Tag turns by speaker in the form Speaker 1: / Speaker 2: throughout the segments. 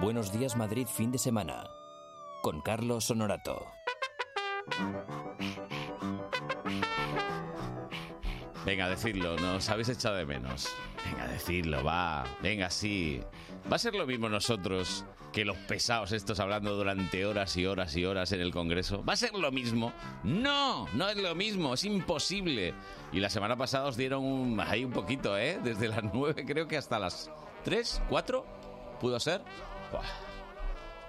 Speaker 1: Buenos días Madrid fin de semana con Carlos Honorato.
Speaker 2: Venga, decidlo, nos habéis echado de menos. Venga, decidlo, va. Venga, sí. Va a ser lo mismo nosotros que los pesados estos hablando durante horas y horas y horas en el Congreso. ¿Va a ser lo mismo? No, no es lo mismo, es imposible. Y la semana pasada os dieron un, ahí un poquito, ¿eh? Desde las 9 creo que hasta las 3, 4, ¿pudo ser? Buah.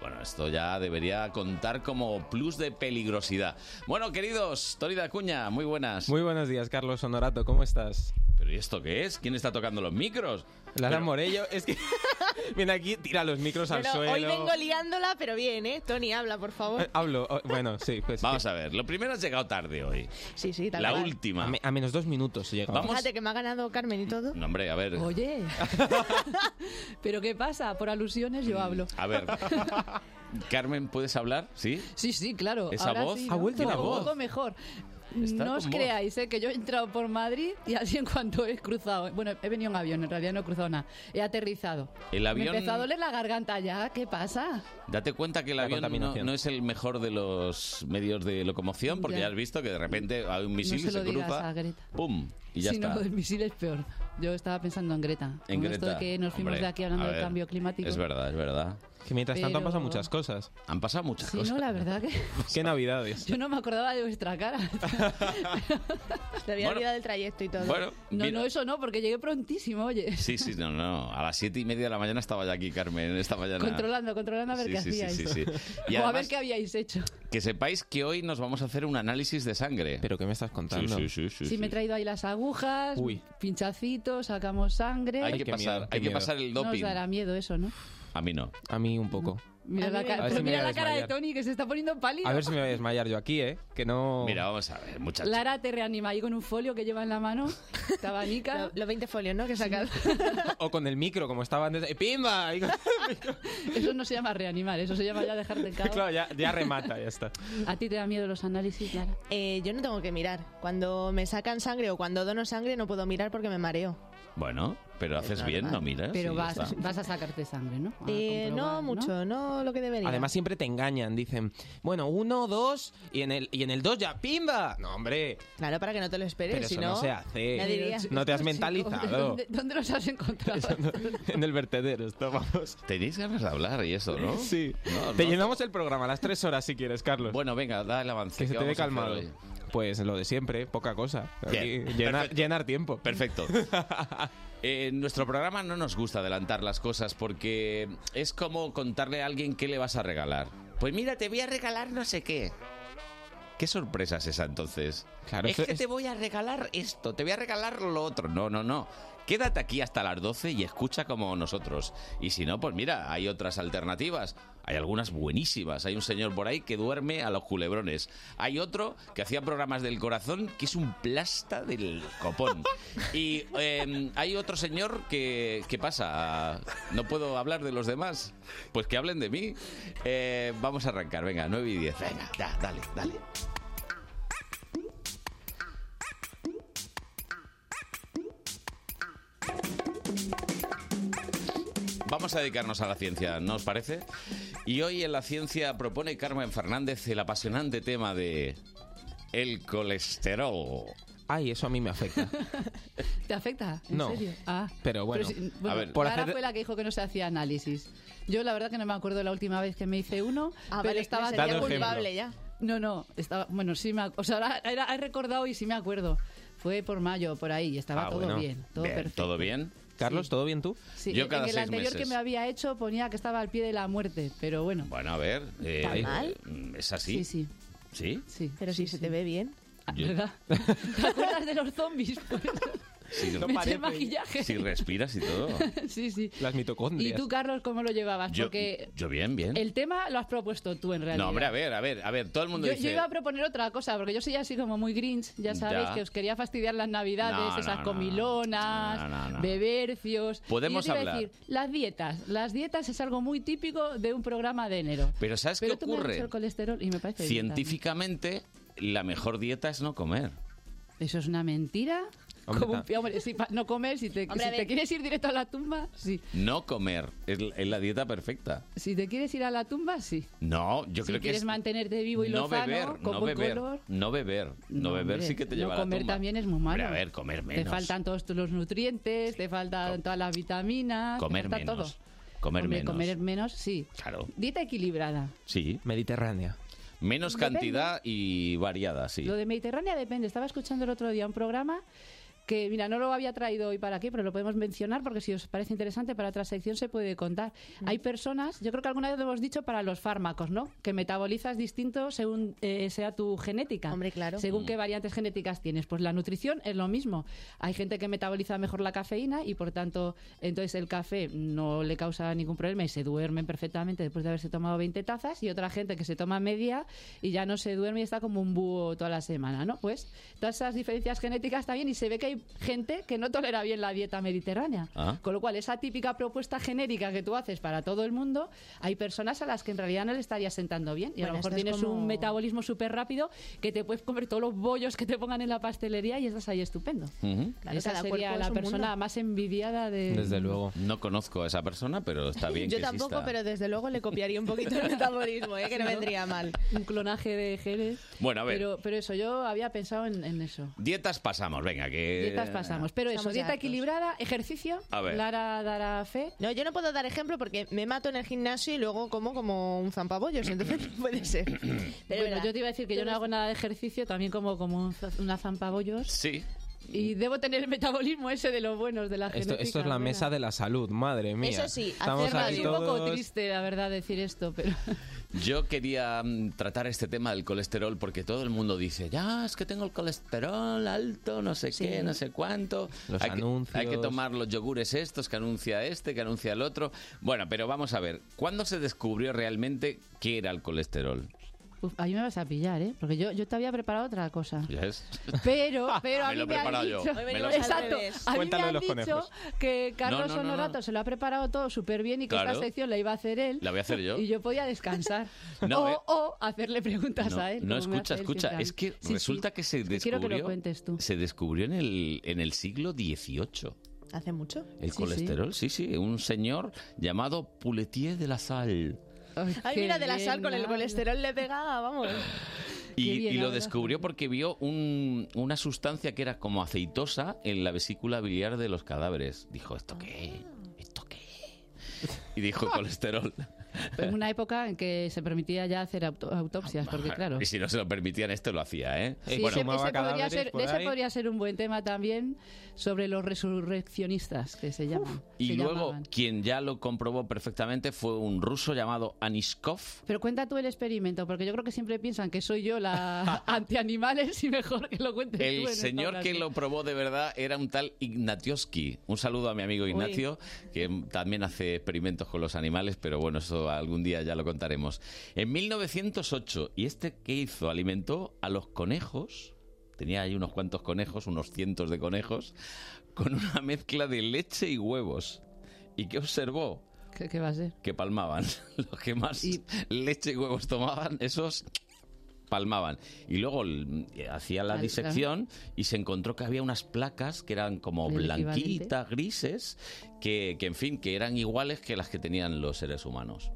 Speaker 2: Bueno, esto ya debería contar como plus de peligrosidad. Bueno, queridos, Tori de Acuña, muy buenas.
Speaker 3: Muy buenos días, Carlos Honorato, ¿cómo estás?
Speaker 2: ¿Pero y esto qué es? ¿Quién está tocando los micros?
Speaker 3: Lara
Speaker 2: Pero-
Speaker 3: Morello, es que. Viene aquí, tira los micros al
Speaker 4: Pero
Speaker 3: suelo.
Speaker 4: hoy vengo liándola, pero bien, ¿eh? Tony, habla, por favor.
Speaker 3: Eh, Hablo, oh, bueno, sí, pues.
Speaker 2: Vamos a ver, lo primero has llegado tarde hoy.
Speaker 4: Sí, sí, tal
Speaker 2: La
Speaker 4: cual.
Speaker 2: última.
Speaker 3: A, me- a menos dos minutos llega.
Speaker 4: Fíjate que me ha ganado Carmen y todo.
Speaker 2: No, hombre, a ver.
Speaker 5: Oye, pero ¿qué pasa? Por alusiones yo hablo.
Speaker 2: A ver. Carmen, ¿puedes hablar? ¿Sí?
Speaker 5: Sí, sí, claro.
Speaker 2: Esa
Speaker 5: ahora
Speaker 2: voz.
Speaker 5: sí,
Speaker 3: Ha
Speaker 5: ¿no?
Speaker 3: vuelto la
Speaker 5: Un
Speaker 3: voz.
Speaker 5: poco mejor.
Speaker 2: Está
Speaker 5: No os
Speaker 2: con voz.
Speaker 5: creáis eh, que yo he entrado por Madrid y así en cuanto he cruzado, bueno, he venido en avión, en realidad no he cruzado nada, he aterrizado.
Speaker 2: El
Speaker 5: Me
Speaker 2: avión.
Speaker 5: empezó a doler la garganta ya, ¿qué pasa?
Speaker 2: Date cuenta que el
Speaker 3: La
Speaker 2: avión no,
Speaker 3: contaminación.
Speaker 2: no es el mejor de los medios de locomoción, porque ya,
Speaker 5: Ya.
Speaker 2: has visto que de repente hay un misil
Speaker 5: no se
Speaker 2: y se
Speaker 5: lo digas
Speaker 2: cruza.
Speaker 5: a Greta.
Speaker 2: ¡Pum! Y ya
Speaker 5: si
Speaker 2: está.
Speaker 5: no, el misil es peor. Yo estaba pensando en Greta.
Speaker 2: En
Speaker 5: Con esto de
Speaker 2: Greta.
Speaker 5: que nos fuimos
Speaker 2: Hombre,
Speaker 5: de aquí hablando
Speaker 2: a
Speaker 5: del
Speaker 2: ver,
Speaker 5: cambio climático.
Speaker 2: Es verdad, es verdad.
Speaker 3: Que mientras tanto han pasado
Speaker 5: Pero-
Speaker 3: muchas cosas.
Speaker 2: Han pasado muchas
Speaker 5: Sí,
Speaker 2: cosas.
Speaker 5: no, la verdad que
Speaker 3: Qué navidades.
Speaker 5: yo no me acordaba de vuestra cara.
Speaker 4: Te había
Speaker 2: Bueno.
Speaker 4: olvidado del trayecto y todo.
Speaker 2: Bueno,
Speaker 5: No,
Speaker 2: mira.
Speaker 5: no, eso no, porque llegué prontísimo, oye.
Speaker 2: Sí, sí, no, no. A las siete y media de la mañana estaba ya aquí, Carmen, esta mañana.
Speaker 5: Controlando, controlando a ver
Speaker 2: Sí,
Speaker 5: qué
Speaker 2: sí, sí,
Speaker 5: hacíais.
Speaker 2: sí, sí. Y
Speaker 5: o a
Speaker 2: además,
Speaker 5: ver qué habíais hecho.
Speaker 2: que sepáis que hoy nos vamos a hacer un análisis de sangre.
Speaker 3: ¿Pero qué me estás
Speaker 2: Sí,
Speaker 3: contando?
Speaker 2: sí, sí, sí,
Speaker 5: Sí, me he
Speaker 2: sí.
Speaker 5: traído ahí las agujas,
Speaker 3: Uy.
Speaker 5: pinchacitos, sacamos sangre.
Speaker 2: Hay
Speaker 3: Ay,
Speaker 2: que
Speaker 3: qué
Speaker 2: pasar,
Speaker 3: miedo, qué
Speaker 2: hay que
Speaker 3: miedo.
Speaker 2: pasar el
Speaker 5: no os
Speaker 2: doping.
Speaker 5: dará miedo eso, ¿no?
Speaker 2: A mí no.
Speaker 3: A mí un poco.
Speaker 5: Mira
Speaker 4: A
Speaker 5: la
Speaker 4: mí
Speaker 5: cara,
Speaker 4: me- A ver
Speaker 5: pero
Speaker 3: si me
Speaker 5: mira
Speaker 3: voy a
Speaker 5: la cara de
Speaker 3: desmayar.
Speaker 5: Tony que se está poniendo pálido.
Speaker 3: A ver si me voy a desmayar yo aquí, ¿eh? Que no.
Speaker 2: Mira, vamos a ver, muchachos.
Speaker 5: Lara te reanima ahí con un folio que lleva en la mano, te abanica.
Speaker 4: Lo- los 20 folios, ¿no? Que sacas.
Speaker 3: O con el micro, como estaba antes. ¡Eh, ¡Pimba! Y-
Speaker 5: Eso no se llama reanimar, eso se llama ya dejarte en caos.
Speaker 3: claro, ya, ya remata, ya está.
Speaker 5: ¿A ti te da miedo los análisis, Lara?
Speaker 4: Eh, yo no tengo que mirar. Cuando me sacan sangre o cuando dono sangre no puedo mirar porque me mareo.
Speaker 2: Bueno, pero haces
Speaker 4: Es
Speaker 2: bien, no
Speaker 4: normal.
Speaker 2: miras.
Speaker 5: Pero
Speaker 2: y ya
Speaker 5: vas,
Speaker 2: está.
Speaker 5: vas a sacarte sangre, ¿no? A
Speaker 4: Eh,
Speaker 5: comprobar,
Speaker 4: no mucho, no, lo que debería.
Speaker 3: Además, siempre te engañan. Dicen, bueno, uno, dos, y en el, y en el dos ya, ¡pimba! No, hombre.
Speaker 4: claro, para que no te lo esperes,
Speaker 3: Pero
Speaker 4: si
Speaker 3: eso no se hace.
Speaker 4: ya diría.
Speaker 3: No te has
Speaker 5: Estos chicos,
Speaker 3: mentalizado.
Speaker 5: ¿Dónde, dónde los has encontrado?
Speaker 3: en el vertedero estábamos.
Speaker 2: Tenéis ganas de hablar y eso, ¿no?
Speaker 3: Sí.
Speaker 2: No,
Speaker 3: Te
Speaker 2: no.
Speaker 3: llenamos el programa a las tres horas si quieres, Carlos.
Speaker 2: Bueno, venga, da el avance.
Speaker 3: que se
Speaker 2: ¿qué
Speaker 3: te dé
Speaker 2: vamos a hacer
Speaker 3: calmado.
Speaker 2: hoy?
Speaker 3: Pues lo de siempre, poca cosa. Aquí,
Speaker 2: Bien,
Speaker 3: llenar,
Speaker 2: perfecto.
Speaker 3: llenar tiempo.
Speaker 2: Perfecto. Eh, En nuestro programa no nos gusta adelantar las cosas porque es como contarle a alguien qué le vas a regalar. Pues mira, te voy a regalar no sé qué. ¿Qué sorpresa es esa entonces?
Speaker 3: Claro,
Speaker 2: es
Speaker 3: eso
Speaker 2: que
Speaker 3: es-
Speaker 2: te voy a regalar eh. esto, te voy a regalar lo otro. No, no, no. Quédate aquí hasta las 12 y escucha como nosotros. Y si no, pues mira, hay otras alternativas. Hay algunas buenísimas. Hay un señor por ahí que duerme a los culebrones. Hay otro que hacía programas del corazón que es un plasta del copón. Y eh, hay otro señor que... ¿Qué pasa? ¿No puedo hablar de los demás? Pues que hablen de mí. Eh, vamos a arrancar, venga, 9 y 10. Venga, da, dale, dale. Vamos a dedicarnos a la ciencia, ¿no os parece? Y hoy en la ciencia propone Carmen Fernández el apasionante tema de el colesterol.
Speaker 3: Ay, eso a mí me afecta.
Speaker 5: ¿Te afecta? ¿En
Speaker 3: No.
Speaker 5: serio? Ah.
Speaker 3: Pero bueno.
Speaker 5: Pero si-
Speaker 2: a ver.
Speaker 3: Por
Speaker 5: Lara
Speaker 3: hacer-
Speaker 5: fue la que dijo que no se hacía análisis. Yo la verdad que no me acuerdo la última vez que me hice uno,
Speaker 4: Ah,
Speaker 5: pero
Speaker 4: vale,
Speaker 5: estaba
Speaker 4: me sentía
Speaker 3: Dando ejemplo.
Speaker 4: culpable ya.
Speaker 5: No, no, estaba, bueno, sí me, ac- o sea, ahora era- he recordado y sí me acuerdo. Fue por mayo, por ahí, y estaba
Speaker 3: Ah,
Speaker 5: todo
Speaker 3: bueno.
Speaker 5: bien, todo
Speaker 2: Bien,
Speaker 5: perfecto.
Speaker 2: ¿Todo bien?
Speaker 3: Carlos,
Speaker 5: Sí.
Speaker 3: ¿todo bien tú?
Speaker 5: Sí,
Speaker 2: Yo
Speaker 5: en
Speaker 2: cada
Speaker 5: el
Speaker 2: seis
Speaker 5: anterior
Speaker 2: meses.
Speaker 5: que me había hecho ponía que estaba al pie de la muerte, pero bueno.
Speaker 2: Bueno, a ver, eh,
Speaker 3: ¿Tan
Speaker 4: mal?
Speaker 2: mm, ¿es así?
Speaker 5: Sí, sí,
Speaker 2: ¿Sí?
Speaker 5: sí.
Speaker 4: Pero si
Speaker 5: sí,
Speaker 4: se
Speaker 5: sí.
Speaker 4: te ve bien.
Speaker 5: Ah,
Speaker 2: Yo-
Speaker 5: ¿Verdad? ¿Te acuerdas de los zombies? Pues,
Speaker 2: Si,
Speaker 3: No
Speaker 5: me
Speaker 3: parece.
Speaker 5: eché maquillaje.
Speaker 2: si respiras y todo.
Speaker 5: sí, sí.
Speaker 3: Las
Speaker 5: ¿Y
Speaker 3: mitocondrias.
Speaker 5: tú, Carlos, cómo lo llevabas?
Speaker 2: Yo,
Speaker 5: Porque
Speaker 2: yo bien, bien.
Speaker 5: el tema lo has propuesto tú, en Eh, realidad.
Speaker 2: No, hombre, a ver, a ver, a ver, todo el mundo
Speaker 5: Yo,
Speaker 2: dice...
Speaker 5: yo iba a proponer otra cosa, porque yo soy así como muy grinch, ya sabéis,
Speaker 2: Ya.
Speaker 5: que os quería fastidiar las navidades,
Speaker 2: No, no,
Speaker 5: esas
Speaker 2: no,
Speaker 5: comilonas,
Speaker 2: no, no, no.
Speaker 5: bebercios.
Speaker 2: Podemos
Speaker 5: Y yo te iba a
Speaker 2: hablar.
Speaker 5: decir, las dietas. Las dietas es algo muy típico de un programa de enero.
Speaker 2: Pero ¿sabes
Speaker 5: Pero
Speaker 2: qué
Speaker 5: tú me has dicho
Speaker 2: ocurre?
Speaker 5: el colesterol y me parece bien
Speaker 2: Científicamente, la mejor dieta es no comer.
Speaker 5: también. ¿Eso es una mentira?
Speaker 3: Hombre,
Speaker 5: Como un
Speaker 3: ta-
Speaker 5: pi- hombre, si pa- no comer, si te,
Speaker 4: Hombre,
Speaker 5: si
Speaker 4: a ver.
Speaker 5: te quieres ir directo a la tumba, sí.
Speaker 2: No comer es, es la dieta perfecta.
Speaker 5: Si te quieres ir a la tumba, sí.
Speaker 2: No, yo
Speaker 5: si
Speaker 2: creo que
Speaker 5: quieres
Speaker 2: es
Speaker 5: mantenerte vivo y
Speaker 2: no
Speaker 5: lozano,
Speaker 2: beber,
Speaker 5: con
Speaker 2: no
Speaker 5: buen
Speaker 2: beber,
Speaker 5: color.
Speaker 2: no beber, no beber
Speaker 5: hombre,
Speaker 2: sí que te
Speaker 5: no
Speaker 2: lleva a la
Speaker 5: comer
Speaker 2: tumba.
Speaker 5: también es muy malo.
Speaker 2: Hombre, a ver, comer menos.
Speaker 5: Te faltan todos tus- los nutrientes, te faltan todas las vitaminas,
Speaker 2: comer
Speaker 5: te falta
Speaker 2: menos.
Speaker 5: todo.
Speaker 2: Comer
Speaker 5: Hombre,
Speaker 2: menos.
Speaker 5: Comer menos, sí.
Speaker 2: Claro.
Speaker 5: Dieta equilibrada.
Speaker 2: Sí.
Speaker 3: Mediterránea.
Speaker 2: Menos
Speaker 5: Depende.
Speaker 2: cantidad y variada, sí.
Speaker 5: Lo de Mediterránea depende. Estaba escuchando el otro día un programa que, mira, no lo había traído hoy para aquí, pero lo podemos mencionar porque si os parece interesante para otra sección se puede contar.
Speaker 4: Mm.
Speaker 5: Hay personas, yo creo que alguna vez lo hemos dicho para los fármacos, ¿no? Que metabolizas distinto según eh, sea tu genética.
Speaker 4: Hombre, claro.
Speaker 2: Mm.
Speaker 5: Según qué variantes genéticas tienes. Pues la nutrición es lo mismo. Hay gente que metaboliza mejor la cafeína y, por tanto, entonces el café no le causa ningún problema y se duermen perfectamente después de haberse tomado 20 tazas. Y otra gente que se toma media y ya no se duerme y está como un búho toda la semana, ¿no? Pues todas esas diferencias genéticas también y se ve que hay gente que no tolera bien la dieta mediterránea.
Speaker 2: Ah.
Speaker 5: Con lo cual, esa típica propuesta genérica que tú haces para todo el mundo, hay personas a las que en realidad no le estaría sentando bien. Y a
Speaker 4: Bueno,
Speaker 5: lo mejor
Speaker 4: esto es
Speaker 5: tienes
Speaker 4: como-
Speaker 5: un metabolismo metabolismo súper rápido que te puedes comer todos los bollos que te pongan en la pastelería y estás ahí estupendo.
Speaker 2: Ujú.
Speaker 4: Claro,
Speaker 5: Esa
Speaker 4: cada
Speaker 5: sería
Speaker 4: cuerpo es
Speaker 5: la
Speaker 4: un
Speaker 5: persona
Speaker 4: mundo.
Speaker 5: más envidiada de...
Speaker 3: Desde luego.
Speaker 2: No conozco a esa persona, pero está bien
Speaker 4: Yo
Speaker 2: que
Speaker 4: tampoco,
Speaker 2: exista.
Speaker 4: pero desde luego le copiaría un poquito el metabolismo, ¿eh? que no vendría mal.
Speaker 5: Un clonaje de genes.
Speaker 2: Bueno, a ver.
Speaker 5: Pero, pero eso, yo había pensado en, en eso.
Speaker 2: Dietas pasamos, venga, que...
Speaker 5: Dietas pasamos. Pero eso,
Speaker 4: Estamos
Speaker 5: dieta
Speaker 4: hartos.
Speaker 5: equilibrada, ejercicio.
Speaker 2: A ver.
Speaker 5: Lara dará fe.
Speaker 4: No, yo no puedo dar ejemplo porque me mato en el gimnasio y luego como como un zampabollos, entonces no puede ser. Pero
Speaker 5: bueno,
Speaker 4: verdad.
Speaker 5: yo te iba a decir que yo no hago nada de ejercicio, también como, como un za- una zampabollos.
Speaker 2: Sí.
Speaker 5: Y debo tener el metabolismo ese de los buenos, de la
Speaker 3: Esto,
Speaker 5: genética,
Speaker 3: esto es la
Speaker 5: ¿verdad?
Speaker 3: mesa de la salud, madre mía.
Speaker 4: Eso sí,
Speaker 3: estamos
Speaker 4: hacerla
Speaker 5: Verdad,
Speaker 3: aquí
Speaker 5: Es un
Speaker 3: todos...
Speaker 5: poco triste, la verdad, decir esto, pero...
Speaker 2: Yo quería mm, tratar este tema del colesterol porque todo el mundo dice, ya, es que tengo el colesterol alto, no sé qué, no sé cuánto.
Speaker 3: Los
Speaker 2: hay
Speaker 3: anuncios.
Speaker 2: Que, hay que tomar los yogures estos que anuncia este, que anuncia el otro. Bueno, pero vamos a ver, ¿cuándo se descubrió realmente qué era el colesterol?
Speaker 5: Uf, ahí me vas a pillar, ¿eh? Porque yo, yo te había preparado otra cosa.
Speaker 2: ¿Ya es?
Speaker 5: Pero, pero a
Speaker 2: Me
Speaker 5: mí
Speaker 2: lo he
Speaker 5: me han
Speaker 2: preparado yo.
Speaker 5: dicho...
Speaker 2: Hoy
Speaker 4: venimos al
Speaker 5: Exacto.
Speaker 4: revés.
Speaker 5: A mí me
Speaker 6: Cuéntalo
Speaker 5: han
Speaker 6: los
Speaker 5: dicho
Speaker 6: conejos.
Speaker 5: que Carlos
Speaker 2: No, no, no, no.
Speaker 5: Honorato se lo ha preparado todo súper bien y que
Speaker 2: Claro.
Speaker 5: esta sección la iba a hacer él.
Speaker 2: La voy a hacer yo.
Speaker 5: Y yo podía descansar.
Speaker 2: No,
Speaker 5: o,
Speaker 2: eh.
Speaker 5: o hacerle preguntas
Speaker 2: No,
Speaker 5: a él.
Speaker 2: no,
Speaker 5: como me
Speaker 2: escucha,
Speaker 5: hace él siempre a
Speaker 2: escucha. Es
Speaker 5: mí.
Speaker 2: que
Speaker 5: Sí, sí.
Speaker 2: resulta que se
Speaker 5: Es que Quiero
Speaker 2: descubrió.
Speaker 5: que lo cuentes tú.
Speaker 2: Se descubrió en el, en el siglo XVIII.
Speaker 4: Hace mucho.
Speaker 2: El
Speaker 5: Sí,
Speaker 2: colesterol, sí. sí, Un señor llamado Puletier de la Sal.
Speaker 4: Ay,
Speaker 5: Qué
Speaker 4: mira, de la sal
Speaker 5: bien
Speaker 4: con el
Speaker 5: habla.
Speaker 4: colesterol le pegaba, vamos.
Speaker 2: Y,
Speaker 5: Qué bien
Speaker 2: y lo
Speaker 5: hablas,
Speaker 2: descubrió porque vio un- una sustancia que era como aceitosa en la vesícula biliar de los cadáveres. Dijo, ¿esto qué?
Speaker 5: Ah.
Speaker 2: ¿Esto qué? Y dijo colesterol.
Speaker 5: En una época en que se permitía ya hacer auto- autopsias, porque claro...
Speaker 2: Ah, Y si no se lo permitían, esto lo hacía, ¿eh?
Speaker 5: Sí,
Speaker 2: Bueno,
Speaker 5: ese,
Speaker 6: sumaba
Speaker 5: ese podría
Speaker 6: cadáveres
Speaker 5: ser,
Speaker 6: por
Speaker 5: ese
Speaker 6: ahí.
Speaker 5: podría ser un buen tema también sobre los resurreccionistas que se llaman.
Speaker 2: y
Speaker 5: se
Speaker 2: luego
Speaker 5: llamaban.
Speaker 2: quien ya lo comprobó perfectamente fue un ruso llamado Anishkov.
Speaker 5: Pero cuenta tú el experimento, porque yo creo que siempre piensan que soy yo la antianimales y mejor que lo cuentes tú.
Speaker 2: El
Speaker 5: en esta
Speaker 2: señor que
Speaker 5: ocasión.
Speaker 2: lo probó de verdad era un tal Ignatioski. Un saludo a mi amigo Ignacio, que también hace experimentos con los animales, pero bueno, eso algún día ya lo contaremos. En 1908, ¿y este qué hizo? Alimentó a los conejos. Tenía ahí unos cuantos conejos, unos cientos de conejos, con una mezcla de leche y huevos. ¿Y qué observó?
Speaker 5: ¿Qué, qué va a ser?
Speaker 2: que palmaban. Los que más
Speaker 5: Y-
Speaker 2: leche y huevos tomaban, esos palmaban. Y luego l- hacía la
Speaker 5: Al-
Speaker 2: disección y se encontró que había unas placas que eran como
Speaker 5: El
Speaker 2: blanquitas,
Speaker 5: equivalente.
Speaker 2: grises, que, que en fin, que eran iguales que las que tenían los seres humanos.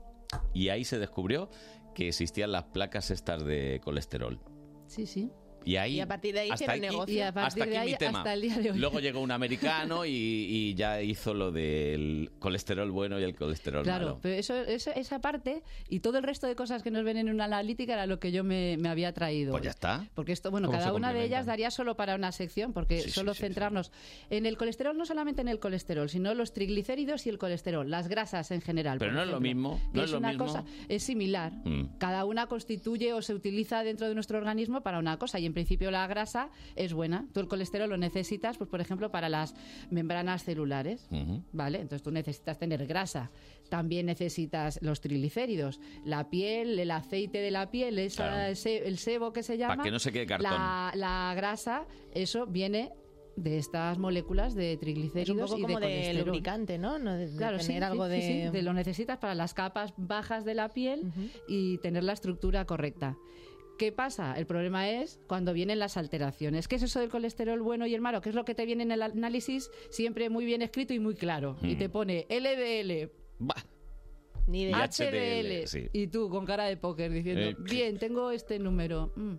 Speaker 2: Y ahí se descubrió que existían las placas estas de colesterol.
Speaker 5: Sí, sí.
Speaker 2: Y, ahí,
Speaker 4: Y a partir de ahí
Speaker 2: hasta
Speaker 4: hicieron
Speaker 2: aquí-
Speaker 4: negocio.
Speaker 5: Y a partir
Speaker 2: hasta aquí
Speaker 5: de ahí
Speaker 2: mi tema.
Speaker 5: hasta el día de hoy.
Speaker 2: Luego llegó un americano y, y ya hizo lo del colesterol bueno y el colesterol
Speaker 5: Claro,
Speaker 2: malo.
Speaker 5: pero eso, eso- esa parte y todo el resto de cosas que nos ven en una analítica era lo que yo me, me había traído.
Speaker 2: Pues ya está.
Speaker 5: Porque esto, bueno,
Speaker 3: ¿Cómo
Speaker 5: cada
Speaker 3: se
Speaker 5: una de
Speaker 3: complementan?
Speaker 5: ellas daría solo para una sección, porque
Speaker 2: Sí, sí,
Speaker 5: solo
Speaker 2: sí,
Speaker 5: centrarnos en el colesterol, no solamente en el colesterol, sino los triglicéridos y el colesterol, las grasas en general.
Speaker 2: Pero
Speaker 5: por
Speaker 2: no es lo
Speaker 5: ejemplo,
Speaker 2: mismo,
Speaker 5: que
Speaker 2: no es lo
Speaker 5: una
Speaker 2: mismo.
Speaker 5: cosa, es similar.
Speaker 2: Mm.
Speaker 5: Cada una constituye o se utiliza dentro de nuestro organismo para una cosa y en principio la grasa es buena. Tú el colesterol lo necesitas, pues por ejemplo, para las membranas celulares.
Speaker 2: Ujú.
Speaker 5: ¿Vale? Entonces tú necesitas tener grasa. También necesitas los triglicéridos, la piel, el aceite de la piel, esa-
Speaker 2: Claro.
Speaker 5: ese- el sebo que se llama.
Speaker 2: Para que no se quede cartón.
Speaker 5: La, la grasa, eso viene de estas moléculas de
Speaker 4: Es un
Speaker 5: triglicéridos
Speaker 4: poco
Speaker 5: y
Speaker 4: como
Speaker 5: de,
Speaker 4: de,
Speaker 5: colesterol.
Speaker 4: lubricante, ¿no? no de, de
Speaker 5: Claro, sí,
Speaker 4: tener
Speaker 5: sí,
Speaker 4: algo
Speaker 5: sí,
Speaker 4: de...
Speaker 5: sí, de lo necesitas para las capas bajas de la piel
Speaker 4: Ujú.
Speaker 5: y tener la estructura correcta. ¿Qué pasa? El problema es cuando vienen las alteraciones. ¿Qué es eso del colesterol bueno y el malo? ¿Qué es lo que te viene en el análisis siempre muy bien escrito y muy claro? Y
Speaker 2: Mm.
Speaker 5: te pone LDL,
Speaker 2: Bah,
Speaker 4: Ni
Speaker 2: Y
Speaker 4: idea.
Speaker 2: ya-
Speaker 5: HDL.
Speaker 2: HDL, sí.
Speaker 5: Y tú con cara de póker diciendo,
Speaker 2: Eh,
Speaker 5: bien, tengo este número. Mm.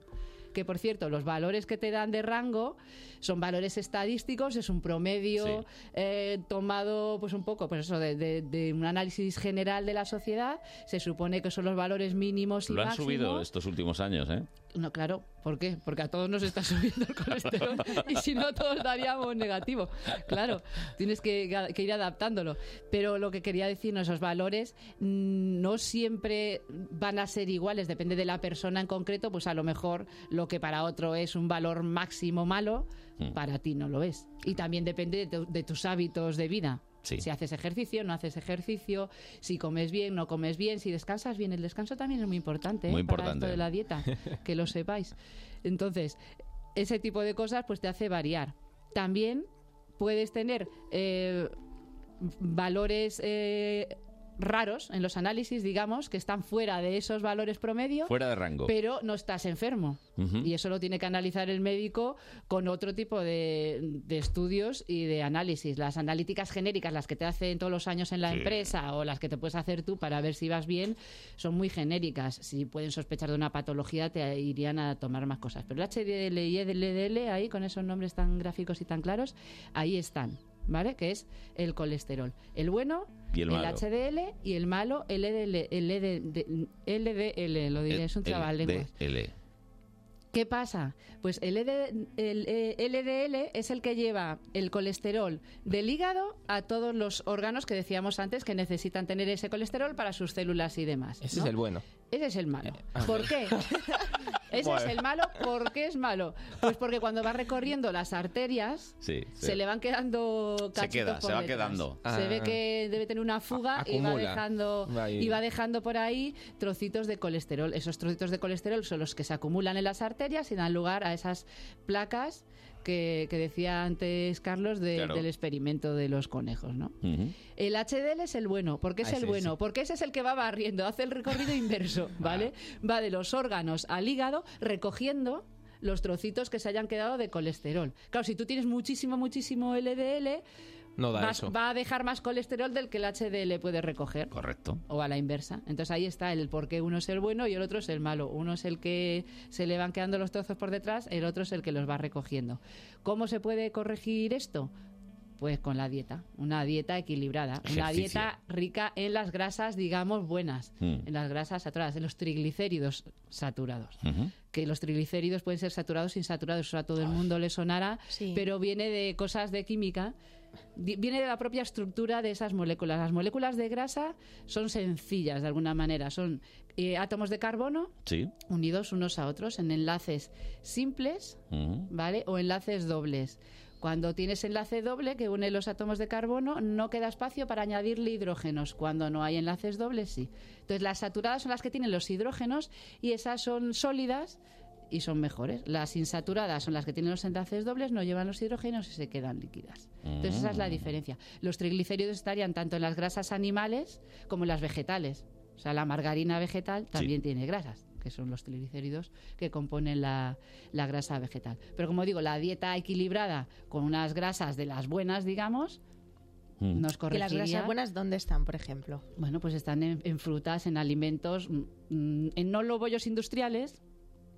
Speaker 5: Que por cierto, los valores que te dan de rango son valores estadísticos, es un promedio
Speaker 2: Sí.
Speaker 5: eh, tomado, pues un poco, pues eso, de, de- de un análisis general de la sociedad. Se supone que son los valores mínimos y
Speaker 2: lo han
Speaker 5: máximos.
Speaker 2: subido estos últimos años, ¿eh?
Speaker 5: No, claro, ¿por qué? Porque a todos nos está subiendo el colesterol y si no todos daríamos negativo. Claro, tienes que, que ir adaptándolo. Pero lo que quería decir, no, esos valores mm, no siempre van a ser iguales, depende de la persona en concreto, pues a lo mejor lo que para otro es un valor máximo malo,
Speaker 2: Mm.
Speaker 5: para ti no lo es. Y también depende de, tu- de tus hábitos de vida.
Speaker 2: Sí.
Speaker 5: Si haces ejercicio, no haces ejercicio, si comes bien, no comes bien, si descansas bien. El descanso también es muy importante. ¿eh?
Speaker 2: Muy
Speaker 5: para esto
Speaker 2: importante.
Speaker 5: de la dieta, que lo sepáis. Entonces, ese tipo de cosas pues te hace variar. También puedes tener eh, valores eh, raros en los análisis, digamos, que están fuera de esos valores promedio,
Speaker 2: Fuera de rango.
Speaker 5: pero no estás enfermo.
Speaker 2: Ujú.
Speaker 5: Y eso lo tiene que analizar el médico con otro tipo de, de estudios y de análisis. Las analíticas genéricas, las que te hacen todos los años en la
Speaker 2: Sí.
Speaker 5: empresa o las que te puedes hacer tú para ver si vas bien, son muy genéricas. Si pueden sospechar de una patología, te irían a tomar más cosas. Pero el HDL y el LDL, ahí con esos nombres tan gráficos y tan claros, ahí están. ¿Vale? Que es el colesterol. El bueno,
Speaker 2: Y el malo.
Speaker 5: HDL y el malo, LDL, LDL, lo diré, es un trabalenguas.
Speaker 2: LDL.
Speaker 5: ¿Qué pasa? Pues el, LD el, eh, LDL es el que lleva el colesterol del hígado a todos los órganos que decíamos antes que necesitan tener ese colesterol para sus células y demás.
Speaker 3: Ese
Speaker 5: ¿no?
Speaker 3: es el Eh, bueno.
Speaker 5: Ese es el malo. ¿Por qué? Ese es el malo. ¿Por qué es malo? Pues porque cuando va recorriendo las arterias,
Speaker 2: Sí, sí.
Speaker 5: se le van quedando
Speaker 2: Se
Speaker 5: cachitos
Speaker 2: queda,
Speaker 5: por
Speaker 2: se va
Speaker 5: detrás.
Speaker 2: quedando.
Speaker 3: Ah.
Speaker 5: se ve que debe tener una fuga
Speaker 3: A-
Speaker 5: y va
Speaker 3: acumula.
Speaker 5: dejando
Speaker 3: Va ahí.
Speaker 5: y va dejando por ahí trocitos de colesterol esos trocitos de colesterol son los que se acumulan en las arterias y dan lugar a esas placas que, que decía antes Carlos de-
Speaker 2: Claro.
Speaker 5: del experimento de los conejos ¿no?
Speaker 2: Ujú.
Speaker 5: El HDL es el bueno. ¿Por qué es
Speaker 3: Ah,
Speaker 5: el
Speaker 3: ese, Ah.
Speaker 5: bueno?
Speaker 3: sí.
Speaker 5: Porque ese es el que va barriendo, hace el recorrido inverso, ¿vale? Va de los órganos al hígado recogiendo los trocitos que se hayan quedado de colesterol. Claro, si tú tienes muchísimo, muchísimo LDL,
Speaker 3: No da
Speaker 5: vas-
Speaker 3: eso.
Speaker 5: va a dejar más colesterol del que el HDL puede recoger.
Speaker 2: Correcto.
Speaker 5: O a la inversa. Entonces ahí está el por qué uno es el bueno y el otro es el malo. Uno es el que se le van quedando los trozos por detrás, el otro es el que los va recogiendo. ¿Cómo se puede corregir esto? Pues con la dieta, una dieta equilibrada, una
Speaker 2: Ejercicio.
Speaker 5: dieta rica en las grasas, digamos, buenas,
Speaker 2: Mm.
Speaker 5: en las grasas saturadas, en los triglicéridos saturados
Speaker 2: Ujú.
Speaker 5: que los triglicéridos pueden ser saturados e insaturados, eso a todo el mundo le sonará,
Speaker 4: Sí.
Speaker 5: pero viene de cosas de química, di- viene de la propia estructura de esas moléculas. Las moléculas de grasa son sencillas de alguna manera, son eh, átomos de carbono
Speaker 2: Sí.
Speaker 5: unidos unos a otros en enlaces simples,
Speaker 2: Ujú.
Speaker 5: ¿vale? O enlaces dobles. Cuando tienes enlace doble que une los átomos de carbono, no queda espacio para añadirle hidrógenos. Cuando no hay enlaces dobles, sí. Entonces, las saturadas son las que tienen los hidrógenos y esas son sólidas y son mejores. Las insaturadas son las que tienen los enlaces dobles, no llevan los hidrógenos y se quedan líquidas. Entonces, esa es la diferencia. Los triglicéridos estarían tanto en las grasas animales como en las vegetales. O sea, la margarina vegetal también tiene grasas, que son los triglicéridos que componen la, la grasa vegetal. Pero como digo, la dieta equilibrada con unas grasas de las buenas, digamos,
Speaker 2: Mm.
Speaker 5: nos
Speaker 4: ¿Que las
Speaker 5: corregiría.
Speaker 4: grasas buenas dónde están, por ejemplo?
Speaker 5: Bueno, pues están en, en frutas, en alimentos, mm, en no los bollos industriales,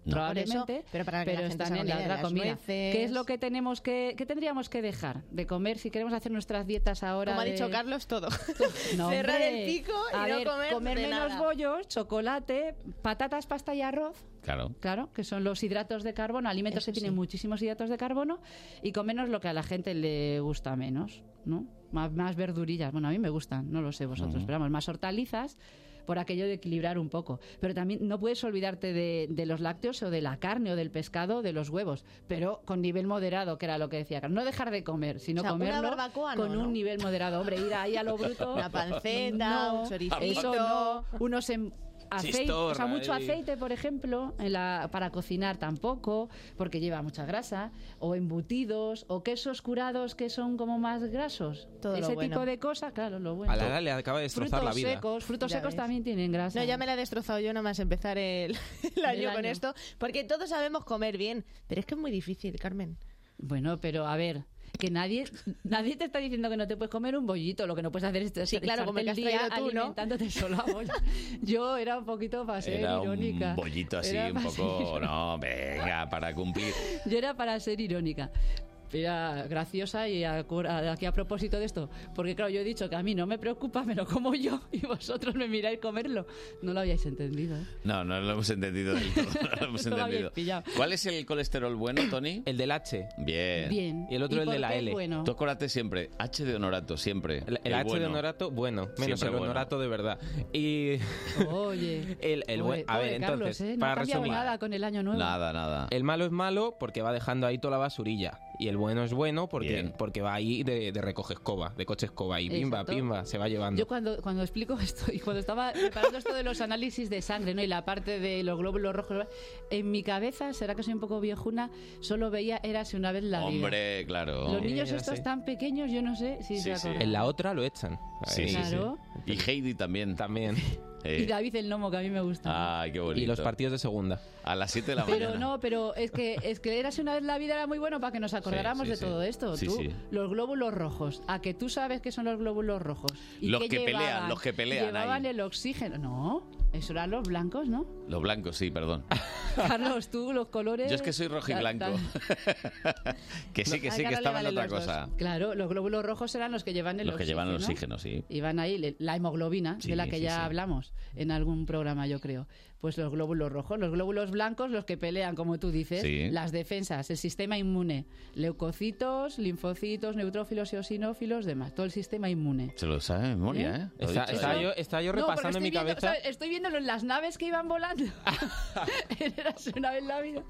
Speaker 2: No.
Speaker 5: probablemente.
Speaker 4: Por eso, pero para que la gente
Speaker 5: están
Speaker 4: se haga
Speaker 5: en
Speaker 4: una
Speaker 5: la
Speaker 4: idea,
Speaker 5: otra
Speaker 4: las
Speaker 5: comida.
Speaker 4: nueces.
Speaker 5: ¿Qué es lo que tenemos que, qué tendríamos que dejar de comer si queremos hacer nuestras dietas ahora?
Speaker 4: Como ha
Speaker 5: de-
Speaker 4: dicho Carlos, todo.
Speaker 5: No,
Speaker 4: Cerrar
Speaker 5: hombre.
Speaker 4: el pico y
Speaker 5: A
Speaker 4: no
Speaker 5: ver,
Speaker 4: comer, de
Speaker 5: menos
Speaker 4: nada.
Speaker 5: bollos, chocolate, patatas, pasta y arroz.
Speaker 2: Claro.
Speaker 5: Claro, que son los hidratos de carbono, alimentos
Speaker 4: Eso
Speaker 5: que tienen
Speaker 4: sí.
Speaker 5: muchísimos hidratos de carbono y comernos lo que a la gente le gusta menos, ¿no? Más, más verdurillas, bueno, a mí me gustan, no lo sé vosotros,
Speaker 2: Ujú.
Speaker 5: pero vamos, más hortalizas por aquello de equilibrar un poco. Pero también no puedes olvidarte de, de los lácteos o de la carne o del pescado, de los huevos, pero con nivel moderado, que era lo que decía Carlos. No dejar de comer, sino
Speaker 4: O sea, una
Speaker 5: comerlo
Speaker 4: barbacoa no,
Speaker 5: con un
Speaker 4: ¿no?
Speaker 5: nivel moderado. Hombre, ir ahí a lo bruto...
Speaker 4: Una panceta, un choricito.
Speaker 5: Eso no, unos em- aceite, o sea,
Speaker 3: Chistorra
Speaker 5: mucho
Speaker 3: ahí.
Speaker 5: aceite, por ejemplo, en la- para cocinar tampoco, porque lleva mucha grasa, o embutidos, o quesos curados que son como más grasos.
Speaker 4: Todo lo
Speaker 5: Ese
Speaker 4: bueno.
Speaker 5: tipo de cosas, claro, lo bueno.
Speaker 3: A Lara le acaba de destrozar
Speaker 5: frutos
Speaker 3: la vida.
Speaker 5: secos, frutos
Speaker 4: Ya
Speaker 5: secos
Speaker 4: ves.
Speaker 5: también tienen grasa.
Speaker 4: No, ya me la he destrozado yo nada más empezar el, el año con
Speaker 5: año.
Speaker 4: esto, porque todos sabemos comer bien, pero es que es muy difícil, Carmen.
Speaker 5: Bueno, pero a ver, que nadie nadie te está diciendo que no te puedes comer un bollito, lo que no puedes hacer es
Speaker 4: Sí, claro,
Speaker 5: echarte
Speaker 4: como el que
Speaker 5: el
Speaker 4: has
Speaker 5: día
Speaker 4: traído tú, ¿no?
Speaker 5: alimentándote solo a bolla. Yo era un poquito para ser
Speaker 2: Era
Speaker 5: irónica.
Speaker 2: un bollito así,
Speaker 5: Era
Speaker 2: un
Speaker 5: para
Speaker 2: poco.
Speaker 5: ser-
Speaker 2: No, venga, para cumplir.
Speaker 5: Yo era para ser irónica. Era graciosa y a cor- a- aquí a propósito de esto, porque claro, yo he dicho que a mí no me preocupa, me lo como yo y vosotros me miráis comerlo. No lo habíais entendido. ¿eh?
Speaker 2: No, no lo hemos entendido del todo. No lo hemos
Speaker 5: No lo habéis
Speaker 2: entendido.
Speaker 5: pillado.
Speaker 2: ¿Cuál es el colesterol bueno, Tony?
Speaker 3: El del H.
Speaker 2: Bien.
Speaker 5: Bien.
Speaker 3: Y el otro el
Speaker 5: por
Speaker 3: de la
Speaker 5: qué es
Speaker 3: L.
Speaker 5: bueno?
Speaker 2: Tú acuérdate siempre, H de honorato, siempre.
Speaker 3: El, el H de
Speaker 2: bueno.
Speaker 3: honorato, bueno. Menos
Speaker 2: Siempre
Speaker 3: el honorato de verdad. Y
Speaker 5: Oye.
Speaker 3: El- el
Speaker 5: Pobre-
Speaker 3: buen- a ver,
Speaker 5: pobre Carlos,
Speaker 3: entonces,
Speaker 5: ¿eh? No
Speaker 3: para
Speaker 5: ha cambiado
Speaker 3: resumir.
Speaker 5: nada con el año nuevo.
Speaker 2: Nada, nada.
Speaker 3: el malo es malo porque va dejando ahí toda la basurilla. Y el bueno es bueno porque,
Speaker 2: Bien.
Speaker 3: porque va ahí de, de recoge escoba, de coche escoba. Y pimba,
Speaker 5: Exacto.
Speaker 3: pimba, se va llevando.
Speaker 5: Yo cuando, cuando explico esto y cuando estaba preparando esto de los análisis de sangre ¿no? y la parte de los glóbulos rojos, en mi cabeza, será que soy un poco viejuna, solo veía Érase una vez la vida.
Speaker 2: Hombre, claro.
Speaker 5: Los niños
Speaker 3: Érase.
Speaker 5: estos tan pequeños, yo no sé si
Speaker 2: Sí,
Speaker 5: se
Speaker 2: sí.
Speaker 5: acuerdan.
Speaker 3: En la otra lo echan.
Speaker 2: Sí,
Speaker 3: Ahí,
Speaker 2: sí,
Speaker 5: Claro.
Speaker 2: Y Heidi también.
Speaker 3: También.
Speaker 2: Eh,
Speaker 5: Y David el Nomo, que a mí me gusta.
Speaker 2: Ay, qué bonito.
Speaker 3: Y los partidos de segunda.
Speaker 2: A las 7 de la mañana.
Speaker 5: pero no, pero es que, es que Érase una vez la vida era muy bueno para que nos acordáramos
Speaker 2: Sí, sí,
Speaker 5: de
Speaker 2: sí.
Speaker 5: todo esto.
Speaker 2: Sí,
Speaker 5: tú,
Speaker 2: sí.
Speaker 5: los glóbulos rojos. A que tú sabes qué son los glóbulos rojos. ¿Y
Speaker 2: Los
Speaker 5: qué
Speaker 2: que pelean,
Speaker 5: llevaban?
Speaker 2: los que pelean ahí.
Speaker 5: Llevaban el oxígeno. No, eso eran los blancos, ¿no?
Speaker 2: Los blancos, sí, perdón.
Speaker 5: Carlos, tú, los colores.
Speaker 2: Yo es que soy rojo y
Speaker 5: Ta-
Speaker 2: blanco.
Speaker 5: ta-
Speaker 2: que sí, que
Speaker 5: Hay
Speaker 2: sí, que
Speaker 5: ahora
Speaker 2: estaba en
Speaker 5: le valen
Speaker 2: otra
Speaker 5: los dos.
Speaker 2: cosa.
Speaker 5: Claro, los glóbulos rojos eran los que llevan el
Speaker 2: Los que
Speaker 5: oxígeno.
Speaker 2: llevan el oxígeno, sí.
Speaker 5: Iban ahí, le- la hemoglobina,
Speaker 2: Sí,
Speaker 5: de la que
Speaker 2: sí,
Speaker 5: ya
Speaker 2: sí.
Speaker 5: hablamos en algún programa, yo creo. Pues los glóbulos rojos, los glóbulos blancos, los que pelean, como tú dices,
Speaker 2: Sí.
Speaker 5: las defensas, el sistema inmune, leucocitos, linfocitos, neutrófilos y eosinofilos, demás, todo el sistema inmune.
Speaker 2: Se lo sabe de memoria,
Speaker 5: ¿Eh?
Speaker 2: ¿eh? Lo he
Speaker 3: Está-
Speaker 2: dicho
Speaker 3: estaba
Speaker 2: yo.
Speaker 3: yo, estaba yo
Speaker 5: No, porque
Speaker 3: repasando en mi
Speaker 5: estoy viendo-
Speaker 3: cabeza.
Speaker 5: ¿sabes? Estoy viéndolo en las naves que iban volando. Érase una vez la vida.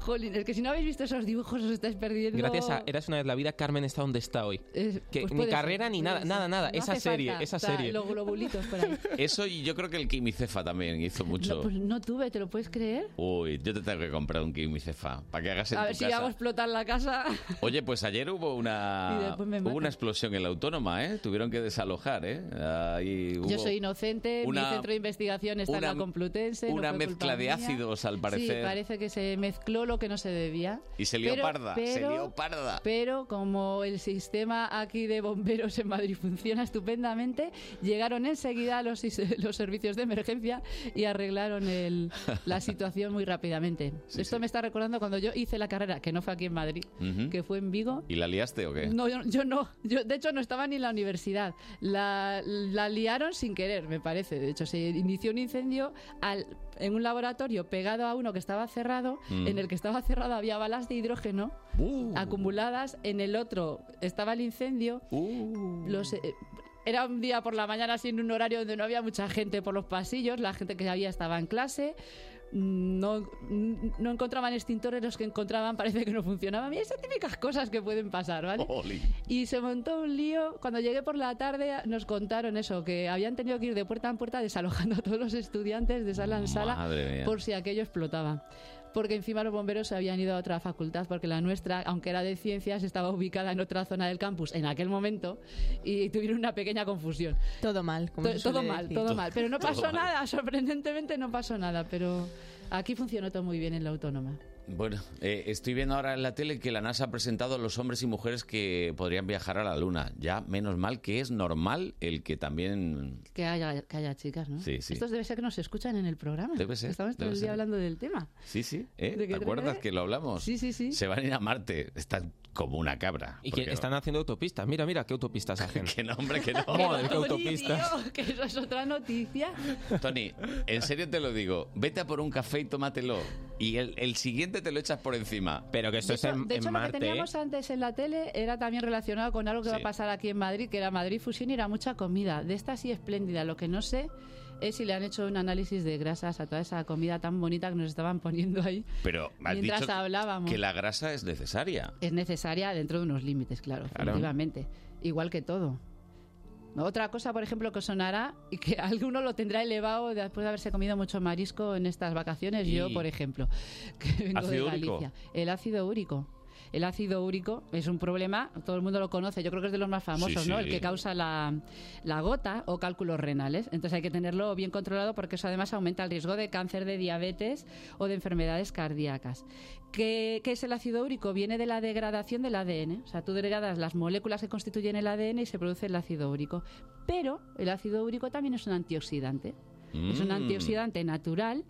Speaker 5: Jolín, es que si no habéis visto esos dibujos os estáis perdiendo.
Speaker 3: Gracias a Eras una vez la vida, Carmen está donde está hoy.
Speaker 5: Es-
Speaker 3: que
Speaker 5: pues
Speaker 3: ni
Speaker 5: puede
Speaker 3: carrera ni
Speaker 5: puede
Speaker 3: nada,
Speaker 5: ser.
Speaker 3: nada, nada,
Speaker 5: No
Speaker 3: esa
Speaker 5: hace
Speaker 3: serie,
Speaker 5: falta,
Speaker 3: esa
Speaker 5: o sea,
Speaker 3: serie.
Speaker 5: Los globulitos por ahí.
Speaker 2: Eso y yo creo que el quimicefa también hizo mucho.
Speaker 5: No, pues no tuve, ¿te lo puedes creer?
Speaker 2: Uy, yo te tengo que comprar un quimicefa para que hagas en
Speaker 5: a
Speaker 2: tu
Speaker 5: ver si
Speaker 2: casa.
Speaker 5: hago explotar la casa.
Speaker 2: Oye, pues ayer hubo
Speaker 5: Y
Speaker 2: una
Speaker 5: después me
Speaker 2: hubo
Speaker 5: matan.
Speaker 2: una explosión en la autónoma, ¿eh? Tuvieron que desalojar, ¿eh? Ahí hubo
Speaker 5: Yo soy inocente,
Speaker 2: una-
Speaker 5: mi centro de investigación está
Speaker 2: una-
Speaker 5: en la Complutense. no
Speaker 2: una
Speaker 5: fue
Speaker 2: mezcla
Speaker 5: culpa
Speaker 2: de
Speaker 5: mía.
Speaker 2: ácidos, al
Speaker 5: Sí,
Speaker 2: parecer.
Speaker 5: parece que se mezcló lo que no se debía.
Speaker 2: y se lió
Speaker 5: Pero-
Speaker 2: parda, se
Speaker 5: pero-
Speaker 2: lió parda.
Speaker 5: Pero como el sistema aquí de bomberos en Madrid funciona estupendamente, llegaron enseguida los, is- los servicios de emergencia y arreglaron el- la situación muy rápidamente.
Speaker 2: Sí,
Speaker 5: Esto
Speaker 2: sí. ¿Mm?
Speaker 5: me está recordando cuando yo hice la carrera, que no fue aquí en Madrid,
Speaker 2: Ujú.
Speaker 5: que fue en Vigo.
Speaker 2: ¿Y la liaste o qué?
Speaker 5: No, yo, yo no. Yo, de hecho, no estaba ni en la universidad. La, la liaron sin querer, me parece. De hecho, se inició un incendio al- en un laboratorio pegado a uno que estaba cerrado.
Speaker 2: Mm.
Speaker 5: En el que estaba cerrado había balas de hidrógeno
Speaker 2: Uh,
Speaker 5: acumuladas. En el otro estaba el incendio.
Speaker 2: uh.
Speaker 5: Los, eh, era un día por la mañana, así en un horario donde no había mucha gente por los pasillos. La gente que había estaba en clase. Mm, No, mm, no encontraban extintores, los que encontraban parece que no funcionaban. Y esas típicas cosas que pueden pasar, ¿vale?
Speaker 2: Oli.
Speaker 5: Y se montó un lío. Cuando llegué por la tarde nos contaron eso, que habían tenido que ir de puerta en puerta desalojando a todos los estudiantes de sala en sala
Speaker 2: Madre mía.
Speaker 5: por si aquello explotaba. Porque encima los bomberos se habían ido a otra facultad, porque la nuestra, aunque era de ciencias, estaba ubicada en otra zona del campus en aquel momento y tuvieron una pequeña confusión.
Speaker 4: Todo mal, como
Speaker 5: To-
Speaker 4: se
Speaker 5: todo
Speaker 4: suele
Speaker 5: mal,
Speaker 4: decir.
Speaker 5: todo mal. Pero no
Speaker 2: Todo
Speaker 5: pasó
Speaker 2: mal.
Speaker 5: nada, sorprendentemente no pasó nada, pero aquí funcionó todo muy bien en la autónoma.
Speaker 2: Bueno, eh, estoy viendo ahora en la tele que la NASA ha presentado a los hombres y mujeres que podrían viajar a la Luna. Ya, menos mal que es normal el que también...
Speaker 5: Que haya, que haya chicas, ¿no?
Speaker 2: Sí, sí.
Speaker 5: Estos debe ser que nos escuchan en el programa.
Speaker 2: Debe ser,
Speaker 5: Estamos todo
Speaker 2: debe
Speaker 5: el
Speaker 2: ser.
Speaker 5: día hablando del tema.
Speaker 2: Sí, sí, ¿eh?
Speaker 5: ¿De
Speaker 2: ¿Te
Speaker 5: qué
Speaker 2: acuerdas
Speaker 5: trata?
Speaker 2: que lo hablamos?
Speaker 5: Sí, sí, sí.
Speaker 2: Se van a ir a Marte, están como una cabra.
Speaker 3: Y
Speaker 2: porque
Speaker 3: que están haciendo autopistas. Mira, mira, qué autopistas hacen.
Speaker 2: Que no, hombre, que no.
Speaker 3: Madre, qué
Speaker 5: Tony,
Speaker 3: autopistas.
Speaker 5: tío, que eso es otra noticia.
Speaker 2: Tony, en serio te lo digo, vete a por un café y tómatelo. Y el, el siguiente te lo echas por encima.
Speaker 3: Pero que esto
Speaker 5: de hecho,
Speaker 3: es en,
Speaker 5: de
Speaker 3: en
Speaker 5: hecho, lo
Speaker 3: Marte. ¿eh?
Speaker 5: que teníamos antes en la tele era también relacionado con algo que va a
Speaker 2: Sí.
Speaker 5: pasar aquí en Madrid, que era Madrid Fusión y era mucha comida. De esta sí espléndida. Lo que no sé es si le han hecho un análisis de grasas a toda esa comida tan bonita que nos estaban poniendo ahí.
Speaker 2: Pero me has
Speaker 5: Mientras
Speaker 2: dicho que-
Speaker 5: hablábamos.
Speaker 2: que la grasa es necesaria.
Speaker 5: Es necesaria dentro de unos límites, claro,
Speaker 2: Claro.
Speaker 5: efectivamente. Igual que todo. Otra cosa, por ejemplo, que os sonará y que alguno lo tendrá elevado después de haberse comido mucho marisco en estas vacaciones, yo,
Speaker 2: Y-
Speaker 5: por ejemplo, que vengo de
Speaker 2: ¿Ácido úrico?
Speaker 5: Galicia. El ácido úrico. El ácido úrico es un problema, todo el mundo lo conoce, yo creo que es de los más famosos,
Speaker 2: Sí,
Speaker 5: ¿no?
Speaker 2: sí.
Speaker 5: El que causa la, la gota o cálculos renales. Entonces hay que tenerlo bien controlado porque eso además aumenta el riesgo de cáncer, de diabetes o de enfermedades cardíacas. ¿Qué, qué es el ácido úrico? Viene de la degradación del ADN. O sea, tú degradas las moléculas que constituyen el ADN y se produce el ácido úrico. Pero el ácido úrico también es un antioxidante. Es un
Speaker 2: Mm.
Speaker 5: antioxidante natural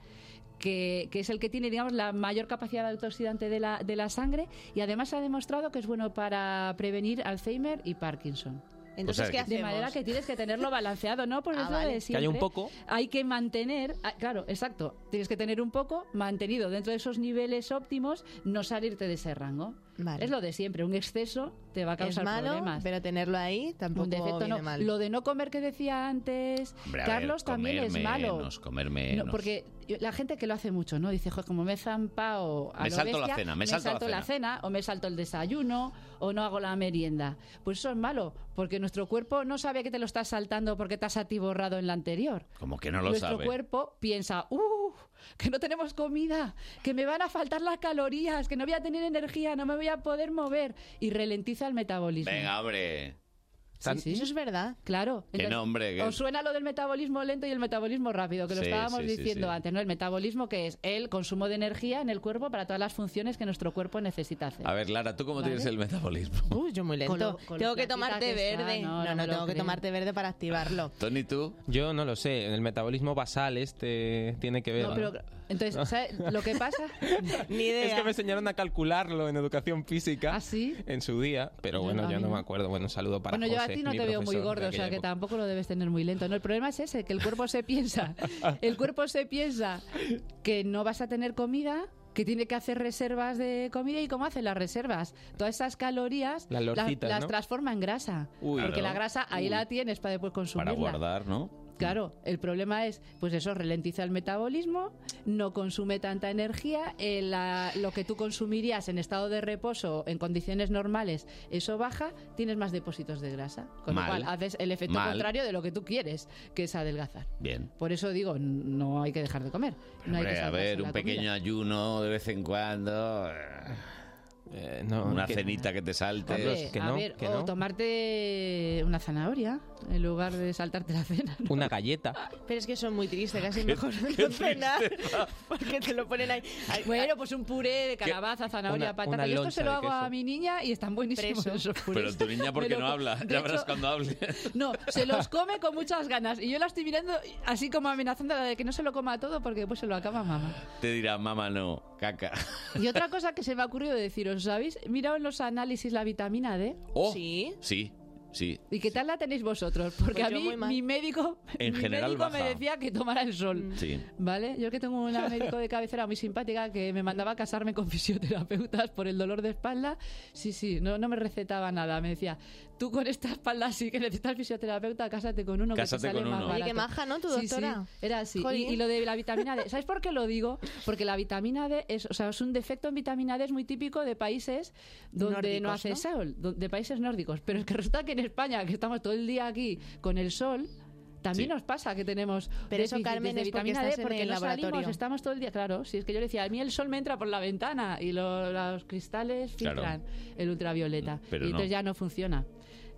Speaker 5: que, que es el que tiene, digamos, la mayor capacidad de antioxidante de la, de la sangre y además se ha demostrado que es bueno para prevenir Alzheimer y Parkinson.
Speaker 4: Entonces,
Speaker 2: O sea,
Speaker 3: Pues,
Speaker 4: ¿qué
Speaker 2: de
Speaker 4: hacemos?
Speaker 5: De manera que tienes que tenerlo balanceado, ¿no? Por
Speaker 4: Ah,
Speaker 5: eso de
Speaker 4: vale.
Speaker 3: Que haya un
Speaker 5: siempre
Speaker 3: poco.
Speaker 5: hay que mantener, ah, claro, exacto, tienes que tener un poco mantenido dentro de esos niveles óptimos, no salirte de ese rango.
Speaker 4: Vale.
Speaker 5: Es lo de siempre, un exceso te va a
Speaker 4: es
Speaker 5: causar
Speaker 4: malo,
Speaker 5: problemas.
Speaker 4: pero tenerlo ahí tampoco
Speaker 5: un defecto
Speaker 4: viene
Speaker 5: no.
Speaker 4: mal.
Speaker 5: Lo de no comer que decía antes
Speaker 2: Hombre, a ver,
Speaker 5: Carlos también
Speaker 2: comer
Speaker 5: es malo.
Speaker 2: menos, comer
Speaker 5: No,
Speaker 2: menos.
Speaker 5: porque la gente que lo hace mucho, ¿no? Dice, joder, como me he zampao a
Speaker 2: Me
Speaker 5: lo
Speaker 2: salto la
Speaker 5: bestia,
Speaker 2: cena, me salto la
Speaker 5: la cena, o me salto el desayuno, o no hago la merienda. Pues eso es malo, porque nuestro cuerpo no sabe que te lo estás saltando porque te has atiborrado en la anterior.
Speaker 2: Como que no lo
Speaker 5: Nuestro
Speaker 2: sabe.
Speaker 5: cuerpo piensa, ¡uh! Que no tenemos comida, que me van a faltar las calorías, que no voy a tener energía, no me voy a poder mover. Y ralentiza el metabolismo.
Speaker 2: Venga, hombre.
Speaker 5: Sí, sí.
Speaker 4: Eso es verdad.
Speaker 5: Claro.
Speaker 2: Que no, hombre, que-
Speaker 5: Os suena lo del metabolismo lento y el metabolismo rápido, que lo
Speaker 2: Sí,
Speaker 5: estábamos
Speaker 2: sí, sí,
Speaker 5: diciendo
Speaker 2: sí.
Speaker 5: antes, ¿no? El metabolismo que es el consumo de energía en el cuerpo para todas las funciones que nuestro cuerpo necesita hacer.
Speaker 2: A ver, Lara, ¿tú cómo
Speaker 5: Vale.
Speaker 2: tienes el metabolismo?
Speaker 4: Uy, yo muy lento.
Speaker 5: Con lo- con lo
Speaker 4: tengo que
Speaker 5: flaquita
Speaker 4: tomarte
Speaker 5: que está,
Speaker 4: verde.
Speaker 5: no,
Speaker 4: no, no,
Speaker 5: no me lo
Speaker 4: tengo que
Speaker 5: creo.
Speaker 4: tomarte verde para activarlo.
Speaker 2: Tony, ¿tú?
Speaker 3: Yo no lo sé, el metabolismo basal este tiene que ver.
Speaker 5: No,
Speaker 3: ¿no?
Speaker 5: pero- entonces, ¿sabes lo que pasa?
Speaker 4: Ni idea.
Speaker 3: Es que me enseñaron a calcularlo en educación física
Speaker 5: ¿Ah, sí?
Speaker 3: en su día, pero
Speaker 5: Yo
Speaker 3: bueno,
Speaker 5: no, a
Speaker 3: yo
Speaker 5: mí
Speaker 3: no me
Speaker 5: no.
Speaker 3: acuerdo. Bueno, un saludo para
Speaker 5: bueno, yo a
Speaker 3: José,
Speaker 5: ti no
Speaker 3: mi
Speaker 5: te veo muy
Speaker 3: profesor de
Speaker 5: gordo, o
Speaker 3: aquella
Speaker 5: sea que
Speaker 3: época.
Speaker 5: tampoco lo debes tener muy lento. No, el problema es ese, que el cuerpo se piensa, el cuerpo se piensa que no vas a tener comida, que tiene que hacer reservas de comida y cómo hace las reservas, todas esas calorías
Speaker 3: Las lorcitas,
Speaker 5: las
Speaker 3: ¿no?
Speaker 5: transforma en grasa,
Speaker 3: Uy.
Speaker 5: porque
Speaker 2: Claro.
Speaker 5: la grasa ahí
Speaker 3: Uy.
Speaker 5: la tienes para después
Speaker 2: Para
Speaker 5: consumirla.
Speaker 2: guardar, ¿no?
Speaker 5: Claro, el problema es, pues eso, ralentiza el metabolismo, no consume tanta energía, eh, la- lo que tú consumirías en estado de reposo, en condiciones normales, eso baja, tienes más depósitos de grasa. Con
Speaker 2: Mal.
Speaker 5: lo cual haces el efecto
Speaker 2: Mal.
Speaker 5: contrario de lo que tú quieres, que es adelgazar.
Speaker 2: Bien.
Speaker 5: Por eso digo, n- no hay que dejar de comer. no hay que
Speaker 2: Hombre, a
Speaker 5: saltarse
Speaker 2: ver,
Speaker 5: la
Speaker 2: un
Speaker 5: comida.
Speaker 2: pequeño ayuno de vez en cuando. eh,
Speaker 3: Eh, no,
Speaker 2: Una
Speaker 3: que-
Speaker 2: cenita que te salte.
Speaker 5: Hombre,
Speaker 3: Carlos, que
Speaker 5: a
Speaker 3: no,
Speaker 5: ver, oh,
Speaker 3: que
Speaker 5: o
Speaker 3: no.
Speaker 5: tomarte una zanahoria en lugar de saltarte la cena. ¿no?
Speaker 3: Una galleta.
Speaker 4: Pero es que son muy tristes, casi mejor no cenar. Porque te lo ponen ahí. Ay, ah,
Speaker 5: Bueno, pues un puré de calabaza, zanahoria,
Speaker 3: Una-
Speaker 5: patata.
Speaker 3: una
Speaker 5: Yo esto se lo
Speaker 3: loncha de
Speaker 5: hago a
Speaker 3: queso.
Speaker 5: mi niña y están buenísimos
Speaker 4: Preso.
Speaker 5: esos purés.
Speaker 2: Pero tu niña, ¿por qué
Speaker 5: Me lo
Speaker 2: no
Speaker 5: co-
Speaker 2: habla?
Speaker 5: pues, de
Speaker 2: Ya verás
Speaker 5: hecho,
Speaker 2: cuando hable.
Speaker 5: No, se los come con muchas ganas. Y yo la estoy mirando así como amenazando de que no se lo coma todo porque después se lo acaba mamá.
Speaker 2: Te dirá, mamá, no, caca.
Speaker 5: Y otra cosa que se me ha ocurrido deciros, ¿sabéis? Mirad en los análisis la vitamina D.
Speaker 2: Oh,
Speaker 4: Sí.
Speaker 2: Sí, sí.
Speaker 5: ¿Y qué tal la tenéis vosotros? Porque
Speaker 4: Pues
Speaker 5: a
Speaker 4: yo
Speaker 5: mí,
Speaker 4: muy mal.
Speaker 5: mi médico,
Speaker 2: En
Speaker 5: mi
Speaker 2: general
Speaker 5: médico
Speaker 2: baja.
Speaker 5: me decía que tomara el sol.
Speaker 4: Mm.
Speaker 2: Sí.
Speaker 5: ¿Vale? Yo es que tengo una médico de cabecera muy simpática que me mandaba a casarme con fisioterapeutas por el dolor de espalda. Sí, sí, no, no me recetaba nada. Me decía, tú con esta espalda sí que necesitas fisioterapeuta, cásate con uno
Speaker 2: Cásate
Speaker 5: que te sale
Speaker 2: con
Speaker 5: más
Speaker 2: uno.
Speaker 5: barato".
Speaker 4: Oye, qué maja, ¿no? Tu
Speaker 5: Sí, sí,
Speaker 4: doctora.
Speaker 5: era así. Y,
Speaker 4: Jolín.
Speaker 5: y lo de la vitamina D. ¿Sabes por qué lo digo? Porque la vitamina D es, o sea, es un defecto en vitamina D, es muy típico de países donde no
Speaker 4: Nórdicos,
Speaker 5: hace
Speaker 4: ¿no?
Speaker 5: sol, do- de países nórdicos. Pero es que resulta que en España, que estamos todo el día aquí con el sol. También
Speaker 2: Sí.
Speaker 5: nos pasa que tenemos
Speaker 4: Pero eso,
Speaker 5: déficits
Speaker 4: Carmen,
Speaker 5: de
Speaker 4: es porque
Speaker 5: vitamina D
Speaker 4: estás en
Speaker 5: porque
Speaker 4: el
Speaker 5: no salimos,
Speaker 4: laboratorio.
Speaker 5: estamos todo el día, claro. Si es que yo le decía, a mí el sol me entra por la ventana y lo- los cristales
Speaker 2: Claro. Mm,
Speaker 5: filtran el ultravioleta.
Speaker 2: Pero
Speaker 5: y entonces
Speaker 2: no.
Speaker 5: ya no funciona,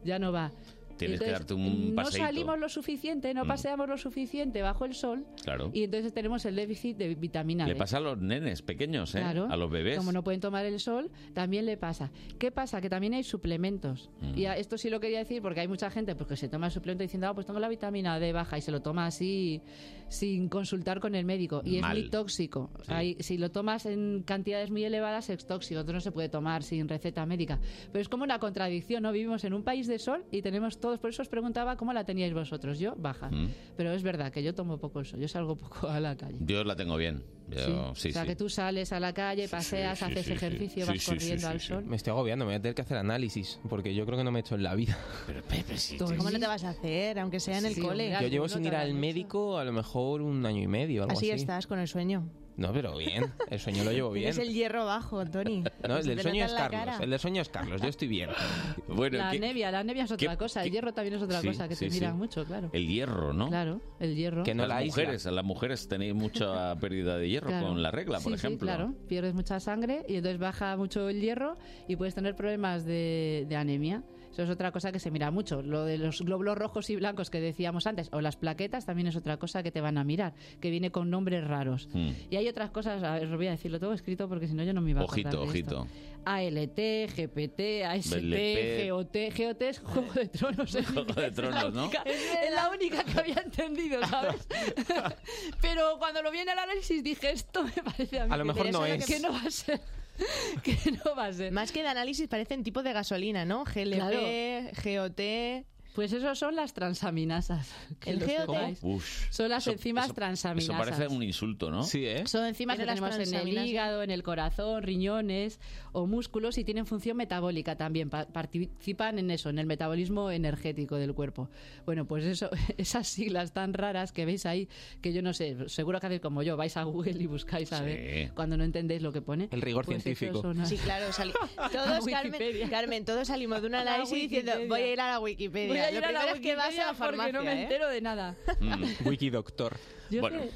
Speaker 5: ya no va.
Speaker 2: Tienes que
Speaker 5: Entonces,
Speaker 2: darte un
Speaker 5: No
Speaker 2: paseíto.
Speaker 5: salimos lo suficiente, no
Speaker 2: Mm.
Speaker 5: paseamos lo suficiente bajo el sol
Speaker 2: Claro.
Speaker 5: y entonces tenemos el déficit de vitamina D.
Speaker 2: Le pasa a los nenes pequeños, ¿eh?
Speaker 5: Claro.
Speaker 2: A los bebés.
Speaker 5: Como no pueden tomar el sol, también le pasa. ¿Qué pasa? Que también hay suplementos.
Speaker 2: Mm.
Speaker 5: Y a- esto sí lo quería decir porque hay mucha gente pues, que se toma el suplemento diciendo, ah, pues tengo la vitamina D baja y se lo toma así sin consultar con el médico. Y
Speaker 2: Mal.
Speaker 5: es muy tóxico.
Speaker 2: Sí.
Speaker 5: Hay- si lo tomas en cantidades muy elevadas es tóxico, entonces no se puede tomar sin receta médica. Pero es como una contradicción, ¿no? Vivimos en un país de sol y tenemos todos. Por eso os preguntaba cómo la teníais vosotros. Yo, baja.
Speaker 2: Mm.
Speaker 5: Pero es verdad que yo tomo poco el sol, yo salgo poco a la calle.
Speaker 2: Yo la tengo bien. Yo- sí,
Speaker 5: o sea,
Speaker 2: sí.
Speaker 5: que tú sales a la calle, paseas,
Speaker 2: sí,
Speaker 5: haces
Speaker 2: sí, sí.
Speaker 5: ejercicio,
Speaker 2: Sí,
Speaker 5: vas
Speaker 2: sí,
Speaker 5: corriendo
Speaker 2: sí,
Speaker 5: al
Speaker 2: sí, sí.
Speaker 5: sol.
Speaker 3: Me estoy agobiando, me voy a tener que hacer análisis, porque yo creo que no me he hecho en la vida.
Speaker 2: Pero, Pepe, sí,
Speaker 5: Todo
Speaker 2: sí,
Speaker 4: ¿Cómo
Speaker 5: Sí.
Speaker 4: no te vas a hacer? Aunque sea en el
Speaker 5: Sí,
Speaker 4: cole.
Speaker 5: hombre,
Speaker 3: Yo llevo
Speaker 5: alguno
Speaker 3: sin
Speaker 5: te
Speaker 3: ir
Speaker 5: habrá
Speaker 3: al
Speaker 5: dicho.
Speaker 3: médico a lo mejor un año y medio, algo
Speaker 4: Así
Speaker 3: así.
Speaker 4: estás con el sueño.
Speaker 3: No, pero bien. El sueño lo llevo bien.
Speaker 4: Es el hierro bajo, Tony.
Speaker 3: No,
Speaker 4: Se
Speaker 3: el del
Speaker 4: te nota
Speaker 3: sueño es
Speaker 4: en la
Speaker 3: Carlos.
Speaker 4: cara.
Speaker 3: El del sueño es Carlos. Yo estoy bien.
Speaker 2: Bueno,
Speaker 5: La
Speaker 2: ¿qué-
Speaker 5: nevia, la nevia es otra
Speaker 2: qué-
Speaker 5: cosa. El hierro también es otra
Speaker 2: Sí,
Speaker 5: cosa que
Speaker 2: sí,
Speaker 5: te
Speaker 2: sí.
Speaker 5: mira mucho, claro.
Speaker 2: el hierro, ¿no?
Speaker 5: Claro, el hierro.
Speaker 3: Que no
Speaker 2: las
Speaker 3: la isla.
Speaker 2: mujeres, las mujeres tenéis mucha pérdida de hierro
Speaker 5: Claro.
Speaker 2: con la regla, por
Speaker 5: Sí, sí,
Speaker 2: ejemplo.
Speaker 5: claro, pierdes mucha sangre y entonces baja mucho el hierro y puedes tener problemas de, de anemia. Eso es otra cosa que se mira mucho. Lo de los glóbulos rojos y blancos que decíamos antes, o las plaquetas, también es otra cosa que te van a mirar, que viene con nombres raros.
Speaker 2: Mm.
Speaker 5: Y hay otras cosas, a ver, os voy a decirlo todo escrito porque si no yo no me iba a acordar
Speaker 2: Ojito,
Speaker 5: de esto.
Speaker 2: ojito.
Speaker 5: ALT, GPT, AST,
Speaker 2: BLP.
Speaker 5: GOT. GOT es Juego de Tronos. ¿eh? en
Speaker 2: Juego de
Speaker 5: inglés. Es la
Speaker 2: Tronos, ¿no?
Speaker 5: única- Es la única que había entendido, ¿sabes? Pero cuando lo vi en el análisis dije, esto me parece a mí.
Speaker 3: A lo
Speaker 5: que-
Speaker 3: mejor no
Speaker 5: que
Speaker 3: es.
Speaker 5: Que no va a ser. Que no va a ser.
Speaker 4: Más que de análisis parecen tipo de gasolina, ¿no? GLP, GOT.
Speaker 5: Pues eso son las transaminasas. que
Speaker 4: ¿El
Speaker 5: lo
Speaker 4: GOT?
Speaker 5: sepáis.
Speaker 2: Ush.
Speaker 5: Son las
Speaker 2: Eso-
Speaker 5: enzimas
Speaker 2: eso-
Speaker 5: transaminasas.
Speaker 2: Eso parece un insulto, ¿no?
Speaker 3: Sí, ¿eh?
Speaker 5: Son enzimas que
Speaker 4: Eran las
Speaker 5: tenemos en el
Speaker 4: transaminasas.
Speaker 5: hígado, en el corazón, riñones o músculos y tienen función metabólica también. pa- participan en eso, en el metabolismo energético del cuerpo. Bueno, pues eso, esas siglas tan raras que veis ahí, que yo no sé, seguro que hacéis como yo, vais a Google y buscáis a
Speaker 2: Sí.
Speaker 5: ver cuando no entendéis lo que pone.
Speaker 3: El rigor
Speaker 5: Pues eso
Speaker 3: científico.
Speaker 5: son así.
Speaker 4: Sí, claro, sali-
Speaker 5: La
Speaker 4: todos, Carmen,
Speaker 5: Wikipedia.
Speaker 4: Carmen, todos salimos de un
Speaker 5: la
Speaker 4: análisis diciendo
Speaker 5: Wikipedia.
Speaker 4: voy a ir a la
Speaker 5: Voy
Speaker 4: Wikipedia.
Speaker 5: a ir
Speaker 4: Lo
Speaker 5: a la
Speaker 4: primero es que vas a
Speaker 5: Wikipedia
Speaker 4: la farmacia,
Speaker 5: porque no me
Speaker 4: ¿eh?
Speaker 5: entero de nada.
Speaker 2: Mm.
Speaker 3: Wikidoctor.
Speaker 5: Yo
Speaker 2: bueno,
Speaker 5: que-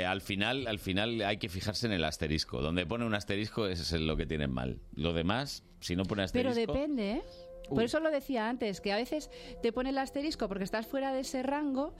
Speaker 2: eh, al final, al final hay que fijarse en el asterisco. Donde pone un asterisco es lo que tienen mal. Lo demás, si no pone asterisco.
Speaker 5: Pero depende, ¿eh? Por
Speaker 3: Uy.
Speaker 5: eso lo decía antes, que a veces te pone el asterisco porque estás fuera de ese rango,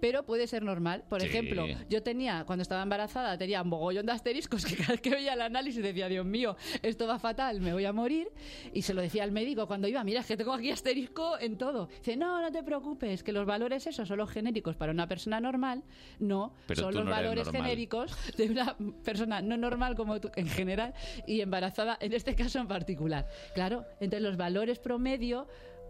Speaker 5: pero puede ser normal. Por
Speaker 2: Sí.
Speaker 5: ejemplo, yo tenía, cuando estaba embarazada, tenía un mogollón de asteriscos que cada vez que veía el análisis decía, Dios mío, esto va fatal, me voy a morir. Y se lo decía al médico cuando iba, mira, es que tengo aquí asterisco en todo. Dice, no, no te preocupes, que los valores esos son los genéricos para una persona normal. No,
Speaker 2: Pero
Speaker 5: son
Speaker 2: tú
Speaker 5: los
Speaker 2: no eres
Speaker 5: valores
Speaker 2: normal.
Speaker 5: genéricos de una persona no normal como tú en general y embarazada en este caso en particular. Claro, entonces los valores promedio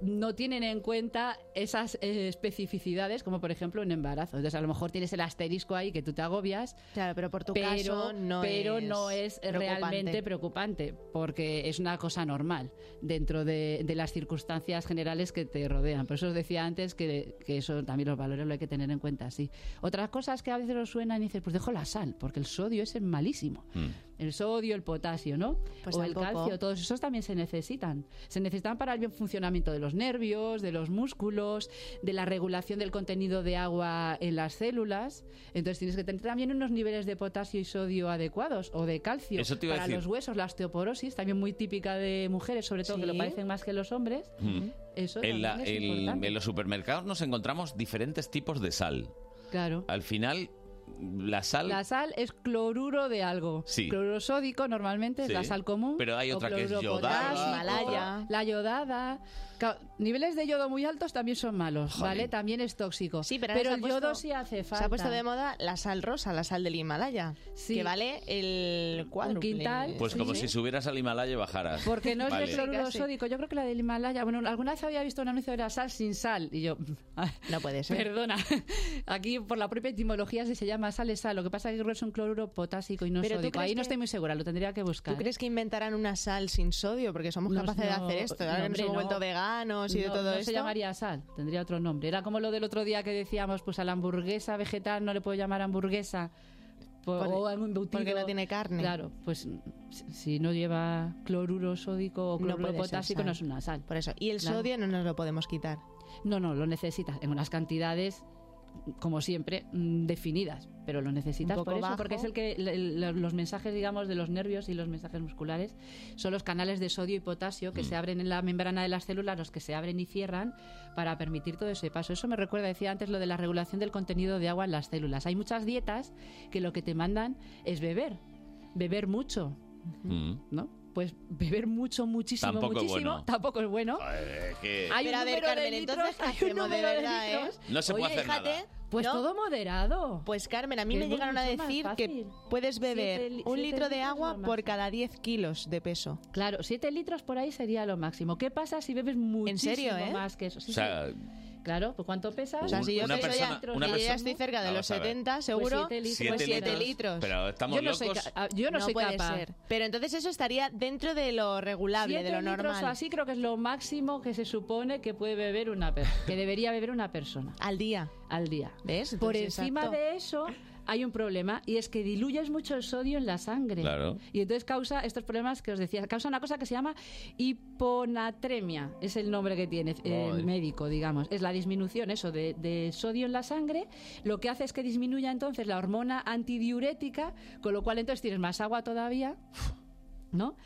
Speaker 5: no tienen en cuenta esas eh, especificidades como por ejemplo un embarazo. Entonces a lo mejor tienes el asterisco ahí que tú te agobias,
Speaker 4: Claro, pero por tu
Speaker 5: pero,
Speaker 4: caso no
Speaker 5: pero
Speaker 4: es
Speaker 5: no es
Speaker 4: preocupante.
Speaker 5: realmente preocupante porque es una cosa normal dentro de, de las circunstancias generales que te rodean. Por eso os decía antes que, que eso también los valores lo hay que tener en cuenta, sí. Otras cosas que a veces os suenan y dices, pues dejo la sal, porque el sodio ese es malísimo.
Speaker 2: Mm.
Speaker 5: El sodio, el potasio, ¿no?
Speaker 4: Pues
Speaker 5: o el
Speaker 4: tampoco.
Speaker 5: calcio, todos esos también se necesitan. Se necesitan para el bien funcionamiento de los nervios, de los músculos, de la regulación del contenido de agua en las células. Entonces tienes que tener también unos niveles de potasio y sodio adecuados o de calcio
Speaker 2: Eso te iba a
Speaker 5: para
Speaker 2: decir.
Speaker 5: los huesos, la osteoporosis, también muy típica de mujeres, sobre todo que lo
Speaker 4: Sí.
Speaker 5: padecen más que los hombres.
Speaker 2: Mm.
Speaker 5: Eso
Speaker 2: En,
Speaker 5: también
Speaker 2: la-
Speaker 5: es
Speaker 2: en-
Speaker 5: importante.
Speaker 2: en los supermercados nos encontramos diferentes tipos de sal.
Speaker 5: Claro.
Speaker 2: Al final, la sal.
Speaker 5: La sal es cloruro de algo.
Speaker 2: Sí.
Speaker 5: Cloruro sódico normalmente
Speaker 2: Sí.
Speaker 5: es la sal común.
Speaker 2: Pero hay
Speaker 5: o
Speaker 2: otra que es
Speaker 5: cloruro
Speaker 2: yodada,
Speaker 5: potásico,
Speaker 4: Himalaya.
Speaker 5: La yodada. Ca- Niveles de yodo muy altos también son malos,
Speaker 2: Jolín.
Speaker 5: ¿vale? También es tóxico.
Speaker 4: Sí, pero, ahora
Speaker 5: pero
Speaker 4: se
Speaker 5: el
Speaker 4: ha puesto-
Speaker 5: yodo sí hace falta.
Speaker 4: Se ha puesto de moda la sal rosa, la sal del Himalaya,
Speaker 5: Sí.
Speaker 4: que vale el cuádruple.
Speaker 5: quintal.
Speaker 2: Pues
Speaker 5: Sí,
Speaker 2: como
Speaker 5: sí.
Speaker 2: si subieras al Himalaya y bajaras.
Speaker 5: Porque no es
Speaker 2: Vale.
Speaker 5: el cloruro
Speaker 4: Casi.
Speaker 5: sódico. Yo creo que la del Himalaya. Bueno, alguna vez había visto un anuncio de la sal sin sal. Y yo.
Speaker 4: No puede ser.
Speaker 5: Perdona. Aquí, por la propia etimología, se llama sal es sal. Lo que pasa es que creo que es un cloruro potásico y no
Speaker 4: Pero ¿tú
Speaker 5: sódico.
Speaker 4: crees
Speaker 5: Ahí no
Speaker 4: que-
Speaker 5: estoy muy segura, lo tendría que buscar.
Speaker 4: ¿Tú crees que inventarán una sal sin sodio? Porque somos
Speaker 5: No,
Speaker 4: capaces de
Speaker 5: no,
Speaker 4: hacer esto. Ahora
Speaker 5: no,
Speaker 4: que nos
Speaker 5: hombre,
Speaker 4: hemos
Speaker 5: no.
Speaker 4: vuelto veganos y de
Speaker 5: No,
Speaker 4: todo
Speaker 5: no
Speaker 4: esto.
Speaker 5: se llamaría sal, tendría otro nombre. Era como lo del otro día que decíamos, pues a la hamburguesa vegetal no le puedo llamar hamburguesa. po-
Speaker 4: Por-
Speaker 5: o a un embutido.
Speaker 4: porque no tiene carne.
Speaker 5: Claro, pues si, si no lleva cloruro sódico o
Speaker 4: No
Speaker 5: cloruro
Speaker 4: puede ser
Speaker 5: potásico
Speaker 4: sal.
Speaker 5: no es una sal.
Speaker 4: Por eso. Y el
Speaker 5: Claro.
Speaker 4: sodio no nos lo podemos quitar.
Speaker 5: No, no, lo necesitas en unas cantidades como siempre mm, definidas, pero lo necesitas
Speaker 4: Un poco
Speaker 5: por eso,
Speaker 4: bajo.
Speaker 5: porque es el que el- el- los mensajes, digamos, de los nervios y los mensajes musculares son los canales de sodio y potasio
Speaker 2: Mm.
Speaker 5: que se abren en la membrana de las células, los que se abren y cierran para permitir todo ese paso. Eso me recuerda, decía antes, lo de la regulación del contenido de agua en las células. Hay muchas dietas que lo que te mandan es beber, beber mucho,
Speaker 2: Mm.
Speaker 5: ¿no? Pues beber mucho, muchísimo,
Speaker 2: Tampoco es
Speaker 5: muchísimo,
Speaker 2: bueno.
Speaker 5: tampoco es bueno.
Speaker 2: Joder, que-
Speaker 5: Hay
Speaker 4: Pero
Speaker 5: un
Speaker 4: a ver,
Speaker 5: número
Speaker 4: Carmen,
Speaker 5: de litros,
Speaker 4: entonces, ¿qué
Speaker 5: hay un
Speaker 4: hacemos de
Speaker 5: número de
Speaker 4: verdad, eh?
Speaker 5: litros.
Speaker 2: No se
Speaker 5: Oye,
Speaker 2: puede hacer
Speaker 4: Fíjate.
Speaker 2: nada.
Speaker 5: Pues
Speaker 4: ¿no?
Speaker 5: todo moderado.
Speaker 4: Pues Carmen, a mí
Speaker 5: Que
Speaker 4: me
Speaker 5: es
Speaker 4: llegaron a
Speaker 5: mucho más
Speaker 4: decir que
Speaker 5: fácil.
Speaker 4: puedes
Speaker 5: Siete
Speaker 4: beber
Speaker 5: li-
Speaker 4: un
Speaker 5: siete
Speaker 4: litro de
Speaker 5: litros
Speaker 4: agua
Speaker 5: normal.
Speaker 4: por cada 10 kilos de peso.
Speaker 5: Claro, 7 litros por ahí sería lo máximo. ¿Qué pasa si bebes muchísimo
Speaker 4: serio, eh?
Speaker 5: más que eso? Sí,
Speaker 2: O sea,
Speaker 5: sí. Claro, pues ¿cuánto pesas?
Speaker 4: O sea,
Speaker 2: Un-
Speaker 4: si yo,
Speaker 2: una
Speaker 4: peso
Speaker 2: persona-
Speaker 4: ya, si
Speaker 2: una
Speaker 4: yo ya
Speaker 2: persona-
Speaker 4: estoy cerca de
Speaker 2: Vamos
Speaker 4: los
Speaker 2: a ver.
Speaker 4: 70, seguro,
Speaker 5: siete litros.
Speaker 2: siete
Speaker 4: pues 7
Speaker 2: litros.
Speaker 4: litros.
Speaker 2: Pero estamos
Speaker 5: yo no,
Speaker 2: locos.
Speaker 5: soy, ca- ah, yo no soy
Speaker 4: puede
Speaker 5: capaz.
Speaker 4: ser. Pero entonces eso estaría dentro de lo regulable,
Speaker 5: Siete
Speaker 4: de lo
Speaker 5: litros
Speaker 4: normal.
Speaker 5: o así creo que es lo máximo que se supone que puede beber una per- que debería beber una persona
Speaker 4: Al día.
Speaker 5: al día.
Speaker 4: ¿Ves?
Speaker 5: Por
Speaker 4: Entonces,
Speaker 5: encima
Speaker 4: exacto.
Speaker 5: de eso hay un problema y es que diluyes mucho el sodio en la sangre.
Speaker 2: Claro.
Speaker 5: Y entonces causa estos problemas que os decía, causa una cosa que se llama hiponatremia, es el nombre que tiene eh,
Speaker 3: Madre.
Speaker 5: médico, digamos. Es la disminución, eso, de, de sodio en la sangre. Lo que hace es que disminuya entonces la hormona antidiurética, con lo cual entonces tienes más agua todavía, ¿no?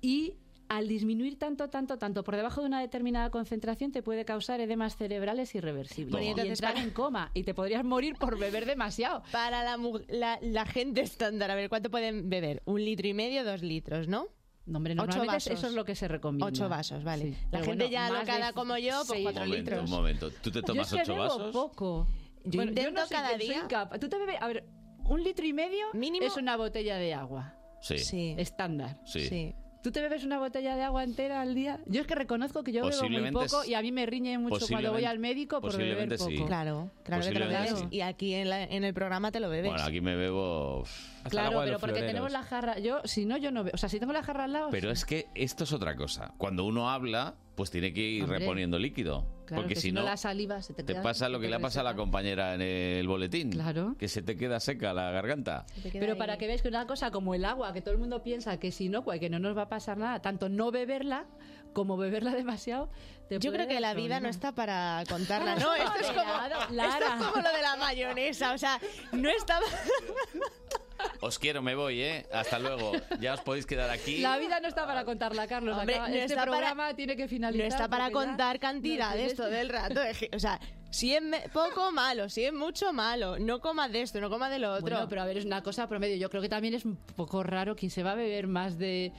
Speaker 5: Y al disminuir tanto, tanto, tanto, por debajo de una determinada concentración, te puede causar edemas cerebrales irreversibles.
Speaker 2: Toma.
Speaker 5: Y
Speaker 4: Entonces,
Speaker 5: entrar
Speaker 4: para-
Speaker 5: en coma. Y te podrías morir por beber demasiado.
Speaker 4: Para la, mu- la, la gente estándar, a ver, ¿cuánto pueden beber? Un litro y medio, dos litros, ¿no?
Speaker 5: No, hombre,
Speaker 4: Ocho
Speaker 5: normalmente
Speaker 4: vasos.
Speaker 5: eso es lo que se recomienda.
Speaker 4: Ocho vasos, vale.
Speaker 5: Sí.
Speaker 4: La
Speaker 5: Pero
Speaker 4: gente
Speaker 5: bueno,
Speaker 4: ya
Speaker 5: más
Speaker 4: alocada
Speaker 5: de
Speaker 4: como yo, pues
Speaker 5: seis.
Speaker 4: cuatro
Speaker 2: Un momento,
Speaker 4: litros.
Speaker 2: un momento. ¿Tú te
Speaker 5: Yo es
Speaker 2: tomas
Speaker 5: que
Speaker 2: ocho
Speaker 5: bebo
Speaker 2: vasos?
Speaker 5: poco.
Speaker 4: Yo intento
Speaker 5: no sé
Speaker 4: cada
Speaker 5: quién soy
Speaker 4: día.
Speaker 5: incapaz. Tú te bebes, a ver, un litro y medio
Speaker 4: Mínimo-
Speaker 5: es una botella de agua.
Speaker 2: Sí. Sí.
Speaker 4: Sí.
Speaker 5: Estándar.
Speaker 4: Sí.
Speaker 5: ¿Tú te bebes una botella de agua entera al día? Yo es que reconozco que yo bebo muy
Speaker 2: Posiblemente
Speaker 5: poco
Speaker 2: es-
Speaker 5: y a mí me riñe mucho cuando voy
Speaker 2: posiblemente-
Speaker 5: al médico por beber
Speaker 2: posiblemente
Speaker 5: poco.
Speaker 2: sí.
Speaker 4: Claro, claro que te lo
Speaker 2: Posiblemente
Speaker 4: bebes.
Speaker 5: sí.
Speaker 4: Y aquí en, la- en el programa te lo bebes.
Speaker 2: Bueno, aquí me bebo.
Speaker 3: Hasta el
Speaker 5: Claro,
Speaker 3: agua de
Speaker 5: pero
Speaker 3: los
Speaker 5: porque
Speaker 3: floreros.
Speaker 5: tenemos la jarra. Yo, si no, yo no veo. O sea, si tengo la jarra al lado.
Speaker 2: Pero
Speaker 5: sí.
Speaker 2: es que esto es otra cosa. Cuando uno habla, pues tiene que ir
Speaker 5: Hombre.
Speaker 2: reponiendo líquido.
Speaker 5: Claro,
Speaker 2: porque
Speaker 5: que
Speaker 2: si no,
Speaker 5: la saliva se te
Speaker 2: te
Speaker 5: queda-
Speaker 2: pasa lo
Speaker 5: se
Speaker 2: que
Speaker 5: te
Speaker 2: le ha
Speaker 5: queda
Speaker 2: pasado a la
Speaker 5: seca.
Speaker 2: compañera en el boletín.
Speaker 5: Claro.
Speaker 2: Que se te queda seca la garganta.
Speaker 4: Te queda
Speaker 5: Pero
Speaker 4: ahí.
Speaker 5: para que veáis que una cosa como el agua, que todo el mundo piensa que es inocua y que no nos va a pasar nada, tanto no beberla como beberla demasiado. te
Speaker 4: Yo
Speaker 5: puede
Speaker 4: creo que
Speaker 5: dar
Speaker 4: la vida no
Speaker 5: problemas.
Speaker 4: está para contarla, ¿no? Esto es como,
Speaker 5: Lara,
Speaker 4: esto es como lo de la mayonesa, o sea, no estaba...
Speaker 2: Os quiero, me voy, ¿eh? Hasta luego. Ya os podéis quedar aquí.
Speaker 5: La vida no está para contarla, Carlos.
Speaker 4: Hombre,
Speaker 5: acaba-
Speaker 4: no
Speaker 5: este
Speaker 4: está para-
Speaker 5: programa tiene que
Speaker 4: No
Speaker 5: finalizar.
Speaker 4: está para
Speaker 5: porque ya
Speaker 4: contar
Speaker 5: no
Speaker 4: cantidades
Speaker 5: tienes-
Speaker 4: todo el rato. es que- O sea, si es me- poco malo, si es mucho malo, no coma de esto, no coma de lo otro.
Speaker 5: Bueno, pero a ver, es una cosa promedio. Yo creo que también es un poco raro quien se va a beber más de.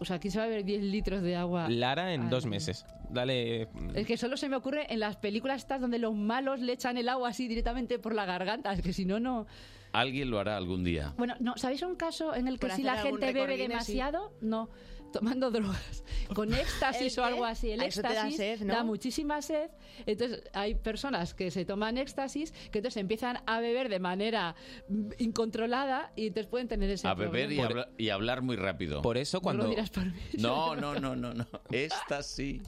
Speaker 5: O sea, quién se va a beber 10 litros de agua.
Speaker 3: Lara
Speaker 4: Ah.
Speaker 3: en
Speaker 5: al
Speaker 3: dos
Speaker 5: día?
Speaker 3: meses. Dale.
Speaker 5: Es que solo se me ocurre en las películas estas donde los malos le echan el agua así directamente por la garganta. Es que si no, no.
Speaker 2: Alguien lo hará algún día.
Speaker 5: Bueno, no, ¿sabéis un caso en el que
Speaker 4: Por
Speaker 5: si
Speaker 4: hacer
Speaker 5: la
Speaker 4: algún
Speaker 5: gente bebe
Speaker 4: recordín así.
Speaker 5: demasiado? No, tomando drogas, con éxtasis
Speaker 4: ¿El
Speaker 5: o
Speaker 4: qué?
Speaker 5: algo así. El
Speaker 4: Ah, eso te da
Speaker 5: éxtasis
Speaker 4: sed, ¿no?
Speaker 5: muchísima sed. Entonces, hay personas que se toman éxtasis, que entonces empiezan a beber de manera mm, incontrolada y entonces pueden tener ese
Speaker 2: A beber y,
Speaker 5: problema.
Speaker 2: habla- y hablar muy rápido.
Speaker 3: Por eso
Speaker 5: No lo
Speaker 3: cuando.
Speaker 5: dirás por mí.
Speaker 2: No, no, no, no, no. Esta sí.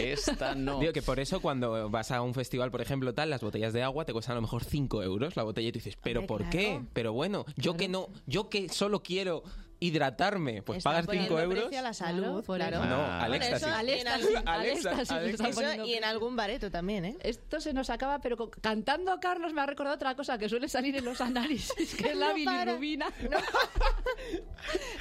Speaker 2: Esta no.
Speaker 3: Digo que por eso cuando vas a un festival, por ejemplo, tal, las botellas de agua te cuestan a lo mejor 5 euros la botella y tú dices, ¿pero
Speaker 4: Hombre,
Speaker 3: por
Speaker 4: claro.
Speaker 3: qué? Pero bueno, yo que no, yo que solo quiero hidratarme, pues
Speaker 4: Están
Speaker 3: pagas
Speaker 4: poniendo
Speaker 3: 5 euros.
Speaker 4: precio a la
Speaker 5: Claro,
Speaker 4: salud,
Speaker 5: por
Speaker 4: claro.
Speaker 2: eso.
Speaker 3: No,
Speaker 2: Ah.
Speaker 3: al
Speaker 2: Bueno,
Speaker 3: éxtasis.
Speaker 4: eso-
Speaker 5: Al
Speaker 4: Y en
Speaker 5: éxtasis, al
Speaker 4: algún-
Speaker 3: al
Speaker 5: éxtasis,
Speaker 3: éxtasis,
Speaker 5: están
Speaker 4: Eso
Speaker 5: poniendo
Speaker 4: y en
Speaker 5: precio.
Speaker 4: algún bareto también, ¿eh?
Speaker 5: Esto se nos acaba, pero co- cantando Carlos me ha recordado otra cosa que suele salir en los análisis, que es la
Speaker 4: No para.
Speaker 5: bilirrubina.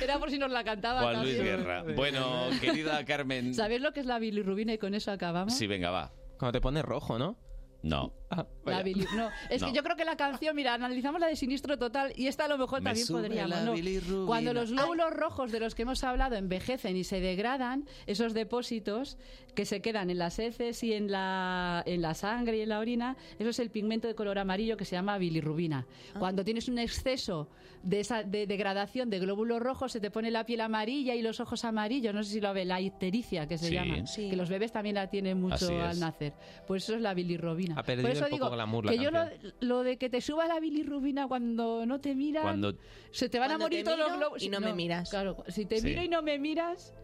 Speaker 5: Era por si nos la cantaba.
Speaker 2: Juan
Speaker 5: ¿no?
Speaker 2: Luis
Speaker 5: Sí.
Speaker 2: Guerra. Bueno, querida Carmen.
Speaker 5: ¿Sabéis lo que es la bilirrubina y con eso acabamos?
Speaker 2: Sí, venga, va.
Speaker 3: Cuando te pones rojo, ¿no?
Speaker 2: No.
Speaker 3: Ah,
Speaker 5: La
Speaker 3: vaya.
Speaker 5: bili- no, es
Speaker 2: No.
Speaker 5: que yo creo que la canción, mira, analizamos la de Siniestro Total y esta a lo mejor
Speaker 2: Me
Speaker 5: también
Speaker 2: sube la
Speaker 5: podríamos. ¿no?
Speaker 2: bilirrubina.
Speaker 5: Cuando los glóbulos rojos de los que hemos hablado envejecen y se degradan, esos depósitos que se quedan en las heces y en la, en la sangre y en la orina, eso es el pigmento de color amarillo que se llama bilirrubina. Cuando tienes un exceso de esa de degradación de glóbulos rojos, se te pone la piel amarilla y los ojos amarillos. No sé si lo ve, la ictericia que se
Speaker 2: Sí.
Speaker 5: llama,
Speaker 4: Sí.
Speaker 5: que los bebés también la tienen
Speaker 2: Así
Speaker 5: mucho
Speaker 2: es.
Speaker 5: al nacer. Pues eso es la bilirrubina.
Speaker 3: Ha perdido
Speaker 5: Por eso
Speaker 3: el poco
Speaker 5: digo
Speaker 3: glamour la
Speaker 5: que yo lo, lo de que te suba la bilirrubina cuando no te miran,
Speaker 2: Cuando
Speaker 5: se te van
Speaker 4: Cuando
Speaker 5: a morir
Speaker 4: te
Speaker 5: todos los
Speaker 4: miro
Speaker 5: glóbulos.
Speaker 4: y no me miras.
Speaker 5: Claro, si te
Speaker 2: Sí.
Speaker 5: miro y no me miras,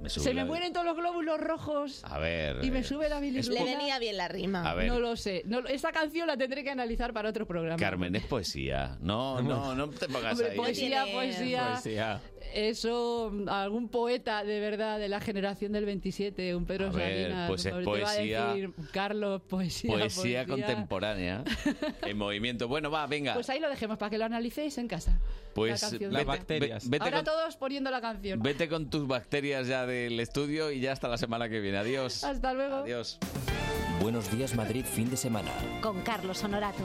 Speaker 2: me sube
Speaker 5: se
Speaker 2: la-
Speaker 5: me mueren todos los glóbulos rojos
Speaker 2: A ver.
Speaker 5: y me
Speaker 2: eh,
Speaker 5: sube la bilirrubina.
Speaker 4: Le venía bien la rima.
Speaker 2: A ver.
Speaker 5: No lo sé. No, lo- esta canción la tendré que analizar para otro programa.
Speaker 2: Carmen, es poesía. No, no, no te pongas
Speaker 5: Hombre,
Speaker 2: ahí.
Speaker 5: poesía,
Speaker 4: Tiene-
Speaker 5: poesía.
Speaker 3: Pues sí, ah.
Speaker 5: Eso, algún poeta de verdad de la generación del 27, un Pedro
Speaker 2: A ver,
Speaker 5: Salinas,
Speaker 2: pues es
Speaker 5: te va a
Speaker 2: poesía-
Speaker 5: decir, Carlos, poesía.
Speaker 2: Poesía contemporánea. En movimiento. Bueno, va, venga.
Speaker 5: Pues ahí lo dejemos para que lo analicéis en casa.
Speaker 2: Pues
Speaker 5: la
Speaker 2: vete,
Speaker 5: canción.
Speaker 3: Las
Speaker 5: Venga.
Speaker 3: bacterias.
Speaker 2: ve- vete
Speaker 5: Ahora
Speaker 2: con,
Speaker 5: todos poniendo la canción.
Speaker 2: vete con tus bacterias ya del estudio y ya hasta la semana que viene. Adiós.
Speaker 5: Hasta luego.
Speaker 2: Adiós.
Speaker 1: Buenos días Madrid fin de semana.
Speaker 6: Con Carlos Honorato.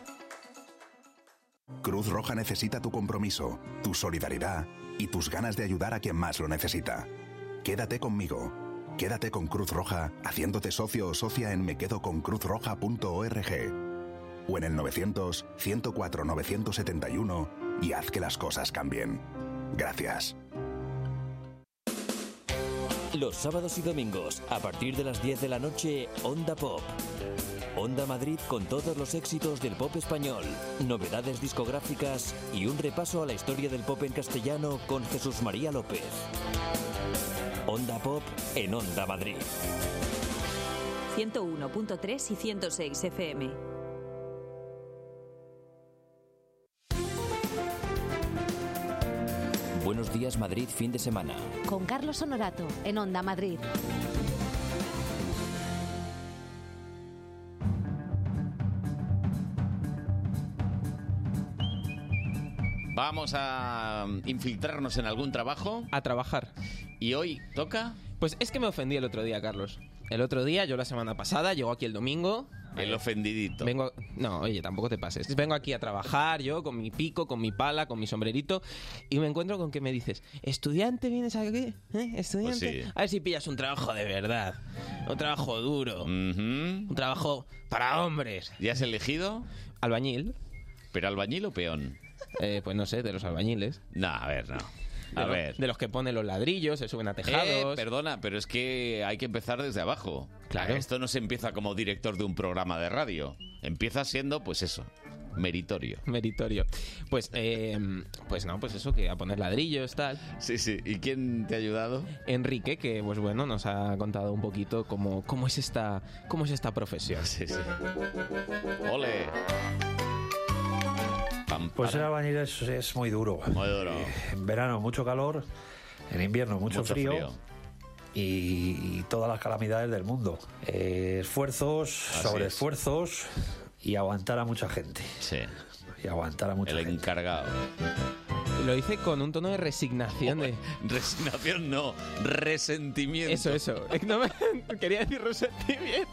Speaker 7: Cruz Roja necesita tu compromiso, tu solidaridad y tus ganas de ayudar a quien más lo necesita. Quédate conmigo. Quédate con Cruz Roja haciéndote socio o socia en mequedoconcruzroja.org.
Speaker 8: o en el 900 104 971 y haz que las cosas cambien. Gracias.
Speaker 1: Los sábados y domingos, a partir de las 10 de la noche, Onda Pop. Onda Madrid con todos los éxitos del pop español, novedades discográficas y un repaso a la historia del pop en castellano con Jesús María López. Onda Pop en Onda Madrid.
Speaker 9: 101.3 y 106 FM.
Speaker 1: Buenos días Madrid, fin de semana.
Speaker 10: Con Carlos Honorato, en Onda Madrid.
Speaker 2: Vamos a infiltrarnos en algún trabajo.
Speaker 3: A trabajar.
Speaker 2: ¿Y hoy toca?
Speaker 3: Pues es que me ofendí el otro día, Carlos. El otro día, yo la semana pasada, llegó aquí el domingo.
Speaker 2: El ofendidito.
Speaker 3: Vengo, no, oye, tampoco te pases. Vengo aquí a trabajar, yo con mi pico, con mi pala, con mi sombrerito, y me encuentro con que me dices, estudiante, vienes aquí, ¿Eh? estudiante.
Speaker 2: Pues sí.
Speaker 3: A ver si pillas un trabajo de verdad, un trabajo duro, un trabajo para hombres.
Speaker 2: Mm. ¿Ya has elegido?
Speaker 3: Albañil,
Speaker 2: ¿Pero albañil o peón?
Speaker 3: eh, pues no sé, de los albañiles.
Speaker 2: No, a ver, no.
Speaker 3: De
Speaker 2: A
Speaker 3: lo-
Speaker 2: ver.
Speaker 3: De los que ponen los ladrillos, se suben a
Speaker 2: Eh,
Speaker 3: tejados.
Speaker 2: perdona, pero es que hay que empezar desde abajo.
Speaker 3: Claro.
Speaker 2: Esto no se empieza como director de un programa de radio. Empieza siendo, pues eso, meritorio.
Speaker 3: Meritorio. Pues, eh, pues no, pues eso, que a poner ladrillos, tal.
Speaker 2: Sí, sí. ¿Y quién te ha ayudado?
Speaker 3: Enrique, que pues bueno, nos ha contado un poquito cómo, cómo es esta cómo es esta profesión.
Speaker 2: Sí, sí. ¡Ole! Pam,
Speaker 11: Pues ser
Speaker 2: para.
Speaker 11: albañil es, es muy duro.
Speaker 2: Muy duro.
Speaker 11: Eh, En verano mucho calor, en invierno mucho, frío, Y, y todas las calamidades del mundo. Eh, esfuerzos,
Speaker 2: Así
Speaker 11: sobre
Speaker 2: es.
Speaker 11: esfuerzos y aguantar a mucha gente.
Speaker 2: Sí,
Speaker 11: Y aguantar a mucha
Speaker 2: el
Speaker 11: gente.
Speaker 2: encargado.
Speaker 3: Lo dice con un tono de resignación de
Speaker 2: Resignación no, resentimiento.
Speaker 3: eso, eso. Eh, No me- quería decir resentimiento.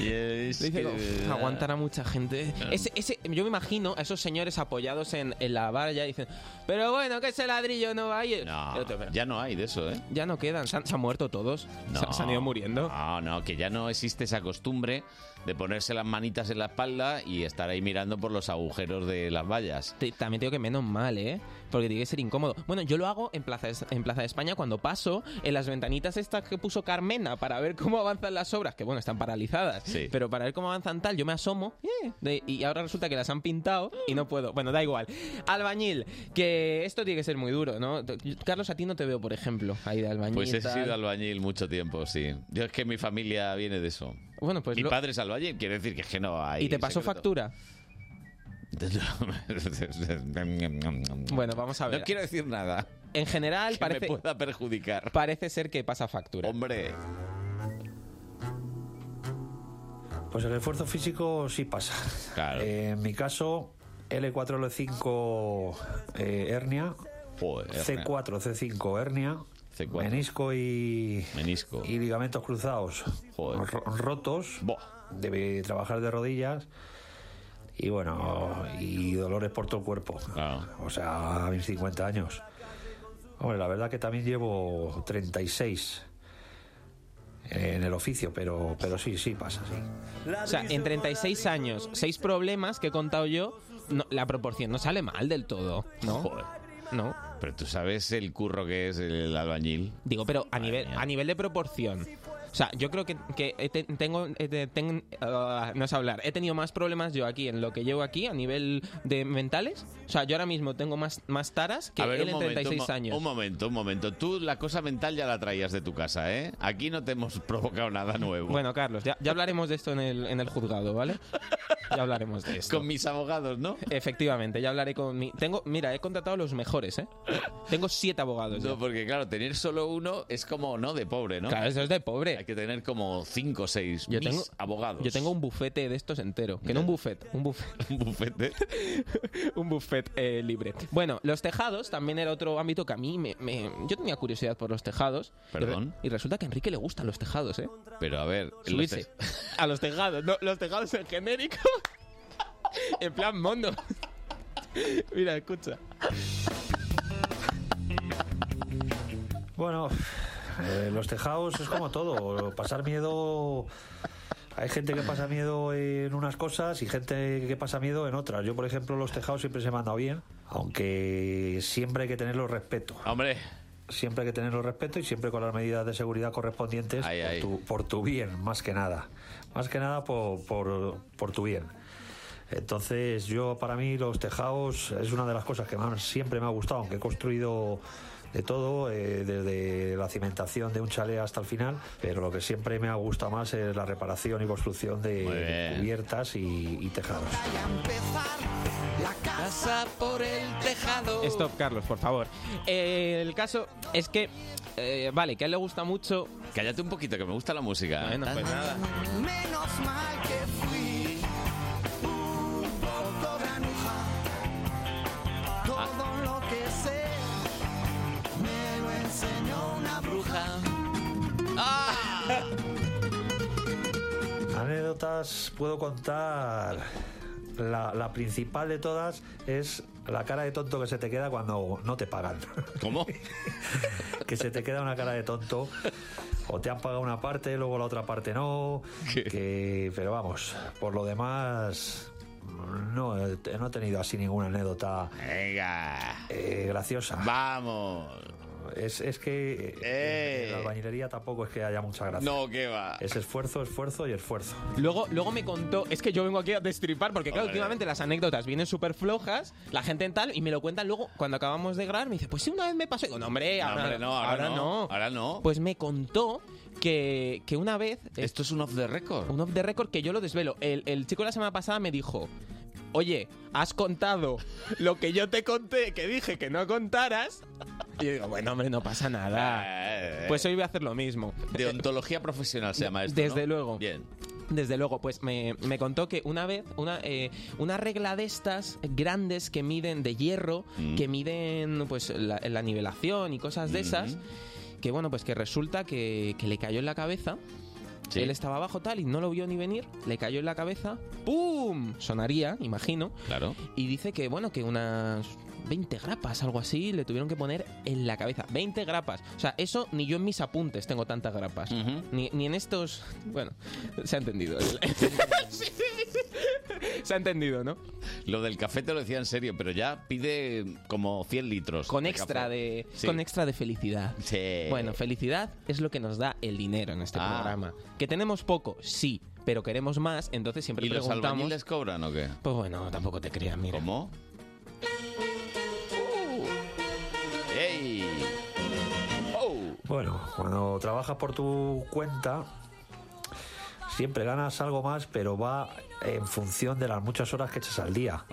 Speaker 2: Y es
Speaker 3: Lo dice
Speaker 2: que-
Speaker 3: como, "Uf, aguantar a mucha gente.
Speaker 2: Ah.
Speaker 3: Ese, ese, yo me imagino a esos señores apoyados en, en la valla dicen, pero bueno, que ese ladrillo no va a ir. Y otro,
Speaker 2: No,
Speaker 3: pero-
Speaker 2: ya no hay de eso, ¿eh?
Speaker 3: ya no quedan, se han, se han muerto todos,
Speaker 2: No.
Speaker 3: se, se han ido muriendo.
Speaker 2: No, no, que ya no existe esa costumbre de ponerse las manitas en la espalda y estar ahí mirando por los agujeros de las vallas.
Speaker 3: Te- también tengo que menos mal, ¿eh? Porque tiene que ser incómodo. Bueno, yo lo hago en Plaza, de- en Plaza de España cuando paso en las ventanitas estas que puso Carmena para ver cómo avanzan las obras, que bueno, están paralizadas,
Speaker 2: Sí.
Speaker 3: pero para ver cómo avanzan tal, yo me asomo eh, de- y ahora resulta que las han pintado y no puedo. Bueno, da igual. Albañil, que esto tiene que ser muy duro, ¿no? T- yo- Carlos, a ti no te veo, por ejemplo, ahí de albañil.
Speaker 2: Pues he
Speaker 3: tal.
Speaker 2: sido albañil mucho tiempo, sí. Yo es que mi familia viene de eso.
Speaker 3: Bueno, pues
Speaker 2: mi
Speaker 3: lo-
Speaker 2: padre es albañil, quiere decir que es que no hay.
Speaker 3: ¿Y te pasó
Speaker 2: secreto.
Speaker 3: factura? Bueno, vamos a ver.
Speaker 2: No quiero decir nada
Speaker 3: En general,
Speaker 2: que me
Speaker 3: parece,
Speaker 2: pueda perjudicar.
Speaker 3: parece ser que pasa factura.
Speaker 2: Hombre,
Speaker 11: Pues el esfuerzo físico sí pasa.
Speaker 2: Claro.
Speaker 11: Eh, en mi caso, L4, L5 eh, hernia,
Speaker 2: joder,
Speaker 11: C4, C5 hernia,
Speaker 2: C4.
Speaker 11: menisco y,
Speaker 2: menisco.
Speaker 11: y ligamentos cruzados
Speaker 2: Joder.
Speaker 11: ro- rotos.
Speaker 2: Buah,
Speaker 11: Debe trabajar de rodillas y bueno, y dolores por todo el cuerpo.
Speaker 2: Claro.
Speaker 11: O sea, a mis 50 años. Hombre, la verdad que también llevo 36 en el oficio, pero, pero sí, sí pasa, sí.
Speaker 3: O sea, en 36 años, 6 problemas que he contado yo, no- la proporción no sale mal del todo, ¿no?
Speaker 2: joder.
Speaker 3: No.
Speaker 2: Pero tú sabes el curro que es el albañil.
Speaker 3: Digo, pero a nivel,
Speaker 2: mía.
Speaker 3: a nivel de proporción. O sea, yo creo que, que he te- tengo, he te- ten- ah, no sé hablar, he tenido más problemas yo aquí en lo que llevo aquí a nivel de mentales. O sea, yo ahora mismo tengo más, más taras que
Speaker 2: a ver,
Speaker 3: él en
Speaker 2: un momento,
Speaker 3: 36
Speaker 2: un mo-
Speaker 3: años.
Speaker 2: Un momento, un momento. Tú la cosa mental ya la traías de tu casa, ¿eh? Aquí no te hemos provocado nada nuevo.
Speaker 3: Bueno, Carlos, ya, ya hablaremos de esto en el, en el juzgado, ¿vale? Ya hablaremos de esto.
Speaker 2: con mis abogados, ¿no?
Speaker 3: Efectivamente, ya hablaré con mi... Tengo, mira, he contratado a los mejores, ¿eh? Tengo siete abogados. ya.
Speaker 2: No, porque claro, tener solo uno es como no de pobre, ¿no?
Speaker 3: Claro, eso es de
Speaker 2: Hay
Speaker 3: pobre.
Speaker 2: que tener como cinco o seis
Speaker 3: Yo
Speaker 2: mis
Speaker 3: tengo-
Speaker 2: abogados.
Speaker 3: Yo tengo un bufete de estos entero. Que no un buffet, un buffet,
Speaker 2: un bufete.
Speaker 3: un buffet eh, libre. Bueno, los tejados también era otro ámbito que a mí me, me- Yo tenía curiosidad por los tejados.
Speaker 2: Perdón.
Speaker 3: Y resulta que a Enrique le gustan los tejados, ¿eh?
Speaker 2: Pero a ver,
Speaker 3: Subirse.
Speaker 2: los-
Speaker 3: A los tejados. No, los tejados en genérico. en plan mono. Mira, escucha.
Speaker 11: Bueno, Eh, los tejados es como todo. Pasar miedo. Hay gente que pasa miedo en unas cosas y gente que pasa miedo en otras. Yo, por ejemplo, los tejados siempre se me han dado bien, aunque siempre hay que tenerlos respeto.
Speaker 2: Hombre.
Speaker 11: Siempre hay que tenerlos respeto y siempre con las medidas de seguridad correspondientes por, Tu, por tu bien, más que nada. Más que nada por, por, por tu bien. Entonces, yo para mí los tejados es una de las cosas que más siempre me ha gustado, aunque he construido de todo, eh, desde la cimentación de un chalet hasta el final, pero lo que siempre me ha gustado más es la reparación y construcción de, de cubiertas y, y tejados.
Speaker 12: La casa por el tejado.
Speaker 3: Stop, Carlos, por favor. Eh, el caso es que, eh, vale, que a él le gusta mucho.
Speaker 2: Cállate un poquito, que me gusta la música. ¿eh?
Speaker 3: Bueno, pues nada.
Speaker 12: Menos mal que fui un poco granuja. Todo lo que sé me lo enseñó una bruja. Ah.
Speaker 11: Anécdotas puedo contar. La, la principal de todas es la cara de tonto que se te queda cuando no te pagan.
Speaker 2: ¿Cómo?
Speaker 11: que se te queda una cara de tonto. O te han pagado una parte, luego la otra parte no. Que, pero vamos, por lo demás, no, eh, no he tenido así ninguna anécdota eh, graciosa.
Speaker 2: Vamos.
Speaker 11: Es, es que eh, la albañilería tampoco es que haya mucha gracia.
Speaker 2: No, qué va.
Speaker 11: Es esfuerzo, esfuerzo y esfuerzo.
Speaker 3: Luego, luego me contó, es que yo vengo aquí a destripar, porque claro,
Speaker 11: Hombre.
Speaker 3: últimamente las anécdotas vienen súper flojas, la gente en tal, y me lo cuentan luego cuando acabamos de grabar, me dice, pues sí, una vez me pasó. Y digo, no, hombre,
Speaker 2: No,
Speaker 3: ahora,
Speaker 2: hombre, no, ahora no,
Speaker 3: Ahora no. Pues me contó que, que una vez... Esto
Speaker 2: es un off the record.
Speaker 3: Un off the record que yo lo desvelo. El, el chico la semana pasada me dijo... Oye, has contado lo que yo te conté, que dije que no contaras. Y yo digo, bueno, hombre, no pasa
Speaker 2: Eh.
Speaker 3: nada. Pues hoy voy a hacer lo mismo.
Speaker 2: Deontología profesional se llama esto.
Speaker 3: Desde
Speaker 2: ¿no?
Speaker 3: luego.
Speaker 2: Bien.
Speaker 3: Desde luego, pues me, me contó que una vez, una, eh, una regla de estas grandes que miden de hierro, que miden pues la, la nivelación y cosas de esas, que bueno, pues que resulta que, que le cayó en la cabeza. Él estaba abajo tal y no lo vio ni venir, le cayó en la cabeza, ¡pum! Sonaría, imagino.
Speaker 2: Claro.
Speaker 3: Y dice que, bueno, que unas 20 grapas, algo así, le tuvieron que poner en la cabeza. 20 grapas. O sea, eso ni yo en mis apuntes tengo tantas grapas. ni, ni en estos... Bueno, se ha entendido. se ha entendido, ¿no?
Speaker 2: Lo del café te lo decía en serio, pero ya pide como 100 litros.
Speaker 3: Con extra
Speaker 2: café.
Speaker 3: de,
Speaker 2: Sí.
Speaker 3: con extra de felicidad.
Speaker 2: Sí.
Speaker 3: Bueno, felicidad es lo que nos da el dinero en este
Speaker 2: Ah.
Speaker 3: programa. Que tenemos poco, sí, pero queremos más, entonces siempre
Speaker 2: ¿Y los
Speaker 3: preguntamos.
Speaker 2: albañiles cobran o qué?
Speaker 3: Pues bueno, tampoco te creas, mira.
Speaker 2: ¿Cómo? ¡Ey!
Speaker 11: Bueno, cuando trabajas por tu cuenta, siempre ganas algo más, pero va en función de las muchas horas que echas al día.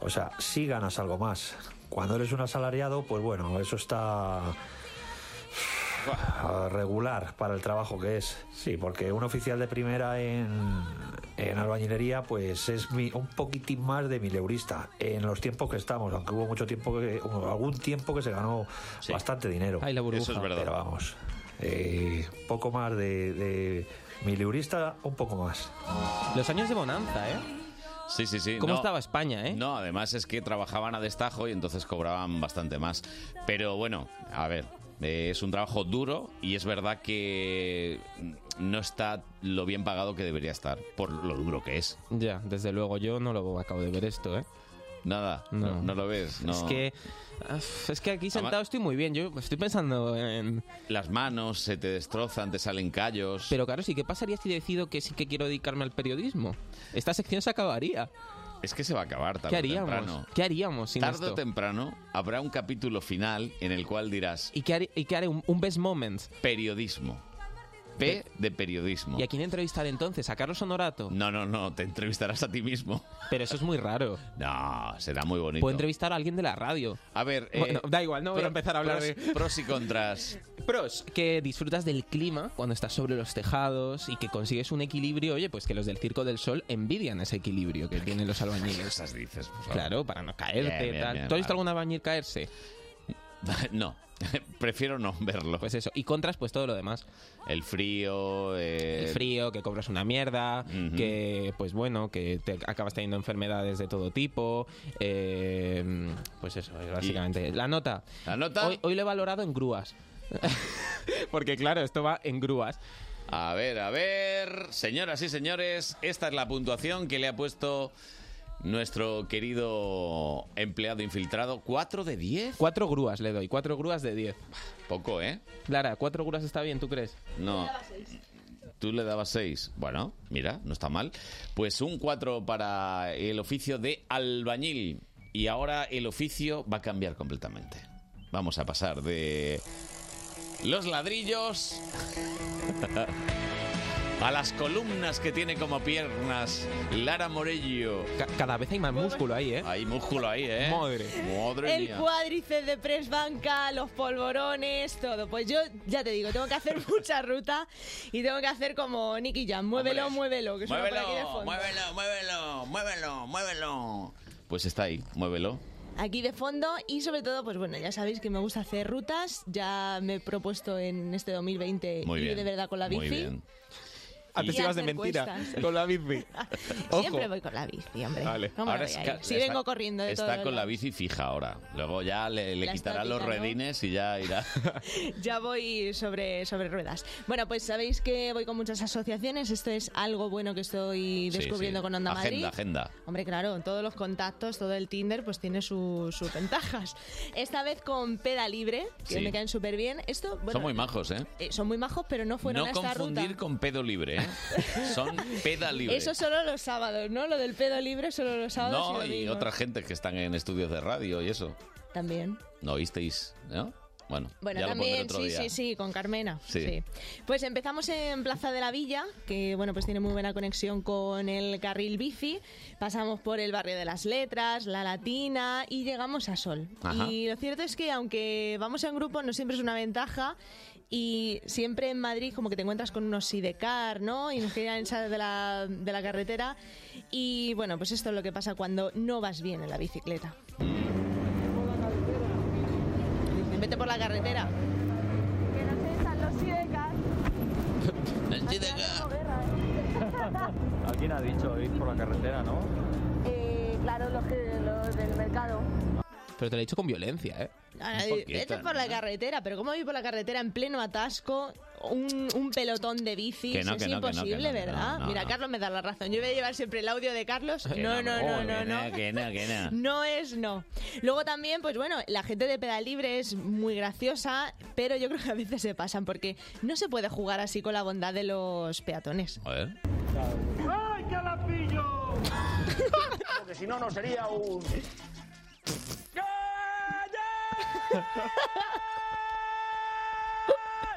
Speaker 11: O sea, sí ganas algo más. Cuando eres un asalariado, pues bueno, eso está ah, regular para el trabajo que es. Sí, porque un oficial de primera en, en albañilería, pues es mi- un poquitín más de mileurista en los tiempos que estamos, aunque hubo mucho tiempo que, algún tiempo que se ganó bastante dinero.
Speaker 3: Ay, la burbuja. Eso es verdad.
Speaker 11: Pero vamos, eh, poco más de, de mileurista, un poco más.
Speaker 3: Los años de bonanza, ¿eh?
Speaker 2: Sí, sí, sí.
Speaker 3: ¿Cómo estaba España, eh?
Speaker 2: No, además es que trabajaban a destajo y entonces cobraban bastante más. Pero bueno, a ver, eh, es un trabajo duro y es verdad que no está lo bien pagado que debería estar por lo duro que es.
Speaker 3: Ya, desde luego, yo no lo acabo de ver esto, ¿eh?
Speaker 2: Nada, no, no lo ves. No.
Speaker 3: Es que. uf, Es que aquí sentado
Speaker 2: Además-
Speaker 3: estoy muy bien, yo estoy pensando en.
Speaker 2: Las manos se te destrozan, te salen callos.
Speaker 3: Pero claro, sí, ¿qué pasaría si decido que sí que quiero dedicarme al periodismo? Esta sección se acabaría.
Speaker 2: Es que se va a acabar tarde
Speaker 3: ¿Qué
Speaker 2: o
Speaker 3: haríamos?
Speaker 2: temprano.
Speaker 3: ¿Qué haríamos sin
Speaker 2: tarde o
Speaker 3: esto?
Speaker 2: temprano habrá un capítulo final en el cual dirás
Speaker 3: ¿Y qué haré, y qué haré? Un, un best moment?
Speaker 2: periodismo. P de periodismo.
Speaker 3: ¿Y a quién entrevistar entonces? ¿A Carlos Honorato?
Speaker 2: No, no, no, te entrevistarás a ti mismo.
Speaker 3: Pero eso es muy raro.
Speaker 2: No, será muy bonito.
Speaker 3: Puedo entrevistar a alguien de la radio.
Speaker 2: A ver, eh,
Speaker 3: Bueno, da igual, no voy a
Speaker 2: pro-
Speaker 3: empezar a hablar
Speaker 2: pros-
Speaker 3: de-
Speaker 2: Pros y contras.
Speaker 3: Pros, que disfrutas del clima cuando estás sobre los tejados y que consigues un equilibrio, oye, pues que los del Circo del Sol envidian ese equilibrio que tienen los
Speaker 2: ¿Qué
Speaker 3: albañiles.
Speaker 2: cosas dices? por favor?
Speaker 3: Claro, para no caerte.
Speaker 2: Bien, bien,
Speaker 3: tal.
Speaker 2: bien,
Speaker 3: ¿Tú has visto
Speaker 2: vale.
Speaker 3: algún albañil caerse?
Speaker 2: No, prefiero no verlo.
Speaker 3: Pues eso, y contras, pues todo lo demás.
Speaker 2: El frío, eh,
Speaker 3: El frío, que cobras una mierda, que, pues bueno, que te acabas teniendo enfermedades de todo tipo. eh, pues eso, es básicamente. La nota.
Speaker 2: ¿La nota?
Speaker 3: Hoy, hoy lo he valorado en grúas. Porque claro, esto va en grúas.
Speaker 2: A ver, a ver, señoras y señores, esta es la puntuación que le ha puesto nuestro querido empleado infiltrado. ¿4 de 10?
Speaker 3: Cuatro grúas le doy, cuatro grúas de 10.
Speaker 2: Poco, ¿eh?
Speaker 3: Clara, cuatro grúas está bien, ¿tú crees?
Speaker 2: No. Tú le dabas 6. Bueno, mira, no está mal. Pues un 4 para el oficio de albañil. Y ahora el oficio va a cambiar completamente. Vamos a pasar de los ladrillos a las columnas que tiene como piernas Lara Morello.
Speaker 3: Cada vez hay más músculo ahí, ¿eh?
Speaker 2: Hay músculo ahí, ¿eh?
Speaker 3: Madre.
Speaker 2: Madre
Speaker 4: El
Speaker 2: mía.
Speaker 4: cuádriceps de press banca, los polvorones, todo. Pues yo ya te digo, tengo que hacer mucha ruta y tengo que hacer como Nicky Jam. Muévelo,
Speaker 2: Hombre.
Speaker 4: muévelo, que suena por aquí de
Speaker 2: Muévelo,
Speaker 4: fondo.
Speaker 2: muévelo, muévelo, muévelo, muévelo. Pues está ahí, muévelo.
Speaker 4: Aquí de fondo y sobre todo, pues bueno, ya sabéis que me gusta hacer rutas. Ya me he propuesto en este 2020
Speaker 2: Muy
Speaker 4: ir
Speaker 2: bien.
Speaker 4: de verdad con la bici.
Speaker 2: Muy bien.
Speaker 3: Antes
Speaker 4: Y
Speaker 3: Ah, ibas de
Speaker 4: hacer
Speaker 3: mentira,
Speaker 4: cuestas.
Speaker 3: con la bici.
Speaker 4: Siempre voy con la bici, hombre.
Speaker 2: Vale.
Speaker 4: ¿Cómo
Speaker 2: Ahora
Speaker 4: voy
Speaker 2: es
Speaker 4: a ir?
Speaker 2: ca-
Speaker 4: Si
Speaker 2: está-
Speaker 4: vengo corriendo de
Speaker 2: Está
Speaker 4: todos
Speaker 2: con la
Speaker 4: lados.
Speaker 2: bici fija ahora. Luego ya le, le
Speaker 4: La
Speaker 2: quitará los
Speaker 4: estática, ¿no?
Speaker 2: redines y ya irá.
Speaker 4: Ya voy sobre, sobre ruedas. Bueno, pues sabéis que voy con muchas asociaciones. Esto es algo bueno que estoy
Speaker 2: Sí,
Speaker 4: descubriendo
Speaker 2: sí.
Speaker 4: con Onda Madrid.
Speaker 2: Agenda, agenda.
Speaker 4: Hombre, claro, todos los contactos, todo el Tinder, pues tiene su- sus ventajas. Esta vez con Peda Libre, que
Speaker 2: Sí.
Speaker 4: me caen súper bien. Esto, bueno,
Speaker 2: Son muy majos, ¿eh?
Speaker 4: eh, son muy majos, pero no fueron
Speaker 2: no
Speaker 4: a esta
Speaker 2: confundir
Speaker 4: ruta.
Speaker 2: con pedo libre, ¿eh? Son peda libre.
Speaker 4: Eso solo los sábados, ¿no? Lo del pedo libre solo los sábados
Speaker 2: no,
Speaker 4: y
Speaker 2: y
Speaker 4: domingos.
Speaker 2: otras gentes que están en estudios de radio y eso.
Speaker 4: También.
Speaker 2: ¿No oísteis? ¿No? Bueno,
Speaker 4: Bueno,
Speaker 2: ya lo pondré
Speaker 4: también,
Speaker 2: otro
Speaker 4: sí,
Speaker 2: día.
Speaker 4: sí, sí, con Carmena.
Speaker 2: Sí.
Speaker 4: Sí. Pues empezamos en Plaza de la Villa, que bueno, pues tiene muy buena conexión con el carril bici. Pasamos por el barrio de las letras, la latina y llegamos a Sol.
Speaker 13: Ajá.
Speaker 4: Y lo cierto es que aunque vamos en grupo, no siempre es una ventaja. Y siempre en Madrid como que te encuentras con unos sidecar, ¿no? Y nos tiran esa de la, de la carretera. Y bueno, pues esto es lo que pasa cuando no vas bien en la bicicleta. Dicen, Vete por la carretera. ¿eh?
Speaker 14: Alguien ha dicho ir por la carretera, ¿no?
Speaker 13: Eh, claro, los, que- los del mercado.
Speaker 3: Pero te lo he dicho con violencia, ¿eh?
Speaker 4: Ahora,
Speaker 3: Un poquito,
Speaker 4: Vete por la
Speaker 3: ¿no?
Speaker 4: carretera, pero ¿cómo voy por la carretera en pleno atasco? Un, un pelotón de bicis,
Speaker 2: Que no, que
Speaker 4: es
Speaker 2: no, que no,
Speaker 4: imposible,
Speaker 2: que no, que no,
Speaker 4: ¿verdad?
Speaker 2: no,
Speaker 4: Mira,
Speaker 2: no.
Speaker 4: Carlos me da la razón. Yo voy a llevar siempre el audio de Carlos.
Speaker 2: Que
Speaker 4: No, no, no, no,
Speaker 2: que
Speaker 4: no.
Speaker 2: Que no, que no.
Speaker 4: No es no. Luego también, pues bueno, la gente de pedal libre es muy graciosa, pero yo creo que a veces se pasan porque no se puede jugar así con la bondad de los peatones.
Speaker 2: A ver.
Speaker 9: ¡Ay, que la pillo! Porque si no, no sería un...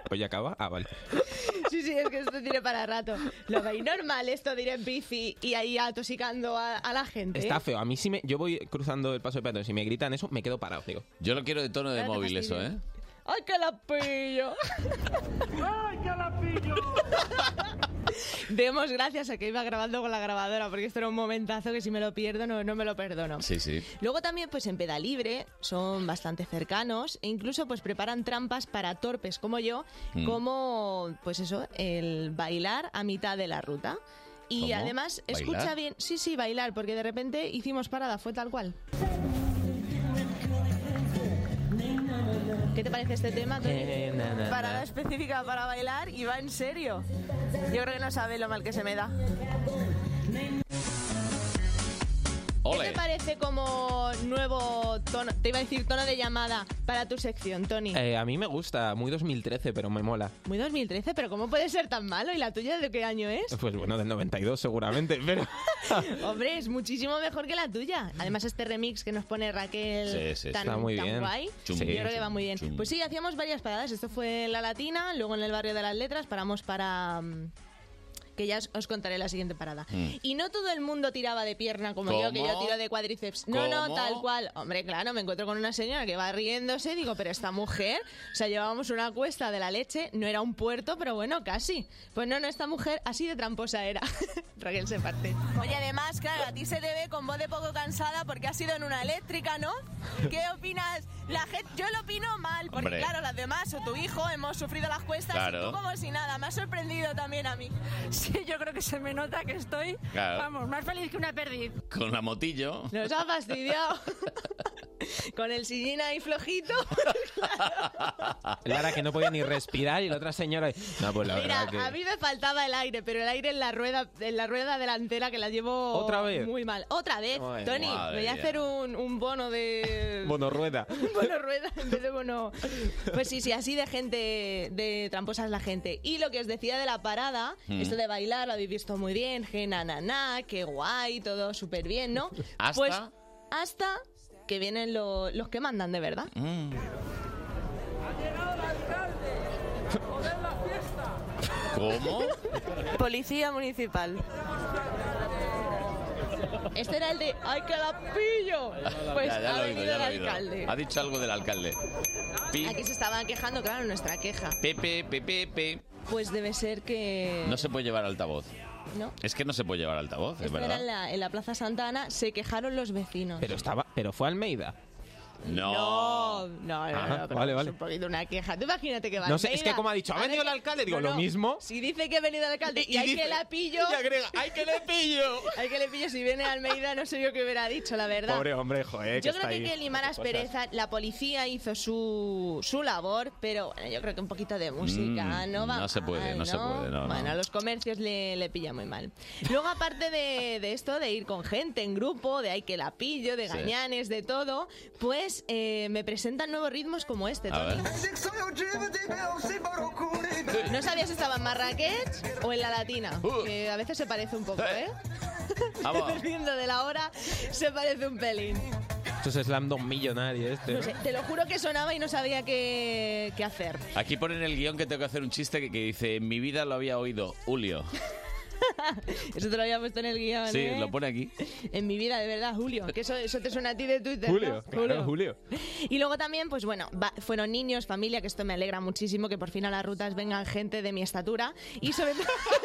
Speaker 3: Pues ya acaba. Ah, vale.
Speaker 4: Sí, sí, es que esto tiene para rato. Lo veis normal esto de ir en bici y ahí atoxicando a, a la gente. ¿eh?
Speaker 3: Está feo. A mí sí me. Yo voy cruzando el paso de peatones. Si me gritan eso, me quedo parado, digo.
Speaker 2: Yo lo quiero de tono
Speaker 4: de Ahora te móvil, fastidio. eso, ¿eh? ¡Ay, que la pillo!
Speaker 9: ¡Ay, que la pillo!
Speaker 4: Demos gracias a que iba grabando con la grabadora, porque esto era un momentazo que si me lo pierdo no, no me lo perdono.
Speaker 2: Sí, sí.
Speaker 4: Luego también, pues en Peda Libre son bastante cercanos e incluso pues preparan trampas para torpes como yo,
Speaker 13: Mm.
Speaker 4: como pues eso, el bailar a mitad de la ruta. Y
Speaker 13: ¿Cómo?
Speaker 4: además,
Speaker 13: ¿Bailar?
Speaker 4: escucha bien, sí, sí, bailar, porque de repente hicimos parada, fue tal cual. ¿Qué te parece este tema? Tony?
Speaker 3: Eh, na, na, na.
Speaker 4: Parada específica para bailar y va en serio. Yo creo que no sabe lo mal que se me da. ¿Qué
Speaker 2: Ole.
Speaker 4: te parece como nuevo tono? Te iba a decir tono de llamada para tu sección, Tony.
Speaker 3: Eh, a mí me gusta. Muy 2013, pero me mola.
Speaker 4: Muy 2013, pero ¿cómo puede ser tan malo? ¿Y la tuya de qué año es?
Speaker 3: Pues bueno, del 92 seguramente, pero.
Speaker 4: Hombre, es muchísimo mejor que la tuya. Además, este remix que nos pone Raquel
Speaker 3: Sí, sí, sí.
Speaker 4: tan,
Speaker 3: Está muy
Speaker 4: tan
Speaker 3: bien.
Speaker 4: guay,
Speaker 3: Chum,
Speaker 4: yo
Speaker 3: Sí.
Speaker 4: creo que va muy bien.
Speaker 3: chum.
Speaker 4: Pues sí, hacíamos varias paradas. Esto fue en La Latina, luego en el barrio de las letras, paramos para... mm, Que ya os- os contaré la siguiente parada.
Speaker 13: Mm.
Speaker 4: Y no todo el mundo tiraba de pierna como yo, que
Speaker 13: ¿Cómo?
Speaker 4: yo tiro de cuádriceps. No, no,
Speaker 13: ¿Cómo?
Speaker 4: tal cual. Hombre, claro, me encuentro con una señora que va riéndose y digo, pero esta mujer, o sea, llevábamos una cuesta de la leche, no era un puerto, pero bueno, casi. Pues no, no, esta mujer así de tramposa era. Raquel se parte. Oye, además, claro, a ti se te ve con voz de poco cansada porque has ido en una eléctrica, ¿no? ¿Qué opinas? La gente, yo lo opino mal, porque
Speaker 2: Hombre.
Speaker 4: claro, las demás o tu hijo hemos sufrido las cuestas
Speaker 2: Claro.
Speaker 4: y tú como si nada. Me ha sorprendido también a mí. Sí, yo creo que se me nota que estoy,
Speaker 2: Claro. vamos,
Speaker 4: más feliz que una perdiz.
Speaker 2: Con la motillo.
Speaker 4: Nos ha fastidiado. con el sillín ahí flojito.
Speaker 3: Lara que no podía ni respirar y la otra señora. No, pues la
Speaker 4: Mira,
Speaker 3: verdad que.
Speaker 4: a mí me faltaba el aire, pero el aire en la rueda, en la rueda delantera que la llevo
Speaker 3: ¿Otra vez?
Speaker 4: muy mal. Otra vez,
Speaker 3: Ay,
Speaker 4: Tony,
Speaker 3: madre
Speaker 4: voy a
Speaker 3: mía.
Speaker 4: hacer un, un bono de
Speaker 3: Monorrueda.
Speaker 4: bono rueda en vez de bono. Pues sí, sí, así de gente, de tramposa es la gente. Y lo que os decía de la parada,
Speaker 2: Mm.
Speaker 4: esto de bailar lo habéis visto muy bien, que na, na, na, qué guay, todo súper bien, ¿no?
Speaker 2: Hasta-
Speaker 4: Pues hasta que vienen lo- los que mandan de verdad.
Speaker 15: Mm.
Speaker 16: Mm.
Speaker 2: ¿Cómo?
Speaker 4: Policía municipal. Este era el de ¡Ay, que la pillo! Pues
Speaker 2: Ya, ya
Speaker 4: ha
Speaker 2: lo he oído,
Speaker 4: venido
Speaker 2: ya
Speaker 4: el
Speaker 2: lo he oído.
Speaker 4: alcalde.
Speaker 2: Ha dicho algo del alcalde. Pi,
Speaker 4: Aquí se estaban quejando, claro, nuestra queja.
Speaker 2: Pepe, Pepe, Pepe.
Speaker 4: Pues debe ser que...
Speaker 2: No se puede llevar altavoz.
Speaker 4: ¿No?
Speaker 2: Es que no se puede llevar altavoz, es
Speaker 4: Esto era en
Speaker 2: verdad.
Speaker 4: la, en la Plaza Santa Ana, se quejaron los vecinos.
Speaker 3: Pero estaba. Pero fue Almeida.
Speaker 4: No, no, no,
Speaker 3: Ajá,
Speaker 4: no, pero
Speaker 3: Ah, vale,
Speaker 4: es
Speaker 3: vale.
Speaker 4: un poquito una queja. Tú imagínate que va
Speaker 3: No sé,
Speaker 4: Almeida-
Speaker 3: es que como ha dicho, ha
Speaker 4: a ver
Speaker 3: venido el
Speaker 4: que-
Speaker 3: alcalde, digo, lo mismo.
Speaker 4: Si dice que ha venido el alcalde y,
Speaker 3: Y
Speaker 4: hay
Speaker 3: dice-
Speaker 4: que la pillo.
Speaker 3: y agrega, ¡ay, que le pillo!
Speaker 4: hay que le pillo. Si viene Almeida, no sé yo qué hubiera dicho, la verdad.
Speaker 3: Pobre hombre, joder.
Speaker 4: Yo
Speaker 3: está
Speaker 4: creo que hay
Speaker 3: ahí.
Speaker 4: que limar
Speaker 3: Cosas.
Speaker 4: aspereza. La policía hizo su, su labor, pero bueno, yo creo que un poquito de música
Speaker 2: Mm,
Speaker 4: no va
Speaker 2: no se puede,
Speaker 4: mal,
Speaker 2: no se puede, no,
Speaker 4: Bueno,
Speaker 2: no.
Speaker 4: a los comercios le, le pilla muy mal. Luego, aparte de, de esto, de ir con gente en grupo, de hay que la pillo, de
Speaker 2: Sí.
Speaker 4: gañanes, de todo, pues eh, me presentan nuevos ritmos como este.
Speaker 2: A ver.
Speaker 4: Tony. No sabía si estaba en Marrakech o en la Latina,
Speaker 2: Uh.
Speaker 4: que a veces se parece un poco, ¿eh?
Speaker 3: Vamos.
Speaker 4: Dependiendo de la hora, se parece un pelín.
Speaker 3: Esto es Slamdon Millonario este.
Speaker 4: No
Speaker 3: ¿no?
Speaker 4: sé, Pues, te lo juro que sonaba y no sabía qué, qué hacer.
Speaker 2: Aquí ponen el guión que tengo que hacer un chiste que, que dice, en mi vida lo había oído, Julio.
Speaker 4: Eso te lo había puesto en el guión.
Speaker 2: Sí,
Speaker 4: ¿eh?
Speaker 2: lo pone aquí.
Speaker 4: En mi vida, de verdad, Julio. Que eso, eso te suena a ti de Twitter. ¿no?
Speaker 3: Julio.
Speaker 4: Y luego también, pues bueno, va- fueron niños, familia, que esto me alegra muchísimo, que por fin a las rutas vengan gente de mi estatura. Y sobre todo.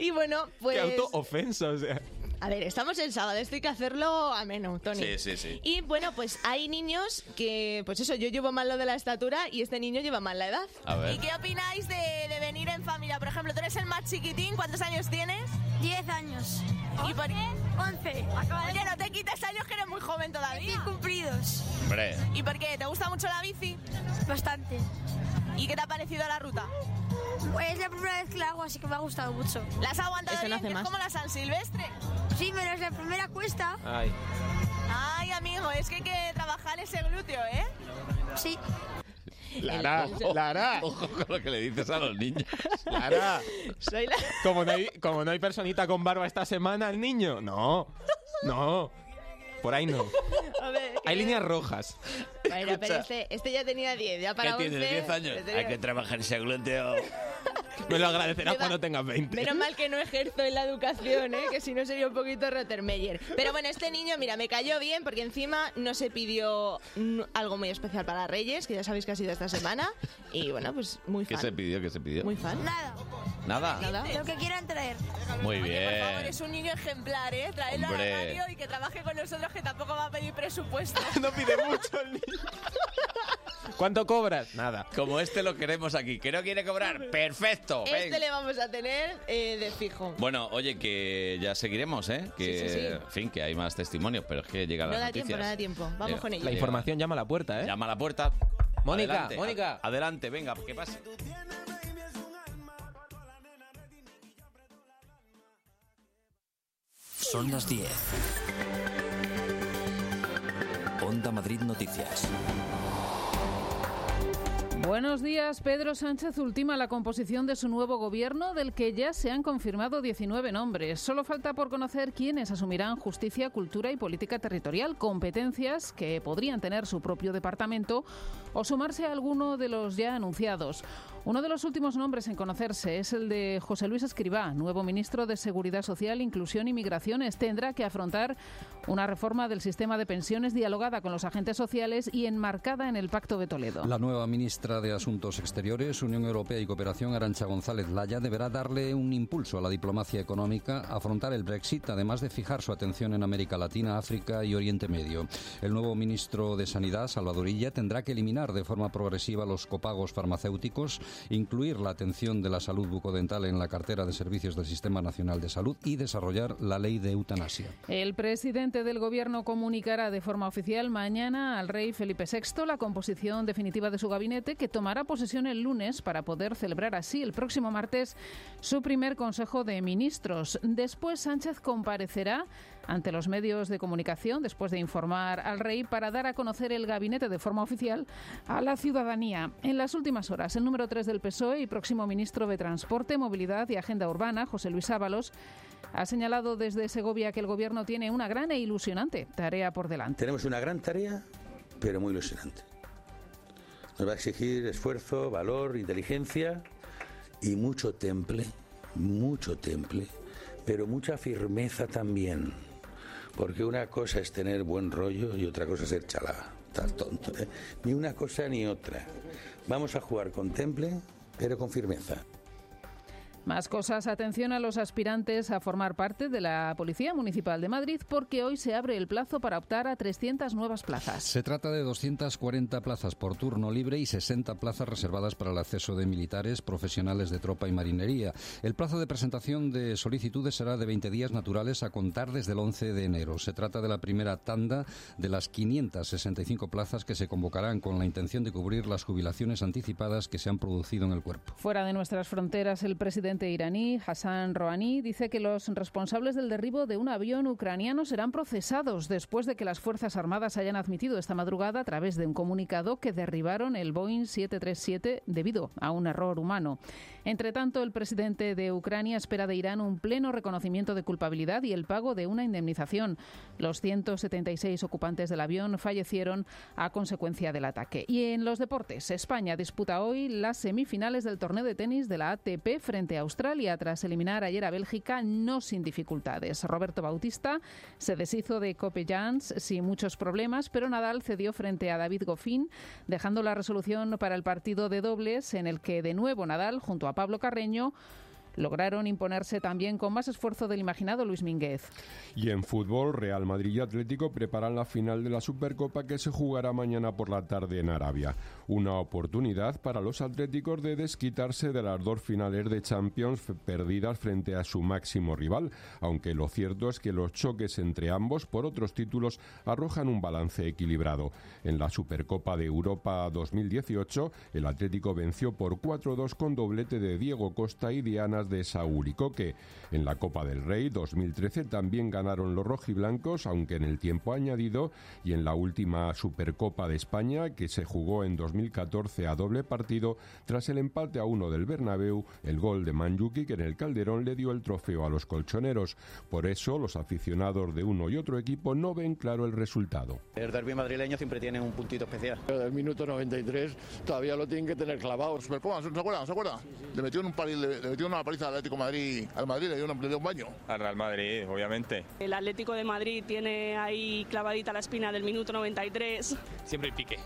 Speaker 4: Y bueno, pues.
Speaker 3: Qué autoofensa, o sea.
Speaker 4: A ver, estamos el sábado, esto hay que hacerlo ameno, Tony.
Speaker 3: Sí, sí, sí.
Speaker 4: Y bueno, pues hay niños que, pues eso, yo llevo mal lo de la estatura y este niño lleva mal la edad.
Speaker 2: A ver.
Speaker 4: ¿Y qué opináis de, de venir en familia? Por ejemplo, tú eres el más chiquitín, ¿cuántos años tienes? 10 años. ¿Y por qué? 11. Oye, no te quites años que eres muy joven todavía. cumplidos.
Speaker 2: Hombre.
Speaker 4: ¿Y por qué? ¿Te gusta mucho la bici? Bastante. ¿Y qué te ha parecido la ruta?
Speaker 11: Es la primera vez que la hago, así que me ha gustado mucho.
Speaker 4: ¿Las has aguantado Eso no bien? hace ¿Es más. como la San Silvestre?
Speaker 11: Sí, pero es la primera cuesta.
Speaker 3: Ay.
Speaker 4: Ay, amigo, es que hay que trabajar ese glúteo, ¿eh?
Speaker 11: Sí.
Speaker 3: Lara,
Speaker 2: Ojo-
Speaker 3: Lara.
Speaker 2: Ojo con lo que le dices a los niños.
Speaker 3: Lara.
Speaker 4: Soy la...
Speaker 3: Como no, hay, como no hay personita con barba esta semana, el niño. No. No. Por ahí no.
Speaker 4: A ver,
Speaker 3: Hay líneas rojas.
Speaker 4: Bueno, pero
Speaker 3: Escucha.
Speaker 4: este, este ya tenía 10, ya para este 11... le tenía-
Speaker 2: trabajar ese glúteo.
Speaker 3: Me lo agradecerás cuando tengas 20.
Speaker 4: Menos mal que no ejerzo en la educación, ¿eh? que si no sería un poquito Rottermeyer. Pero bueno, este niño, mira, me cayó bien porque encima no se pidió mm, algo muy especial para Reyes, que ya sabéis que ha sido esta semana. Y bueno, pues muy
Speaker 2: ¿Qué
Speaker 4: fan.
Speaker 2: se pidió? ¿Qué se pidió?
Speaker 4: Muy fan. Nada,
Speaker 2: Nada.
Speaker 4: Lo que quieran traer.
Speaker 2: Muy
Speaker 3: Eh.
Speaker 2: bien.
Speaker 4: Pues un niño ejemplar, ¿eh? Traerlo
Speaker 2: a la Hombre. radio
Speaker 4: y que trabaje con nosotros, que tampoco va a pedir presupuesto.
Speaker 3: no pide mucho el niño. ¿Cuánto cobras? Nada.
Speaker 2: Como este lo queremos aquí, que no quiere cobrar. Perfecto. ven.
Speaker 4: Este le vamos a tener eh, de fijo.
Speaker 2: Bueno, oye, que ya seguiremos, ¿eh? Que,
Speaker 4: Sí, sí, sí.
Speaker 2: En fin, que hay más testimonios, pero es que llega
Speaker 4: No
Speaker 2: la
Speaker 4: da tiempo, no da tiempo. Vamos con ello.
Speaker 3: Eh, La información llama a la puerta, ¿eh?
Speaker 2: Llama a la puerta.
Speaker 3: Mónica,
Speaker 2: Adelante,
Speaker 3: Mónica.
Speaker 2: a- Adelante, venga, que pase.
Speaker 1: Son las 10. Onda Madrid Noticias.
Speaker 17: Buenos días. Pedro Sánchez ultima la composición de su nuevo gobierno, del que ya se han confirmado 19 nombres. Solo falta por conocer quiénes asumirán justicia, cultura y política territorial, competencias que podrían tener su propio departamento o sumarse a alguno de los ya anunciados. Uno de los últimos nombres en conocerse es el de José Luis Escribá, nuevo ministro de Seguridad Social, Inclusión y Migraciones. Tendrá que afrontar una reforma del sistema de pensiones dialogada con los agentes sociales y enmarcada en el Pacto de Toledo.
Speaker 18: La nueva ministra de Asuntos Exteriores, Unión Europea y Cooperación, Arancha González Laya, deberá darle un impulso a la diplomacia económica, afrontar el Brexit, además de fijar su atención en América Latina, África y Oriente Medio. El nuevo ministro de Sanidad, Salvadorilla, tendrá que eliminar de forma progresiva los copagos farmacéuticos, incluir la atención de la salud bucodental en la cartera de servicios del Sistema Nacional de Salud y desarrollar la ley de eutanasia.
Speaker 17: El presidente del gobierno comunicará de forma oficial mañana al rey Felipe VI la composición definitiva de su gabinete que tomará posesión el lunes para poder celebrar así el próximo martes su primer Consejo de Ministros. Después Sánchez comparecerá ante los medios de comunicación después de informar al rey para dar a conocer el gabinete de forma oficial a la ciudadanía. En las últimas horas, el número 3 del PSOE E y próximo ministro de Transporte, Movilidad y Agenda Urbana, José Luis Ábalos, ha señalado desde Segovia que el gobierno tiene una gran e ilusionante tarea por delante.
Speaker 16: Tenemos una gran tarea, pero muy ilusionante. Nos va a exigir esfuerzo, valor, inteligencia y mucho temple, mucho temple, pero mucha firmeza también. Porque una cosa es tener buen rollo y otra cosa es ser chalada. Estás tonto. ¿eh? Ni una cosa ni otra. Vamos a jugar con temple, pero con firmeza.
Speaker 17: Más cosas, atención a los aspirantes a formar parte de la Policía Municipal de Madrid porque hoy se abre el plazo para optar a 300 nuevas plazas.
Speaker 18: Se trata de 240 plazas por turno libre y 60 plazas reservadas para el acceso de militares, profesionales de tropa y marinería. El plazo de presentación de solicitudes será de 20 días naturales a contar desde el 11 de enero. Se trata de la primera tanda de las 565 plazas que se convocarán con la intención de cubrir las jubilaciones anticipadas que se han producido en el cuerpo.
Speaker 17: Fuera de nuestras fronteras, el presidente presidente iraní, Hassan Rouhani, dice que los responsables del derribo de un avión ucraniano serán procesados después de que las Fuerzas Armadas hayan admitido esta madrugada a través de un comunicado que derribaron el Boeing 737 debido a un error humano. Entre tanto, el presidente de Ucrania espera de Irán un pleno reconocimiento de culpabilidad y el pago de una indemnización. Los 176 ocupantes del avión fallecieron a consecuencia del ataque. Y en los deportes, España disputa hoy las semifinales del torneo de tenis de la ATP frente a Australia tras eliminar ayer a Bélgica no sin dificultades. Roberto Bautista se deshizo de Copellans sin muchos problemas, pero Nadal cedió frente a David Goffin, dejando la resolución para el partido de dobles en el que de nuevo Nadal junto a Pablo Carreño Lograron imponerse también con más esfuerzo del imaginado Luis Mínguez.
Speaker 19: Y en fútbol, Real Madrid y Atlético preparan la final de la Supercopa que se jugará mañana por la tarde en Arabia. Una oportunidad para los atléticos de desquitarse de las dos finales de Champions perdidas frente a su máximo rival, aunque lo cierto es que los choques entre ambos por otros títulos arrojan un balance equilibrado. En la Supercopa de Europa 2018, el Atlético venció por 4-2 con doblete de Diego Costa y Diana de Sauricoque. En la Copa del Rey 2013 también ganaron los rojiblancos, aunque en el tiempo añadido, y en la última Supercopa de España, que se jugó en 2014 a doble partido, tras el empate a uno del Bernabéu, el gol de Manjuki que en el Calderón le dio el trofeo a los colchoneros. Por eso, los aficionados de uno y otro equipo no ven claro el resultado.
Speaker 2: El derbi madrileño siempre tiene un puntito especial.
Speaker 20: El minuto 93 todavía lo tienen que tener clavado. ¿Se acuerdan? ¿Se acuerdan? Sí, sí. Le metió en un paril, le, le metió una paliza al Atlético de Madrid, al Madrid le dio un, un baño.
Speaker 21: Al Real Madrid, obviamente.
Speaker 4: El Atlético de Madrid tiene ahí clavadita la espina del minuto 93.
Speaker 22: Siempre el pique.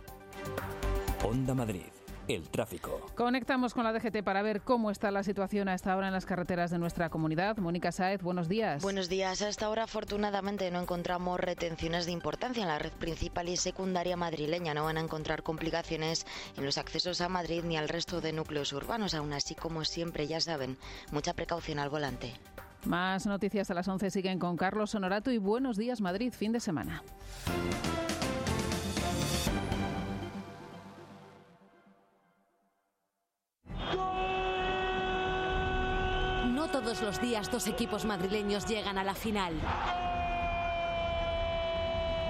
Speaker 1: Onda Madrid. El tráfico.
Speaker 17: Conectamos con la DGT para ver cómo está la situación a esta hora en las carreteras de nuestra comunidad. Mónica Saez, buenos días.
Speaker 23: Buenos días. A esta hora, afortunadamente, no encontramos retenciones de importancia en la red principal y secundaria madrileña. No van a encontrar complicaciones en los accesos a Madrid ni al resto de núcleos urbanos. Aún así, como siempre, ya saben, mucha precaución al volante.
Speaker 17: Más noticias a las 11 siguen con Carlos Honorato y buenos días, Madrid, fin de semana.
Speaker 9: No todos los días dos equipos madrileños llegan a la final.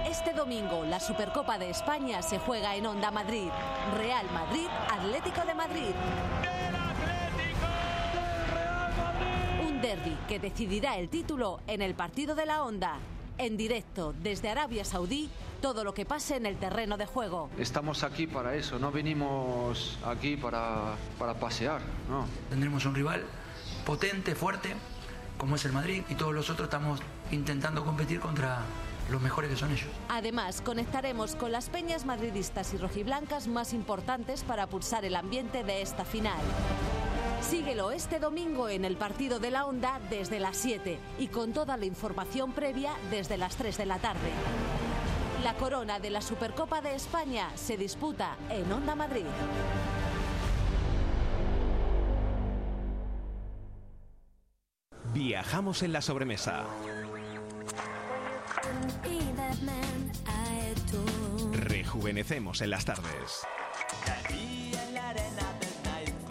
Speaker 9: Este domingo la Supercopa de España se juega en Onda Madrid. Real Madrid, Atlético de Madrid. Un derby que decidirá el título en el partido de la Onda. En directo desde Arabia Saudí, todo lo que pase en el terreno de juego.
Speaker 24: Estamos aquí para eso, no venimos aquí para, para pasear, no.
Speaker 25: Tendremos un rival potente, fuerte, como es el Madrid, y todos los otros estamos intentando competir contra los mejores que son ellos.
Speaker 9: Además, conectaremos con las peñas madridistas y rojiblancas más importantes para pulsar el ambiente de esta final. Síguelo este domingo en el partido de la onda desde las 7 y con toda la información previa desde las 3 de la tarde. La corona de la Supercopa de España se disputa en Onda Madrid.
Speaker 20: Viajamos en la sobremesa. Rejuvenecemos en las tardes.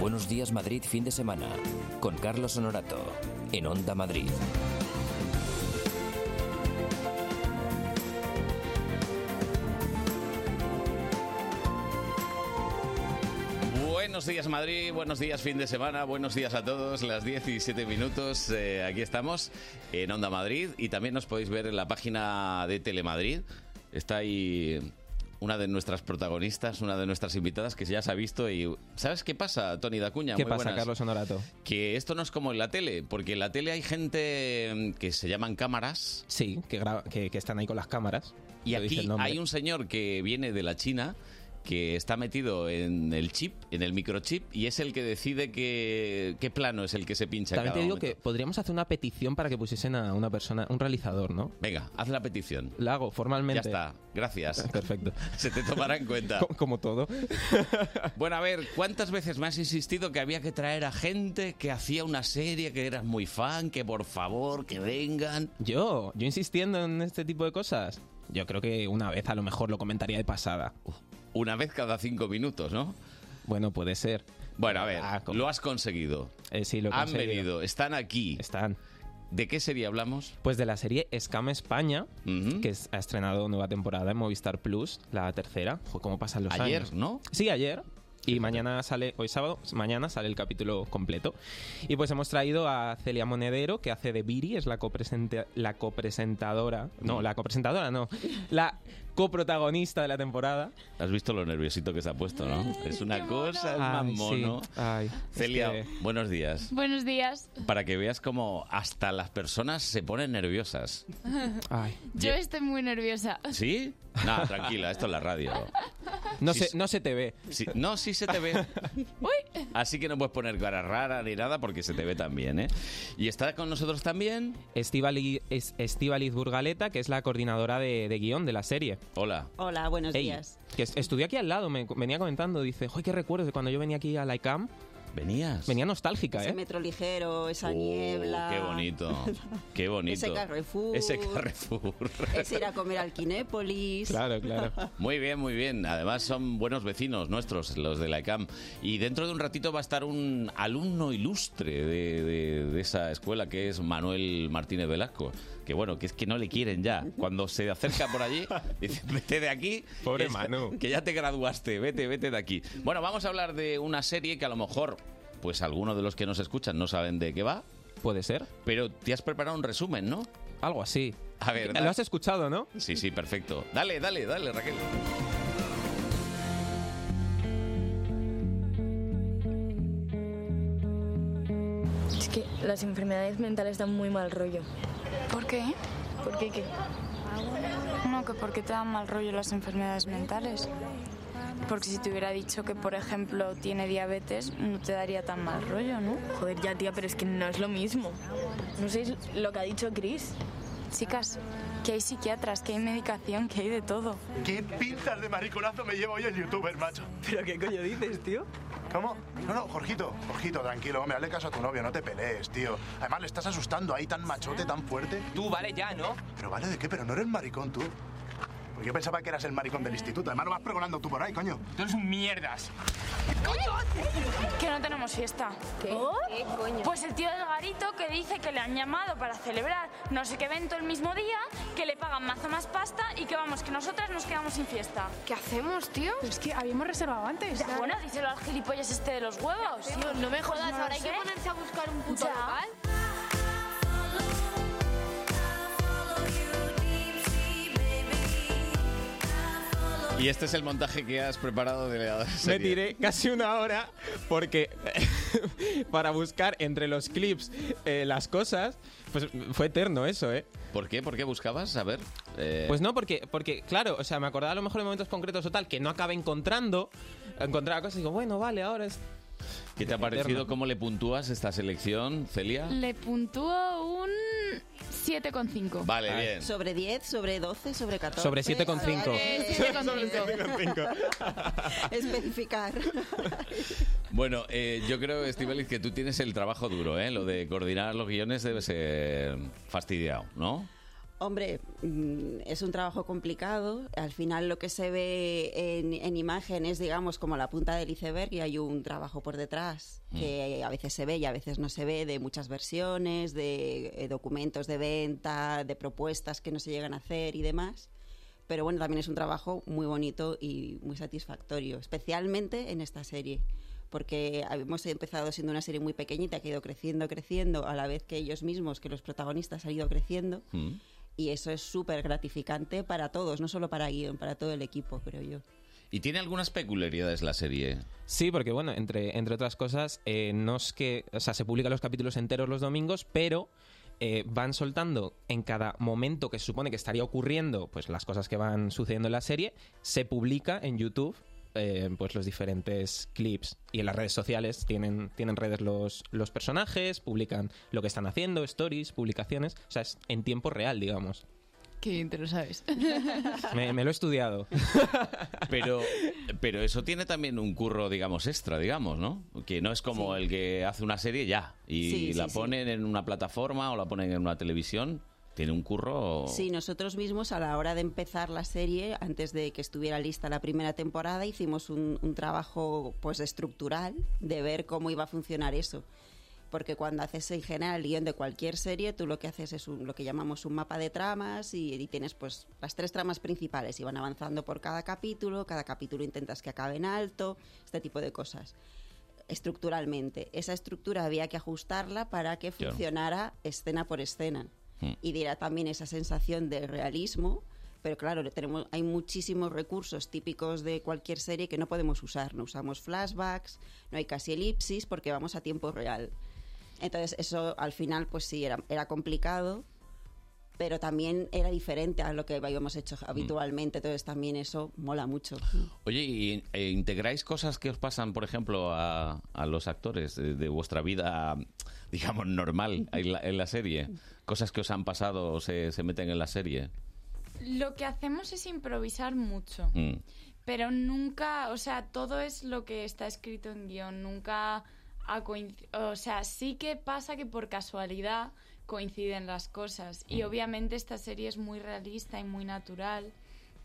Speaker 1: Buenos días Madrid fin de semana con Carlos Honorato en Onda Madrid.
Speaker 2: Buenos días Madrid, buenos días fin de semana, buenos días a todos, las 17 minutos, eh, aquí estamos en Onda Madrid y también nos podéis ver en la página de Telemadrid, está ahí una de nuestras protagonistas, una de nuestras invitadas que ya se ha visto y ¿sabes qué pasa, Tony Dacuña?
Speaker 3: ¿Qué
Speaker 2: Muy
Speaker 3: pasa,
Speaker 2: buenas.
Speaker 3: Carlos Honorato?
Speaker 2: Que esto no es como en la tele, porque en la tele hay gente mm, que se llaman cámaras.
Speaker 3: Sí, que, gra- que, que están ahí con las cámaras.
Speaker 2: Y
Speaker 3: Lo dice
Speaker 2: aquí
Speaker 3: el nombre.
Speaker 2: hay un señor que viene de la China que está metido en el chip, en el microchip, y es el que decide qué, qué plano es el que se pincha.
Speaker 3: También te
Speaker 2: cada
Speaker 3: digo
Speaker 2: momento.
Speaker 3: que podríamos hacer una petición para que pusiesen a una persona, un realizador, ¿no?
Speaker 2: Venga, haz la petición.
Speaker 3: La hago
Speaker 2: Ya
Speaker 3: formalmente.
Speaker 2: está, gracias.
Speaker 3: Perfecto.
Speaker 2: Se te tomará en cuenta.
Speaker 3: Co- Como todo.
Speaker 2: Bueno, a ver, ¿cuántas veces me has insistido que había que traer a gente que hacía una serie, que eras muy fan, que por favor, que vengan?
Speaker 3: Yo, yo insistiendo en este tipo de cosas. Yo creo que una vez a lo mejor lo comentaría de pasada.
Speaker 2: Una vez cada cinco minutos, ¿no?
Speaker 3: Bueno, puede ser. Ah, Eh,
Speaker 2: Bueno, a ver, lo has conseguido.
Speaker 3: sí, lo he
Speaker 2: Han
Speaker 3: conseguido.
Speaker 2: venido, están aquí.
Speaker 3: Están.
Speaker 2: ¿De qué serie hablamos?
Speaker 3: Pues de la serie Scam España, que es- ha estrenado nueva temporada en Movistar Plus, la tercera. Joder, ¿Cómo pasan los
Speaker 2: Ayer,
Speaker 3: años?
Speaker 2: ¿no?
Speaker 3: Sí, ayer. Y mañana sale, hoy sábado, mañana sale el capítulo completo. Y pues hemos traído a Celia Monedero, que hace de Viri, es la, copresente- la copresentadora.
Speaker 2: Mm.
Speaker 3: No, la copresentadora no. La coprotagonista de la temporada.
Speaker 2: Has visto lo nerviosito que se ha puesto, ¿no? Es una cosa, es más
Speaker 3: Ay, sí.
Speaker 2: mono.
Speaker 3: Ay,
Speaker 2: Celia,
Speaker 3: es
Speaker 2: buenos días.
Speaker 7: Buenos días.
Speaker 2: Para que veas cómo hasta las personas se ponen nerviosas.
Speaker 7: Yo estoy muy nerviosa.
Speaker 2: ¿Sí? No, tranquila, esto es la radio.
Speaker 3: No, se, no se te ve.
Speaker 2: no, sí se te ve.
Speaker 7: Uy.
Speaker 2: Así que no puedes poner cara rara ni nada porque se te ve también, ¿eh? Y está con nosotros también.
Speaker 3: Estivali- es- Estivaliz Burgaleta, que es la coordinadora de, de guión de la serie.
Speaker 2: Hola.
Speaker 26: Hola, buenos
Speaker 3: Ey,
Speaker 26: días.
Speaker 3: Que es- estudió aquí al lado, me co- venía comentando, dice, ¡ay, qué recuerdos de cuando yo venía aquí a la ICAM!
Speaker 2: ¿Venías?
Speaker 3: Venía nostálgica,
Speaker 26: Ese
Speaker 3: ¿eh?
Speaker 26: metro ligero, esa
Speaker 2: Oh,
Speaker 26: niebla.
Speaker 2: qué bonito. Qué bonito.
Speaker 26: Ese Carrefour.
Speaker 2: Ese Carrefour.
Speaker 26: ese ir a comer al Kinépolis.
Speaker 2: Muy bien, muy bien. Además son buenos vecinos nuestros, los de la ECAM. Y dentro de un ratito va a estar un alumno ilustre de, de- de esa escuela que es Manuel Martínez Velasco. Que bueno, que es que no le quieren ya. Cuando se acerca por allí, dice, vete de aquí.
Speaker 3: Pobre
Speaker 2: que ya-
Speaker 3: Manu.
Speaker 2: Que ya te graduaste, vete, vete de aquí. Bueno, vamos a hablar de una serie que a lo mejor, pues algunos de los que nos escuchan no saben de qué va.
Speaker 3: Puede ser.
Speaker 2: Pero te has preparado un resumen, ¿no?
Speaker 3: Algo así.
Speaker 2: A ver,
Speaker 3: Eh, Lo has escuchado, ¿no?
Speaker 2: Sí, sí, perfecto. Dale, dale, dale, Raquel.
Speaker 27: Es que las enfermedades mentales dan muy mal rollo.
Speaker 7: ¿Por qué?
Speaker 27: ¿Por qué qué?
Speaker 7: No, que porque te dan mal rollo las enfermedades mentales. Porque si te hubiera dicho que, por ejemplo, tiene diabetes, no te daría tan mal rollo, ¿no?
Speaker 27: Joder, ya tía, pero es que no es lo mismo. No sé lo que ha dicho Chris.
Speaker 7: Chicas, que hay psiquiatras, que hay medicación, que hay de todo.
Speaker 28: ¿Qué pintas de mariconazo me llevo hoy el youtuber, macho? ¿Pero qué coño dices, tío? ¿Cómo? No, no, Jorgito, Jorgito, tranquilo, hombre, hazle caso a tu novio, no te pelees, tío. Además, le estás asustando ahí tan machote, tan fuerte. Tú, vale ya, ¿no? ¿Pero vale de qué? Pero no eres maricón, tú. Porque yo pensaba que eras el maricón del instituto. Además, lo vas pregonando tú por ahí, coño. Tú eres un mierdas.
Speaker 7: Que no tenemos fiesta.
Speaker 27: ¿Qué? ¿Qué coño?
Speaker 7: Pues el tío del garito que dice que le han llamado para celebrar no sé qué evento el mismo día, que le pagan mazo más pasta y que vamos, que nosotras nos quedamos sin fiesta.
Speaker 27: ¿Qué hacemos, tío? Es que habíamos reservado antes.
Speaker 7: Bueno, díselo al gilipollas este de los huevos.
Speaker 27: Tío, no me
Speaker 7: Pues
Speaker 27: jodas,
Speaker 7: no lo
Speaker 27: ahora hay que
Speaker 7: sé.
Speaker 27: ponerse a buscar un puto
Speaker 7: Ya.
Speaker 27: local.
Speaker 2: Y este es el montaje que has preparado de la
Speaker 3: Me
Speaker 2: serie.
Speaker 3: tiré casi una hora porque para buscar entre los clips eh, las cosas, pues fue eterno eso, ¿eh?
Speaker 2: ¿Por qué? ¿Por qué buscabas? A ver. eh,
Speaker 3: Pues no, porque, porque claro, o sea, me acordaba a lo mejor de momentos concretos o tal que no acaba encontrando, encontraba cosas y digo, bueno, vale, ahora es...
Speaker 2: ¿Qué te ha
Speaker 3: Eterno.
Speaker 2: parecido? ¿Cómo le puntúas esta selección, Celia?
Speaker 7: Le puntúo un 7,5.
Speaker 2: Vale, bien.
Speaker 26: ¿Sobre 10, sobre 12, sobre 14?
Speaker 2: Sobre 7,5.
Speaker 26: Sobre-
Speaker 7: Sobre
Speaker 26: 7,5. Especificar.
Speaker 2: Bueno, eh, yo creo, Estivaliz, que tú tienes el trabajo duro, ¿eh? Lo de coordinar los guiones debe ser fastidiado, ¿no?
Speaker 26: Hombre, mm, es un trabajo complicado. Al final lo que se ve en, en imagen es, digamos, como la punta del iceberg y hay un trabajo por detrás que a veces se ve y a veces no se ve, de muchas versiones, de eh, documentos de venta, de propuestas que no se llegan a hacer y demás. Pero bueno, también es un trabajo muy bonito y muy satisfactorio, especialmente en esta serie. Porque hemos empezado siendo una serie muy pequeñita que ha ido creciendo, creciendo, a la vez que ellos mismos, que los protagonistas, han ido creciendo.
Speaker 2: Mm,
Speaker 26: Y eso es súper gratificante para todos, no solo para Guión, para todo el equipo, creo yo.
Speaker 2: Y tiene algunas peculiaridades la serie.
Speaker 3: Sí, porque bueno, entre, entre otras cosas, eh, no es que, o sea, se publican los capítulos enteros los domingos, pero eh, van soltando en cada momento que se supone que estaría ocurriendo, pues las cosas que van sucediendo en la serie, se publica en YouTube. eh, pues los diferentes clips y en las redes sociales tienen, tienen redes los, los personajes, publican lo que están haciendo, stories, publicaciones, o sea, es en tiempo real, digamos.
Speaker 7: Qué te lo sabes.
Speaker 3: Me, me lo he estudiado.
Speaker 2: Pero, pero eso tiene también un curro, digamos, extra, digamos, ¿no? Que no es como el que hace una serie ya y
Speaker 26: Sí, sí,
Speaker 2: la
Speaker 26: sí.
Speaker 2: ponen en una plataforma o la ponen en una televisión. Tiene un curro.
Speaker 26: Sí, nosotros mismos a la hora de empezar la serie, antes de que estuviera lista la primera temporada, hicimos un, un trabajo pues estructural de ver cómo iba a funcionar eso. Porque cuando haces en general el guión de cualquier serie, tú lo que haces es un- lo que llamamos un mapa de tramas y, y tienes pues las tres tramas principales y van avanzando por cada capítulo, cada capítulo intentas que acabe en alto, este tipo de cosas estructuralmente. Esa estructura había que ajustarla para que
Speaker 4: Claro.
Speaker 26: funcionara escena por escena
Speaker 4: Hmm.
Speaker 26: y diera también esa sensación de realismo. Pero claro, le tenemos, hay muchísimos recursos típicos de cualquier serie que no podemos usar. No usamos flashbacks, no hay casi elipsis porque vamos a tiempo real. Entonces eso al final pues sí, era, era complicado, pero también era diferente a lo que habíamos hecho
Speaker 2: Mm.
Speaker 26: habitualmente. Entonces también eso mola mucho.
Speaker 2: Oye, ¿y eh, integráis cosas que os pasan, por ejemplo, a, a los actores eh, de, vuestra vida, digamos, normal en la, en la serie? Cosas que os han pasado o se, se meten en la serie.
Speaker 7: Lo que hacemos es improvisar mucho.
Speaker 2: Mm.
Speaker 7: Pero nunca, o sea, todo es lo que está escrito en guión, nunca... ha coinc- O sea, sí que pasa que por casualidad coinciden las cosas. Y
Speaker 9: Mm.
Speaker 7: obviamente esta serie es muy realista y muy natural.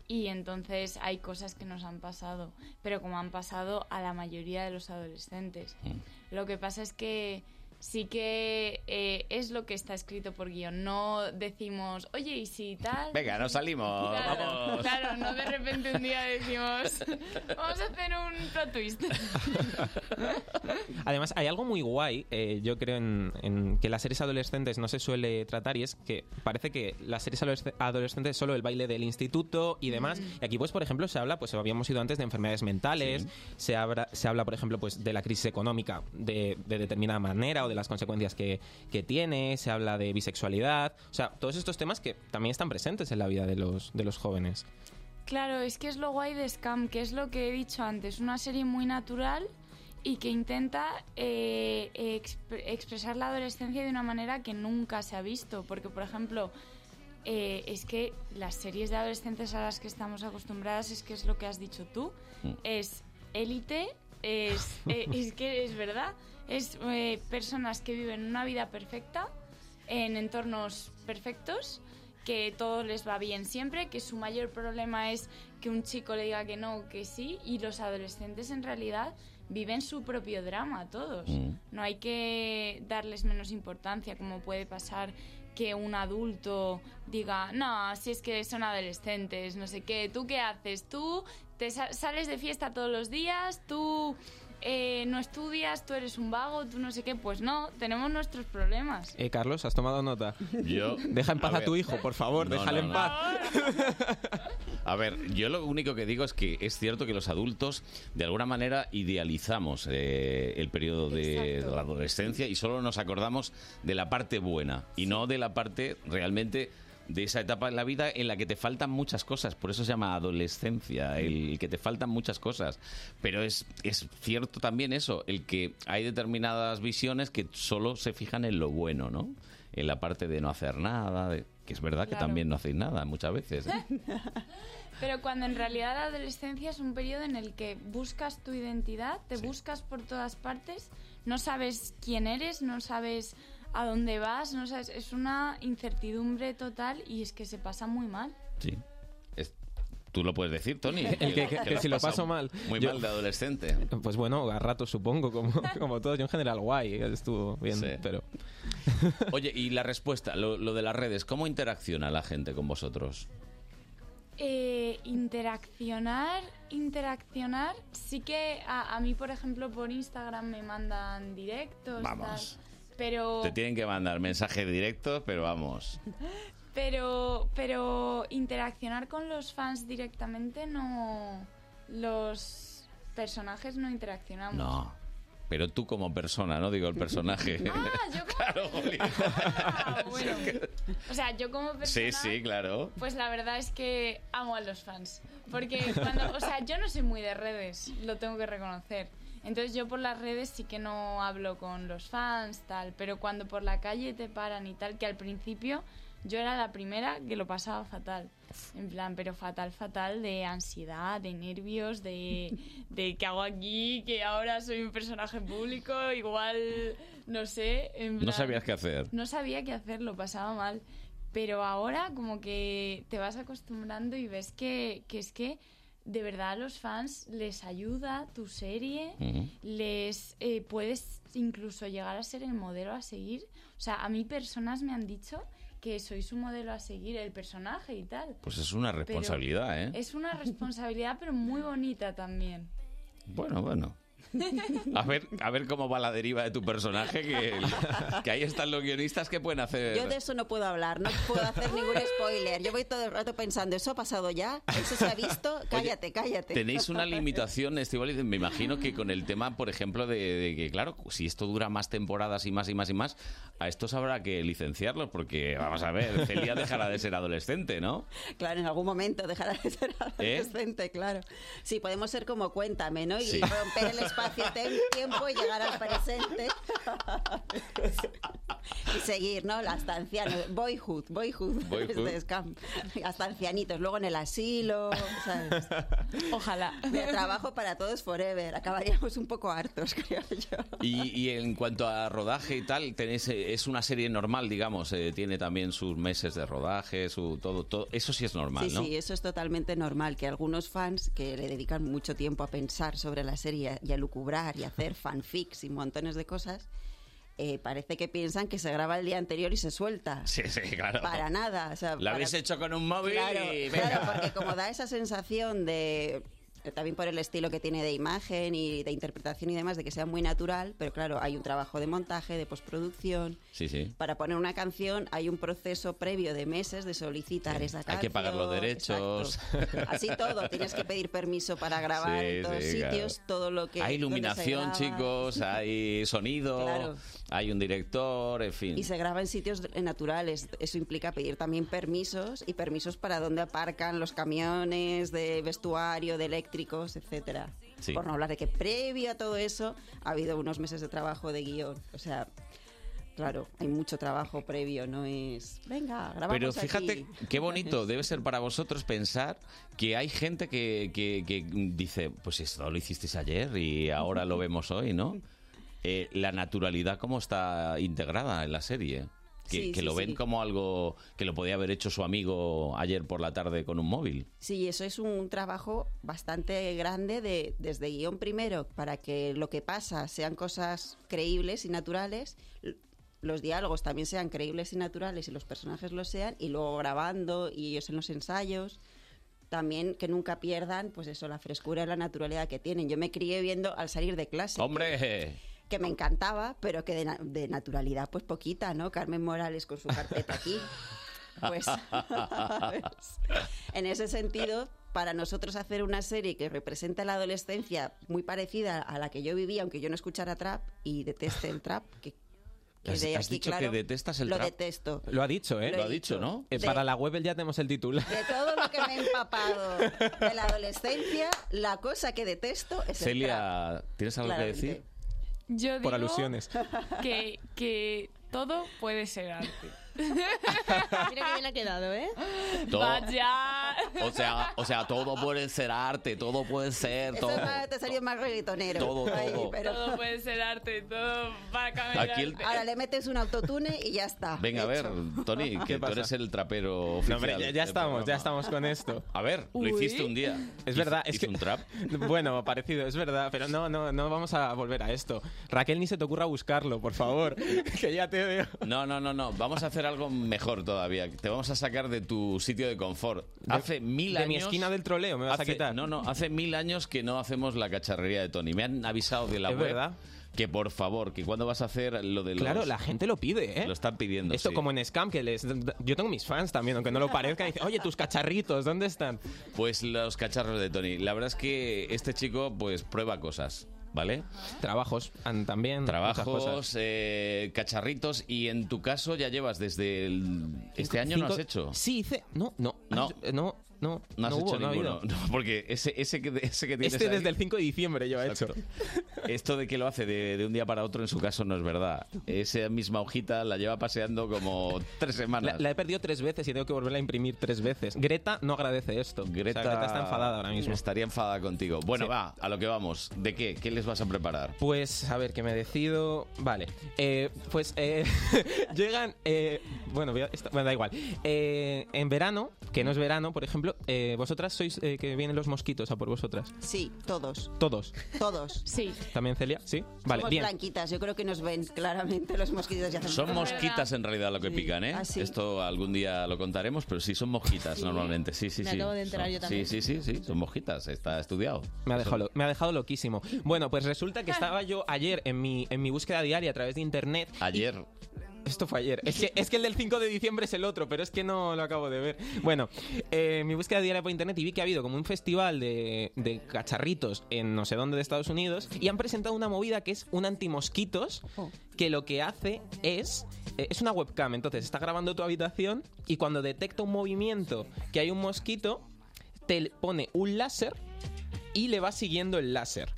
Speaker 7: Y entonces hay cosas que nos han pasado, pero como han pasado a la mayoría de los adolescentes. Lo que pasa es que sí que eh, es lo que está escrito por guión. No decimos, oye, y si tal...
Speaker 2: Venga, nos salimos,
Speaker 7: Claro,
Speaker 2: vamos.
Speaker 7: claro, no de repente un día decimos, vamos a hacer un plot twist.
Speaker 3: Además, hay algo muy guay, eh, yo creo, en, en que las series adolescentes no se suele tratar y es que parece que las series adolesc- adolescentes es solo el baile del instituto y
Speaker 2: Mm.
Speaker 3: demás. Y aquí, pues, por ejemplo, se habla, pues habíamos ido antes de enfermedades mentales, se, habla, se habla, por ejemplo, pues de la crisis económica de, de determinada manera o de las consecuencias que, que tiene, se habla de bisexualidad, o sea, todos estos temas que también están presentes en la vida de los, de los jóvenes.
Speaker 7: Claro, es que es lo guay de Scam, que es lo que he dicho antes, una serie muy natural y que intenta eh, expre- expresar la adolescencia de una manera que nunca se ha visto, porque por ejemplo, eh, es que las series de adolescentes a las que estamos acostumbradas es que es lo que has dicho tú,
Speaker 13: Mm.
Speaker 7: es élite, es, eh, es que es verdad, es eh, personas que viven una vida perfecta, en entornos perfectos, que todo les va bien siempre, que su mayor problema es que un chico le diga que no o que sí, y los adolescentes en realidad viven su propio drama todos. No hay que darles menos importancia, como puede pasar que un adulto diga, no, si es que son adolescentes, no sé qué, ¿tú qué haces? Tú te sa- sales de fiesta todos los días, tú eh, no estudias, tú eres un vago, tú no sé qué, pues no, tenemos nuestros problemas.
Speaker 3: Eh, Carlos, ¿has tomado nota?
Speaker 2: Yo-
Speaker 3: Deja en
Speaker 2: a
Speaker 3: paz a,
Speaker 2: ver.
Speaker 3: tu hijo, por favor,
Speaker 2: No,
Speaker 3: déjale
Speaker 2: no,
Speaker 3: en
Speaker 2: no.
Speaker 3: paz.
Speaker 2: A ver, yo lo único que digo es que es cierto que los adultos de alguna manera idealizamos eh, el periodo de la adolescencia y solo nos acordamos de la parte buena y no de la parte realmente de esa etapa en la vida en la que te faltan muchas cosas, por eso se llama adolescencia, el que te faltan muchas cosas, pero es, es cierto también eso, el que hay determinadas visiones que solo se fijan en lo bueno, ¿no? En la parte de no hacer nada, de- que es verdad que
Speaker 7: Claro.
Speaker 2: también no hacéis nada muchas veces. ¿eh?
Speaker 7: Pero cuando en realidad la adolescencia es un periodo en el que buscas tu identidad, te buscas por todas partes, no sabes quién eres, no sabes a dónde vas, no sabes, es una incertidumbre total y es que se pasa muy mal.
Speaker 2: Sí. Es- tú lo puedes decir, Tony.
Speaker 3: El que- que- que
Speaker 2: lo has
Speaker 3: si lo
Speaker 2: pasado
Speaker 3: paso mal.
Speaker 2: Muy
Speaker 3: Yo-
Speaker 2: mal de adolescente.
Speaker 3: Pues bueno, a ratos supongo, como, como todos. Yo en general guay, estuvo bien, pero...
Speaker 2: Oye, y la respuesta, lo, lo de las redes, ¿cómo interacciona la gente con vosotros?
Speaker 7: Eh, interaccionar, interaccionar, sí que a, a mí, por ejemplo, por Instagram me mandan directos,
Speaker 2: Vamos.
Speaker 7: tal, pero...
Speaker 2: Te tienen que mandar mensajes directos, pero vamos.
Speaker 7: Pero, pero interaccionar con los fans directamente no. Los personajes no interaccionamos.
Speaker 2: No. Pero tú como persona, no digo el personaje.
Speaker 7: Ah, yo como. Ah, bueno. O sea, yo como persona.
Speaker 2: sí, sí, claro.
Speaker 7: Pues la verdad es que amo a los fans. Porque cuando. O sea, yo no soy muy de redes, lo tengo que reconocer. Entonces yo por las redes sí que no hablo con los fans, tal. Pero cuando por la calle te paran y tal, que al principio yo era la primera que lo pasaba fatal. En plan, pero fatal, fatal, de ansiedad, de nervios, de, de qué hago aquí, que ahora soy un personaje público, igual, no sé. en
Speaker 2: No
Speaker 7: plan-
Speaker 2: sabías qué hacer.
Speaker 7: no sabía qué hacer, lo pasaba mal. Pero ahora como que te vas acostumbrando y ves que, que es que de verdad a los fans les ayuda tu serie,
Speaker 4: Ujú.
Speaker 2: mm.
Speaker 7: les eh, puedes incluso llegar a ser el modelo a seguir. O sea, a mí personas me han dicho que soy su modelo a seguir, el personaje y tal.
Speaker 2: Pues es una
Speaker 7: Pero
Speaker 2: responsabilidad, ¿eh?
Speaker 7: Es una responsabilidad, pero muy bonita también.
Speaker 2: Bueno, bueno. A ver, a ver cómo va la deriva de tu personaje, que, que ahí están los guionistas que pueden hacer.
Speaker 26: Yo de eso no puedo hablar, no puedo hacer ningún spoiler. Yo voy todo el rato pensando, ¿eso ha pasado ya? ¿Eso se ha visto? Cállate, cállate.
Speaker 2: Tenéis una limitación, Estivaliz. Me imagino que con el tema, por ejemplo, de, de que, claro, si esto dura más temporadas y más y más y más, a estos habrá que licenciarlos, porque, vamos a ver, Celia dejará de ser adolescente, ¿no?
Speaker 26: Claro, en algún momento dejará de ser
Speaker 2: ¿Eh?
Speaker 26: adolescente, claro. Sí, podemos ser como cuéntame, ¿no? Y
Speaker 2: Sí.
Speaker 26: romper el espacio-tiempo y llegar al presente. y seguir, ¿no? Hasta ancianos. Boyhood, boyhood.
Speaker 2: Boyhood.
Speaker 26: Este es camp. Hasta ancianitos. Luego en el asilo, ¿sabes?
Speaker 7: Ojalá.
Speaker 26: De trabajo para todos forever. Acabaríamos un poco hartos, creo yo.
Speaker 2: Y, y en cuanto a rodaje y tal, tenéis, eh, es una serie normal, digamos, eh, tiene también sus meses de rodaje, su todo, todo. Eso sí es normal,
Speaker 26: sí,
Speaker 2: ¿no?
Speaker 26: sí, eso es totalmente normal, que algunos fans que le dedican mucho tiempo a pensar sobre la serie y a lucubrar y a hacer fanfics y montones de cosas, eh, parece que piensan que se graba el día anterior y se suelta.
Speaker 2: Sí, sí, claro.
Speaker 26: Para nada. o sea,
Speaker 2: Lo
Speaker 26: para-
Speaker 2: habéis hecho con un móvil
Speaker 26: Claro,
Speaker 2: y venga.
Speaker 26: claro, porque como da esa sensación de también por el estilo que tiene de imagen y de interpretación y demás, de que sea muy natural, pero claro, hay un trabajo de montaje, de postproducción.
Speaker 2: Sí, sí.
Speaker 26: Para poner una canción hay un proceso previo de meses de solicitar esa canción.
Speaker 2: Hay que pagar los derechos.
Speaker 26: Así todo, tienes que pedir permiso para grabar
Speaker 2: Sí,
Speaker 26: en todos
Speaker 2: sí, claro.
Speaker 26: sitios, todo lo que...
Speaker 2: hay
Speaker 26: donde se
Speaker 2: iluminación,
Speaker 26: graba.
Speaker 2: chicos, hay sonido,
Speaker 26: Claro.
Speaker 2: hay un director, en fin.
Speaker 26: Y se graba en sitios eh, naturales. Eso implica pedir también permisos y permisos para dónde aparcan los camiones, de vestuario, de eléctricos, etcétera.
Speaker 2: Sí.
Speaker 26: Por no hablar de que previo a todo eso ha habido unos meses de trabajo de guión. O sea, claro, hay mucho trabajo previo, no es. Venga, grabamos
Speaker 2: Pero fíjate
Speaker 26: pues aquí".
Speaker 2: qué bonito debe ser para vosotros pensar que hay gente que, que- que dice, pues esto lo hicisteis ayer y ahora lo vemos hoy, ¿no? Eh, la naturalidad como está integrada en la serie. Que,
Speaker 26: Sí,
Speaker 2: que
Speaker 26: sí,
Speaker 2: lo ven
Speaker 26: sí.
Speaker 2: como algo que lo podía haber hecho su amigo ayer por la tarde con un móvil.
Speaker 26: Sí, eso es un trabajo bastante grande de, desde guión primero, para que lo que pasa sean cosas creíbles y naturales, l- los diálogos también sean creíbles y naturales y los personajes lo sean, y luego grabando y ellos en los ensayos. También que nunca pierdan, pues eso, la frescura y la naturalidad que tienen. Yo me crié viendo al salir de clase.
Speaker 2: ¡Hombre!
Speaker 26: que me encantaba, pero que de, na- de naturalidad pues poquita, ¿no? Carmen Morales con su carpeta aquí. Pues, en ese sentido, para nosotros hacer una serie que representa la adolescencia muy parecida a la que yo vivía, aunque yo no escuchara trap y deteste el trap, que, que
Speaker 2: Has,
Speaker 26: de
Speaker 2: has
Speaker 26: aquí,
Speaker 2: dicho
Speaker 26: claro,
Speaker 2: que detestas el
Speaker 26: lo
Speaker 2: trap.
Speaker 26: detesto.
Speaker 3: Lo ha dicho, ¿eh?
Speaker 26: Lo he Lo ha dicho, dicho.
Speaker 3: ¿no?
Speaker 26: De-
Speaker 3: para la web ya tenemos el título.
Speaker 26: De todo lo que me he empapado de la adolescencia, la cosa que detesto es el trap.
Speaker 2: Celia, ¿tienes algo
Speaker 26: Claramente.
Speaker 2: que decir?
Speaker 7: Yo digo
Speaker 2: Por alusiones.
Speaker 7: Que, que todo puede ser arte.
Speaker 4: Mira que bien ha quedado, ¿eh?
Speaker 2: Todo.
Speaker 7: Vaya.
Speaker 2: O sea, o sea, todo puede ser arte, todo puede ser,
Speaker 26: Eso
Speaker 2: todo.
Speaker 26: es más- te salió más reggaetonero.
Speaker 2: Todo,
Speaker 26: Ahí,
Speaker 2: todo.
Speaker 26: pero-
Speaker 7: Todo puede ser arte, todo va a caminar.
Speaker 2: Aquí el-
Speaker 26: Ahora le metes un autotune y ya está.
Speaker 2: Venga, a ver,
Speaker 26: hecho.
Speaker 2: Tony, que tú
Speaker 3: pasa?
Speaker 2: eres el trapero oficial.
Speaker 3: No, hombre, ya, ya
Speaker 2: del
Speaker 3: estamos, ya
Speaker 2: programa.
Speaker 3: estamos con esto.
Speaker 2: A ver, lo hiciste un día.
Speaker 3: Es verdad,
Speaker 2: Hice-
Speaker 3: es que
Speaker 2: hice un trap.
Speaker 3: Bueno, parecido, es verdad, pero no, no, no vamos a volver a esto. Raquel, ni se te ocurra buscarlo, por favor, que ya te veo.
Speaker 2: No, no, no, no. Vamos a hacer algo mejor todavía. Te vamos a sacar de tu sitio de confort. Hace mil
Speaker 3: de
Speaker 2: años.
Speaker 3: mi esquina del troleo, me vas
Speaker 2: hace-
Speaker 3: a quitar.
Speaker 2: No, no, hace mil años que no hacemos la cacharrería de Tony. Me han avisado de la
Speaker 3: Es
Speaker 2: web
Speaker 3: verdad.
Speaker 2: que por favor, que cuando vas a hacer lo de los.
Speaker 3: Claro, la gente lo pide, ¿eh?
Speaker 2: Lo están pidiendo.
Speaker 3: Esto
Speaker 2: sí.
Speaker 3: como en Scam, que les... Yo tengo mis fans también, aunque no lo parezca, y dicen, oye, tus cacharritos, ¿dónde están?
Speaker 2: Pues los cacharros de Tony. La verdad es que este chico, pues prueba cosas, ¿vale?
Speaker 3: Trabajos an- también. muchas
Speaker 2: Trabajos,
Speaker 3: cosas.
Speaker 2: eh, cacharritos, y en tu caso ya llevas desde el- este año no
Speaker 3: Cinco-
Speaker 2: has hecho.
Speaker 3: Sí, hice... No, no.
Speaker 2: No.
Speaker 3: eh, No, no.
Speaker 2: No has
Speaker 3: hubo,
Speaker 2: hecho
Speaker 3: no ha habido.
Speaker 2: ninguno. No, porque ese, ese, que, ese que tienes
Speaker 3: Este
Speaker 2: ahí-
Speaker 3: desde el 5 de diciembre yo he hecho.
Speaker 2: Esto de que lo hace de, de un día para otro, en su caso, no es verdad. Esa misma hojita la lleva paseando como tres semanas.
Speaker 3: La, la he perdido tres veces y tengo que volverla a imprimir tres veces. Greta no agradece esto. O sea, Greta, está enfadada ahora mismo.
Speaker 2: Estaría enfadada contigo. Bueno,
Speaker 3: Sí.
Speaker 2: va, a lo que vamos. ¿De qué? ¿Qué les vas a preparar?
Speaker 3: Pues a ver, que me decido. Vale. Eh, pues eh, llegan. eh, bueno, voy a- esta- bueno, da igual. Eh, en verano, que no es verano, por ejemplo, eh, vosotras sois eh, que vienen los mosquitos a por vosotras.
Speaker 26: Sí, todos.
Speaker 3: Todos.
Speaker 26: Todos.
Speaker 7: Sí.
Speaker 3: ¿También Celia? Sí. Vale,
Speaker 26: Somos
Speaker 3: bien.
Speaker 26: blanquitas, yo creo que nos ven claramente los mosquitos. Y hacen-
Speaker 2: Son mosquitas en realidad lo que pican,
Speaker 4: ah,
Speaker 2: ¿eh?
Speaker 26: así.
Speaker 2: Esto algún día lo contaremos, pero sí son mosquitas normalmente. Sí, sí,
Speaker 4: Me
Speaker 2: sí.
Speaker 4: acabo de enterar
Speaker 2: Son-
Speaker 4: yo también.
Speaker 2: Sí, sí, sí, sí, son mosquitas, está estudiado.
Speaker 3: Me ha, dejado, lo- me ha dejado loquísimo. Bueno, pues resulta que estaba yo ayer en mi, en mi búsqueda diaria a través de internet.
Speaker 2: Ayer.
Speaker 3: Esto fue ayer. Es que, es que el del 5 de diciembre es el otro, pero es que no lo acabo de ver. Bueno, eh, mi búsqueda diaria por internet y vi que ha habido como un festival de, de cacharritos en no sé dónde de Estados Unidos y han presentado una movida que es un antimosquitos que lo que hace es... eh, Es una webcam, entonces está grabando tu habitación y cuando detecta un movimiento que hay un mosquito, te pone un láser y le va siguiendo el láser.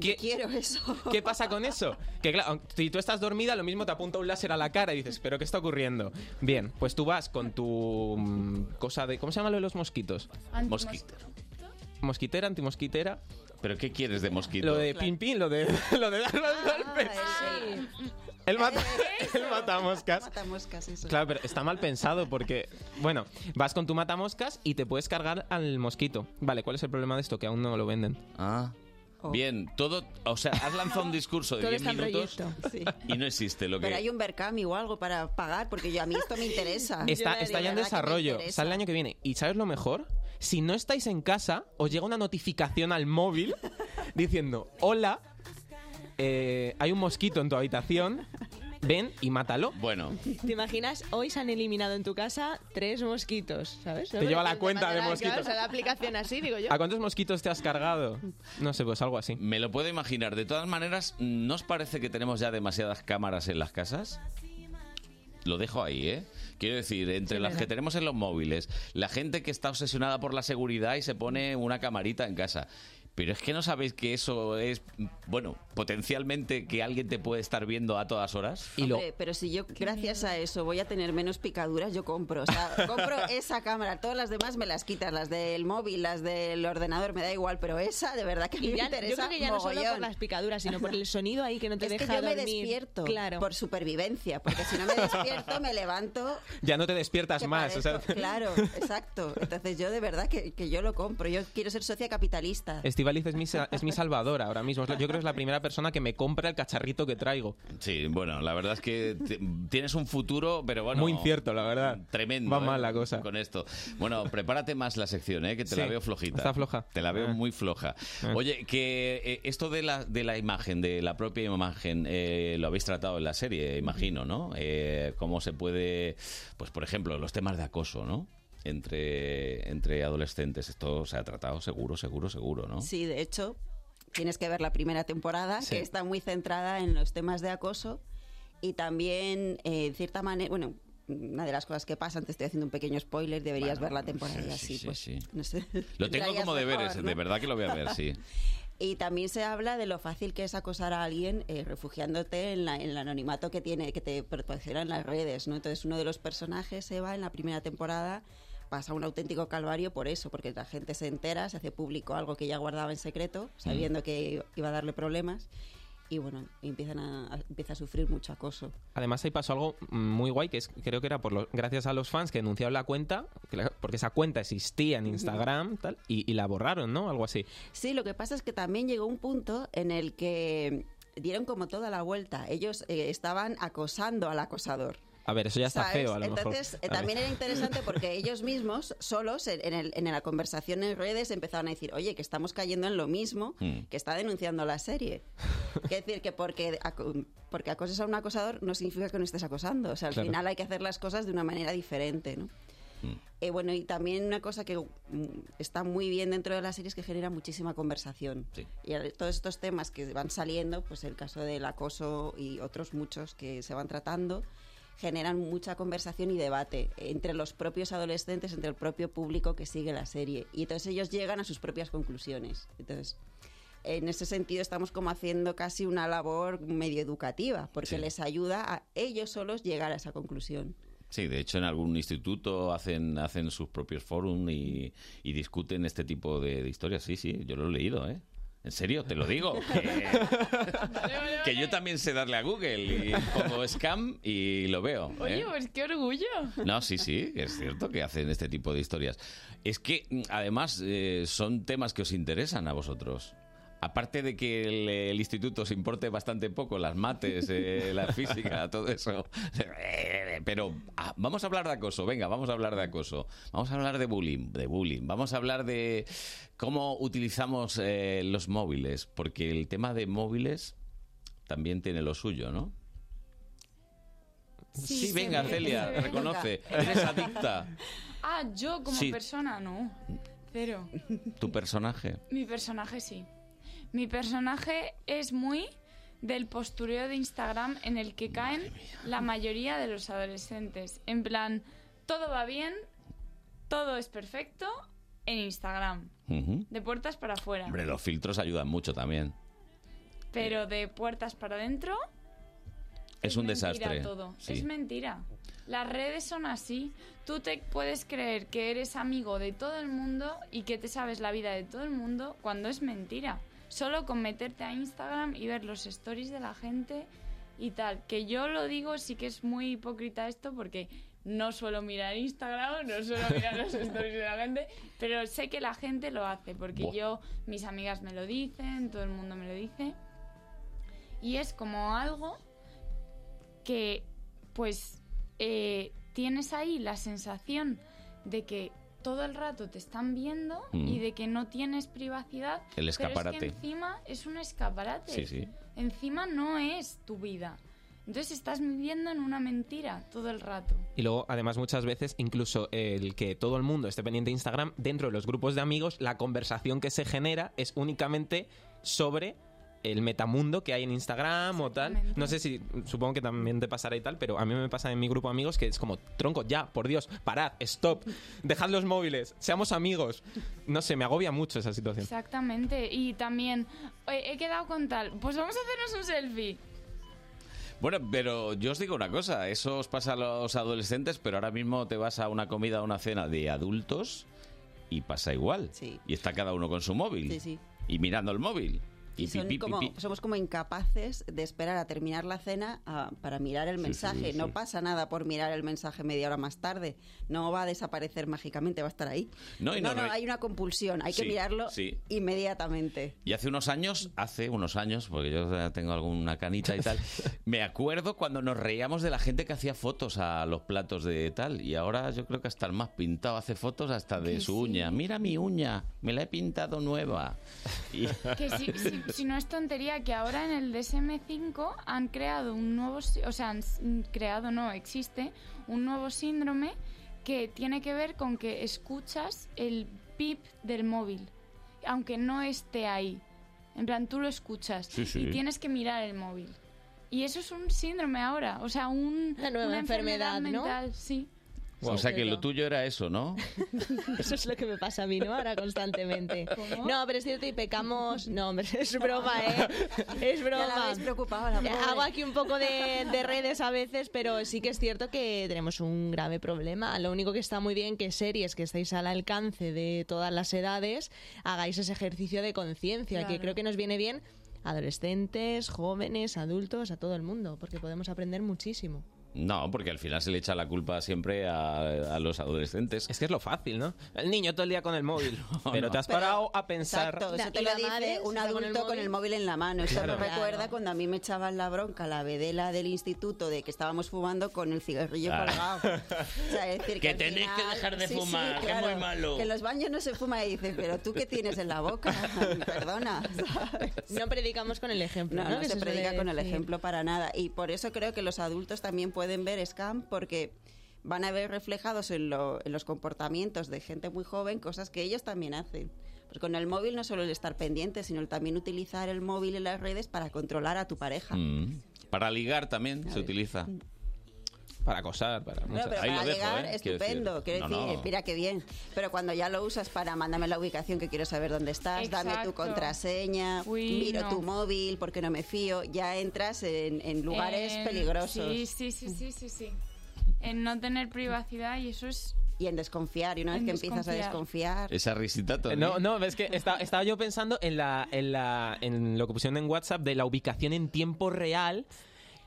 Speaker 3: ¿Qué,
Speaker 26: quiero eso.
Speaker 3: ¿Qué pasa con eso? Que claro, si tú estás dormida, lo mismo te apunta un láser a la cara y dices, ¿pero qué está ocurriendo? Bien, pues tú vas con tu mm, cosa de. ¿Cómo se llama lo de los mosquitos?
Speaker 2: Mosquito.
Speaker 3: Mosquitera, antimosquitera.
Speaker 2: ¿Pero qué quieres de mosquito?
Speaker 3: Lo de pin pin, lo de, lo de dar los golpes.
Speaker 26: Ah.
Speaker 3: El, mata, el matamoscas.
Speaker 26: Matamoscas, eso.
Speaker 3: Claro, pero está mal pensado porque, bueno, vas con tu matamoscas y te puedes cargar al mosquito. Vale, ¿cuál es el problema de esto? Que aún no lo venden.
Speaker 2: Ah.
Speaker 26: Oh.
Speaker 2: Bien, todo, o sea, has lanzado un discurso de
Speaker 26: Todo
Speaker 2: 10
Speaker 26: está en
Speaker 2: minutos
Speaker 26: proyecto, sí.
Speaker 2: y no existe lo que
Speaker 26: Pero hay un Berkami o algo para pagar, porque yo a mí esto me interesa.
Speaker 3: Está,
Speaker 26: Yo de
Speaker 3: está ya en
Speaker 26: verdad que me
Speaker 3: desarrollo.
Speaker 26: interesa.
Speaker 3: Sale el año que viene. ¿Y sabes lo mejor? Si no estáis en casa, os llega una notificación al móvil diciendo, hola, eh, hay un mosquito en tu habitación, ven y mátalo.
Speaker 2: Bueno,
Speaker 4: ¿Te imaginas? Hoy se han eliminado en tu casa tres mosquitos, ¿sabes?
Speaker 3: Te lleva la cuenta de
Speaker 4: mandarán,
Speaker 3: mosquitos. Ah,
Speaker 4: claro, o sea, la aplicación así, digo yo.
Speaker 3: ¿A cuántos mosquitos te has cargado? No sé, pues algo así.
Speaker 2: me lo puedo imaginar. De todas maneras, ¿no os parece que tenemos ya demasiadas cámaras en las casas? Lo dejo ahí, ¿eh? Quiero decir, entre
Speaker 9: Sí,
Speaker 2: las
Speaker 9: verdad.
Speaker 2: que tenemos en los móviles, la gente que está obsesionada por la seguridad y se pone una camarita en casa. Pero es que no sabéis que eso es, bueno, potencialmente que alguien te puede estar viendo a todas horas.
Speaker 26: Hombre, pero si yo, gracias a eso, voy a tener menos picaduras, yo compro. O sea, compro esa cámara. Todas las demás me las quitas, las del móvil, las del ordenador, me da igual. Pero esa, de verdad que a mí
Speaker 4: Y
Speaker 26: me
Speaker 4: ya-
Speaker 26: interesa
Speaker 4: yo creo que ya no solo por
Speaker 26: mogollón.
Speaker 4: las picaduras, sino por el sonido ahí que no te
Speaker 26: es
Speaker 4: deja
Speaker 26: que yo me
Speaker 4: dormir.
Speaker 26: despierto
Speaker 4: Claro.
Speaker 26: por supervivencia, porque si no me despierto, me levanto.
Speaker 3: Ya no te despiertas
Speaker 26: que
Speaker 3: más. o sea-
Speaker 26: parezco- Claro, exacto. Entonces yo de verdad que, que yo lo compro. Yo quiero ser socia capitalista.
Speaker 3: Estivaliz es mi, sa- es mi salvadora ahora mismo. Es la- Yo creo que es la primera persona que me compra el cacharrito que traigo.
Speaker 2: Sí, bueno, la verdad es que te- tienes un futuro, pero bueno.
Speaker 3: Muy incierto,
Speaker 2: la verdad. Tremendo.
Speaker 3: Va
Speaker 2: ¿eh?
Speaker 3: mal la cosa.
Speaker 2: Con esto. Bueno, prepárate más la sección, ¿eh? que te la
Speaker 3: Sí,
Speaker 2: veo flojita.
Speaker 3: está floja.
Speaker 2: Te la veo
Speaker 3: Ah.
Speaker 2: muy floja.
Speaker 3: Ah.
Speaker 2: Oye, que eh, esto de la, de la imagen, de la propia imagen, eh, lo habéis tratado en la serie, imagino, ¿no? Eh, cómo se puede, pues por ejemplo, los temas de acoso, ¿no? Entre, entre adolescentes, esto se ha tratado seguro, seguro, seguro, ¿no?
Speaker 26: Sí, de hecho, tienes que ver la primera temporada,
Speaker 2: Sí.
Speaker 26: que está muy centrada en los temas de acoso y también, eh, en cierta manera, bueno, una de las cosas que pasan, te estoy haciendo un pequeño spoiler, deberías ver la temporada y
Speaker 2: sí,
Speaker 26: así,
Speaker 2: sí,
Speaker 26: pues,
Speaker 2: sí.
Speaker 26: no sé.
Speaker 2: Lo tengo
Speaker 26: entrarías
Speaker 2: como deberes,
Speaker 26: mejor, ¿no?
Speaker 2: de verdad que lo voy a ver, sí.
Speaker 26: Y también se habla de lo fácil que es acosar a alguien eh, refugiándote en, la- en el anonimato que tiene, que te proporcionan las redes, ¿no? Entonces uno de los personajes, Eva, en la primera temporada pasa un auténtico calvario por eso, porque la gente se entera, se hace público algo que ya guardaba en secreto, sabiendo que iba a darle problemas, y bueno, empiezan a, a- empieza a sufrir mucho acoso.
Speaker 3: Además ahí pasó algo muy guay que es, creo que era por los, gracias a los fans que denunciaron la cuenta, que la- porque esa cuenta existía en Instagram tal, y, y la borraron, ¿no? Algo así.
Speaker 26: Sí, lo que pasa es que también llegó un punto en el que dieron como toda la vuelta. Ellos eh, estaban acosando al acosador.
Speaker 3: A ver, eso ya está
Speaker 26: ¿Sabes?
Speaker 3: feo a lo
Speaker 26: Entonces,
Speaker 3: mejor.
Speaker 26: eh,
Speaker 3: A ver.
Speaker 26: también era interesante porque ellos mismos, solos, en, en el- en la conversación en redes, empezaban a decir, oye, que estamos cayendo en lo mismo
Speaker 2: Mm.
Speaker 26: que está denunciando la serie. Es decir, que porque, aco- porque acoses a un acosador no significa que no estés acosando. O sea, al
Speaker 2: Claro.
Speaker 26: final hay que hacer las cosas de una manera diferente, ¿no? Eh, bueno, y también una cosa que mm, está muy bien dentro de la serie es que genera muchísima conversación. Y al- todos estos temas que van saliendo, pues el caso del acoso y otros muchos que se van tratando, generan mucha conversación y debate entre los propios adolescentes, entre el propio público que sigue la serie. Y entonces ellos llegan a sus propias conclusiones. Entonces, en ese sentido estamos como haciendo casi una labor medio educativa, porque
Speaker 2: Sí.
Speaker 26: les ayuda a ellos solos llegar a esa conclusión.
Speaker 2: Sí, de hecho en algún instituto hacen, hacen sus propios foros y, y discuten este tipo de, de historias. Sí, sí, yo lo he leído, ¿eh? En serio, te lo digo. Que, que yo también sé darle a Google y pongo scam y lo veo. ¿eh?
Speaker 7: Oye, pues qué orgullo.
Speaker 2: No, sí, sí, es cierto que hacen este tipo de historias. Es que, mm, además, eh, son temas que os interesan a vosotros. Aparte de que el, el instituto os importe bastante poco, las mates, eh, la física, todo eso. Pero ah, vamos a hablar de acoso, venga, vamos a hablar de acoso. Vamos a hablar de bullying, de bullying. Vamos a hablar de cómo utilizamos eh, los móviles, porque el tema de móviles también tiene lo suyo, ¿no? Sí, venga,
Speaker 7: sí,
Speaker 2: Celia,
Speaker 7: sí.
Speaker 2: reconoce. Eres adicta.
Speaker 7: Ah, yo como
Speaker 2: Sí.
Speaker 7: persona no. Pero
Speaker 2: Tu personaje.
Speaker 7: mi personaje sí. Mi personaje es muy del postureo de Instagram en el que caen la mayoría de los adolescentes. En plan, todo va bien, todo es perfecto en Instagram.
Speaker 2: Ujú.
Speaker 7: De puertas para afuera.
Speaker 2: Hombre, eh. los filtros ayudan mucho también.
Speaker 7: Pero de puertas para adentro,
Speaker 2: Es, un
Speaker 7: mentira
Speaker 2: desastre.
Speaker 7: todo.
Speaker 2: Sí.
Speaker 7: Es mentira. Las redes son así. Tú te puedes creer que eres amigo de todo el mundo y que te sabes la vida de todo el mundo cuando es mentira. Solo con meterte a Instagram y ver los stories de la gente y tal. Que yo lo digo, sí que es muy hipócrita esto porque no suelo mirar Instagram, no suelo mirar los stories de la gente, pero sé que la gente lo hace porque
Speaker 9: Buah.
Speaker 7: yo, mis amigas me lo dicen, todo el mundo me lo dice. Y es como algo que pues eh, tienes ahí la sensación de que todo el rato te están viendo
Speaker 2: Mm.
Speaker 7: y de que no tienes privacidad.
Speaker 2: El
Speaker 7: pero es que
Speaker 2: escaparate.
Speaker 7: encima es un escaparate.
Speaker 2: Sí, sí.
Speaker 7: Encima no es tu vida. Entonces estás viviendo en una mentira todo el rato.
Speaker 3: Y luego, además, muchas veces, incluso el que todo el mundo esté pendiente de Instagram, dentro de los grupos de amigos, la conversación que se genera es únicamente sobre el metamundo que hay en Instagram o tal. No sé si, supongo que también te pasará y tal, pero a mí me pasa en mi grupo de amigos que es como, tronco, ya, por Dios, parad, stop, dejad los móviles, seamos amigos. No sé, me agobia mucho esa situación.
Speaker 7: Exactamente. Y también "Oye, he quedado con tal. Pues vamos a hacernos un selfie.
Speaker 2: Bueno, pero yo os digo una cosa, eso os pasa a los adolescentes, pero ahora mismo te vas a una comida, a una cena de adultos y pasa igual. Y está cada uno con su móvil.
Speaker 26: Sí, sí.
Speaker 2: Y mirando el móvil. Y
Speaker 26: son
Speaker 2: pi, pi, pi,
Speaker 26: como-
Speaker 2: pi.
Speaker 26: somos como incapaces de esperar a terminar la cena ah, para mirar el
Speaker 2: Sí,
Speaker 26: mensaje.
Speaker 2: sí,
Speaker 26: no
Speaker 2: sí.
Speaker 26: pasa nada por mirar el mensaje media hora más tarde. No va a desaparecer mágicamente, va a estar ahí.
Speaker 2: No, y
Speaker 26: no,
Speaker 2: no re-
Speaker 26: hay una compulsión. Hay
Speaker 2: Sí,
Speaker 26: que mirarlo
Speaker 2: sí.
Speaker 26: inmediatamente.
Speaker 2: Y hace unos años, hace unos años, porque yo ya tengo alguna canita y tal, me acuerdo cuando nos reíamos de la gente que hacía fotos a los platos de tal. Y ahora yo creo que hasta el más pintado hace fotos hasta de su uña. Mira mi uña, me la he pintado nueva. Y-
Speaker 7: Que si, si- si no es tontería, que ahora en el DSM-5 han creado un nuevo, sí- o sea, han s- mm, creado, no, existe un nuevo síndrome que tiene que ver con que escuchas el pip del móvil, aunque no esté ahí. En plan, tú lo escuchas
Speaker 9: Sí, sí.
Speaker 7: y tienes que mirar el móvil. Y eso es un síndrome ahora, o sea, un,
Speaker 4: Una nueva enfermedad, ¿no?
Speaker 7: mental, sí.
Speaker 2: o sea que lo
Speaker 4: Pero-
Speaker 2: tuyo era eso, ¿no?
Speaker 4: Eso es lo que me pasa a mí, ¿no? Ahora constantemente. No, pero es cierto y pecamos. No, hombre, es broma, ¿eh? Es broma.
Speaker 26: Ya la habéis preocupado, la pobre.
Speaker 4: Eh, Hago aquí un poco de, de redes a veces, pero sí que es cierto que tenemos un grave problema. Lo único que está muy bien que series que estáis al alcance de todas las edades hagáis ese ejercicio de conciencia, que
Speaker 13: Claro.
Speaker 4: creo que nos viene bien a adolescentes, jóvenes, adultos, a todo el mundo, porque podemos aprender muchísimo.
Speaker 2: No, porque al final se le echa la culpa siempre a, a los adolescentes. Es que es lo fácil, ¿no?
Speaker 3: El niño todo el día con el móvil. pero te has
Speaker 2: Pero-
Speaker 3: parado a pensar.
Speaker 26: Exacto, eso
Speaker 4: La-
Speaker 26: te
Speaker 4: y
Speaker 26: lo
Speaker 4: la madre
Speaker 26: dice un
Speaker 4: está con el
Speaker 26: adulto con
Speaker 4: móvil.
Speaker 26: el móvil en la mano. Esto
Speaker 3: Claro.
Speaker 26: me recuerda
Speaker 4: Claro.
Speaker 26: cuando a mí me echaban la bronca la vedela del instituto de que estábamos fumando con el cigarrillo
Speaker 2: Ah.
Speaker 26: colgado. O sea, es decir,
Speaker 2: Que
Speaker 26: al
Speaker 2: tenéis que dejar de fumar, que es muy malo.
Speaker 26: Que en los baños no se fuma y dices, pero tú qué tienes en la boca, perdona.
Speaker 4: No predicamos con el ejemplo.
Speaker 26: No,
Speaker 4: No,
Speaker 26: no,
Speaker 4: Que
Speaker 26: se
Speaker 4: se suele
Speaker 26: predica con el
Speaker 4: decir.
Speaker 26: ejemplo para nada. Y por eso creo que los adultos también pueden ver Scam porque van a ver reflejados en, lo- en los comportamientos de gente muy joven cosas que ellos también hacen. Porque con el móvil no solo el estar pendiente, sino el también utilizar el móvil y las redes para controlar a tu pareja.
Speaker 2: Mm. Para ligar también se utiliza. Para acosar, para
Speaker 26: Mm. No, pero para llegar, estupendo. Quiero decir,
Speaker 2: ¿eh? No, no.
Speaker 26: mira qué bien. Pero cuando ya lo usas para mándame la ubicación que quiero saber dónde estás, dame tu
Speaker 7: Exacto.
Speaker 26: contraseña,
Speaker 7: Uy,
Speaker 26: miro
Speaker 7: no.
Speaker 26: tu móvil porque no me fío, ya entras en, en lugares
Speaker 7: En-
Speaker 26: peligrosos.
Speaker 7: Sí, sí, sí, sí, sí, sí. En no tener privacidad y eso es...
Speaker 26: Y en desconfiar, y una vez
Speaker 7: En
Speaker 26: que empiezas a
Speaker 7: desconfiar.
Speaker 26: desconfiar.
Speaker 2: Esa risita Tony.
Speaker 3: No, no, es que esta- estaba yo pensando en, la, en, la, en lo que pusieron en WhatsApp de la ubicación en tiempo real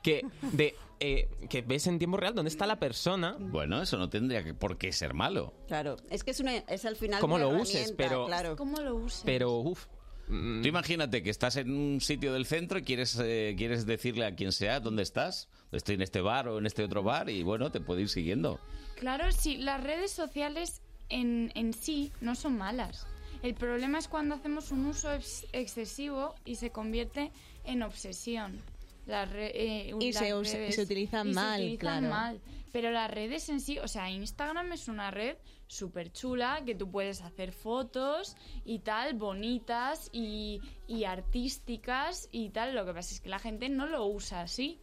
Speaker 3: que, de, eh, que ves en tiempo real dónde está la persona.
Speaker 2: Bueno, eso no tendría que- por qué ser malo.
Speaker 26: Claro, es que es, una, es al final.
Speaker 2: Cómo
Speaker 26: una
Speaker 2: lo uses,
Speaker 26: herramienta,
Speaker 2: pero-
Speaker 26: Claro.
Speaker 7: ¿Cómo lo uses?
Speaker 2: Pero, uff. Tú imagínate que estás en un sitio del centro y quieres, eh, quieres decirle a quien sea dónde estás. Estoy en este bar o en este otro bar y bueno, te puede ir siguiendo.
Speaker 7: Claro, sí, las redes sociales en, en sí no son malas. El problema es cuando hacemos un uso ex- excesivo y se convierte en obsesión. Las re- eh,
Speaker 4: Y
Speaker 7: las
Speaker 4: se us-
Speaker 7: redes-
Speaker 4: se utilizan
Speaker 7: y
Speaker 4: mal,
Speaker 7: se utilizan
Speaker 4: claro.
Speaker 7: mal. Pero las redes en sí, o sea, Instagram es una red súper chula que tú puedes hacer fotos y tal, bonitas y, y artísticas y tal. Lo que pasa es que la gente no lo usa así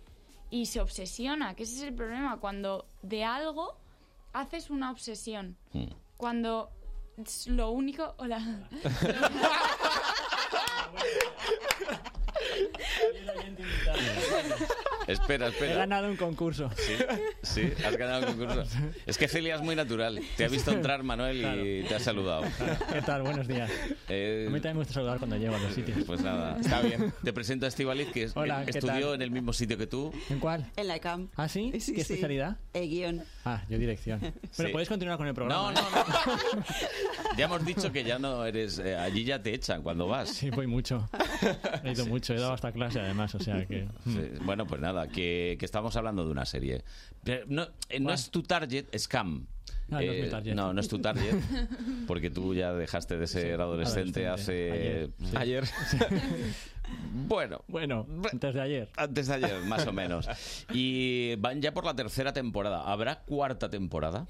Speaker 7: y se obsesiona, que ese es el problema. Cuando de algo haces una obsesión.
Speaker 2: Mm.
Speaker 7: Cuando es lo único. Hola.
Speaker 2: Espera, espera.
Speaker 14: He ganado un concurso.
Speaker 2: Sí, has ganado el concurso. Es que Celia es muy natural. Te ha visto entrar Manuel y te ha saludado.
Speaker 14: ¿Qué tal? Buenos días.
Speaker 2: Eh,
Speaker 14: A mí también me gusta saludar cuando llego a los sitios.
Speaker 2: Pues nada, está bien. Te presento a Estivaliz, que es-
Speaker 14: Hola, ¿qué
Speaker 2: estudió
Speaker 14: tal?
Speaker 2: en el mismo sitio que tú.
Speaker 14: ¿En cuál?
Speaker 26: En la CAM.
Speaker 14: ¿Ah, sí?
Speaker 26: Sí,
Speaker 14: ¿Qué
Speaker 26: sí.
Speaker 14: especialidad?
Speaker 26: El guión.
Speaker 14: Ah, yo dirección. Bueno,
Speaker 2: Sí.
Speaker 14: podéis continuar con el
Speaker 2: No,
Speaker 14: programa.
Speaker 2: no, Ya hemos dicho que ya no eres. eh, allí ya te echan cuando vas.
Speaker 14: Sí, voy mucho. He ido mucho, he dado hasta clase además, o sea que...
Speaker 2: Sí, Bueno, pues nada, que, que estamos hablando de una serie. Pero no, eh, no es tu target, Scam. Eh,
Speaker 14: No, no es mi target.
Speaker 2: no, no es tu target, porque tú ya dejaste de ser adolescente,
Speaker 14: Ayer, sí.
Speaker 2: hace... Bueno.
Speaker 14: Bueno, antes de ayer.
Speaker 2: Antes de ayer, más o menos. Y van ya por la tercera temporada. ¿Habrá cuarta temporada?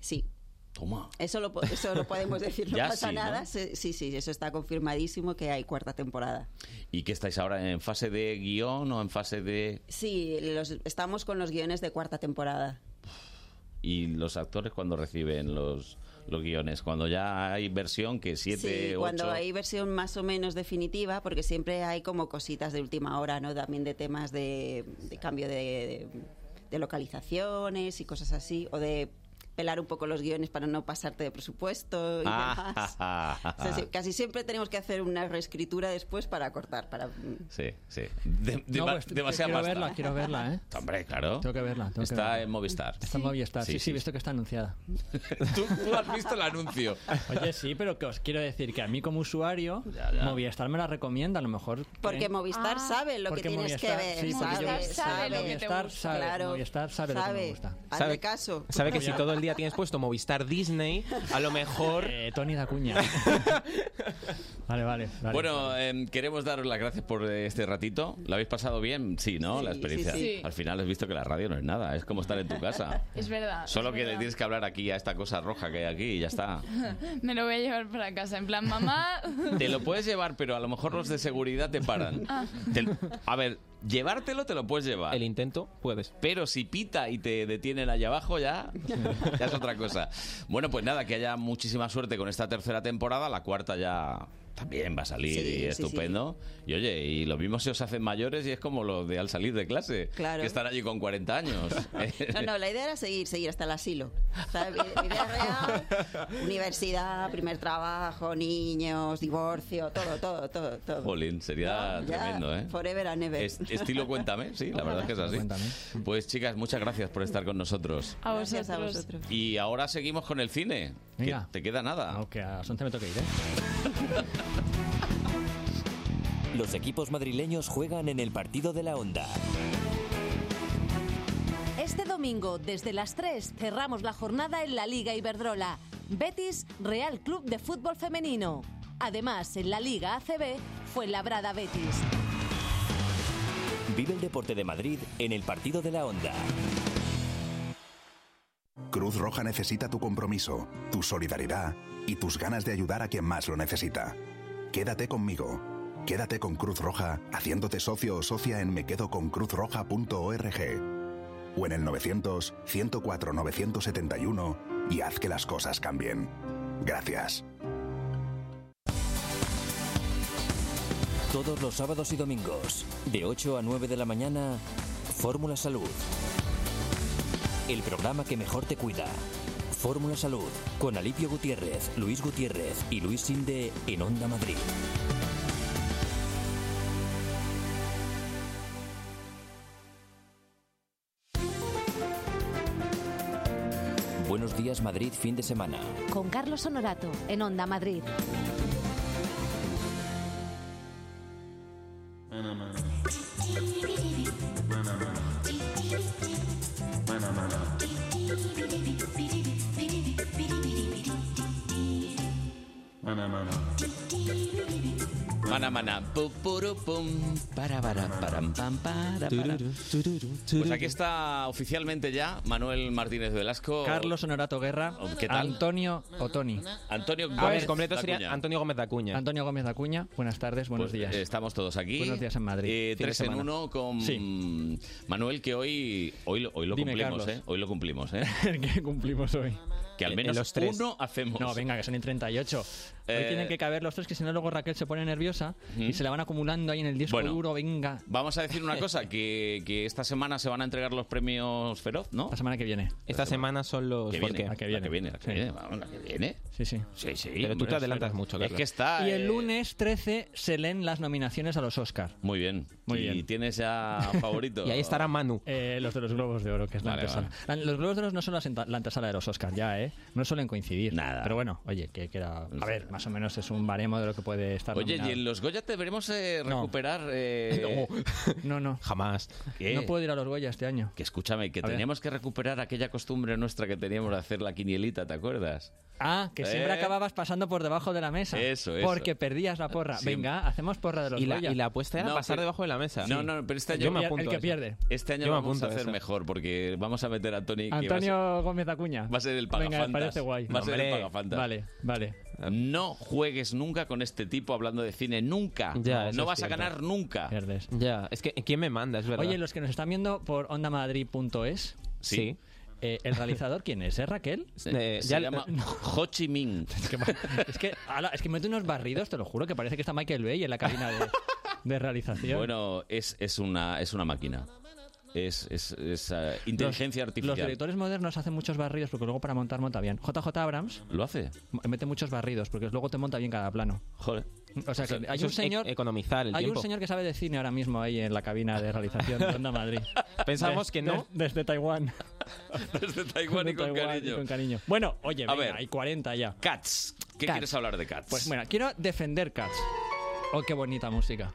Speaker 26: Sí.
Speaker 2: Toma.
Speaker 26: Eso lo, po- eso lo podemos decir, no
Speaker 2: Ya
Speaker 26: pasa
Speaker 2: sí, ¿no?
Speaker 26: nada. Sí, sí, sí, eso está confirmadísimo que hay cuarta temporada.
Speaker 2: ¿Y qué estáis ahora? ¿En fase de guión o en fase de...?
Speaker 26: Sí, los, estamos con los guiones de cuarta temporada.
Speaker 2: ¿Y los actores cuando reciben los, los guiones? Cuando ya hay versión que siete,
Speaker 26: Sí,
Speaker 2: ocho...
Speaker 26: cuando hay versión más o menos definitiva, porque siempre hay como cositas de última hora, ¿no? También de temas de, de cambio de, de localizaciones y cosas así, o de pelar un poco los guiones para no pasarte de presupuesto y
Speaker 2: Ah,
Speaker 26: demás. O sea, sí, casi siempre tenemos que hacer una reescritura después para cortar, para...
Speaker 2: Sí, sí. De- de-
Speaker 14: No,
Speaker 2: demasiada
Speaker 14: pues, quiero
Speaker 2: pasta.
Speaker 14: verla, quiero verla, ¿eh?
Speaker 2: Hombre, claro.
Speaker 14: Tengo que verla. tengo que
Speaker 2: Está
Speaker 14: verla.
Speaker 2: en Movistar.
Speaker 14: Está en Movistar, sí, sí,
Speaker 2: Sí, sí,
Speaker 14: he visto que está anunciada.
Speaker 2: ¿Tú, tú has visto el anuncio.
Speaker 14: Oye, sí, pero que os quiero decir que a mí como usuario, Movistar me la recomienda, a lo mejor.
Speaker 26: Porque
Speaker 14: creen-
Speaker 26: Movistar sabe lo que
Speaker 14: Ah. Porque
Speaker 26: tienes
Speaker 14: Movistar-
Speaker 26: que ver.
Speaker 14: sí, porque yo-
Speaker 26: sabe,
Speaker 14: sabe lo que te Movistar gusta. sabe,
Speaker 26: Claro,
Speaker 14: Movistar sabe lo que me gusta.
Speaker 26: Hazle caso.
Speaker 3: Sabe que si todo el día tienes puesto Movistar Disney, a lo mejor...
Speaker 14: Eh, Tony da cuña. Vale, vale. vale.
Speaker 2: bueno, em, queremos daros las gracias por eh, este ratito. ¿Lo habéis pasado bien? Sí, ¿no? la experiencia.
Speaker 7: sí, sí.
Speaker 2: Al final has visto que la radio no es nada, es como estar en tu casa.
Speaker 7: Es verdad. Ah,
Speaker 2: Solo
Speaker 7: es
Speaker 2: que le
Speaker 7: verdad.
Speaker 2: tienes que hablar aquí a esta cosa roja que hay aquí y ya está.
Speaker 7: Me lo voy a llevar para casa. En plan, mamá.
Speaker 2: Te lo puedes llevar, pero a lo mejor los de seguridad te paran.
Speaker 7: Ah,
Speaker 2: Te- a ver, llevártelo te lo puedes llevar. El
Speaker 3: intento, puedes.
Speaker 2: Pero si pita y te detienen allá abajo, ya, ya es otra cosa. Bueno, pues nada, que haya muchísima suerte con esta tercera temporada. La cuarta ya también va a salir
Speaker 26: Sí,
Speaker 2: y
Speaker 26: sí,
Speaker 2: estupendo. Y oye, y lo mismo se os hacen mayores y es como los de al salir de clase.
Speaker 26: Claro.
Speaker 2: Que están allí con 40 años.
Speaker 26: No, no, la idea era seguir, seguir hasta el asilo. O sea, mi- mi idea real, universidad, primer trabajo, niños, divorcio, todo, todo, todo, todo.
Speaker 2: Jolín, sería
Speaker 26: Ya,
Speaker 2: tremendo, ¿eh?
Speaker 26: Forever and ever.
Speaker 2: Es- estilo cuéntame, sí, la verdad es que es así. Pues chicas, muchas gracias por estar con nosotros.
Speaker 7: a
Speaker 26: Gracias a
Speaker 7: vosotros.
Speaker 2: Y ahora seguimos con el cine. que
Speaker 14: Venga.
Speaker 2: te queda nada.
Speaker 14: Aunque a las 11 me toque ir, ¿eh?
Speaker 1: Los equipos madrileños juegan en el partido de la onda.
Speaker 27: Este domingo, desde las 3, cerramos la jornada en la Liga Iberdrola. Betis, Real Club de Fútbol Femenino. Además, en la Liga ACB, fue labrada Betis.
Speaker 1: Vive el deporte de Madrid en el partido de la onda.
Speaker 9: Cruz Roja necesita tu compromiso, tu solidaridad y tus ganas de ayudar a quien más lo necesita. Quédate conmigo. Quédate con Cruz Roja haciéndote socio o socia en mequedoconcruzroja.org o en el 900 104 971 y haz que las cosas cambien. Gracias.
Speaker 1: Todos los sábados y domingos, de 8 a 9 de la mañana, Fórmula Salud. El programa que mejor te cuida. Fórmula Salud, con Alipio Gutiérrez, Luis Gutiérrez y Luis Sinde en Onda Madrid. Buenos días Madrid, fin de semana.
Speaker 27: Con Carlos Honorato, en Onda Madrid.
Speaker 2: Mana, mana. Pu, puru, pum. Para, para, param, pam, para, para. Pues aquí está oficialmente ya Manuel Martínez Velasco.
Speaker 14: Carlos Honorato Guerra.
Speaker 2: Oh, pues, ¿Qué tal?
Speaker 14: Antonio Otoni.
Speaker 2: Antonio
Speaker 14: A ver,
Speaker 2: Gómez
Speaker 14: completo
Speaker 2: da
Speaker 14: sería
Speaker 2: Cuña.
Speaker 3: Antonio Gómez de Acuña.
Speaker 14: Antonio Gómez de Acuña. Buenas tardes, buenos
Speaker 2: Pues,
Speaker 14: días.
Speaker 2: eh, Estamos todos aquí.
Speaker 14: Buenos días en Madrid.
Speaker 2: Eh,
Speaker 14: Fin de
Speaker 2: tres en
Speaker 14: semana.
Speaker 2: uno con Manuel, que hoy, hoy, lo- hoy lo
Speaker 14: Dime,
Speaker 2: cumplimos,
Speaker 14: Carlos.
Speaker 2: ¿eh? Hoy lo cumplimos, ¿eh?
Speaker 14: que cumplimos hoy.
Speaker 2: Que al menos
Speaker 14: Eh, los tres.
Speaker 2: uno hacemos.
Speaker 14: No, venga, que son en 38. Hoy
Speaker 2: Eh,
Speaker 14: tienen que caber los tres, que si no luego Raquel se pone nerviosa y
Speaker 2: Ujú.
Speaker 14: se la van acumulando ahí en el disco
Speaker 2: Bueno.
Speaker 14: duro, venga.
Speaker 2: Vamos a decir una cosa, que, que esta semana se van a entregar los premios Feroz, ¿no? La
Speaker 14: semana que viene.
Speaker 3: Esta semana son los...
Speaker 2: Que
Speaker 3: ¿por
Speaker 2: viene,
Speaker 3: qué?
Speaker 2: la que viene, la que viene, la que viene, vamos, la que viene.
Speaker 14: Sí, sí.
Speaker 2: Sí, sí.
Speaker 3: Pero tú
Speaker 2: hombre,
Speaker 3: te adelantas
Speaker 2: espera.
Speaker 3: mucho,
Speaker 2: Es
Speaker 3: Carlos.
Speaker 2: que está...
Speaker 14: Y el
Speaker 2: eh,
Speaker 14: lunes 13 se leen las nominaciones a los Oscar.
Speaker 2: Muy bien.
Speaker 14: Muy
Speaker 2: y
Speaker 14: bien.
Speaker 2: tienes ya favorito.
Speaker 14: Y ahí estará
Speaker 3: Manu.
Speaker 14: Eh, los de los Globos de Oro, que es la
Speaker 2: Ah. Vale,
Speaker 14: antesala. La- Los Globos de Oro no son la, senta- la antesala de los Oscars, ya, ¿eh? No suelen coincidir. Nada. Pero bueno, oye, que queda. A ver, más o menos es un baremo de lo que puede estar.
Speaker 2: Oye,
Speaker 14: nominado.
Speaker 2: y en los Goya te veremos eh,
Speaker 14: No.
Speaker 2: recuperar... eh,
Speaker 14: No, no.
Speaker 3: Jamás.
Speaker 2: ¿Qué?
Speaker 14: No puedo ir a los Goya este año.
Speaker 2: Que escúchame, que
Speaker 14: A ver.
Speaker 2: teníamos que recuperar aquella costumbre nuestra que teníamos de hacer la quinielita, ¿te acuerdas?
Speaker 14: Ah, que siempre
Speaker 2: Eh.
Speaker 14: acababas pasando por debajo de la mesa.
Speaker 2: Eso, eso.
Speaker 14: Porque perdías la porra.
Speaker 2: Siempre.
Speaker 14: Venga, hacemos porra de los
Speaker 3: Y la-
Speaker 14: Goya.
Speaker 3: y la apuesta era No, pasar pero- debajo de la mesa.
Speaker 2: No,
Speaker 3: Sí.
Speaker 2: no, pero este año
Speaker 3: Yo me apunto
Speaker 14: El que
Speaker 3: a esa.
Speaker 14: pierde.
Speaker 2: Este año
Speaker 3: Yo me
Speaker 2: vamos a
Speaker 3: apunto a
Speaker 2: hacer
Speaker 3: esa.
Speaker 2: mejor porque vamos a meter a Tony. que va a ser-
Speaker 14: Antonio Gómez Acuña.
Speaker 2: Va a ser el pagafantas.
Speaker 14: Venga, me parece guay.
Speaker 2: Va a ser el pagafantas.
Speaker 14: Vale, vale.
Speaker 2: No juegues nunca con este tipo hablando de cine. Nunca.
Speaker 3: Ya, eso
Speaker 2: no
Speaker 3: es
Speaker 2: vas a
Speaker 3: cierto.
Speaker 2: ganar nunca.
Speaker 3: Ya, es que ¿quién me manda? Es verdad.
Speaker 14: Oye, los que nos están viendo por ondamadrid.es.
Speaker 3: Sí.
Speaker 14: eh, ¿El realizador quién es? ¿Es Raquel?
Speaker 3: Eh, Se ya- llama
Speaker 2: Ho Chi Minh.
Speaker 14: Es que, es que, ala, es que mete unos barridos, te lo juro, que parece que está Michael Bay en la cabina de, de realización.
Speaker 2: Bueno, es, es, una, es una máquina. es, es- es, eh, inteligencia
Speaker 14: Los
Speaker 2: artificial.
Speaker 14: directores modernos hacen muchos barridos porque luego para montar monta bien. JJ Abrams
Speaker 2: ¿Lo hace?
Speaker 14: mete muchos barridos porque luego te monta bien cada plano.
Speaker 2: Joder.
Speaker 14: O sea, que hay
Speaker 3: eso
Speaker 14: un
Speaker 3: es
Speaker 14: señor
Speaker 3: e- economizar el
Speaker 14: Hay
Speaker 3: tiempo.
Speaker 14: un señor que sabe de cine ahora mismo ahí en la cabina de realización de Onda Madrid.
Speaker 3: Pensamos
Speaker 14: Des-
Speaker 3: que no.
Speaker 14: des- desde Taiwán.
Speaker 2: Desde Taiwán y
Speaker 14: Desde
Speaker 2: con
Speaker 14: Taiwán y
Speaker 2: cariño.
Speaker 14: con cariño. Bueno, oye,
Speaker 2: A
Speaker 14: venga,
Speaker 2: ver.
Speaker 14: hay 40 ya.
Speaker 2: Cats. ¿Qué
Speaker 14: Cats.
Speaker 2: quieres hablar de Cats?
Speaker 14: Pues mira, quiero defender Cats. Oh, qué bonita música.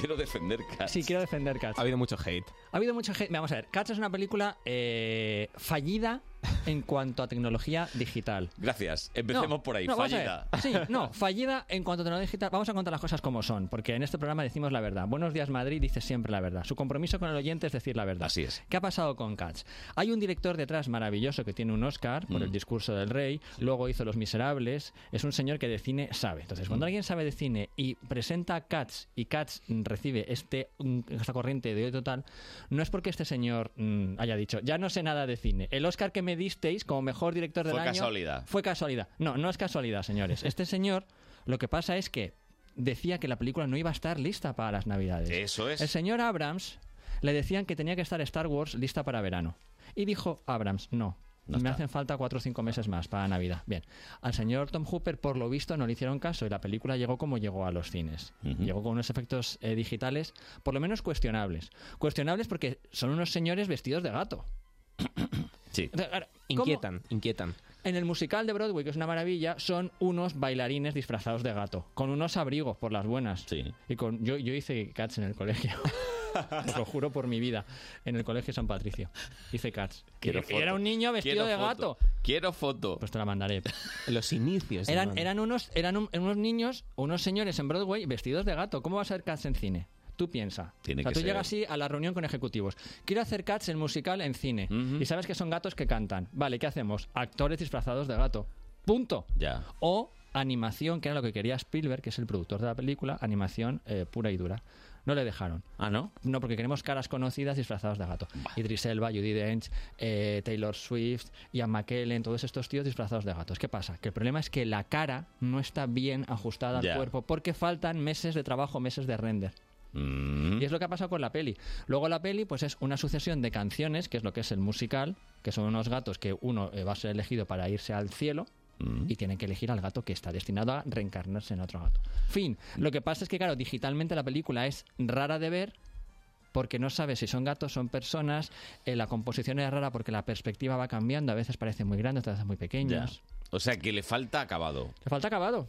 Speaker 2: Quiero defender Cats.
Speaker 14: Sí, quiero defender Cats.
Speaker 3: Ha habido mucho hate.
Speaker 14: Ha habido mucha gente. Vamos a ver, Cats es una película eh, fallida en cuanto a tecnología digital.
Speaker 2: Gracias. Empecemos
Speaker 14: No,
Speaker 2: por ahí.
Speaker 14: no, vamos a
Speaker 2: Fallida.
Speaker 14: ver. Sí, no, fallida en cuanto a tecnología digital. Vamos a contar las cosas como son, porque en este programa decimos la verdad. Buenos días, Madrid dice siempre la verdad. Su compromiso con el oyente es decir la verdad. Así es. ¿Qué ha pasado con Cats? Hay un director detrás maravilloso que tiene un Oscar por el discurso del rey, luego hizo Los Miserables. Es un señor que de cine sabe. Entonces, cuando alguien sabe de cine y presenta Cats y Cats mm, recibe este, mm, esta corriente de hoy total, no es porque este señor mm, haya dicho, ya no sé nada de cine. El Oscar que me disteis como mejor director del
Speaker 2: Fue
Speaker 14: año
Speaker 2: casualidad.
Speaker 14: fue casualidad. No, no es casualidad, señores. Este señor, lo que pasa es que decía que la película no iba a estar lista para las Navidades.
Speaker 2: Eso es.
Speaker 14: El señor Abrams le decían que tenía que estar Star Wars lista para verano. Y dijo Abrams, no. me hacen falta cuatro o cinco meses más para Navidad. Bien. Al señor Tom Hooper, por lo visto, no le hicieron caso y la película llegó como llegó a los cines. Llegó con unos efectos eh, digitales, por lo menos cuestionables. Cuestionables porque son unos señores vestidos de gato.
Speaker 2: Sí.
Speaker 3: Inquietan, inquietan.
Speaker 14: En el musical de Broadway, que es una maravilla, son unos bailarines disfrazados de gato, con unos abrigos por las buenas. Y con yo, yo hice cats en el colegio. Os lo juro por mi vida. En el colegio San Patricio. Hice cats.
Speaker 2: Quiero
Speaker 14: Y- y
Speaker 2: foto.
Speaker 14: era un niño
Speaker 2: Quiero
Speaker 14: vestido de
Speaker 2: foto.
Speaker 14: gato.
Speaker 2: Quiero foto.
Speaker 14: Pues te la mandaré.
Speaker 3: Los inicios. de
Speaker 14: Eran,
Speaker 3: Mad-
Speaker 14: eran unos, eran un- unos niños, unos señores en Broadway vestidos de gato. ¿Cómo va a ser cats en cine? Tú piensa.
Speaker 2: Tiene
Speaker 14: o sea,
Speaker 2: que
Speaker 14: tú
Speaker 2: ser.
Speaker 14: llegas así a la reunión con ejecutivos. Quiero hacer Cats el musical en cine. Y sabes que son gatos que cantan. Vale, ¿qué hacemos? Actores disfrazados de gato. Punto.
Speaker 2: Ya.
Speaker 14: O animación, que era lo que quería Spielberg, que es el productor de la película, animación eh, pura y dura. No le dejaron.
Speaker 2: Ah, ¿no?
Speaker 14: No, porque queremos caras conocidas disfrazadas de gato. Idris Elba, Judy Dench, eh, Taylor Swift, Ian McKellen, todos estos tíos disfrazados de gatos. ¿Qué pasa? Que el problema es que la cara no está bien ajustada
Speaker 2: Ya.
Speaker 14: al cuerpo porque faltan meses de trabajo, meses de render. Y es lo que ha pasado con la peli. Luego la peli pues es una sucesión de canciones, que es lo que es el musical, que son unos gatos que uno eh, va a ser elegido para irse al cielo y tienen que elegir al gato que está destinado a reencarnarse en otro gato. Fin. Lo que pasa es que claro, digitalmente la película es rara de ver porque no sabes si son gatos, son personas, eh, la composición es rara porque la perspectiva va cambiando, a veces parecen muy grandes, otras veces muy
Speaker 2: Ya.
Speaker 14: pequeñas.
Speaker 2: O sea que le falta acabado.
Speaker 14: Le falta acabado.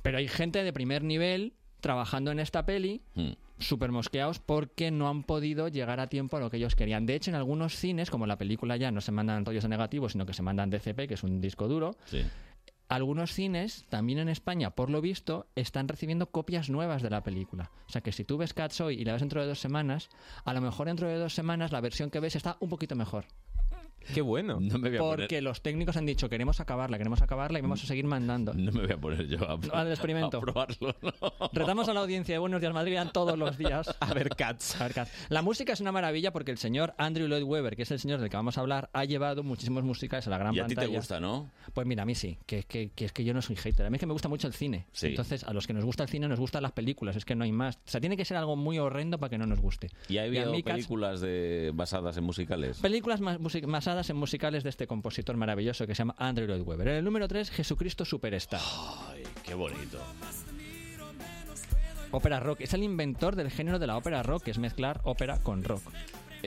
Speaker 14: Pero hay gente de primer nivel trabajando en esta peli
Speaker 2: Mm.
Speaker 14: súper mosqueados porque no han podido llegar a tiempo a lo que ellos querían. De hecho, en algunos cines, como la película ya no se mandan rollos de negativo, sino que se mandan DCP, que es un disco duro,
Speaker 2: Sí.
Speaker 14: algunos cines, también en España, por lo visto, están recibiendo copias nuevas de la película. O sea que si tú ves Cats hoy y la ves dentro de dos semanas, a lo mejor dentro de dos semanas la versión que ves está un poquito mejor.
Speaker 3: Qué bueno.
Speaker 2: No me voy a
Speaker 14: Porque
Speaker 2: poner.
Speaker 14: los técnicos han dicho, queremos acabarla, queremos acabarla y vamos a seguir mandando.
Speaker 2: No me voy a poner yo a,
Speaker 14: Al experimento.
Speaker 2: a probarlo. ¿no?
Speaker 14: Retamos a la audiencia de Buenos Días Madrid vean todos los días.
Speaker 3: A ver, Cats.
Speaker 14: A ver, Cats. La música es una maravilla porque el señor Andrew Lloyd Webber, que es el señor del que vamos a hablar, ha llevado muchísimos musicales a la gran
Speaker 2: Y a ti
Speaker 14: pantalla.
Speaker 2: te gusta, ¿no?
Speaker 14: Pues mira, a mí sí, que, que, que es que yo no soy hater. A mí es que me gusta mucho el cine.
Speaker 2: Sí.
Speaker 14: Entonces, a los que nos gusta el cine nos gustan las películas, es que no hay más. O sea, tiene que ser algo muy horrendo para que no nos guste.
Speaker 2: Y ha
Speaker 14: a
Speaker 2: habido
Speaker 14: mí Cats-
Speaker 2: películas de, basadas en musicales.
Speaker 14: Películas mas- musi- basadas en musicales de este compositor maravilloso que se llama Andrew Lloyd Webber. En el número 3, Jesucristo Superstar.
Speaker 2: Ay, qué bonito.
Speaker 14: Ópera rock. Es el inventor del género de la ópera rock, que es mezclar ópera con rock.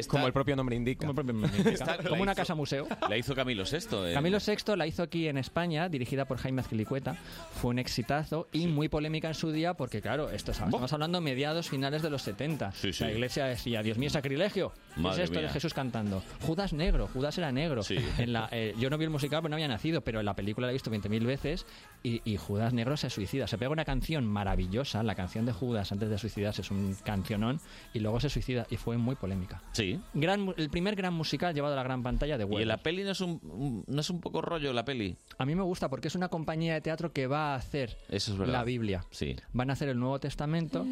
Speaker 3: Como el propio nombre indica.
Speaker 14: Como, el propio nombre indica.
Speaker 2: Esta la
Speaker 14: Como una
Speaker 2: hizo-
Speaker 14: casa museo.
Speaker 2: La hizo Camilo VI. eh.
Speaker 14: Camilo VI la hizo aquí en España, dirigida por Jaime Azquilicueta. Fue un exitazo y muy polémica en su día porque, claro, esto es- estamos hablando mediados, finales de los 70.
Speaker 2: sí.
Speaker 14: La iglesia decía, Dios mío, sacrilegio. ¿Qué
Speaker 2: Madre
Speaker 14: es esto
Speaker 2: mía.
Speaker 14: de Jesús cantando? Judas negro, Judas era negro. En la, eh, yo no vi el musical porque no había nacido, pero en la película la he visto 20.000 veces y, y Judas negro se suicida. Se pega una canción maravillosa, la canción de Judas antes de suicidarse, es un cancionón, y luego se suicida y fue muy polémica.
Speaker 2: Sí.
Speaker 14: Gran, mu- el primer gran musical llevado a la gran pantalla de
Speaker 2: Y
Speaker 14: Webber.
Speaker 2: en la peli no es un, un- no es un poco rollo la peli.
Speaker 14: A mí me gusta porque es una compañía de teatro que va a hacer
Speaker 2: Eso es verdad.
Speaker 14: la Biblia.
Speaker 2: Sí.
Speaker 14: Van a hacer el Nuevo Testamento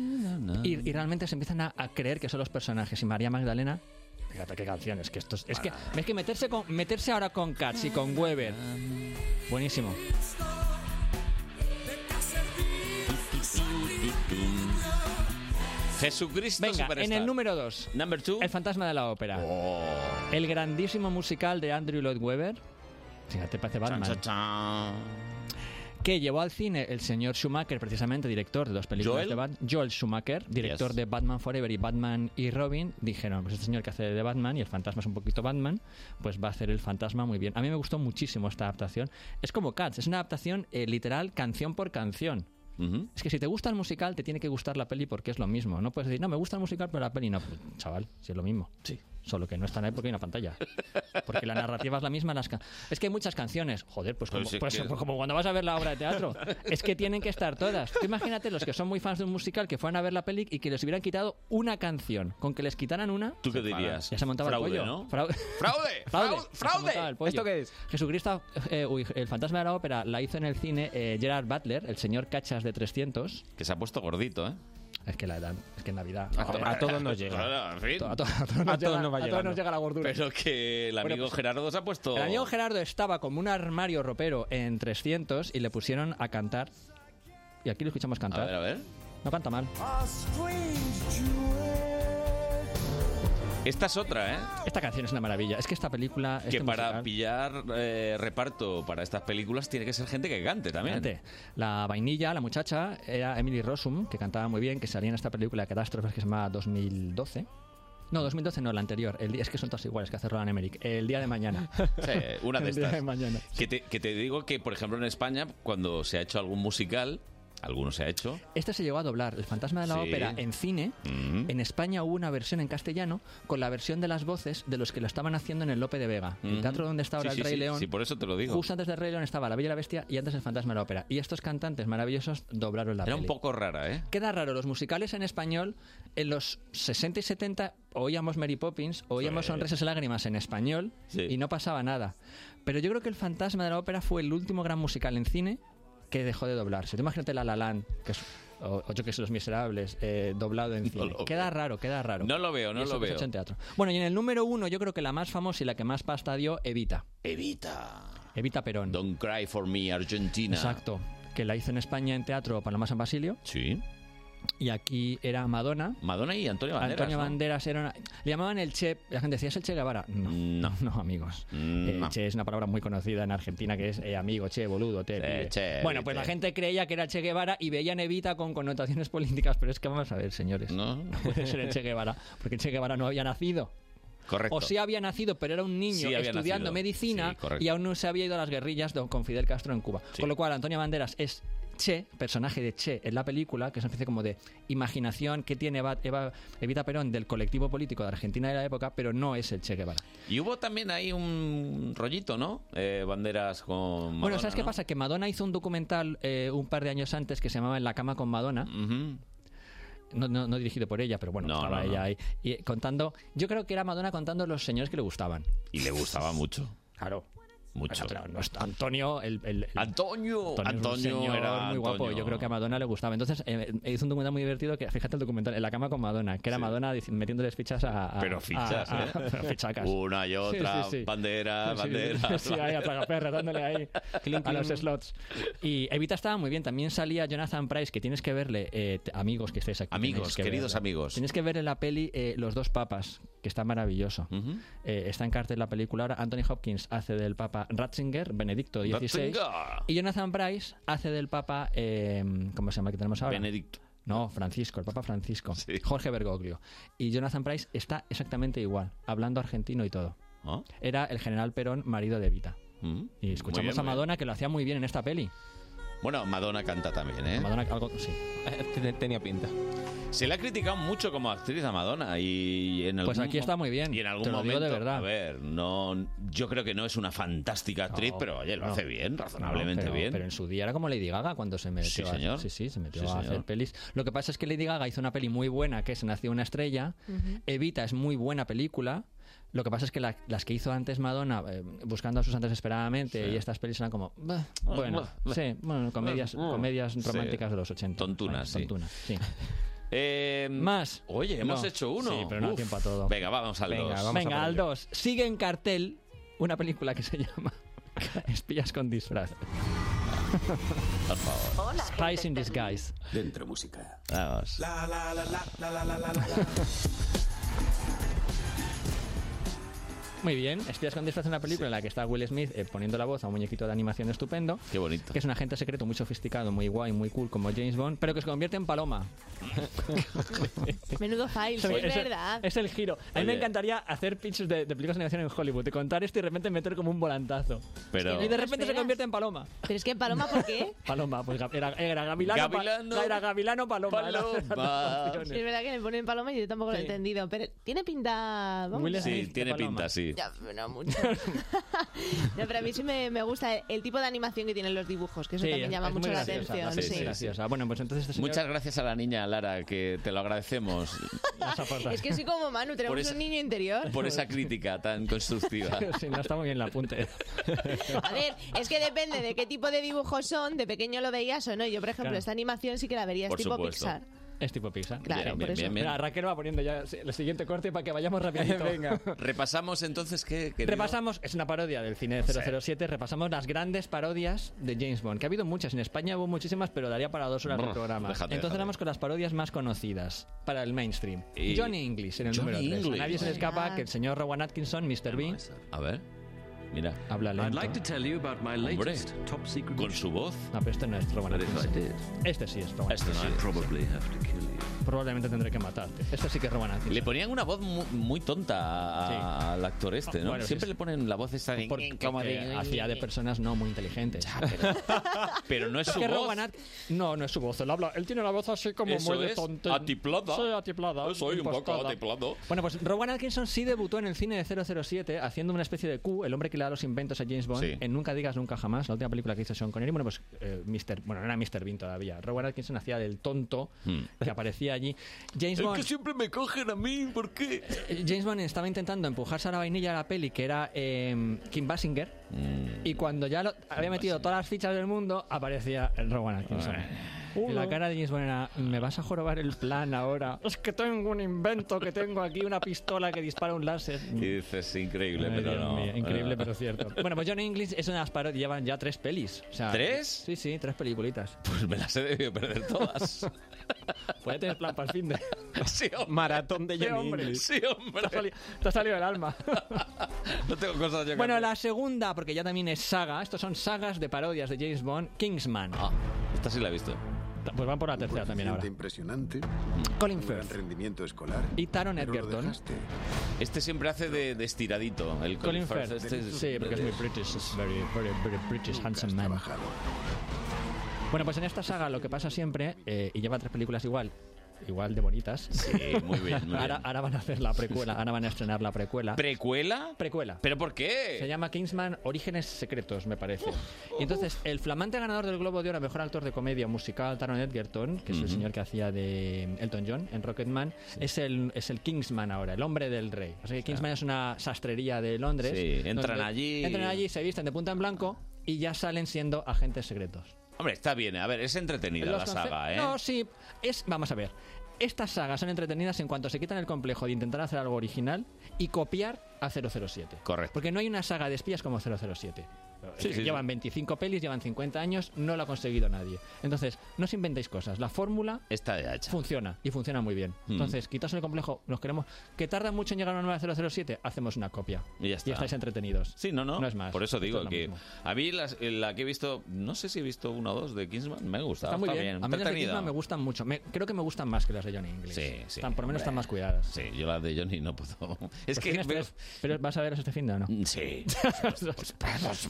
Speaker 14: y, y realmente se empiezan a, a creer que son los personajes. Y María Magdalena. Fíjate qué canciones, que esto es. Es que, es que meterse, con, meterse ahora con Katz y con Weber. Buenísimo.
Speaker 2: Jesucristo
Speaker 14: Venga,
Speaker 2: Superstar.
Speaker 14: en el número 2.
Speaker 2: Number two. Oh.
Speaker 14: El fantasma de la ópera. El grandísimo musical de Andrew Lloyd Webber. Fíjate, parece Batman.
Speaker 2: Chan, chan,
Speaker 14: Que llevó al cine el señor Schumacher, precisamente director de dos películas
Speaker 2: ¿Joel?
Speaker 14: de Batman. Joel Schumacher, director
Speaker 2: Yes.
Speaker 14: de Batman Forever y Batman y Robin, dijeron, pues este señor que hace de Batman y el fantasma es un poquito Batman, pues va a hacer el fantasma muy bien. A mí me gustó muchísimo esta adaptación. Es como Cats, es una adaptación eh, literal canción por canción. Es que si te gusta el musical, te tiene que gustar la peli porque es lo mismo. No puedes decir, no, me gusta el musical, pero la peli no. Pues, chaval, si es lo mismo. Sí. Solo que no están ahí porque hay una pantalla. Porque la narrativa es la misma. Las can- es que hay muchas canciones. Joder, pues como,
Speaker 2: Pues es
Speaker 14: pues-
Speaker 2: que-
Speaker 14: pues como cuando vas a ver la obra de teatro. Es que tienen que estar todas. Tú imagínate los que son muy fans de un musical que fueran a ver la peli y que les hubieran quitado una canción. Con que les quitaran una.
Speaker 2: ¿Tú qué
Speaker 14: se enfadan.
Speaker 2: dirías?
Speaker 14: Ya se montaba
Speaker 2: Fraude,
Speaker 14: el pollo.
Speaker 2: ¿no?
Speaker 14: Fraude.
Speaker 2: ¡Fraude!
Speaker 14: Fraude.
Speaker 2: ¡Fraude!
Speaker 14: Ya se montaba el pollo.
Speaker 2: ¿Esto qué es?
Speaker 14: Jesucristo, eh, uy, el fantasma de la ópera la hizo en el cine eh, Gerard Butler, el señor cachas de 300.
Speaker 2: Que se ha puesto gordito, ¿eh?
Speaker 14: Es que la edad, es que en Navidad.
Speaker 2: A to- a todos nos llega. Claro, en fin.
Speaker 14: A, to- a todos nos
Speaker 2: A todos
Speaker 14: llega,
Speaker 2: nos va
Speaker 14: a todos
Speaker 2: llegando.
Speaker 14: nos llega la gordura.
Speaker 2: Pero que el
Speaker 14: Bueno,
Speaker 2: amigo
Speaker 14: pues-
Speaker 2: Gerardo se ha puesto...
Speaker 14: El amigo Gerardo estaba como un armario ropero en 300 y le pusieron a cantar. Y aquí lo escuchamos cantar.
Speaker 2: A ver, a ver.
Speaker 14: No canta mal.
Speaker 2: Esta es otra, ¿eh?
Speaker 14: Esta canción es una maravilla. Es que esta película.
Speaker 2: Que
Speaker 14: este
Speaker 2: para
Speaker 14: musical-
Speaker 2: pillar eh, reparto para estas películas tiene que ser gente que cante también.
Speaker 14: Fíjate, La vainilla, la muchacha, era Emily Rossum, que cantaba muy bien, que salía en esta película de catástrofes que se llamaba 2012. No, 2012 no, la anterior. El día, es que son todas iguales que hace Roland Emmerich. El día de mañana.
Speaker 2: Sí, eh, una de
Speaker 14: El día
Speaker 2: estas.
Speaker 14: de mañana.
Speaker 2: Que te, que te digo que, por ejemplo, en España, cuando se ha hecho algún musical, alguno se ha hecho,
Speaker 14: Este se llegó a doblar, El fantasma de la
Speaker 2: Sí.
Speaker 14: ópera, en cine. En España hubo una versión en castellano con la versión de las voces de los que lo estaban haciendo en el Lope de Vega. El
Speaker 2: Ujú.
Speaker 14: teatro donde está ahora
Speaker 2: Mm. Sí,
Speaker 14: el
Speaker 2: sí,
Speaker 14: Rey
Speaker 2: sí,
Speaker 14: León.
Speaker 2: sí, por eso te lo digo.
Speaker 14: Justo antes del Rey León estaba La Bella y la Bestia y antes El fantasma de la ópera. Y estos cantantes maravillosos doblaron la
Speaker 2: era un
Speaker 14: peli.
Speaker 2: poco rara, ¿eh?
Speaker 14: Queda raro, los musicales en español, en los 60 y 70 oíamos Mary Poppins, oíamos
Speaker 2: Sí.
Speaker 14: Sonrisas y Lágrimas en español
Speaker 2: Sí.
Speaker 14: y no pasaba nada. Pero yo creo que El Fantasma de la Ópera fue el último gran musical en cine que dejó de doblarse. Tú imagínate La La Land, que es, o, o yo que sé, Los Miserables, eh, doblado en cine.
Speaker 2: lo
Speaker 14: queda raro, queda raro.
Speaker 2: No lo veo,
Speaker 14: Y
Speaker 2: no
Speaker 14: eso
Speaker 2: lo
Speaker 14: que se
Speaker 2: veo.
Speaker 14: ha hecho en teatro. Bueno, y en el número uno, yo creo que la más famosa y la que más pasta dio, Evita.
Speaker 2: Eh. Evita.
Speaker 14: Evita Perón.
Speaker 2: Don't cry for me, Argentina.
Speaker 14: Exacto. Que la hizo en España en teatro Paloma San Basilio.
Speaker 2: Sí.
Speaker 14: Y aquí era Madonna.
Speaker 2: Madonna y Antonio Banderas.
Speaker 14: Antonio
Speaker 2: ¿no?
Speaker 14: Banderas era una- Le llamaban el Che. La gente decía, ¿es el Che Guevara? No, no, amigos. Eh,
Speaker 2: no.
Speaker 14: Che es una palabra muy conocida en Argentina que es eh, amigo, Che, boludo, Te. pibe.
Speaker 2: che,
Speaker 14: bueno, pues
Speaker 2: che.
Speaker 14: la gente creía que era el Che Guevara y veían Evita con connotaciones políticas, pero es que vamos a ver, señores.
Speaker 2: No,
Speaker 14: puede ser el Che Guevara, porque el Che Guevara no había nacido.
Speaker 2: Correcto.
Speaker 14: O sí había nacido, pero era un niño
Speaker 2: Sí había
Speaker 14: estudiando
Speaker 2: nacido.
Speaker 14: medicina
Speaker 2: Sí, correcto.
Speaker 14: y aún no se había ido a las guerrillas do- con Fidel Castro en Cuba. Con lo cual, Antonio Banderas es Che, personaje de Che en la película, que es una especie como de imaginación que tiene Eva, Eva- Evita Perón del colectivo político de Argentina de la época, pero no es el Che Guevara.
Speaker 2: Y hubo también ahí un rollito, ¿no? Eh, banderas con.
Speaker 14: bueno,
Speaker 2: Madonna,
Speaker 14: ¿sabes qué
Speaker 2: ¿no?
Speaker 14: pasa? Que Madonna hizo un documental eh, un par de años antes que se llamaba En la cama con Madonna. No, no- no dirigido por ella, pero bueno,
Speaker 2: No,
Speaker 14: estaba
Speaker 2: no, no.
Speaker 14: ella ahí. Y eh, contando, yo creo que era Madonna contando los señores que le gustaban.
Speaker 2: Y le gustaba mucho.
Speaker 14: Claro.
Speaker 2: Mucho.
Speaker 14: No está- Antonio, el, el- el-
Speaker 2: Antonio,
Speaker 14: es un
Speaker 2: Antonio
Speaker 14: señor
Speaker 2: era
Speaker 14: muy guapo.
Speaker 2: Antonio.
Speaker 14: Yo creo que a Madonna le gustaba. Entonces eh, hizo un documental muy divertido que fíjate el documental en la cama con Madonna, que era Madonna dic- metiéndoles fichas a, a-
Speaker 2: Pero
Speaker 14: a-
Speaker 2: fichas,
Speaker 14: a-
Speaker 2: ¿eh?
Speaker 14: pero fichacas.
Speaker 2: Una y otra, bandera,
Speaker 14: Sí, sí,
Speaker 2: bandera,
Speaker 14: Sí, ahí a tragaperras, dándole ahí a los
Speaker 2: clink.
Speaker 14: slots. Y Evita estaba muy bien. También salía Jonathan Price, que tienes que verle, eh, t- amigos que estéis aquí.
Speaker 2: Amigos,
Speaker 14: tenéis que
Speaker 2: queridos
Speaker 14: verla.
Speaker 2: amigos.
Speaker 14: Tienes que ver en la peli eh, Los dos papas, que está maravilloso. Eh, está en cartel la película ahora. Anthony Hopkins hace del papa Ratzinger, Benedicto XVI.
Speaker 2: Ratzinger.
Speaker 14: Y Jonathan Price hace del papa, eh, ¿cómo se llama el que tenemos ahora?
Speaker 2: Benedicto.
Speaker 14: No, Francisco, el Papa Francisco. Jorge Bergoglio. Y Jonathan Price está exactamente igual, hablando argentino y todo.
Speaker 2: ¿Ah?
Speaker 14: Era el general Perón, marido de Evita. Y
Speaker 2: bien, ¿Mm?
Speaker 14: escuchamos a
Speaker 2: muy bien.
Speaker 14: Madonna, que lo hacía muy bien en esta peli.
Speaker 2: Bueno, Madonna canta también, ¿eh?
Speaker 14: Madonna algo, sí.
Speaker 2: Tenía pinta. Se le ha criticado mucho como actriz a Madonna y en
Speaker 14: Pues
Speaker 2: algún
Speaker 14: aquí está
Speaker 2: mo-
Speaker 14: muy bien.
Speaker 2: Y en algún
Speaker 14: Te lo digo
Speaker 2: momento,
Speaker 14: de verdad.
Speaker 2: a ver, no, yo creo que no es una fantástica actriz,
Speaker 14: No,
Speaker 2: pero oye, lo
Speaker 14: no.
Speaker 2: hace bien, razonablemente
Speaker 14: No, pero-
Speaker 2: bien.
Speaker 14: Pero en su día era como Lady Gaga cuando se metió
Speaker 2: Sí,
Speaker 14: a-
Speaker 2: señor.
Speaker 14: sí, sí, se metió
Speaker 2: Sí,
Speaker 14: a
Speaker 2: señor.
Speaker 14: hacer pelis. Lo que pasa es que Lady Gaga hizo una peli muy buena que es Nació una estrella.
Speaker 13: Ujú.
Speaker 14: Evita es muy buena película. Lo que pasa es que la- las que hizo antes Madonna, eh, buscando a sus antes esperadamente, y estas pelis eran como, "Bah, bueno,
Speaker 2: bah,
Speaker 14: sí, bueno, comedias,
Speaker 2: bah,
Speaker 14: comedias
Speaker 2: sí.
Speaker 14: románticas de los 80.
Speaker 2: Tontunas, sí.
Speaker 14: Tontunas, sí.
Speaker 2: Más. Oye, hemos
Speaker 14: No.
Speaker 2: hecho uno.
Speaker 14: Sí, pero no da
Speaker 2: Uf.
Speaker 14: tiempo a todo.
Speaker 2: Venga, vamos al dos.
Speaker 14: Venga, al 2. Sigue en cartel una película que se llama Espías con disfraz.
Speaker 2: Por favor.
Speaker 14: Spice in disguise.
Speaker 2: Dentro música. Vamos.
Speaker 24: La, la, la, la, la, la, la, la, la.
Speaker 14: Muy bien, Espías con disfraz es una película en la que está Will Smith eh, poniendo la voz a un muñequito de animación estupendo.
Speaker 2: Qué bonito.
Speaker 14: Que es un agente secreto muy sofisticado, muy guay, muy cool, como James Bond, pero que se convierte en paloma.
Speaker 4: Menudo file, sí, es verdad.
Speaker 14: Es el giro. A mí
Speaker 2: Oye.
Speaker 14: me encantaría hacer pitches de, de películas de animación en Hollywood, de contar esto y de repente meter como un volantazo.
Speaker 2: Pero-
Speaker 14: Y de repente se convierte en paloma.
Speaker 4: Pero es que en paloma, ¿por qué?
Speaker 14: Paloma, pues ga- era, era Gavilano, pa-
Speaker 2: Gavilano.
Speaker 14: era Gavilano Paloma. era las
Speaker 2: Paloma.
Speaker 14: dos
Speaker 4: Sí, es
Speaker 14: opciones.
Speaker 4: verdad que le ponen paloma y yo tampoco lo he
Speaker 14: Sí.
Speaker 4: entendido. Pero tiene pinta. vamos,
Speaker 2: sí, tiene pinta, sí.
Speaker 4: Ya, pero no mucho. No, pero a mí sí me, me gusta el, el tipo de animación que tienen los dibujos, que eso
Speaker 14: Sí,
Speaker 4: también
Speaker 14: es-
Speaker 4: llama
Speaker 14: es muy
Speaker 4: mucho la
Speaker 14: graciosa,
Speaker 4: atención.
Speaker 14: bastante
Speaker 4: sí.
Speaker 14: graciosa. Bueno, pues entonces este señor-
Speaker 2: Muchas gracias a la niña Lara, que te lo agradecemos
Speaker 4: Es que soy como Manu, tenemos
Speaker 2: Por esa-
Speaker 4: un niño interior.
Speaker 2: por esa crítica tan constructiva.
Speaker 14: Sí, no está muy bien el apunte.
Speaker 4: A ver, es que depende de qué tipo de dibujos son, de pequeño lo veías o no. Yo, por ejemplo,
Speaker 14: Claro.
Speaker 4: esta animación sí que la verías
Speaker 14: Por
Speaker 4: tipo
Speaker 14: supuesto.
Speaker 4: Pixar.
Speaker 14: Es tipo Pixar.
Speaker 2: Claro, Bien, por bien, eso. bien, bien.
Speaker 14: Mira, Raquel va poniendo ya el siguiente corte para que vayamos rapidito.
Speaker 2: Venga. Repasamos entonces qué. querido?
Speaker 14: Repasamos, es una parodia del cine de 007, repasamos las grandes parodias de James Bond, que ha habido muchas, en España hubo muchísimas, pero daría para dos horas de
Speaker 2: Brr,
Speaker 14: programa.
Speaker 2: déjate,
Speaker 14: Entonces
Speaker 2: déjate.
Speaker 14: vamos con las parodias más conocidas para el mainstream.
Speaker 2: Y-
Speaker 14: Johnny English en el
Speaker 2: Johnny
Speaker 14: número 3.
Speaker 2: English.
Speaker 14: nadie se le escapa
Speaker 2: Verdad.
Speaker 14: que el señor Rowan Atkinson, Mr. Bean,
Speaker 2: A ver. Mira.
Speaker 14: habla lento.
Speaker 2: Hombre, con su voz.
Speaker 14: No, pero este no es Rowan
Speaker 2: But if I
Speaker 14: Atkinson. Este sí es Rowan
Speaker 2: Este
Speaker 14: Atkinson.
Speaker 2: sí es.
Speaker 14: Probablemente tendré que matarte. Este sí que es Rowan Atkinson.
Speaker 2: Le ponían una voz mu- muy, tonta a-
Speaker 14: Sí.
Speaker 2: al actor este, ¿no?
Speaker 14: Bueno, sí,
Speaker 2: Siempre
Speaker 14: sí.
Speaker 2: le ponen la voz esta de...
Speaker 14: Porque
Speaker 2: como de-
Speaker 14: hacía de personas no muy inteligentes. Este
Speaker 2: Pero no es su
Speaker 14: que
Speaker 2: voz.
Speaker 14: Rowan Atk- No, no es su voz. Él, habla- él tiene la voz así como
Speaker 2: Eso
Speaker 14: muy de
Speaker 2: es,
Speaker 14: tonto.
Speaker 2: atiplada.
Speaker 14: Sí, atiplada.
Speaker 2: Yo soy un poco
Speaker 14: impostada.
Speaker 2: atiplado.
Speaker 14: Bueno, pues Rowan Atkinson sí debutó en el cine de 007 haciendo una especie de Q, el hombre que le da los inventos a James Bond,
Speaker 2: Sí.
Speaker 14: en Nunca digas nunca jamás, la última película que hizo Sean Connery. Bueno, pues eh, Mr. Bueno, no era Mr. Bean todavía. Rowan Atkinson hacía del tonto que aparecía allí. James Bond...
Speaker 2: siempre me cogen a mí, ¿por qué?
Speaker 14: Eh, James Bond estaba intentando empujarse a la vainilla a la peli que era eh, Kim Basinger y cuando ya lo- había metido todas las fichas del mundo aparecía el Rowan Atkinson. Y la cara de James Bond era, me vas a jorobar el plan ahora. Es que tengo un invento, que tengo aquí una pistola que dispara un láser.
Speaker 2: Y dices, increíble,
Speaker 14: Ay,
Speaker 2: pero
Speaker 14: Mm. Dios
Speaker 2: no.
Speaker 14: mío, increíble,
Speaker 2: Eh,
Speaker 14: pero cierto. Bueno, pues Johnny English es una de las parodias, llevan ya tres pelis. O sea,
Speaker 2: ¿Tres?
Speaker 14: Sí, sí, tres peliculitas.
Speaker 2: Pues me las he debido perder todas.
Speaker 14: Puede tener plan para el fin de...
Speaker 2: Sí, hombre.
Speaker 14: Maratón de
Speaker 2: Sí, hombre. Sí, hombre.
Speaker 14: Te ha salido el alma.
Speaker 2: No tengo cosas yo que
Speaker 14: Bueno,
Speaker 2: hacer.
Speaker 14: la segunda, porque ya también es saga, estos son sagas de parodias de James Bond, Kingsman.
Speaker 2: Ah, Esta sí la he visto.
Speaker 14: Pues van por la tercera también ahora.
Speaker 13: impresionante.
Speaker 14: Colin
Speaker 13: un gran
Speaker 14: Firth.
Speaker 13: rendimiento escolar.
Speaker 14: Y Taron
Speaker 13: pero lo
Speaker 14: Edgerton.
Speaker 13: dejaste.
Speaker 2: Este siempre hace de, de estiradito. El
Speaker 14: Colin Firth,
Speaker 2: Este es-
Speaker 14: sí, porque es muy British, es very, very, very British, handsome man. Bueno, pues en esta saga lo que pasa siempre, eh, y lleva tres películas igual, igual de bonitas.
Speaker 2: Sí, muy bien, muy
Speaker 14: ahora,
Speaker 2: bien.
Speaker 14: ahora van a hacer la precuela, ahora van a estrenar la precuela.
Speaker 2: ¿Precuela?
Speaker 14: Precuela.
Speaker 2: ¿Pero por qué?
Speaker 14: Se llama Kingsman Orígenes Secretos, me parece. Y entonces, el flamante ganador del Globo de Oro a Mejor Actor de Comedia Musical, Taron Edgerton, que es el
Speaker 2: Ujú.
Speaker 14: señor que hacía de Elton John en Rocketman, es, el, es el Kingsman ahora, el hombre del rey. Así que Kingsman es una sastrería de Londres.
Speaker 2: Sí, entran
Speaker 14: donde
Speaker 2: allí.
Speaker 14: Entran allí, se visten de punta en blanco y ya salen siendo agentes secretos.
Speaker 2: Hombre, está bien. A ver, es entretenida
Speaker 14: Los
Speaker 2: la
Speaker 14: conce-
Speaker 2: saga, ¿eh?
Speaker 14: No, sí. Es, vamos a ver. Estas sagas son entretenidas en cuanto se quitan el complejo de intentar hacer algo original y copiar a 007.
Speaker 2: Correcto.
Speaker 14: Porque no hay una saga de espías como 007.
Speaker 2: Sí,
Speaker 14: Eh,
Speaker 2: sí,
Speaker 14: llevan 25 pelis, llevan 50 años, no lo ha conseguido nadie. Entonces, no os inventéis cosas. La fórmula
Speaker 2: Está de hacha.
Speaker 14: funciona y funciona muy bien.
Speaker 2: Mm.
Speaker 14: Entonces, quitaos el complejo, nos queremos. ¿Que tarda mucho en llegar a una nueva 007? Hacemos una copia.
Speaker 2: Y ya está.
Speaker 14: estáis entretenidos.
Speaker 2: Sí, no, no.
Speaker 14: No es más.
Speaker 2: Por eso
Speaker 14: Esto es
Speaker 2: digo
Speaker 14: lo
Speaker 2: que
Speaker 14: mismo.
Speaker 2: a mí las- eh, la que he visto, no sé si he visto una o dos de Kingsman, me ha gustado.
Speaker 14: Está muy
Speaker 2: está
Speaker 14: bien. A mí las de
Speaker 2: entretenida.
Speaker 14: Kidman me gustan mucho. Me- creo que me gustan más que las de Johnny English.
Speaker 2: Sí, sí,
Speaker 14: Están- por lo menos
Speaker 2: hombre.
Speaker 14: están más cuidadas.
Speaker 2: Sí, yo las de Johnny no puedo. Es que.
Speaker 14: tienes tres, pero vas a veros este fin de o no?
Speaker 2: Mm, Sí.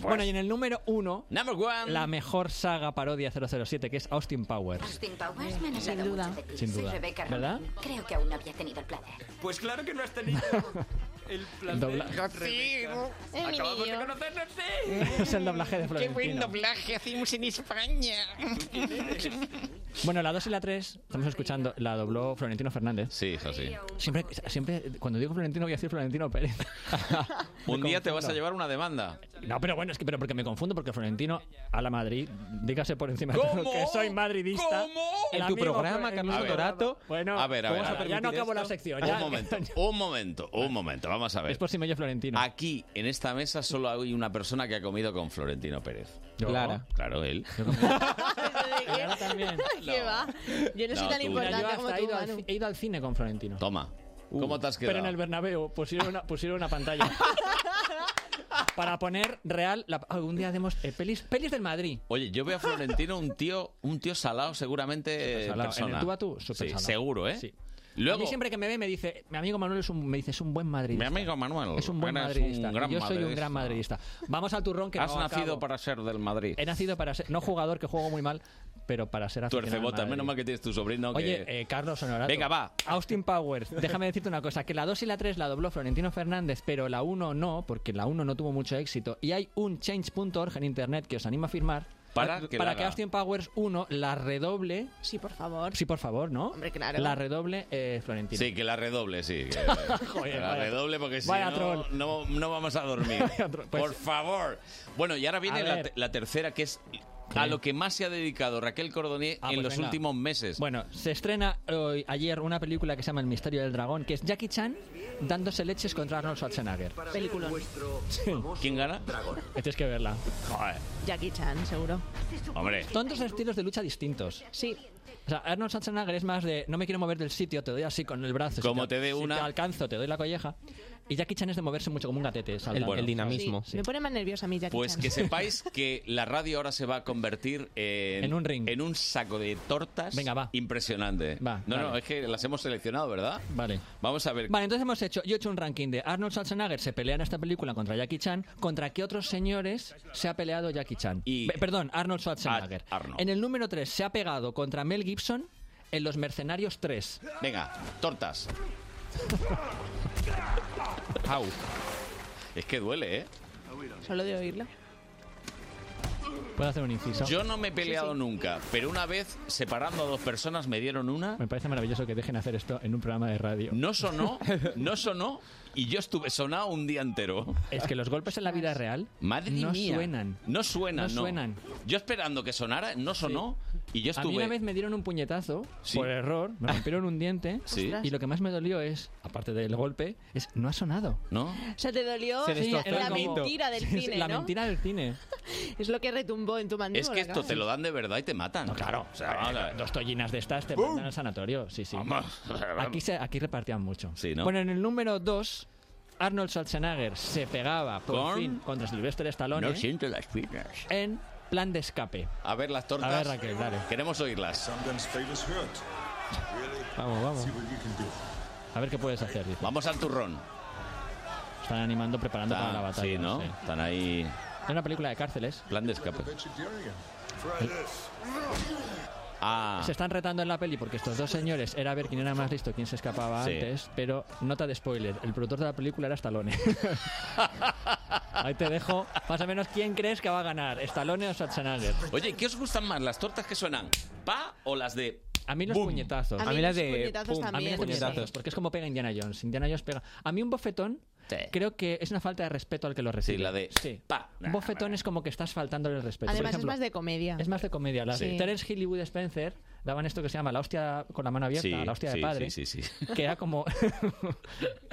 Speaker 14: Bueno, y en el número uno,
Speaker 2: Number one.
Speaker 14: la mejor saga parodia 007, que es Austin Powers.
Speaker 11: Austin Powers me han hablado
Speaker 4: Sin duda.
Speaker 11: mucho de ti.
Speaker 14: Sin duda.
Speaker 11: Soy Rebecca
Speaker 14: ¿Verdad?
Speaker 11: Romijn. Creo que aún no había tenido el placer.
Speaker 18: Pues claro que no has tenido el placer.
Speaker 14: Dobla-
Speaker 18: Rebecca.
Speaker 11: Eh, mi
Speaker 18: Acabamos de
Speaker 11: niño.
Speaker 18: conocernos, sí.
Speaker 14: es el doblaje de Florentino.
Speaker 18: doblaje hacemos en España!
Speaker 14: Bueno, la 2 y la 3, estamos escuchando, la dobló Florentino Fernández.
Speaker 2: Sí, eso sí.
Speaker 14: Siempre, siempre, cuando digo Florentino voy a decir Florentino Pérez.
Speaker 2: Un día te
Speaker 14: confundo.
Speaker 2: vas a llevar una demanda.
Speaker 14: No, pero bueno, es que pero porque me confundo, porque Florentino a la Madrid, dígase por encima de
Speaker 3: ¿Cómo?
Speaker 14: todo que soy madridista.
Speaker 3: ¿Cómo?
Speaker 14: El Pues,
Speaker 3: En tu
Speaker 14: amigo
Speaker 3: programa,
Speaker 14: Florentino-
Speaker 3: Carlos
Speaker 2: A ver.
Speaker 3: Torato.
Speaker 14: Bueno,
Speaker 2: a ver, Eh, a ver,
Speaker 14: vamos
Speaker 2: a
Speaker 14: a
Speaker 2: ver.
Speaker 14: ya no acabo la sección. ya-
Speaker 2: Un momento, un momento, un momento. Vamos a ver.
Speaker 14: Es por si me oye Florentino.
Speaker 2: Aquí, en esta mesa, solo hay una persona que ha comido con Florentino Pérez.
Speaker 14: Yo. Clara.
Speaker 2: Claro, él.
Speaker 4: ¿Qué va? Yo no, soy
Speaker 2: No,
Speaker 4: tan
Speaker 2: tú.
Speaker 14: Mira, yo
Speaker 4: importante como
Speaker 14: hasta he
Speaker 4: tú,
Speaker 14: ido, al,
Speaker 4: Manu.
Speaker 14: ci- he ido al cine con Florentino. Uh,
Speaker 2: Toma. ¿Cómo te has
Speaker 14: Pero
Speaker 2: quedado?
Speaker 14: en el Bernabéu pusieron una, pusieron una pantalla. para poner real. la- algún día hacemos eh, pelis, pelis del Madrid.
Speaker 2: Oye, yo veo a Florentino un tío, un tío salado, seguramente. eh,
Speaker 14: Salado.
Speaker 2: persona.
Speaker 14: En el tú a tú, súper
Speaker 2: Sí,
Speaker 14: salado.
Speaker 2: seguro, ¿eh?
Speaker 14: Sí.
Speaker 2: Luego,
Speaker 14: a mí siempre que me ve me dice, mi amigo Manuel es un, me dice, es un buen madridista.
Speaker 2: Mi amigo Manuel,
Speaker 14: Es un buen
Speaker 2: eres un
Speaker 14: madridista. y
Speaker 2: gran
Speaker 14: yo soy un
Speaker 2: madridista.
Speaker 14: gran madridista. Vamos al turrón que
Speaker 2: has
Speaker 14: no
Speaker 2: nacido
Speaker 14: acabo.
Speaker 2: para ser del Madrid.
Speaker 14: He nacido para ser, no jugador que juego muy mal, pero para ser aficionado al
Speaker 2: Tuercebota,
Speaker 14: Madrid.
Speaker 2: menos mal que tienes tu sobrino
Speaker 14: Oye,
Speaker 2: que.
Speaker 14: eh, Carlos Honorato.
Speaker 2: Venga, va.
Speaker 14: Austin Powers. Déjame decirte una cosa, que la 2 y la 3 la dobló Florentino Fernández, pero la 1 no, porque la 1 no tuvo mucho éxito. Y hay un change.org en internet que os anima a firmar
Speaker 2: Para que la haga.
Speaker 14: Austin Powers 1 la redoble.
Speaker 4: Sí, por favor.
Speaker 14: Sí, por favor, ¿no? Hombre,
Speaker 4: claro.
Speaker 14: La redoble eh, Florentino.
Speaker 2: Sí, que la redoble, sí. que- que la
Speaker 14: vaya-
Speaker 2: redoble porque si
Speaker 14: vaya
Speaker 2: no,
Speaker 14: troll. pues
Speaker 2: no, no vamos a dormir. Por favor. Bueno, y ahora viene
Speaker 14: A
Speaker 2: la,
Speaker 14: ver.
Speaker 2: te- la tercera, que es a lo que más se ha dedicado Raquel Cordonier
Speaker 14: Ah,
Speaker 2: en
Speaker 14: pues
Speaker 2: los
Speaker 14: venga.
Speaker 2: últimos meses.
Speaker 14: Bueno, se estrena hoy, ayer una película que se llama El misterio del dragón, que es Jackie Chan dándose leches contra Arnold Schwarzenegger.
Speaker 4: Película.
Speaker 2: ¿Quién gana?
Speaker 14: Tienes que verla.
Speaker 2: Joder,
Speaker 4: Jackie Chan, seguro.
Speaker 2: hombre.
Speaker 14: Son dos estilos de lucha distintos.
Speaker 4: Sí.
Speaker 14: O sea, Arnold Schwarzenegger es más de no me quiero mover del sitio, te doy así con el brazo.
Speaker 2: Como
Speaker 14: si te,
Speaker 2: te dé
Speaker 14: si
Speaker 2: una-
Speaker 14: te alcanzo, te doy la colleja. Y Jackie Chan es de moverse mucho como un gatete. saltando.
Speaker 2: Bueno. el dinamismo, sí.
Speaker 4: Me pone más nerviosa a mí Jackie
Speaker 2: Pues
Speaker 4: Chan.
Speaker 2: que sepáis que la radio ahora se va a convertir en,
Speaker 14: En un
Speaker 2: en un saco de tortas
Speaker 14: Venga, va.
Speaker 2: impresionante.
Speaker 14: Va,
Speaker 2: no, no,
Speaker 14: vale.
Speaker 2: es que las hemos seleccionado, ¿verdad?
Speaker 14: Vale.
Speaker 2: Vamos a ver.
Speaker 14: Vale, entonces hemos hecho, yo he hecho un ranking de Arnold Schwarzenegger se pelea en esta película contra Jackie Chan, contra qué otros señores se ha peleado Jackie Chan. Pe- Perdón, Arnold Schwarzenegger. En el número 3 se ha pegado contra Mel Gibson en Los Mercenarios 3.
Speaker 2: Venga, tortas. Au. Es que duele, ¿eh?
Speaker 4: Solo de oírlo.
Speaker 14: ¿Puedo hacer un inciso?
Speaker 2: Yo no me he peleado nunca, pero una vez separando a dos personas me dieron una,
Speaker 14: Me parece maravilloso que dejen hacer esto en un programa de radio.
Speaker 2: no sonó, no sonó y yo estuve sonado un día entero.
Speaker 14: Es que los golpes en la vida real
Speaker 2: Madre
Speaker 14: no
Speaker 2: mía.
Speaker 14: suenan.
Speaker 2: No suenan,
Speaker 14: No
Speaker 2: no.
Speaker 14: suenan.
Speaker 2: Yo esperando que sonara, no sonó y yo
Speaker 14: A mí una
Speaker 2: estuve
Speaker 14: vez me dieron un puñetazo
Speaker 2: Sí.
Speaker 14: por error, me rompieron un diente
Speaker 2: Sí.
Speaker 14: y lo que más me dolió es, aparte del golpe, es no ha sonado.
Speaker 2: ¿No?
Speaker 4: O sea, te dolió
Speaker 14: Se
Speaker 4: la,
Speaker 14: destrozó el gomito.
Speaker 4: mentira del
Speaker 14: Sí, sí,
Speaker 4: cine,
Speaker 14: la
Speaker 4: ¿no?
Speaker 14: mentira del cine.
Speaker 4: Es lo que retumbó en tu mandíbula.
Speaker 2: Es que esto
Speaker 4: claro.
Speaker 2: te lo dan de verdad y te matan. claro.
Speaker 14: Dos tollinas de estas te mandan al sanatorio. Sí, sí. Aquí, se- aquí repartían mucho.
Speaker 2: Sí, ¿no?
Speaker 14: Bueno, en el número 2, Arnold Schwarzenegger se pegaba por
Speaker 2: Con-
Speaker 14: fin contra Sylvester Stallone
Speaker 2: no siento las piernas.
Speaker 14: en plan de escape.
Speaker 2: A ver las tortas.
Speaker 14: A ver, Raquel, dale.
Speaker 2: Queremos oírlas.
Speaker 14: Vamos, vamos. A ver qué puedes hacer. dice.
Speaker 2: Vamos al turrón.
Speaker 14: Están animando, preparando para la
Speaker 2: Ah,
Speaker 14: batalla.
Speaker 2: sí, ¿no? Están ahí.
Speaker 14: Es una película de cárceles.
Speaker 2: Plan de escape. Ah.
Speaker 14: Se están retando en la peli porque estos dos señores era ver quién era más listo, quién se escapaba
Speaker 2: Sí.
Speaker 14: antes, pero nota de spoiler, el productor de la película era Stallone. Ahí te dejo más o menos quién crees que va a ganar, Stallone o Schwarzenegger.
Speaker 2: Oye, ¿qué os gustan más? ¿Las tortas que suenan pa o las de.?
Speaker 14: A mí los
Speaker 2: Boom.
Speaker 14: puñetazos.
Speaker 2: A mí A mí las los de puñetazos pum.
Speaker 14: A mí
Speaker 2: también,
Speaker 14: los puñetazos,
Speaker 2: sí.
Speaker 14: porque es como pega Indiana Jones. Indiana Jones pega. A mí un bofetón creo que es una falta de respeto al que lo recibe.
Speaker 2: la de
Speaker 14: Sí. Un bofetón es como que estás faltándole el respeto. Por
Speaker 4: Además
Speaker 14: ejemplo,
Speaker 4: es más de comedia.
Speaker 14: Es más de comedia. Las
Speaker 4: Sí.
Speaker 14: de Terence Hill y Woody Spencer daban esto que se llama la hostia con la mano abierta,
Speaker 2: Sí,
Speaker 14: la hostia
Speaker 2: sí,
Speaker 14: de padre.
Speaker 2: sí, sí, sí.
Speaker 14: Que era como.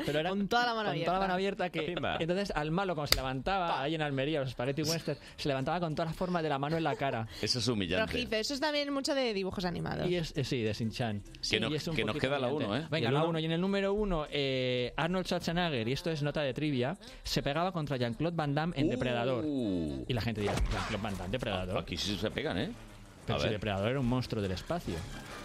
Speaker 14: Pero era con toda
Speaker 4: la mano
Speaker 14: Con toda la mano
Speaker 4: abierta.
Speaker 14: abierta que. Entonces al malo, cuando se levantaba ahí en Almería, los Spaghetti Western, se levantaba con toda la forma de la mano en la cara.
Speaker 2: Eso es
Speaker 4: Rojizo.
Speaker 2: humillante.
Speaker 4: Eso es también mucho de dibujos animados.
Speaker 14: Y es, eh, sí, de Sinchan.
Speaker 2: Que nos- que nos queda la uno, ¿eh?
Speaker 14: Venga,
Speaker 2: ¿El
Speaker 14: la
Speaker 2: uno?
Speaker 14: 1. Y en el número 1, Arnold Schwarzenegger, y esto es nota de trivia, se pegaba contra Jean-Claude Van Damme
Speaker 2: Uh.
Speaker 14: en Depredador. Y la gente dirá, Jean-Claude Van Damme, Depredador.
Speaker 2: Aquí sí se pegan, ¿eh?
Speaker 14: Pero
Speaker 2: a
Speaker 14: si
Speaker 2: ver.
Speaker 14: Depredador era un monstruo del espacio.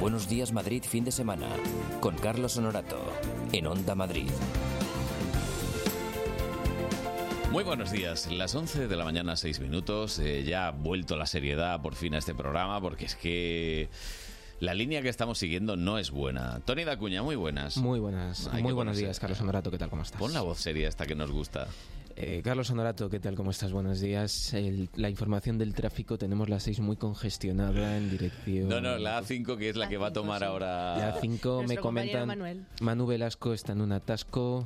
Speaker 1: Buenos días Madrid fin de semana con Carlos Honorato en Onda Madrid.
Speaker 2: Muy buenos días, las 11 de la mañana, 6 minutos. Eh, ya ha vuelto la seriedad por fin a este programa porque es que la línea que estamos siguiendo no es buena. Tony Dacuña, muy buenas.
Speaker 3: Muy buenas,
Speaker 2: Hay que
Speaker 3: muy buenos
Speaker 2: ponerse-
Speaker 3: días, Carlos Honorato, ¿qué tal, cómo estás?
Speaker 2: Pon la voz seria esta que nos gusta.
Speaker 3: Eh, Carlos Honorato, ¿qué tal? ¿Cómo estás? Buenos días. El- la información del tráfico, tenemos la 6 muy congestionada en dirección...
Speaker 2: No, no, la A5 que es la que va a tomar ahora.
Speaker 3: La 5 me
Speaker 4: Nuestro compañero
Speaker 3: comentan...
Speaker 4: Manuel.
Speaker 3: Manu Velasco está en un atasco,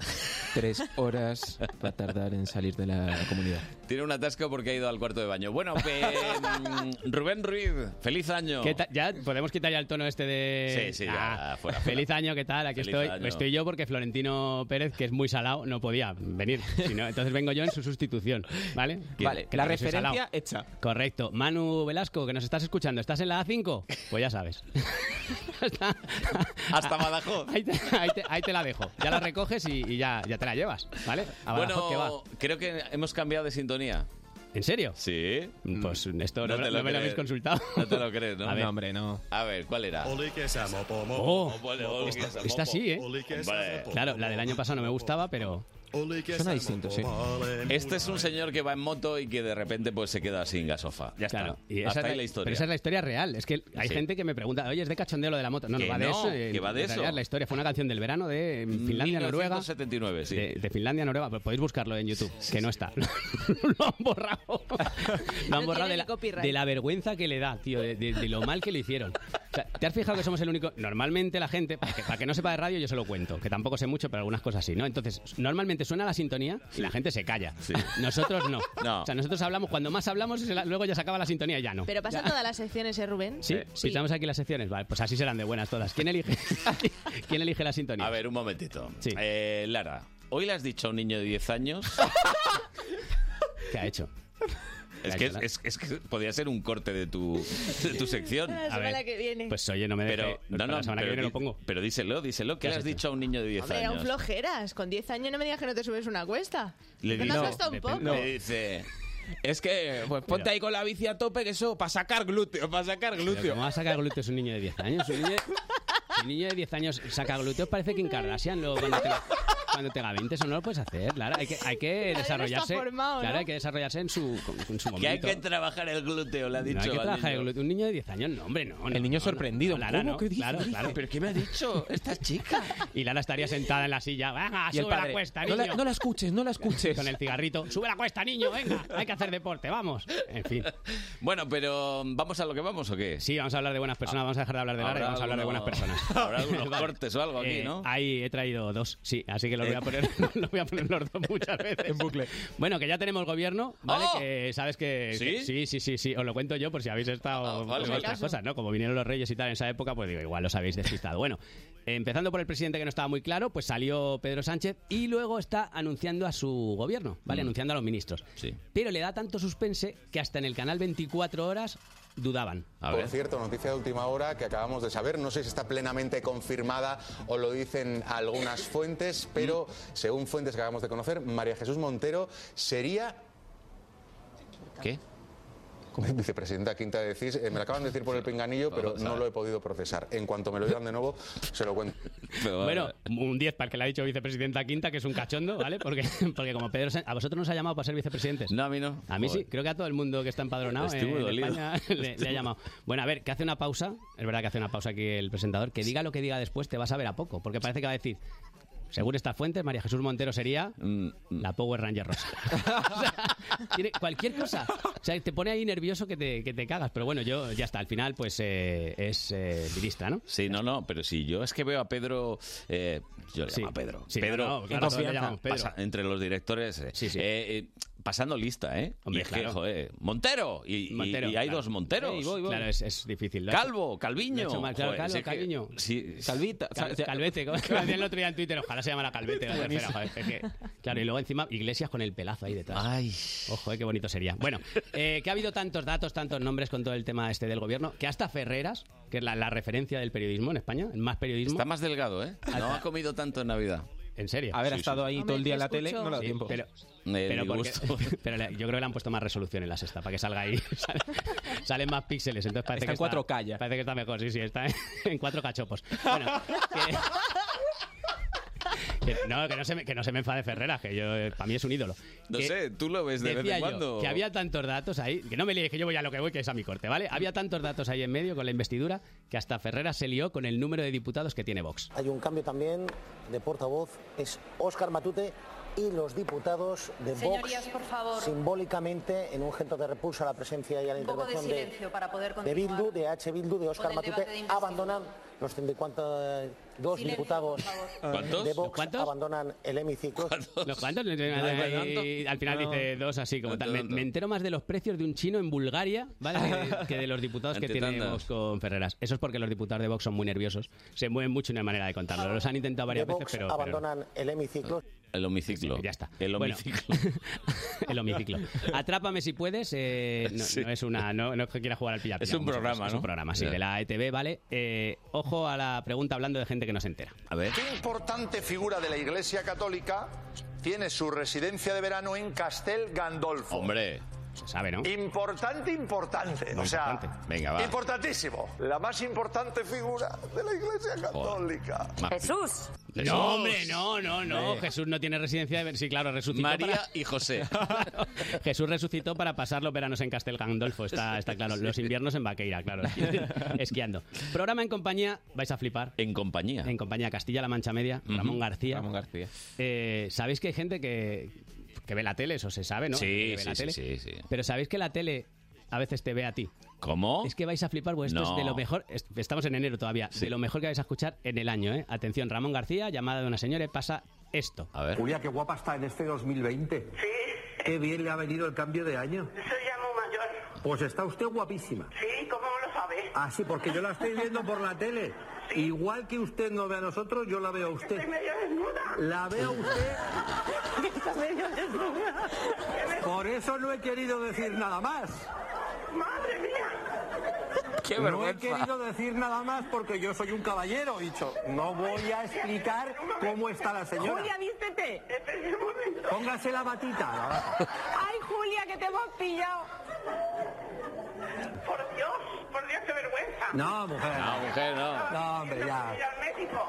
Speaker 3: tres horas va a tardar en salir de la comunidad.
Speaker 2: Tiene un atasco porque ha ido al cuarto de baño. Bueno, pe- mm, Rubén Ruiz, feliz año.
Speaker 29: ¿Qué tal? ¿Ya podemos quitar ya el tono este de...?
Speaker 2: Sí, sí, ya,
Speaker 29: Ah,
Speaker 2: fuera, fuera.
Speaker 29: Feliz año, ¿qué tal? Aquí
Speaker 2: Feliz
Speaker 29: estoy.
Speaker 2: año.
Speaker 29: Estoy yo porque Florentino Pérez, que es muy salado, no podía venir. Si no, entonces vengo yo en su sustitución, ¿vale? Que-
Speaker 3: Vale,
Speaker 29: que
Speaker 3: la
Speaker 29: no soy
Speaker 3: referencia
Speaker 29: salao.
Speaker 3: hecha.
Speaker 29: Correcto. Manu Velasco, que nos estás escuchando, ¿estás en la A5? Pues ya sabes.
Speaker 2: Hasta Badajoz.
Speaker 29: Ahí te, ahí te- ahí te la dejo. Ya la recoges y, y ya, ya te la llevas, ¿vale? A Badajoz que va.
Speaker 2: Bueno, creo que hemos cambiado de sintonía.
Speaker 29: ¿En serio?
Speaker 2: Sí.
Speaker 29: Pues esto no,
Speaker 2: Mm. te
Speaker 29: me- no me lo habéis
Speaker 2: crees.
Speaker 29: consultado.
Speaker 2: No te lo crees, ¿no?
Speaker 29: A ver.
Speaker 3: hombre, no.
Speaker 2: A ver, ¿cuál era?
Speaker 29: Oh,
Speaker 2: Ole, ole, que
Speaker 29: esta,
Speaker 2: se
Speaker 29: esta
Speaker 2: mopo.
Speaker 29: sí, ¿eh?
Speaker 2: Hombre.
Speaker 29: Claro, la del año pasado no me gustaba, pero...
Speaker 2: Suena
Speaker 3: distinto, sí.
Speaker 2: Este es un señor que va en moto y que de repente pues se queda sin gasofa. Ya está.
Speaker 29: Claro, y esa
Speaker 2: Hasta
Speaker 29: es
Speaker 2: ahí la historia.
Speaker 29: Pero esa es la historia real. Es que hay
Speaker 2: Sí.
Speaker 29: gente que me pregunta, oye, es de cachondeo lo de la moto. No, no,
Speaker 2: Que
Speaker 29: va de
Speaker 2: no,
Speaker 29: eso. eh,
Speaker 2: que va de
Speaker 29: en realidad
Speaker 2: eso.
Speaker 29: es La historia fue una canción del verano de eh, Finlandia, Noruega.
Speaker 2: 1979, sí.
Speaker 29: De, de Finlandia, Noruega. Pues podéis buscarlo en YouTube, que no está. lo han borrado. lo han borrado tiene de ni la, copyright. de la vergüenza que le da, tío, de, de- de lo mal que lo hicieron. O sea, ¿te has fijado que somos el único? Normalmente la gente, para que, para que no sepa de radio, yo se lo cuento, que tampoco sé mucho, pero algunas cosas sí, ¿no? Entonces, normalmente suena la sintonía y la gente se calla. Nosotros no. O sea, nosotros hablamos, cuando más hablamos, se la- luego ya se acaba la sintonía y ya no.
Speaker 4: Pero pasa
Speaker 29: Ya.
Speaker 4: todas las secciones, ¿eh, Rubén?
Speaker 29: ¿Sí? ¿Pitamos aquí las secciones? Vale, pues así serán de buenas todas. ¿Quién elige, ¿Quién elige la sintonía?
Speaker 2: A ver, un momentito. Eh, Lara, ¿hoy le has dicho a un niño de 10 años?
Speaker 29: ¿Qué ha hecho?
Speaker 2: Es que, es, es que podría ser un corte de tu, de tu sección.
Speaker 4: La semana que viene.
Speaker 29: Pues oye, no me deje.
Speaker 2: Pero,
Speaker 29: para la semana que viene
Speaker 2: di-
Speaker 29: lo pongo.
Speaker 2: Pero díselo, díselo. ¿Qué
Speaker 29: ¿Qué
Speaker 2: le
Speaker 29: has
Speaker 2: has
Speaker 29: hecho?
Speaker 2: dicho a un niño de 10
Speaker 4: Hombre, aún
Speaker 2: años?
Speaker 4: flojeras. Con 10 años no me digas que no te subes una cuesta. ¿No te has gastado un poco?
Speaker 2: Le dice...
Speaker 29: Es que, pues
Speaker 2: ponte
Speaker 29: ahí con la bici a tope, que eso, para sacar glúteo, para sacar glúteo. ¿Cómo va a sacar glúteos un niño de 10 años? Un niño, de- un niño de 10 años saca glúteos, parece que en Kardashian lo, cuando, te, cuando te gavientes eso no lo puedes hacer, Lara. Hay que, hay que
Speaker 30: no está
Speaker 29: desarrollarse.
Speaker 30: formado, ¿no?
Speaker 29: Claro, hay que desarrollarse en su, en su momento.
Speaker 2: Que hay que trabajar el glúteo, le ha dicho.
Speaker 29: no hay que
Speaker 2: al
Speaker 29: trabajar el
Speaker 2: niño.
Speaker 29: glúteo. Un niño de 10 años, no, hombre, no.
Speaker 3: El niño sorprendido,
Speaker 29: Lara,
Speaker 3: ¿cómo?
Speaker 29: no.
Speaker 3: ¿Qué dice?
Speaker 29: Claro,
Speaker 3: ¿Qué
Speaker 29: claro.
Speaker 3: dice?
Speaker 2: ¿Pero qué me ha dicho esta chica?
Speaker 29: Y Lara estaría sentada en la silla. Venga,
Speaker 3: Y el
Speaker 29: sube la
Speaker 3: padre,
Speaker 29: cuesta,
Speaker 3: "No
Speaker 29: niño.
Speaker 3: la- no la escuches, no la escuches.
Speaker 29: Con el cigarrito. Sube la cuesta, niño, venga. Hay que hacer deporte, vamos. En fin.
Speaker 2: Bueno, pero ¿vamos a lo que vamos o qué? Ah.
Speaker 29: Sí, vamos a hablar de buenas personas. Vamos a dejar de hablar de Lara y
Speaker 2: Habrá
Speaker 29: vamos a hablar de buenas
Speaker 2: alguno-
Speaker 29: personas.
Speaker 2: Habrá algunos
Speaker 29: Vale.
Speaker 2: cortes o algo aquí,
Speaker 29: Eh,
Speaker 2: ¿no? Eh,
Speaker 29: Ahí he traído dos, sí, así que los voy a poner, los voy a poner los dos muchas veces. En bucle. Bueno, que ya tenemos gobierno, ¿vale?
Speaker 2: ¡Oh!
Speaker 29: Que sabes que
Speaker 2: ¿Sí? Ah,
Speaker 29: que- sí, sí, sí, sí, os lo cuento yo por si habéis estado en
Speaker 2: vale, vale.
Speaker 29: otras cosas, ¿no? Como vinieron los reyes y tal en esa época, pues digo, igual los habéis despistado. Bueno, empezando por el presidente que no estaba muy claro, pues salió Pedro Sánchez y luego está anunciando a su gobierno, ¿vale?
Speaker 2: Mm.
Speaker 29: Anunciando a los ministros.
Speaker 2: Sí.
Speaker 29: Pero le da tanto suspense que hasta en el canal 24 horas dudaban.
Speaker 6: Por cierto, noticia de última hora que acabamos de saber, no sé si está plenamente confirmada o lo dicen algunas fuentes, pero según fuentes que acabamos de conocer, María Jesús Montero sería...
Speaker 2: ¿Qué?
Speaker 6: Como vicepresidenta quinta de CIS, eh, me lo acaban de decir por el pinganillo, pero no lo he podido procesar. En cuanto me lo digan de nuevo, se lo cuento.
Speaker 29: Bueno, un 10 para el que le ha dicho vicepresidenta Quinta, que es un cachondo, ¿vale? Porque, porque como Pedro Sánchez, a vosotros nos ha llamado para ser vicepresidentes. No,
Speaker 2: a mí no.
Speaker 29: A mí sí,
Speaker 2: Joder.
Speaker 29: creo que a todo el mundo que está empadronado
Speaker 2: Estoy muy
Speaker 29: en
Speaker 2: dolido.
Speaker 29: España
Speaker 2: Estoy
Speaker 29: le, le ha
Speaker 2: muy-
Speaker 29: llamado. Bueno, a ver, que hace una pausa, es verdad que hace una pausa aquí el presentador, que diga lo que diga después, te vas a ver a poco, porque parece que va a decir... Según estas fuentes, María Jesús Montero sería
Speaker 2: Mm.
Speaker 29: la Power Ranger Rosa. O sea, tiene cualquier cosa. O sea, te pone ahí nervioso que te, que te cagas. Pero bueno, yo ya está. Al final, pues eh, es eh, ministra, ¿no?
Speaker 2: Sí, no, no, pero si yo es que veo a Pedro. eh, yo le
Speaker 29: Sí.
Speaker 2: llamo a Pedro.
Speaker 29: Sí,
Speaker 2: Pedro,
Speaker 29: no, no, claro, todos le llamamos Pedro.
Speaker 2: pasa- entre los directores. eh, eh, eh, pasando lista, ¿eh?
Speaker 29: Hombre,
Speaker 2: Y es que,
Speaker 29: claro.
Speaker 2: joder, Montero. Y, y-
Speaker 29: Montero,
Speaker 2: y hay
Speaker 29: claro.
Speaker 2: dos Monteros.
Speaker 29: Sí, voy, voy. Claro, es- difícil. Lo ha hecho-
Speaker 2: Calvo,
Speaker 29: lo ha
Speaker 2: Calviño.
Speaker 29: hecho mal, claro,
Speaker 2: Joder,
Speaker 29: Calvo,
Speaker 2: si es que-
Speaker 29: Calviño.
Speaker 2: sí,
Speaker 29: Calvita. calvete, como me decía el otro día en Twitter, ojalá se llamara Calvete. la tercera, joder, es que- claro, y luego encima Iglesias con el pelazo ahí detrás.
Speaker 2: Ay.
Speaker 29: Ojo, eh, qué bonito sería. Bueno, eh, que ha habido tantos datos, tantos nombres con todo el tema este del gobierno, que hasta Ferreras, que es la, la referencia del periodismo en España, el más periodismo.
Speaker 2: Está más delgado, ¿eh? No ha comido tanto en Navidad.
Speaker 29: ¿En serio?
Speaker 2: Haber Sí, estado sí. ahí Hombre, todo el día en la te tele, escucho. no le da
Speaker 29: Sí,
Speaker 2: tiempo.
Speaker 29: Pero,
Speaker 2: Eh,
Speaker 29: pero
Speaker 2: mi
Speaker 29: porque-
Speaker 2: gusto.
Speaker 29: pero le- yo creo que le han puesto más resolución en la sexta, para que salga ahí. sale- salen más píxeles, entonces parece
Speaker 3: Está
Speaker 29: que
Speaker 3: en 4K
Speaker 29: está, Parece que está mejor, sí, sí, está en, en cuatro cachopos. Que- no, que no, se me, que no se me enfade Ferreras, que yo, eh, para mí es un ídolo.
Speaker 2: No
Speaker 29: Que-
Speaker 2: sé, tú lo ves de vez
Speaker 29: Decía
Speaker 2: en
Speaker 29: yo
Speaker 2: cuando.
Speaker 29: Que había tantos datos ahí, que no me líes, que yo voy a lo que voy, que es a mi corte, ¿vale? Había tantos datos ahí en medio con la investidura que hasta Ferreras se lió con el número de diputados que tiene Vox.
Speaker 31: Hay un cambio también de portavoz, es Óscar Matute y los diputados de
Speaker 9: Señorías,
Speaker 31: Vox
Speaker 9: por favor.
Speaker 31: simbólicamente en un gesto de repulso a la presencia y a la
Speaker 9: Un poco de
Speaker 31: intervención de,
Speaker 9: silencio para poder
Speaker 31: de
Speaker 9: continuar.
Speaker 31: Bildu, de H. Bildu, de Óscar
Speaker 9: con el debate de
Speaker 31: Matute,
Speaker 9: investidura.
Speaker 31: abandonan los 52
Speaker 9: Silencio,
Speaker 31: diputados
Speaker 9: por
Speaker 29: ¿Cuántos?
Speaker 31: de Vox,
Speaker 29: ¿Cuántos?
Speaker 31: abandonan el hemiciclo.
Speaker 29: ¿Los cuantos?
Speaker 31: ¿cuántos?
Speaker 29: al final
Speaker 31: No.
Speaker 29: dice dos así como tal. Me, me entero más de los precios de un chino en Bulgaria ¿vale? que, de, que de los diputados que
Speaker 2: Ante
Speaker 29: tiene
Speaker 2: tantas.
Speaker 29: Vox con Ferreras. Eso es porque los diputados de Vox son muy nerviosos. Se mueven mucho en la manera de contarlo. Los han intentado
Speaker 31: de
Speaker 29: varias veces,
Speaker 31: Vox
Speaker 29: pero... pero no.
Speaker 31: abandonan el hemiciclo.
Speaker 2: El homiciclo. Ya está. El
Speaker 29: Bueno.
Speaker 2: homiciclo.
Speaker 29: el homiciclo. Atrápame si puedes. eh, no, no es una, no, no es que quiera jugar al pilla
Speaker 2: Es un programa,
Speaker 29: Es
Speaker 2: ¿no?
Speaker 29: un programa, sí,
Speaker 2: Ya.
Speaker 29: de la ETV, ¿vale? Eh, ojo a la pregunta hablando de gente que no se entera.
Speaker 2: A ver.
Speaker 8: ¿Qué importante figura de la Iglesia Católica tiene su residencia de verano en Castel Gandolfo?
Speaker 2: Hombre.
Speaker 29: Se sabe, ¿no?
Speaker 8: Importante, importante.
Speaker 2: Muy
Speaker 8: o sea,
Speaker 2: importante. Venga, va.
Speaker 8: importantísimo. La más importante figura de la Iglesia Católica.
Speaker 2: Más-
Speaker 8: Jesús.
Speaker 29: No, hombre, no, no, no. Jesús no tiene residencia de... ver- Sí, claro, resucitó
Speaker 2: María
Speaker 29: para-
Speaker 2: y José.
Speaker 29: Jesús resucitó para pasar los veranos en Castel Gandolfo, está, está claro. Los inviernos en Vaqueira, claro. Esquiando. Programa en compañía, vais a flipar.
Speaker 2: En compañía.
Speaker 29: En compañía Castilla-La Mancha Media,
Speaker 2: Ujú.
Speaker 29: Ramón García.
Speaker 2: Ramón
Speaker 29: García. Sabéis que hay gente que, que ve la tele, eso se sabe, ¿no?
Speaker 2: Sí,
Speaker 29: Que ve
Speaker 2: sí,
Speaker 29: la
Speaker 2: sí,
Speaker 29: tele.
Speaker 2: sí, sí.
Speaker 29: Pero sabéis que la tele a veces te ve a ti.
Speaker 2: ¿Cómo?
Speaker 29: Es que vais a flipar, pues esto
Speaker 2: No.
Speaker 29: es de lo mejor. est- Estamos en enero todavía. De lo mejor que vais a escuchar en el año, ¿eh? Atención, Ramón García, llamada de una señora, y pasa esto.
Speaker 2: A ver.
Speaker 20: Julia, qué guapa está en este 2020. Sí. Qué bien le ha venido el cambio de año. Soy ya muy mayor. Pues está usted guapísima. Sí, ¿cómo lo sabe? Ah, sí, porque yo la estoy viendo por la tele. Igual que usted no ve a nosotros, yo la veo a usted.
Speaker 32: Estoy medio desnuda.
Speaker 20: La veo a usted,
Speaker 32: Estoy medio desnuda.
Speaker 20: por eso no he querido decir nada más.
Speaker 32: Madre mía. Qué
Speaker 20: No he
Speaker 32: vergüenza.
Speaker 20: querido decir nada más porque yo soy un caballero, dicho. No voy a explicar cómo está la señora.
Speaker 32: Julia, vístete.
Speaker 20: Póngase la batita. la batita.
Speaker 32: Ay, Julia, que te hemos pillado. Por Dios, por Dios, qué vergüenza.
Speaker 20: No, mujer.
Speaker 2: No, mujer, no.
Speaker 20: No, hombre, ya.
Speaker 32: Ir al médico.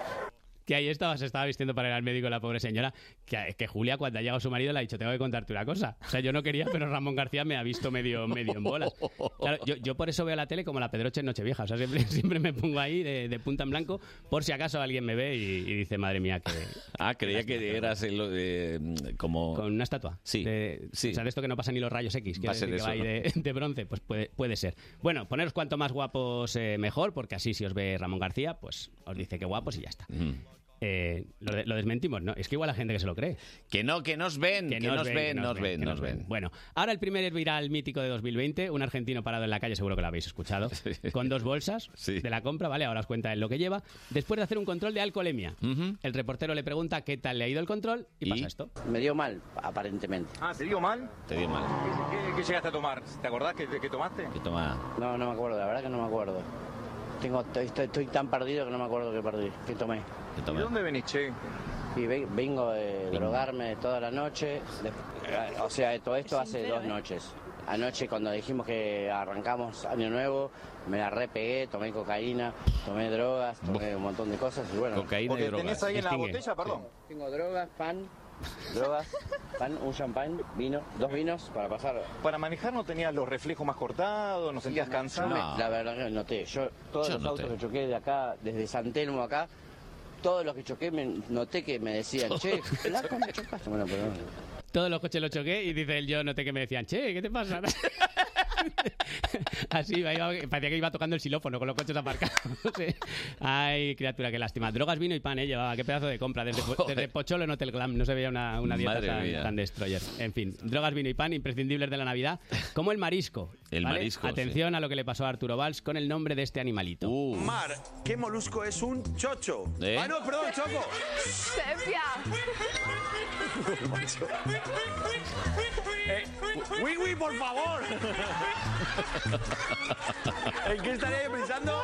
Speaker 29: que ahí estaba, se estaba vistiendo para ir al médico la pobre señora, que, que Julia cuando ha llegado su marido le ha dicho, tengo que contarte una cosa. O sea, yo no quería, pero Ramón García me ha visto medio, medio en bola. Claro, yo, yo por eso veo la tele como la Pedroche en Nochevieja. O sea, siempre, siempre me pongo ahí de, de punta en blanco por si acaso alguien me ve y, y dice, madre mía, que...
Speaker 2: Ah, creía que eras el, eh, como...
Speaker 29: Con una estatua.
Speaker 2: Sí.
Speaker 29: De-
Speaker 2: sí.
Speaker 29: O sea, de esto que no pasa ni los rayos X, que,
Speaker 2: Va a ser
Speaker 29: que
Speaker 2: eso,
Speaker 29: va ahí
Speaker 2: ¿no?
Speaker 29: de, de bronce, pues puede, puede ser. Bueno, poneros cuanto más guapos eh, mejor, porque así si os ve Ramón García, pues os dice que guapos y ya está.
Speaker 2: Mm.
Speaker 29: Eh, lo, de- lo desmentimos, ¿no? Es que igual la gente que se lo cree.
Speaker 2: Que no, que nos ven, que nos ven,
Speaker 29: que
Speaker 2: nos ven,
Speaker 29: que
Speaker 2: nos ven.
Speaker 29: Bueno, ahora el primer viral mítico de 2020, un argentino parado en la calle, seguro que lo habéis escuchado, con dos bolsas de la compra, ¿vale? Ahora os cuenta él lo que lleva. Después de hacer un control de alcoholemia, el reportero le pregunta qué tal le ha ido el control y, pasa esto.
Speaker 33: Me dio mal, aparentemente.
Speaker 3: Ah, ¿te dio mal?
Speaker 2: Te dio mal.
Speaker 3: ¿Qué, qué llegaste a tomar? ¿Te acordás que, que tomaste?
Speaker 2: Que toma...
Speaker 33: No, no me acuerdo, la verdad que no me acuerdo. Tengo, estoy, estoy- estoy tan perdido que no me acuerdo qué perdí, qué tomé.
Speaker 3: ¿De dónde venís, che?
Speaker 33: Y ve- vengo de drogarme toda la noche. de- o sea, todo esto hace
Speaker 3: sincero,
Speaker 33: dos
Speaker 3: ¿eh?
Speaker 33: noches. Anoche cuando dijimos que arrancamos Año Nuevo, me la repegué, tomé cocaína, tomé drogas, tomé un montón de cosas y bueno.
Speaker 2: Cocaína y Porque drogas. tenés ahí en la Distingue. botella,
Speaker 33: perdón. Tengo drogas, pan, drogas, pan, un champán, vino, dos vinos para pasar.
Speaker 3: ¿Para manejar no tenías los reflejos más cortados? ¿No sentías cansado?
Speaker 33: No. La verdad que noté. Yo, todos
Speaker 3: Yo
Speaker 33: los
Speaker 3: noté.
Speaker 33: autos que choqué de acá, desde San Telmo acá, todos los que choqué, me noté que me decían, che, flaco, me chocaste. Bueno, pero no.
Speaker 29: Todos los coches lo choqué y dice él, yo noté que me decían, che, ¿qué te pasa? Así, iba- iba- parecía que iba tocando el xilófono con los coches aparcados. ¿eh? Ay, criatura, qué lástima. Drogas, vino y pan, ¿eh? Llevaba, qué pedazo de compra. Desde, desde Pocholo en Hotel Glam no se veía una, una dieta
Speaker 2: Madre
Speaker 29: tan,
Speaker 2: mía.
Speaker 29: tan destroyer. En fin, drogas, vino y pan, imprescindibles de la Navidad, como el marisco.
Speaker 2: El marisco,
Speaker 29: Atención a lo que le pasó a Arturo Valls con el nombre de este animalito.
Speaker 2: Uh.
Speaker 11: Mar, ¿qué molusco es un chocho?
Speaker 29: ¿Eh?
Speaker 11: Ah, no, perdón, choco.
Speaker 34: Sepia.
Speaker 11: ¡Wiwi, por favor! ¿En qué estaría yo pensando?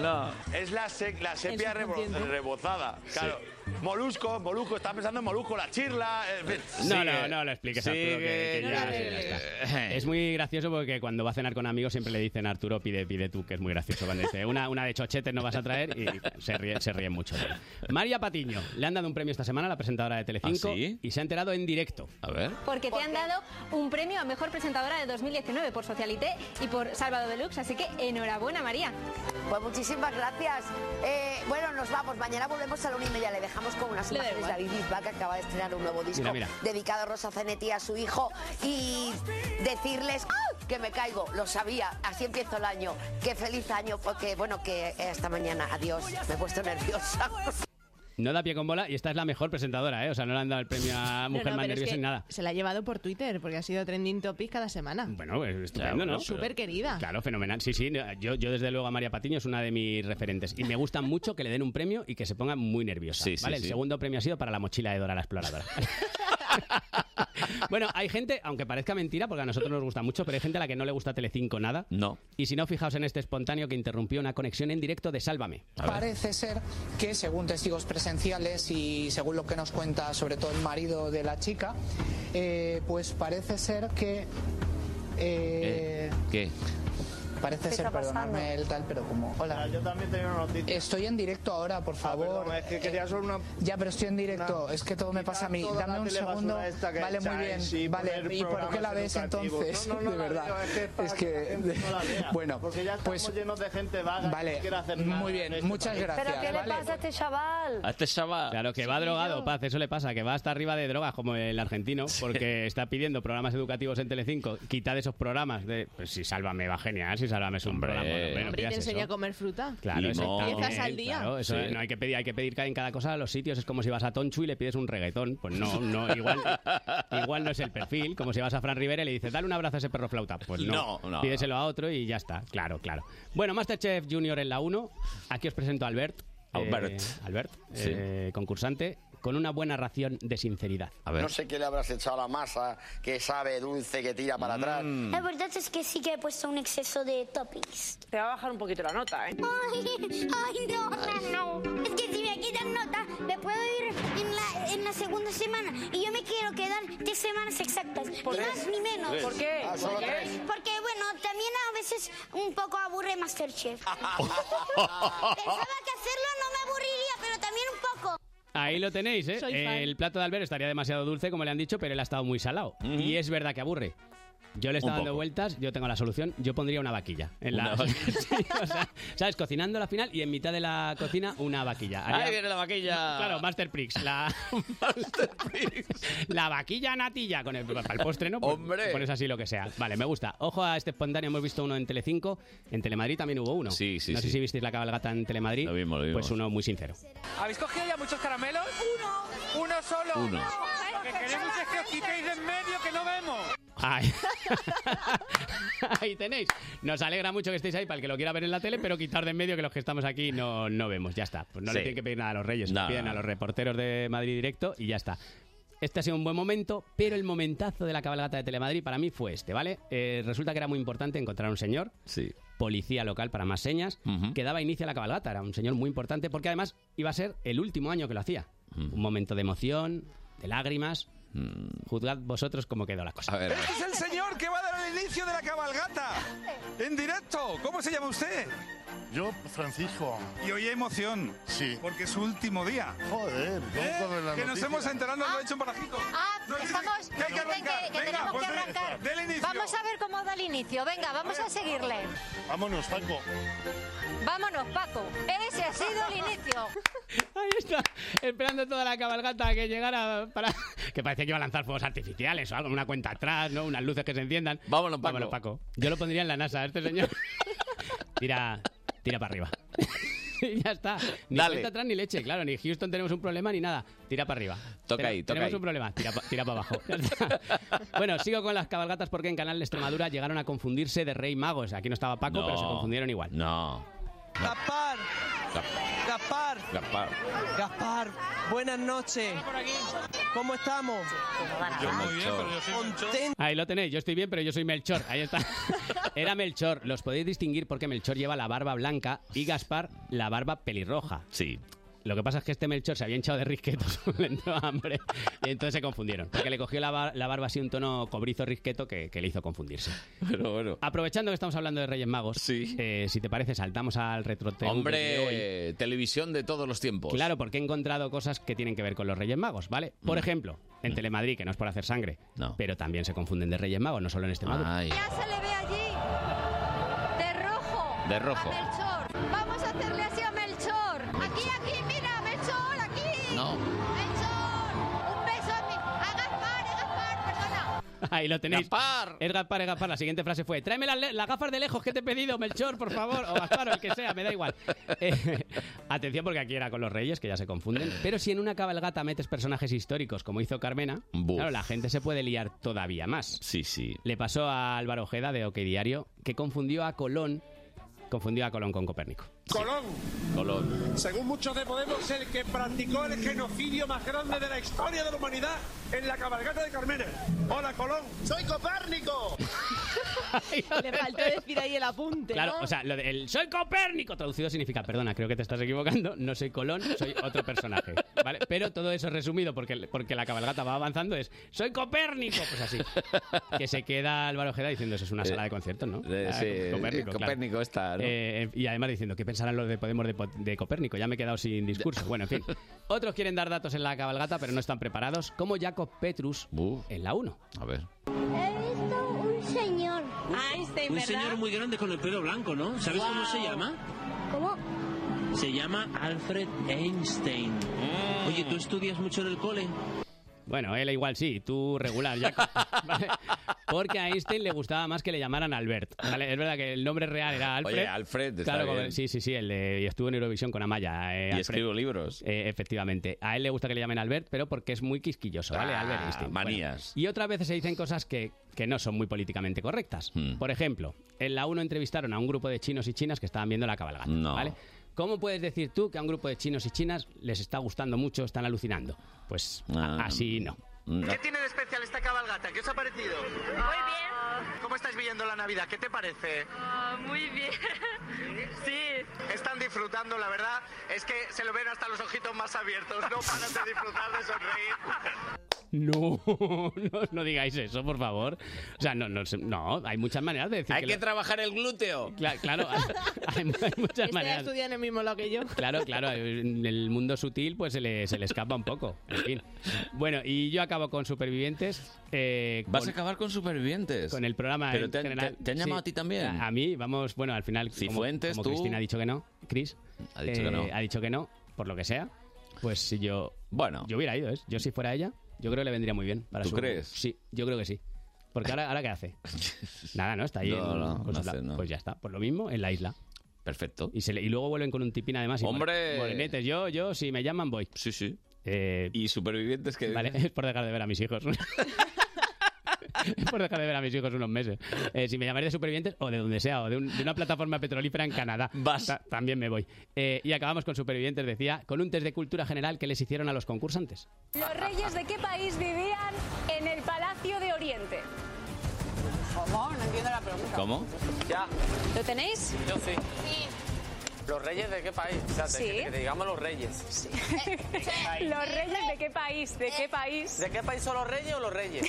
Speaker 2: No.
Speaker 11: Es la, se- la sepia
Speaker 2: Es un
Speaker 11: rebo-
Speaker 2: contiente.
Speaker 11: rebozada. Claro. Molusco, molusco, estaba pensando en molusco, la chirla. eh, ve-
Speaker 29: No, no, no lo expliques, Arturo, que- que
Speaker 11: Sigue.
Speaker 29: ya- ya está. Es muy gracioso porque cuando va a cenar con amigos siempre le dicen, Arturo, pide, pide tú, que es muy gracioso. Cuando dice, una, una de chochetes no vas a traer y se ríe, se ríe mucho. de él. María Patiño, le han dado un premio esta semana, la presentadora de Telecinco,
Speaker 2: ¿Ah, sí?
Speaker 29: y se ha enterado en directo.
Speaker 2: A ver.
Speaker 35: Porque te han dado un premio a mejor presentadora de 2019 por Socialité y por Salvador Deluxe, así que enhorabuena María.
Speaker 36: Pues muchísimas gracias. Eh, bueno, nos vamos. Mañana volvemos a la una y media. Le dejamos con unas
Speaker 35: Le da
Speaker 36: imágenes de David Bisbal, que acaba de estrenar un nuevo disco
Speaker 2: Mira, mira.
Speaker 36: dedicado a Rosa Zanetti, a su hijo, y decirles ¡ah! que me caigo. Lo sabía. Así empiezo el año. Qué feliz año, porque bueno, que hasta mañana. Adiós. Me he puesto nerviosa.
Speaker 29: No da pie con bola y esta es la mejor presentadora, ¿eh? O sea, no le han dado el premio a Mujer
Speaker 4: No, no, pero
Speaker 29: Más
Speaker 4: es
Speaker 29: Nerviosa
Speaker 4: que
Speaker 29: ni nada.
Speaker 4: Se la ha llevado por Twitter porque ha sido trending topic cada semana.
Speaker 29: Bueno, pues estupendo,
Speaker 4: bueno,
Speaker 29: ¿no?
Speaker 4: pero- Súper querida.
Speaker 29: Claro, fenomenal. Sí, sí. Yo, yo desde luego a María Patiño es una de mis referentes. Y me gusta mucho que le den un premio y que se ponga muy nerviosa.
Speaker 2: Sí, sí,
Speaker 29: ¿vale?
Speaker 2: sí.
Speaker 29: El segundo premio ha sido para la mochila de Dora la Exploradora. bueno, hay gente, aunque parezca mentira, porque a nosotros nos gusta mucho, pero hay gente a la que no le gusta Telecinco nada.
Speaker 2: No.
Speaker 29: Y si no, fijaos en este espontáneo que interrumpió una conexión en directo de Sálvame.
Speaker 20: Parece ser que, según testigos presenciales y según lo que nos cuenta sobre todo el marido de la chica, eh, pues parece ser que... eh,
Speaker 2: ¿Qué?
Speaker 20: Parece
Speaker 5: ¿Qué
Speaker 20: ser,
Speaker 5: está
Speaker 20: perdonadme el tal, pero como...
Speaker 5: Ah,
Speaker 20: Hola. Yo también tengo una noticia. Estoy en directo ahora, por favor. es que quería una... Ya, pero estoy en directo. es que todo me pasa a mí.
Speaker 5: toda la
Speaker 20: Dame un
Speaker 5: telebasura
Speaker 20: segundo.
Speaker 5: esta que
Speaker 20: Vale, muy
Speaker 5: echáis
Speaker 20: bien.
Speaker 5: y
Speaker 20: vale.
Speaker 5: poner
Speaker 20: ¿Y por qué la
Speaker 5: programas
Speaker 20: ves
Speaker 5: educativos?
Speaker 20: entonces?
Speaker 5: No, no, no
Speaker 20: de
Speaker 5: la
Speaker 20: verdad.
Speaker 5: veo, es que es para que la gente no la vea,
Speaker 20: bueno,
Speaker 5: porque ya estamos
Speaker 20: pues...
Speaker 5: llenos de gente vaga que
Speaker 20: Vale,
Speaker 5: no quiere hacer nada
Speaker 20: muy
Speaker 5: en
Speaker 20: bien.
Speaker 5: este
Speaker 20: Muchas
Speaker 5: país.
Speaker 20: gracias. ¿vale?
Speaker 5: a este chaval?
Speaker 2: A este chaval.
Speaker 29: Claro, que va drogado, Paz, eso le pasa, que va hasta arriba de drogas como el argentino, porque está pidiendo programas educativos en Telecinco, quitad esos programas de, pues si Sálvame va genial, si Sálvame es un programa, bueno, pero
Speaker 4: Hombre, y te
Speaker 29: pidas
Speaker 4: enseña
Speaker 29: eso.
Speaker 4: a comer fruta. Eh,
Speaker 29: Claro, eso está
Speaker 4: Empiezas
Speaker 29: bien,
Speaker 4: al día.
Speaker 29: eh, claro, eso
Speaker 2: Sí.
Speaker 29: no hay que pedir, hay que pedir en cada cosa a los sitios. Es como si vas a Tonchu y le pides un reggaetón. Pues no, no, igual, igual no es el perfil. Como si vas a Fran Rivera y le dices, dale un abrazo a ese perro flauta. Pues no,
Speaker 2: No, no.
Speaker 29: pídeselo a otro y ya está. Claro, claro. Bueno, Masterchef Junior en la 1. Aquí os presento a Albert.
Speaker 2: Albert.
Speaker 29: Eh, Albert,
Speaker 2: Sí.
Speaker 29: eh, concursante, con una buena ración de sinceridad.
Speaker 37: No sé qué le habrás echado a la masa, que sabe dulce, que tira para atrás.
Speaker 38: La verdad es que sí que he puesto un exceso de toppings. Te va a bajar un poquito la nota, ¿eh? Ay, ay, no, no, no. Es que si me quitan nota, me puedo ir en la, en la segunda semana. Y yo me quiero quedar tres semanas exactas. Ni
Speaker 5: qué?
Speaker 38: más ni menos.
Speaker 5: Tres. ¿Por qué? Ah, solo
Speaker 38: Porque-
Speaker 5: tres.
Speaker 38: Porque, bueno, también a veces un poco aburre Masterchef. Pensaba que hacerlo no me aburriría, pero también un poco.
Speaker 29: Ahí lo tenéis, ¿eh?
Speaker 20: Soy fan.
Speaker 29: El plato de Albert estaría demasiado dulce, como le han dicho, pero él ha estado muy salado. Y es verdad que aburre. Yo le
Speaker 20: Un
Speaker 29: estaba dando
Speaker 20: poco.
Speaker 29: vueltas, yo tengo la solución, yo pondría una vaquilla. En la...
Speaker 20: Una
Speaker 29: Sí, o sea, ¿Sabes? Cocinando la final y en mitad de la cocina una vaquilla.
Speaker 2: Ahí viene la vaquilla.
Speaker 29: Claro, Master Prix. La... la vaquilla natilla con el, para el postre, ¿no? Pues,
Speaker 2: Hombre.
Speaker 29: Pones así lo que sea. Vale, me gusta. Ojo a este espontáneo, hemos visto uno en Telecinco. En Telemadrid también hubo uno. Sí, sí, No sé si visteis la cabalgata en Telemadrid. Lo mismo, lo Pues uno muy sincero.
Speaker 20: ¿Habéis cogido ya muchos caramelos? Uno. Uno solo.
Speaker 29: Uno.
Speaker 20: Lo que queremos es que os quitéis de en medio que no vemos.
Speaker 29: Ahí. Ahí tenéis. Nos alegra mucho que estéis ahí para el que lo quiera ver en la tele, pero quitar de en medio que los que estamos aquí no, no vemos. Ya está. Pues no le
Speaker 2: Sí.
Speaker 29: tienen que pedir nada a los reyes,
Speaker 2: No,
Speaker 29: piden
Speaker 2: no,
Speaker 29: a
Speaker 2: no.
Speaker 29: los reporteros de Madrid Directo y ya está. Este ha sido un buen momento, pero el momentazo de la cabalgata de Telemadrid para mí fue este, ¿vale? Eh, resulta que era muy importante encontrar a un señor, policía local para más señas, que daba inicio a la cabalgata. Era un señor muy importante porque además iba a ser el último año que lo hacía. Un momento de emoción, de lágrimas.
Speaker 2: Mm.
Speaker 29: Juzgad vosotros cómo quedó la cosa. A ver.
Speaker 20: Este Es el señor que va a dar el inicio de la cabalgata. En directo. ¿Cómo se llama usted?
Speaker 8: Yo, Francisco.
Speaker 20: Y hoy hay emoción. Sí. Porque es su último día.
Speaker 8: Joder, ¿cómo
Speaker 20: ¿Eh?
Speaker 8: corre la
Speaker 20: Que nos
Speaker 8: noticia?
Speaker 20: hemos enterado, nos lo ha hecho un barajito.
Speaker 27: Ah,
Speaker 20: No, sí, sí,
Speaker 27: estamos.
Speaker 20: que hay que
Speaker 27: dicen que-
Speaker 20: arrancar.
Speaker 27: que
Speaker 20: Venga,
Speaker 27: tenemos
Speaker 20: pues
Speaker 27: que
Speaker 20: dele-
Speaker 27: arrancar.
Speaker 20: dele inicio.
Speaker 27: Vamos a ver cómo da el inicio. Venga, vamos a seguirle.
Speaker 8: Vámonos, Paco.
Speaker 27: Vámonos, Paco. Ese ha sido el inicio.
Speaker 29: Ahí está, esperando toda la cabalgata que llegara para... Que parecía que iba a lanzar fuegos artificiales o algo, una cuenta atrás, ¿no? Unas luces que se enciendan. Vámonos, Paco. Yo lo pondría en la NASA, este señor. Tira, tira para arriba. Y ya está. Ni
Speaker 2: Dale.
Speaker 29: cuenta atrás ni leche, claro. Ni Houston tenemos un problema ni nada. Tira para arriba.
Speaker 2: Toca
Speaker 29: Ten-
Speaker 2: ahí, toca
Speaker 29: Tenemos
Speaker 2: ahí.
Speaker 29: un problema. Tira, pa- tira para abajo. Ya está. bueno, sigo con las cabalgatas porque en Canal de Extremadura llegaron a confundirse de Rey Magos. Aquí no estaba Paco,
Speaker 2: No.
Speaker 29: pero se confundieron igual.
Speaker 2: No.
Speaker 12: Gaspar, Gaspar,
Speaker 2: Gaspar.
Speaker 12: Gaspar, buenas noches. ¿Cómo estamos?
Speaker 2: Yo Ah, muy bien, pero yo
Speaker 29: Ahí lo tenéis, yo estoy bien, pero yo soy Melchor. Ahí está. Era Melchor. Los podéis distinguir porque Melchor lleva la barba blanca y Gaspar la barba pelirroja.
Speaker 2: Sí.
Speaker 29: Lo que pasa es que este Melchor se había hinchado de risquetos, le entró hambre. Y entonces se confundieron. Porque le cogió la, bar- la barba así un tono cobrizo risqueto que, que le hizo confundirse.
Speaker 2: Pero bueno.
Speaker 29: Aprovechando que estamos hablando de Reyes Magos, eh, si te parece, saltamos al retro
Speaker 2: Hombre, televisión de todos los tiempos.
Speaker 29: Claro, porque he encontrado cosas que tienen que ver con los Reyes Magos, ¿vale? Por
Speaker 2: Mm.
Speaker 29: ejemplo, en Telemadrid, que no es por hacer sangre, pero también se confunden de Reyes Magos, no solo en este Madrid.
Speaker 27: Ya se le ve allí. De rojo.
Speaker 29: De rojo.
Speaker 27: A Melchor. Vamos a hacerle así a Melchor. Aquí, aquí, mira, Melchor, aquí.
Speaker 2: No.
Speaker 27: Melchor. Un beso a mi. A Gaspar, a Gaspar, perdona.
Speaker 29: Ahí lo tenéis. ¡Gaspar! Es Gaspar, es Gaspar. La siguiente frase fue, tráeme las, le- las gafas de lejos que te he pedido, Melchor, por favor, o Gaspar, o el que sea, me da igual. Eh, atención porque aquí era con los Reyes, que ya se confunden. Pero si en una cabalgata metes personajes históricos, como hizo Carmena,
Speaker 2: Buf.
Speaker 29: claro, la gente se puede liar todavía más.
Speaker 2: Sí, sí.
Speaker 29: Le pasó a Álvaro Ojeda de OK Diario, que confundió a Colón, confundió a Colón con Copérnico.
Speaker 20: Colón,
Speaker 2: Colón.
Speaker 20: según muchos de Podemos, el que practicó el genocidio más grande de la historia de la humanidad en la cabalgata de Carmena. Hola, Colón. Soy Copérnico.
Speaker 4: Le faltó decir ahí el apunte.
Speaker 29: Claro,
Speaker 4: ¿no?
Speaker 29: o sea, lo de el soy Copérnico traducido significa, perdona, creo que te estás equivocando, no soy Colón, soy otro personaje, ¿vale? Pero todo eso resumido porque, porque la cabalgata va avanzando es soy Copérnico, pues así. Que se queda Álvaro Ojeda diciendo eso es una sala de conciertos, ¿no?
Speaker 2: Eh,
Speaker 29: Ah,
Speaker 2: sí,
Speaker 29: Copérnico, claro.
Speaker 2: Copérnico está, ¿no?
Speaker 29: Eh, y además diciendo, ¿qué pensarán los de Podemos de, Po- de Copérnico? Ya me he quedado sin discurso. Bueno, en fin. Otros quieren dar datos en la cabalgata, pero no están preparados, como Jacob Petrus en la 1.
Speaker 2: A ver.
Speaker 38: He visto un señor. Einstein,
Speaker 39: Un señor muy grande con el pelo blanco, ¿no? ¿Sabes cómo
Speaker 38: Guau.
Speaker 39: se llama?
Speaker 38: ¿Cómo?
Speaker 39: Se llama Alfred Einstein.
Speaker 2: Mm.
Speaker 39: Oye, ¿tú estudias mucho en el cole?
Speaker 29: Bueno, él igual sí, tú regular, ya. Vale. Porque a Einstein le gustaba más que le llamaran Albert. Vale, Es verdad que el nombre real era Alfred.
Speaker 2: Oye, Alfred, está
Speaker 29: Claro,
Speaker 2: bien.
Speaker 29: como- sí, sí, sí, el de- y estuvo en Eurovisión con Amaya. eh,
Speaker 2: Y
Speaker 29: Alfred.
Speaker 2: escribo libros.
Speaker 29: Eh, efectivamente. A él le gusta que le llamen Albert, pero porque es muy quisquilloso, ¿vale?
Speaker 2: Ah,
Speaker 29: Albert Einstein. Bueno,
Speaker 2: manías.
Speaker 29: y otras veces se dicen cosas que, que no son muy políticamente correctas.
Speaker 2: Hmm.
Speaker 29: Por ejemplo, en la 1 entrevistaron a un grupo de chinos y chinas que estaban viendo la cabalgata,
Speaker 2: No.
Speaker 29: ¿vale? ¿Cómo puedes decir tú que a un grupo de chinos y chinas les está gustando mucho, están alucinando? Pues a-
Speaker 2: Ah.
Speaker 29: así no.
Speaker 20: ¿Qué tiene de especial esta cabalgata? ¿Qué os ha parecido? Muy bien. ¿Cómo estáis viviendo la Navidad? ¿Qué te parece? muy bien. Sí. Están disfrutando, la verdad. Es que se lo ven hasta los ojitos más abiertos. No paran de disfrutar, de sonreír.
Speaker 29: No, no, no digáis eso, por favor. O sea, no, no, sé- no hay muchas maneras de decir
Speaker 2: Hay
Speaker 29: que
Speaker 2: que
Speaker 29: lo-
Speaker 2: trabajar el glúteo.
Speaker 29: Cla- Claro, hay, hay mu- hay muchas
Speaker 4: Este ya
Speaker 29: maneras.
Speaker 4: estudia en el mismo lado que yo.
Speaker 29: Claro, claro, en el mundo sutil pues se le, se le escapa un poco. En fin. Bueno, y yo acabo con Supervivientes. eh,
Speaker 2: ¿Vas
Speaker 29: con-
Speaker 2: a acabar con supervivientes?
Speaker 29: con el programa
Speaker 2: Pero
Speaker 29: en
Speaker 2: te han-
Speaker 29: general.
Speaker 2: te- te han llamado a ti también.
Speaker 29: A, a mí, vamos, bueno, al final, como,
Speaker 2: Cifuentes,
Speaker 29: como
Speaker 2: tú.
Speaker 29: Cristina ha dicho que no, Chris
Speaker 2: Ha dicho que no.
Speaker 29: ha dicho que no, por lo que sea, pues si yo,
Speaker 2: bueno,
Speaker 29: yo hubiera ido, ¿eh? yo si fuera ella, yo creo que le vendría muy bien. Para
Speaker 2: ¿Tú
Speaker 29: su-
Speaker 2: crees?
Speaker 29: Sí, yo creo que sí. Porque ahora, ahora ¿qué hace? Nada, ¿no? Está ahí.
Speaker 2: No,
Speaker 29: en-
Speaker 2: no,
Speaker 29: con
Speaker 2: no
Speaker 29: su
Speaker 2: hace,
Speaker 29: pla-
Speaker 2: no.
Speaker 29: Pues ya está, por lo mismo, en la isla.
Speaker 2: Perfecto.
Speaker 29: Y, se le- y luego vuelven con un tipín además. y
Speaker 2: ¡Hombre!
Speaker 29: Morenetes, yo, yo, si me llaman voy.
Speaker 2: Sí, sí.
Speaker 29: ¿Y
Speaker 2: supervivientes que
Speaker 29: Vale, es por dejar de ver a mis hijos. Es por dejar de ver a mis hijos unos meses. Eh, si me llamáis de supervivientes o de donde sea, o de, un- de una plataforma petrolífera en Canadá, Ta- también me voy. Eh, y acabamos con supervivientes, decía, con un test de cultura general que les hicieron a los concursantes.
Speaker 7: ¿Los reyes de qué país vivían en el Palacio de Oriente?
Speaker 13: ¿Cómo? No entiendo la pregunta.
Speaker 2: ¿Cómo?
Speaker 13: Ya,
Speaker 7: ¿Lo tenéis?
Speaker 13: yo sí. ¿Los reyes de qué país? O sea, te-
Speaker 7: Sí.
Speaker 13: que te digamos los reyes.
Speaker 7: ¿Los reyes de qué país? ¿De qué país?
Speaker 13: ¿De qué país son los reyes o los reyes?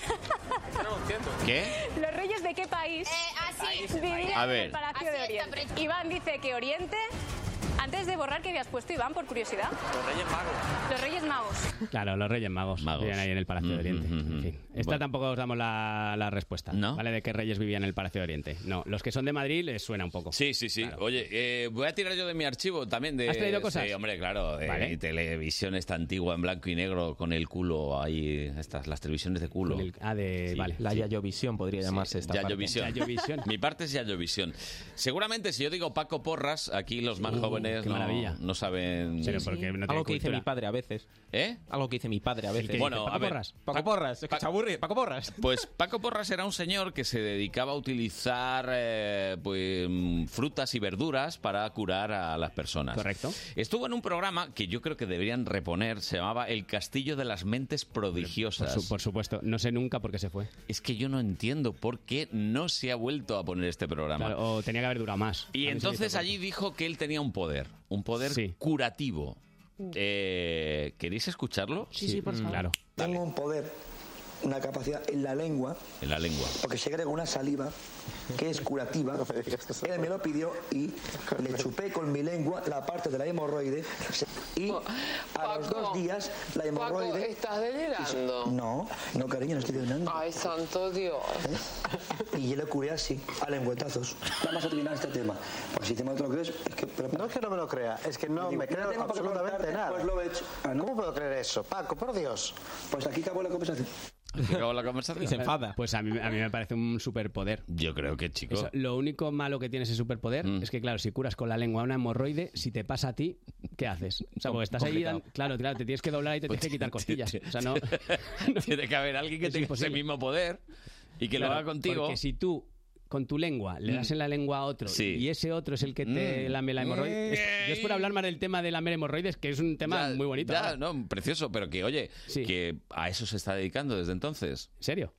Speaker 13: no entiendo.
Speaker 2: ¿Qué?
Speaker 7: ¿Los reyes de qué país?
Speaker 13: así.
Speaker 7: Vivían
Speaker 2: A
Speaker 7: en el
Speaker 2: ver.
Speaker 7: Palacio de Oriente. Iván dice que Oriente. Antes de borrar, ¿qué habías puesto, Iván, por curiosidad?
Speaker 13: Los reyes magos.
Speaker 7: Los Reyes Magos.
Speaker 29: Claro, los Reyes Magos, vivían ahí en el
Speaker 2: Mm,
Speaker 29: Palacio de Oriente. En fin, esta tampoco os damos la, la respuesta, ¿vale? De qué reyes vivían en el Palacio de Oriente. No, los que son de Madrid les suena un poco.
Speaker 2: Sí, sí, sí. Oye, eh, voy a tirar yo de mi archivo también. De,
Speaker 29: ¿Has traído cosas?
Speaker 2: Sí, hombre, claro. eh,
Speaker 29: Vale.
Speaker 2: televisión esta antigua en blanco y negro con el culo ahí. Estas, las televisiones de culo.
Speaker 29: ah, de, vale.
Speaker 3: La Yayovisión podría llamarse esta parte.
Speaker 2: Yayovisión. Mi parte es Yayovisión. Seguramente si yo digo Paco Porras, aquí los más
Speaker 3: Uh,
Speaker 2: jóvenes
Speaker 3: qué
Speaker 2: no,
Speaker 3: maravilla.
Speaker 2: no saben...
Speaker 3: Pero Sí, porque sí. no tienen
Speaker 2: Algo que dice
Speaker 3: cultura.
Speaker 2: mi padre a veces. ¿Eh? Algo que dice mi padre a
Speaker 3: veces.
Speaker 2: Bueno,
Speaker 3: Paco
Speaker 2: a ver.
Speaker 3: Porras. Paco Porras, es que se aburre. Paco Porras.
Speaker 2: Pues Paco Porras era un señor que se dedicaba a utilizar eh, pues, mm, frutas y verduras para curar a las personas.
Speaker 29: Correcto.
Speaker 2: Estuvo en un programa que yo creo que deberían reponer, se llamaba El Castillo de las Mentes
Speaker 29: Por,
Speaker 2: Prodigiosas.
Speaker 29: su- por supuesto, no sé nunca por qué se fue.
Speaker 2: Es que yo no entiendo por qué no se ha vuelto a poner este programa.
Speaker 29: Claro, o tenía que haber durado más. A mí
Speaker 2: Y
Speaker 29: se me hizo
Speaker 2: entonces
Speaker 29: poco.
Speaker 2: allí dijo que él tenía un poder, un poder curativo. Eh, ¿Queréis escucharlo?
Speaker 20: Sí, sí,
Speaker 29: Mm,
Speaker 20: por favor.
Speaker 2: Claro,
Speaker 20: Tengo un poder, una capacidad en la lengua,
Speaker 2: en la lengua.
Speaker 20: porque se agrega una saliva que es curativa. Él me lo pidió y le chupé con mi lengua la parte de la hemorroide y a los dos días la hemorroide... ¿estás delirando? No, no, cariño, no estoy delirando. Ay, santo Dios. Y yo le curé así, a lengüetazos. Nada más adivinar este tema, porque si te no te lo crees, es que... este No es que no me lo crea, es que
Speaker 15: No me creo absolutamente nada.
Speaker 20: Pues lo he hecho.
Speaker 15: ¿Cómo puedo creer eso? Paco, por Dios.
Speaker 20: Pues aquí acabó la conversación.
Speaker 2: Acabó la conversación.
Speaker 29: Pues a mí, a mí me parece un superpoder.
Speaker 2: Yo creo que, chico. Mm.
Speaker 29: Eso, lo único malo que tiene ese superpoder es que, claro, si curas con la lengua una hemorroide, si te pasa a ti, ¿qué haces? O sea, porque estás ahí...
Speaker 2: Complicado. Pues
Speaker 29: dan- claro, claro, te tienes que doblar y te tienes que quitar costillas. O sea, no...
Speaker 2: Tiene que haber alguien que tenga ese mismo poder y que lo
Speaker 29: Claro,
Speaker 2: haga contigo.
Speaker 29: Porque si tú, con tu lengua, le das
Speaker 2: Mm.
Speaker 29: en la lengua a otro
Speaker 2: Sí.
Speaker 29: y ese otro es el que te
Speaker 2: Mm.
Speaker 29: lame la hemorroide... Es- Yo es por hablar más del tema de lamer hemorroides, que es un tema muy bonito.
Speaker 2: Ya,
Speaker 29: vamos.
Speaker 2: no, precioso, pero que oye, que a eso se está dedicando desde entonces. ¿En
Speaker 29: serio?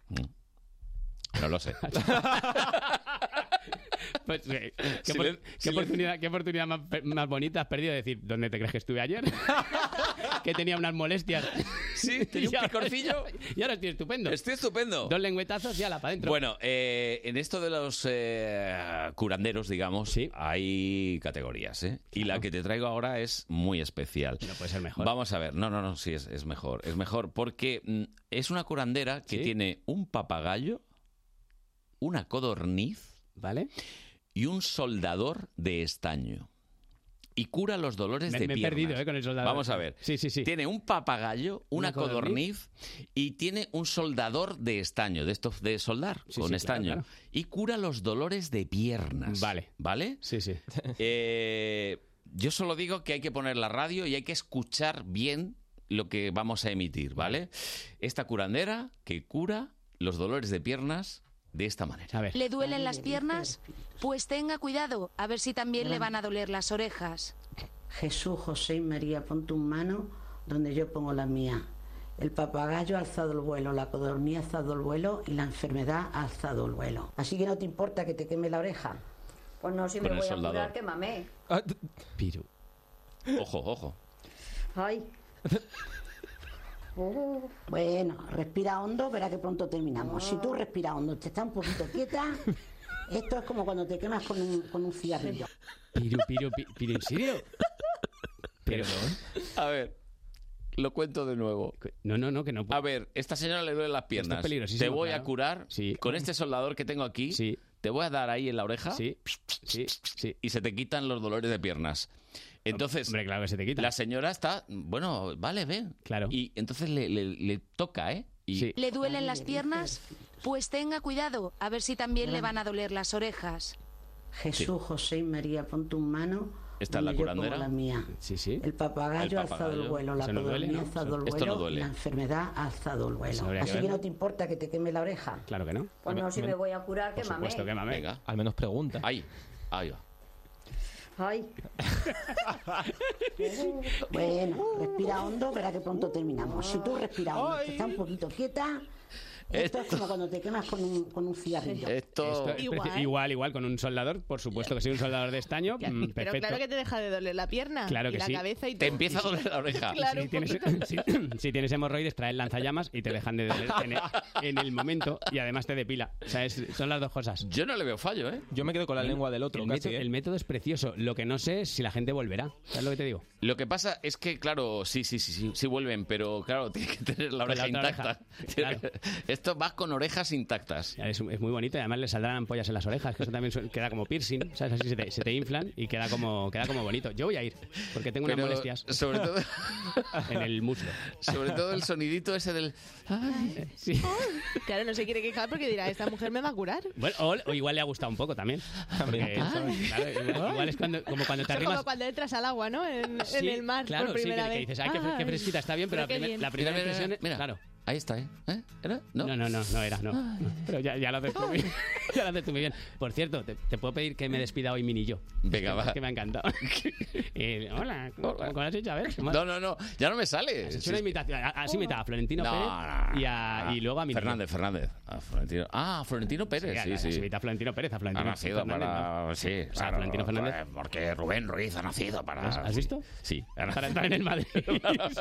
Speaker 2: No lo sé.
Speaker 29: Pues, eh, ¿qué,
Speaker 2: Silen-
Speaker 29: opor- qué
Speaker 2: silencio.
Speaker 29: oportunidad, qué oportunidad más, pe- más bonita has perdido de decir dónde te crees que estuve ayer? que tenía unas molestias.
Speaker 2: Sí, tenía un picorcillo.
Speaker 29: Y ahora estoy estupendo.
Speaker 2: Estoy estupendo.
Speaker 29: Dos lengüetazos y ala, para adentro.
Speaker 2: Bueno, eh, en esto de los eh, curanderos, digamos, hay categorías, ¿eh? Y la que te traigo ahora es muy especial. No
Speaker 29: puede ser mejor.
Speaker 2: Vamos a ver, no, no, no, sí, es, es mejor. Es mejor porque mm, es una curandera que tiene un papagayo, una codorniz,
Speaker 29: ¿vale?
Speaker 2: Y un soldador de estaño. Y cura los dolores
Speaker 29: Me-
Speaker 2: de
Speaker 29: me he
Speaker 2: piernas.
Speaker 29: perdido, ¿eh? con el soldador.
Speaker 2: Vamos a ver.
Speaker 29: Sí, sí, sí.
Speaker 2: Tiene un papagayo, una,
Speaker 29: Una codorniz.
Speaker 2: codorniz y tiene un soldador de estaño, de estos de soldar
Speaker 29: Sí, sí,
Speaker 2: con
Speaker 29: claro,
Speaker 2: estaño.
Speaker 29: claro.
Speaker 2: Y cura los dolores de piernas.
Speaker 29: Vale.
Speaker 2: ¿Vale?
Speaker 29: Sí, sí.
Speaker 2: Eh, yo solo digo que hay que poner la radio y hay que escuchar bien lo que vamos a emitir, ¿vale? Esta curandera que cura los dolores de piernas de esta manera.
Speaker 29: A ver.
Speaker 9: ¿Le duelen las piernas? Pues tenga cuidado, a ver si también le van a doler las orejas.
Speaker 36: Jesús, José y María, pon tu mano donde yo pongo la mía. El papagayo ha alzado el vuelo, la codorniz ha alzado el vuelo y la enfermedad ha alzado el vuelo. Así que no te importa que te queme la oreja.
Speaker 12: Pues no, si
Speaker 2: Con
Speaker 12: me
Speaker 2: el
Speaker 12: voy
Speaker 2: soldador.
Speaker 12: a curar, que mamé.
Speaker 2: Ojo, ojo.
Speaker 12: Ay.
Speaker 36: Bueno, respira hondo, verá que pronto terminamos. Si
Speaker 12: Ah.
Speaker 36: tú respiras hondo, te estás un poquito quieta, esto es como cuando te quemas con un, con un cigarrillo.
Speaker 29: Piru, piru, piru, piru, ¿en serio? Perdón.
Speaker 2: A ver, lo cuento de nuevo.
Speaker 29: No, no, no, que no
Speaker 2: A ver, esta señora le duelen las piernas.
Speaker 29: peligrosísimo,
Speaker 2: Te voy
Speaker 29: claro.
Speaker 2: a curar con este soldador que tengo aquí. Te voy a dar ahí en la oreja. Y se te quitan los dolores de piernas. Entonces,
Speaker 29: claro que se te quita.
Speaker 2: La señora está, bueno, vale, ve. Claro. Y entonces le, le- le toca, ¿eh? Y
Speaker 40: ¿Le duelen las piernas? Pues tenga cuidado, a ver si también le van a doler las orejas.
Speaker 36: Jesús, José y María, pon tu mano.
Speaker 2: Esta es la
Speaker 36: donde yo pongo
Speaker 2: curandera.
Speaker 36: la mía.
Speaker 29: Sí, sí.
Speaker 36: El papagayo ha
Speaker 29: El
Speaker 36: alzado el
Speaker 29: papagayo.
Speaker 36: vuelo, la
Speaker 29: Eso no duele,
Speaker 36: codorniz ha
Speaker 29: ¿no?
Speaker 36: alzado el
Speaker 29: Esto
Speaker 36: vuelo,
Speaker 29: no duele.
Speaker 36: la enfermedad ha alzado el
Speaker 29: Eso
Speaker 36: vuelo.
Speaker 29: habría que
Speaker 36: Así que
Speaker 29: verlo.
Speaker 36: no te importa que te queme la oreja.
Speaker 29: Claro que no.
Speaker 26: Pues no, si me voy a ¿eh? curar, que mamé.
Speaker 2: Venga. Al menos pregunta. Ahí, ahí va.
Speaker 26: Ay.
Speaker 36: Bueno, respira hondo, verá que pronto terminamos. Si tú respiras hondo, te estás un poquito quieta, esto, es
Speaker 29: Esto-
Speaker 36: como cuando te quemas con un, con un cigarrillo.
Speaker 29: es preci- igual, igual, con un soldador, por supuesto que sí, un soldador de estaño. mm,
Speaker 4: Pero
Speaker 29: perfecto.
Speaker 4: claro que te deja de doler la pierna
Speaker 29: Claro
Speaker 4: y
Speaker 29: que
Speaker 4: la
Speaker 29: sí.
Speaker 4: cabeza y todo.
Speaker 2: empieza a doler la oreja.
Speaker 4: Claro,
Speaker 29: Y si,
Speaker 4: un
Speaker 29: tienes, si, si tienes hemorroides, traes lanzallamas y te dejan de doler en el, en el momento y además te depila. O sea, es- son las dos cosas.
Speaker 2: Yo no le veo fallo, ¿eh?
Speaker 29: Yo me quedo con
Speaker 2: la lengua del otro
Speaker 29: El,
Speaker 2: casi,
Speaker 29: método,
Speaker 2: ¿eh?
Speaker 29: el método es precioso. Lo que no sé es si la gente volverá. ¿Sabes lo que te digo?
Speaker 2: Lo que pasa es que, claro, sí, sí, sí, sí, sí vuelven, pero claro, tiene que tener la
Speaker 29: Con
Speaker 2: oreja
Speaker 29: la otra
Speaker 2: intacta. Tiene que- Esto vas con orejas intactas.
Speaker 29: Es, es muy bonito y además le saldrán ampollas en las orejas, que eso también su- queda como piercing, ¿sabes? Así se te, se te inflan y queda como, queda como bonito. Yo voy a ir, porque tengo unas
Speaker 2: Pero,
Speaker 29: molestias.
Speaker 2: sobre todo-
Speaker 29: En el muslo.
Speaker 2: Sobre todo el sonidito ese del...
Speaker 29: Ay, sí.
Speaker 4: Claro, no se quiere quejar porque dirá, esta mujer me va a curar.
Speaker 29: Bueno, o, o igual le ha gustado un poco también. Porque,
Speaker 4: Ay.
Speaker 29: claro, igual, igual es cuando, como cuando te
Speaker 4: Eso
Speaker 29: arrimas.
Speaker 4: como cuando entras al agua, ¿no? En, en
Speaker 29: Sí,
Speaker 4: el mar
Speaker 29: claro,
Speaker 4: por
Speaker 29: sí, que-
Speaker 4: primera
Speaker 29: que,
Speaker 4: vez.
Speaker 29: dices, ay, qué, fre- qué
Speaker 4: Ay,
Speaker 29: fresquita, está bien, pero, la,
Speaker 4: qué
Speaker 29: primer-
Speaker 4: bien.
Speaker 29: la primera
Speaker 2: Mira, mira,
Speaker 29: impresión.
Speaker 2: mira,
Speaker 29: es-
Speaker 2: mira.
Speaker 29: claro.
Speaker 2: Ahí está, ¿eh? ¿Eh? ¿Era? No.
Speaker 29: No, no, no, no era, no. Pero ya, ya lo haces tú muy bien. Ya lo haces tú muy bien. Por cierto, te, te puedo pedir que me despida hoy Mini yo.
Speaker 2: Venga,
Speaker 29: Es que-
Speaker 2: va.
Speaker 29: es que me ha encantado. Eh, hola, ¿cómo, cómo lo has hecho? A ver. ¿cómo has-
Speaker 2: No, no, no, ya no me sale.
Speaker 29: Has hecho una imitación. A- Así imitaba a Florentino
Speaker 2: No,
Speaker 29: Pérez y, a-
Speaker 2: no, no.
Speaker 29: y luego a Mini.
Speaker 2: Fernández, Fernández. Ah, Florentino, ah, Florentino Pérez, sí, sí.
Speaker 29: Se imita a Florentino Pérez, a
Speaker 2: Ha
Speaker 29: Florentino
Speaker 2: nacido
Speaker 29: Fernández,
Speaker 2: para...
Speaker 29: ¿no?
Speaker 2: Sí,
Speaker 29: O sea,
Speaker 2: claro,
Speaker 29: Florentino Fernández.
Speaker 2: eh, Porque Rubén Ruiz ha nacido para...
Speaker 29: ¿Has- has visto?
Speaker 2: Sí.
Speaker 29: Para estar en el Madrid.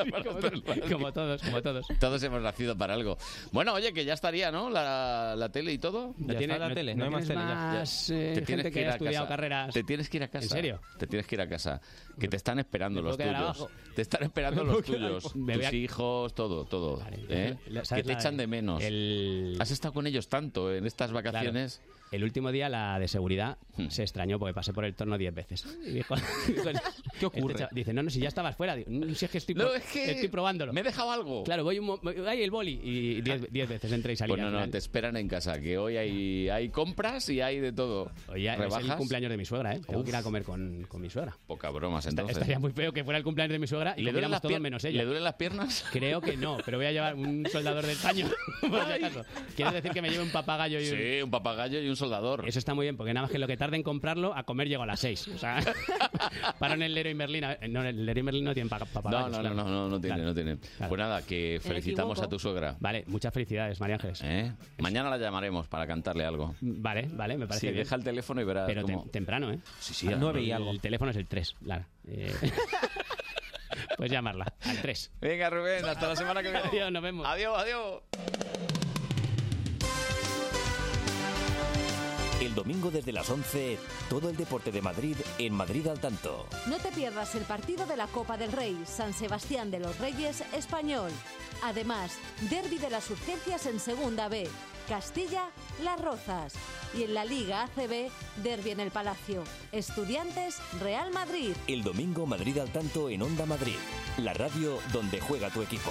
Speaker 29: Sí, como tú- como todos, como todos.
Speaker 2: Todos hemos nacido para algo. Bueno, oye, que ya estaría, ¿no? La, la tele y todo.
Speaker 29: Ya Ya tiene- está la no- tele, no no hay más tienes tele ya. más, eh, gente que haya estudiado carreras.
Speaker 2: Te tienes que ir a casa.
Speaker 29: serio?
Speaker 2: Te tienes que ir a casa. Que te están esperando
Speaker 29: puedo
Speaker 2: los tuyos.
Speaker 29: quedar abajo?
Speaker 2: Te están esperando
Speaker 29: Me puedo
Speaker 2: los
Speaker 29: quedar
Speaker 2: tuyos.
Speaker 29: abajo. Me voy
Speaker 2: Tus
Speaker 29: a-
Speaker 2: hijos, todo, todo. ¿eh?
Speaker 29: La-
Speaker 2: Que
Speaker 29: ¿sabes
Speaker 2: te
Speaker 29: la-
Speaker 2: echan de menos. Has estado con ellos tanto en estas vacaciones. Hmm.
Speaker 29: El último día la de seguridad se extrañó porque pasé por el torno 10 veces. Y dijo, ¿Qué ocurre? dice, no, no, si ya estabas fuera. Digo, "Mm, si es que estoy,
Speaker 2: No,
Speaker 29: pro-
Speaker 2: es que
Speaker 29: estoy probándolo. Me he
Speaker 2: dejado algo.
Speaker 29: Claro, voy un... mo- voy- ¡Ay, el boli! Y 10 veces entré y salí.
Speaker 2: Ah. Pues no, no, te esperan en casa, que hoy hay, hay compras y hay de todo.
Speaker 29: Oye, es el cumpleaños de mi suegra, ¿eh? Tengo
Speaker 2: Uf.
Speaker 29: que ir a comer con, con mi suegra.
Speaker 2: Poca bromas, entonces.
Speaker 29: Estaría muy feo que fuera el cumpleaños de mi suegra y le
Speaker 2: ¿Le duelen
Speaker 29: diéramos
Speaker 2: las
Speaker 29: todo
Speaker 2: pier-
Speaker 29: menos ella.
Speaker 2: le duelen las piernas?
Speaker 29: Creo que no, pero voy a llevar un soldador de paño, por si acaso. ¿Quieres decir que me lleve un papagayo y un...
Speaker 2: Sí, un papagayo y un soldador.
Speaker 29: Eso está muy bien, porque nada más que lo que tarde en comprarlo, a comer llego a las 6. O sea, paro en el Leroy Merlin. a- No, en el Leroy Merlin no tienen papa-
Speaker 2: No,
Speaker 29: papagayos.
Speaker 2: no, no,
Speaker 29: claro.
Speaker 2: no, no, no tiene,
Speaker 29: Claro.
Speaker 2: no tiene. Pues nada, que
Speaker 29: Me
Speaker 2: felicitamos
Speaker 29: equivoco.
Speaker 2: a tu suegra.
Speaker 29: Vale, muchas felicidades, María Ángeles.
Speaker 2: ¿Eh? Mañana la llamaremos para cantarle algo.
Speaker 29: Vale, vale, me parece
Speaker 2: Sí,
Speaker 29: bien.
Speaker 2: deja el teléfono y verás
Speaker 29: Pero
Speaker 2: cómo-
Speaker 29: tem- temprano, ¿eh?
Speaker 2: Sí, sí,
Speaker 29: A
Speaker 2: a
Speaker 29: las
Speaker 2: las
Speaker 29: nueve
Speaker 2: nueve.
Speaker 29: El teléfono es el 3, Lara. Eh, puedes llamarla, al 3.
Speaker 2: Venga, Rubén, hasta la semana que viene.
Speaker 29: Adiós, nos vemos.
Speaker 2: Adiós, adiós.
Speaker 1: El domingo desde las 11, todo el deporte de Madrid en Madrid al tanto.
Speaker 9: No te pierdas el partido de la Copa del Rey, San Sebastián de los Reyes Español. Además, Derby de las Urgencias en Segunda B, Castilla, Las Rozas. Y en la Liga ACB, Derby en el Palacio, Estudiantes, Real Madrid.
Speaker 1: El domingo Madrid al tanto en Onda Madrid, la radio donde juega tu equipo.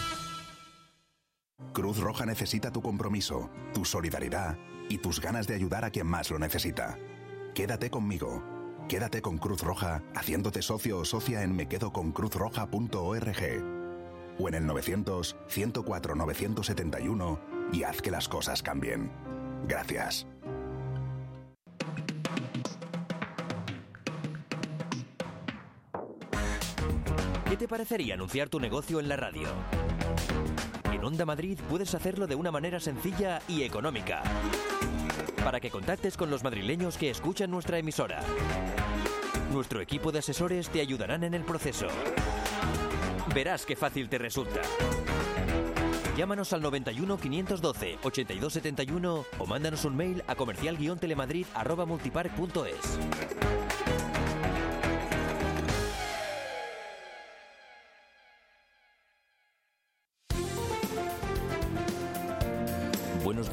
Speaker 8: Cruz Roja necesita tu compromiso, tu solidaridad y tus ganas de ayudar a quien más lo necesita. Quédate conmigo.
Speaker 19: Quédate con Cruz Roja haciéndote socio o socia en mequedoconcruzroja.org o en el 900 104 971 y haz que las cosas cambien. Gracias.
Speaker 7: ¿Qué te parecería anunciar tu negocio en la radio? En Onda Madrid puedes hacerlo de una manera sencilla y económica. Para que contactes con los madrileños que escuchan nuestra emisora. Nuestro equipo de asesores te ayudarán en el proceso. Verás qué fácil te resulta. Llámanos al 91 512 8271 o mándanos un mail a comercial-telemadrid@multipark.es. Buenos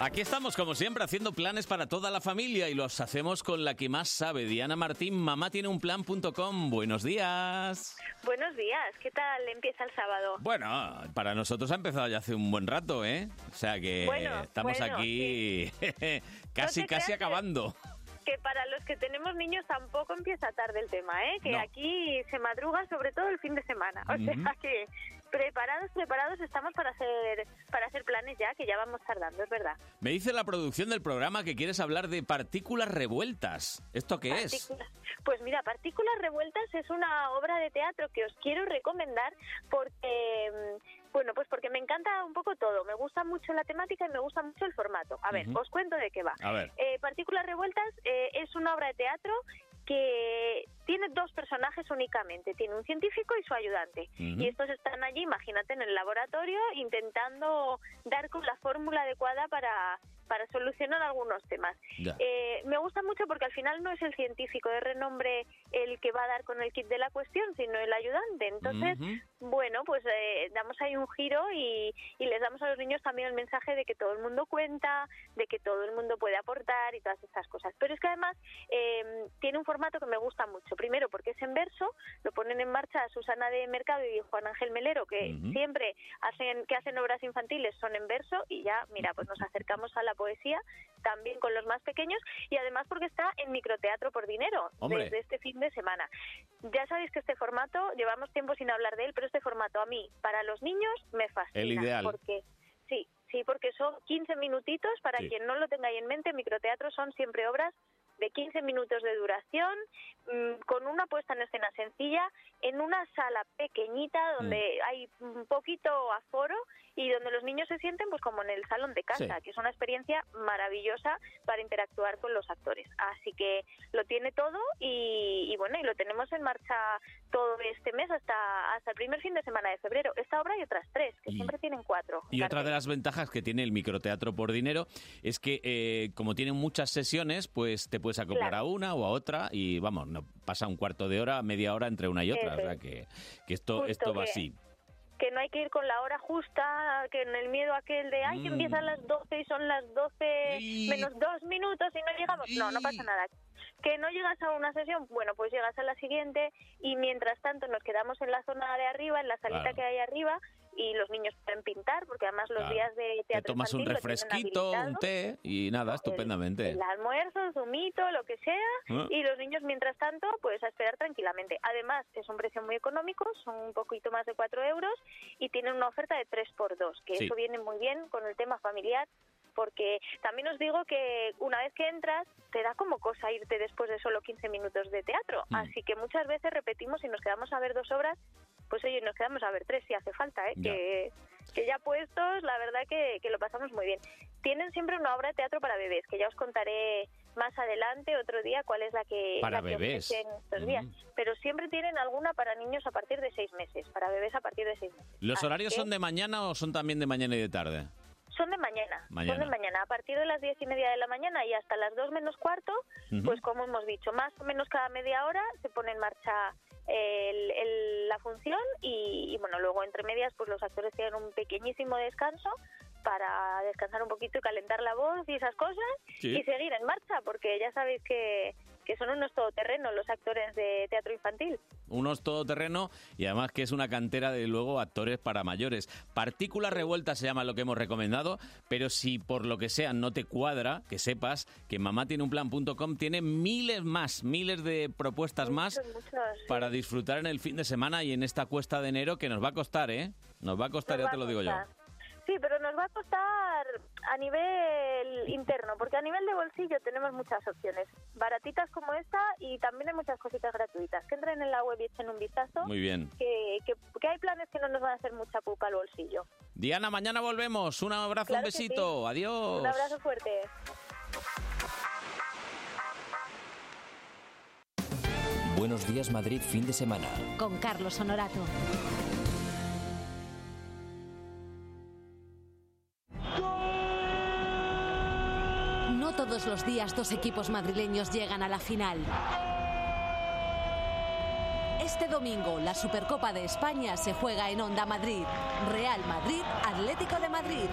Speaker 2: Aquí estamos, como siempre, haciendo planes para toda la familia y los hacemos con la que más sabe, Diana Martín, mamá tiene un plan.com. Buenos días.
Speaker 27: Buenos días, ¿qué tal empieza el sábado?
Speaker 2: Bueno, para nosotros ha empezado ya hace un buen rato, ¿eh? O sea que
Speaker 27: Bueno,
Speaker 2: estamos
Speaker 27: bueno,
Speaker 2: aquí casi,
Speaker 27: No te
Speaker 2: casi
Speaker 27: creas que-
Speaker 2: acabando.
Speaker 27: Que para los que tenemos niños tampoco empieza tarde el tema, ¿eh? Que
Speaker 2: No.
Speaker 27: aquí se madruga sobre todo el fin de semana. O
Speaker 2: Ujú.
Speaker 27: sea que preparados, preparados estamos para hacer, para hacer planes ya, que ya vamos tardando, es verdad.
Speaker 2: Me dice la producción del programa que quieres hablar de partículas revueltas. ¿Esto qué es?
Speaker 27: Partículas. Pues mira, Partículas Revueltas es una obra de teatro que os quiero recomendar porque, mm, bueno, pues porque me encanta un poco todo. Me gusta mucho la temática y me gusta mucho el formato. A ver,
Speaker 25: Ujú.
Speaker 27: os cuento de qué va.
Speaker 25: A ver.
Speaker 27: Eh, Partículas Revueltas eh, es una obra de teatro que tiene dos personajes únicamente, tiene un científico y su ayudante.
Speaker 25: Ujú.
Speaker 27: Y estos están allí, imagínate, en el laboratorio intentando dar con la fórmula adecuada para, para solucionar algunos temas.
Speaker 25: Ya.
Speaker 27: Eh, me gusta mucho porque al final no es el científico de renombre el que va a dar con el kit de la cuestión, sino el ayudante. Entonces, bueno, pues eh, damos ahí un giro y, y les damos a los niños también el mensaje de que todo el mundo cuenta, de que todo el mundo puede aportar y todas estas cosas. Pero es que además eh, tiene un formato que me gusta mucho. Primero, porque es en verso, lo ponen en marcha Susana de Mercado y Juan Ángel Melero, que
Speaker 25: Ujú.
Speaker 27: siempre hacen que hacen obras infantiles son en verso y ya, mira, pues nos acercamos a la poesía también con los más pequeños y además porque está en microteatro por dinero
Speaker 25: Hombre.
Speaker 27: desde este fin de semana. Ya sabéis que este formato, llevamos tiempo sin hablar de él, pero este formato a mí, para los niños, me fascina.
Speaker 2: El ideal.
Speaker 27: Porque, sí, sí, porque son 15 minutitos, para
Speaker 2: Sí.
Speaker 27: quien no lo tenga ahí en mente, microteatro son siempre obras de 15 minutos de duración, mm, con una puesta en escena sencilla, en una sala pequeñita donde
Speaker 2: Mm.
Speaker 27: hay un poquito aforo y donde los niños se sienten pues como en el salón de casa,
Speaker 25: Sí.
Speaker 27: que es una experiencia maravillosa para interactuar con los actores. Así que lo tiene todo y, y bueno, y lo tenemos en marcha todo este mes hasta, hasta el primer fin de semana de febrero. Esta obra y otras tres, que siempre tienen cuatro.
Speaker 2: Y otra de las ventajas que tiene el microteatro por dinero es que eh, como tienen muchas sesiones, pues te puedes acoplar
Speaker 27: Claro.
Speaker 2: a una o a otra y vamos, no pasa un cuarto de hora, media hora entre una y otra. O
Speaker 27: Eso
Speaker 2: sea
Speaker 27: es.
Speaker 2: que, que esto,
Speaker 27: Justo
Speaker 2: esto va
Speaker 27: que-
Speaker 2: así.
Speaker 27: que no hay que ir con la hora justa, que en el miedo aquel de, ay, que
Speaker 2: Mm.
Speaker 27: empiezan las 12 y son las 12 menos dos minutos y no llegamos. No, no pasa nada. Que no llegas a una sesión, bueno, pues llegas a la siguiente y mientras tanto nos quedamos en la zona de arriba, en la salita
Speaker 2: Claro.
Speaker 27: que hay arriba y los niños pueden pintar porque además los
Speaker 2: Claro.
Speaker 27: días de
Speaker 2: Te
Speaker 27: teatro
Speaker 2: tomas un
Speaker 27: infantil lo tienen
Speaker 2: refresquito, un
Speaker 27: habilitado
Speaker 2: té y nada, estupendamente.
Speaker 27: el almuerzo, su mito, lo que sea,
Speaker 2: Ah.
Speaker 27: y los niños mientras tanto, pues a esperar tranquilamente. Además, es un precio muy económico, son un poquito más de 4 euros y tienen una oferta de 3x2, que
Speaker 25: Sí.
Speaker 27: eso viene muy bien con el tema familiar. Porque también os digo que una vez que entras, te da como cosa irte después de solo 15 minutos de teatro.
Speaker 2: Mm.
Speaker 27: Así que muchas veces repetimos y nos quedamos a ver dos obras, pues oye, nos quedamos a ver tres si hace falta, ¿eh?
Speaker 2: Ya.
Speaker 27: Que, que ya puestos, la verdad que, que lo pasamos muy bien. Tienen siempre una obra de teatro para bebés, que ya os contaré más adelante, otro día, cuál es la que...
Speaker 2: Para
Speaker 27: la que
Speaker 2: bebés. Mm.
Speaker 27: ofrecen estos días. Pero siempre tienen alguna para niños a partir de seis meses, para bebés a partir de seis meses.
Speaker 2: ¿Los
Speaker 27: Así
Speaker 2: horarios
Speaker 27: que
Speaker 2: son de mañana o son también de mañana y de tarde?
Speaker 27: Son de mañana,
Speaker 2: Mañana.
Speaker 27: son de mañana, a partir de las diez y media de la mañana y hasta las dos menos cuarto,
Speaker 2: Ujú.
Speaker 27: pues como hemos dicho, más o menos cada media hora se pone en marcha el- el- la función y, y, bueno, luego entre medias pues los actores tienen un pequeñísimo descanso para descansar un poquito y calentar la voz y esas cosas
Speaker 25: Sí.
Speaker 27: y seguir en marcha porque ya sabéis que, que que son unos todoterrenos los actores de teatro infantil.
Speaker 2: Unos todoterreno y además que es una cantera de luego actores para mayores. Partícula revuelta se llama lo que hemos recomendado, pero si por lo que sea no te cuadra, que sepas que mamá tiene un plan.com tiene miles más, miles de propuestas más
Speaker 27: Muchos, muchos.
Speaker 2: para disfrutar en el fin de semana y en esta cuesta de enero que nos va a costar, ¿eh? Nos va a costar,
Speaker 27: Nos
Speaker 2: ya
Speaker 27: va
Speaker 2: te lo
Speaker 27: a
Speaker 2: digo yo.
Speaker 27: costar. Sí, pero nos va a costar a nivel interno, porque a nivel de bolsillo tenemos muchas opciones, baratitas como esta y también hay muchas cositas gratuitas. Que entren en la web y echen un vistazo.
Speaker 2: Muy bien.
Speaker 27: Que, que- que hay planes que no nos van a hacer mucha pupa al bolsillo.
Speaker 2: Diana, mañana volvemos. Un abrazo,
Speaker 27: Claro
Speaker 2: un
Speaker 27: que sí.
Speaker 2: besito. Adiós.
Speaker 27: Un abrazo fuerte.
Speaker 1: Buenos días Madrid fin de semana.
Speaker 9: Con Carlos Honorato. No todos los días dos equipos madrileños llegan a la final. Este domingo la Supercopa de España se juega en Onda Madrid. Real Madrid, Atlético de Madrid.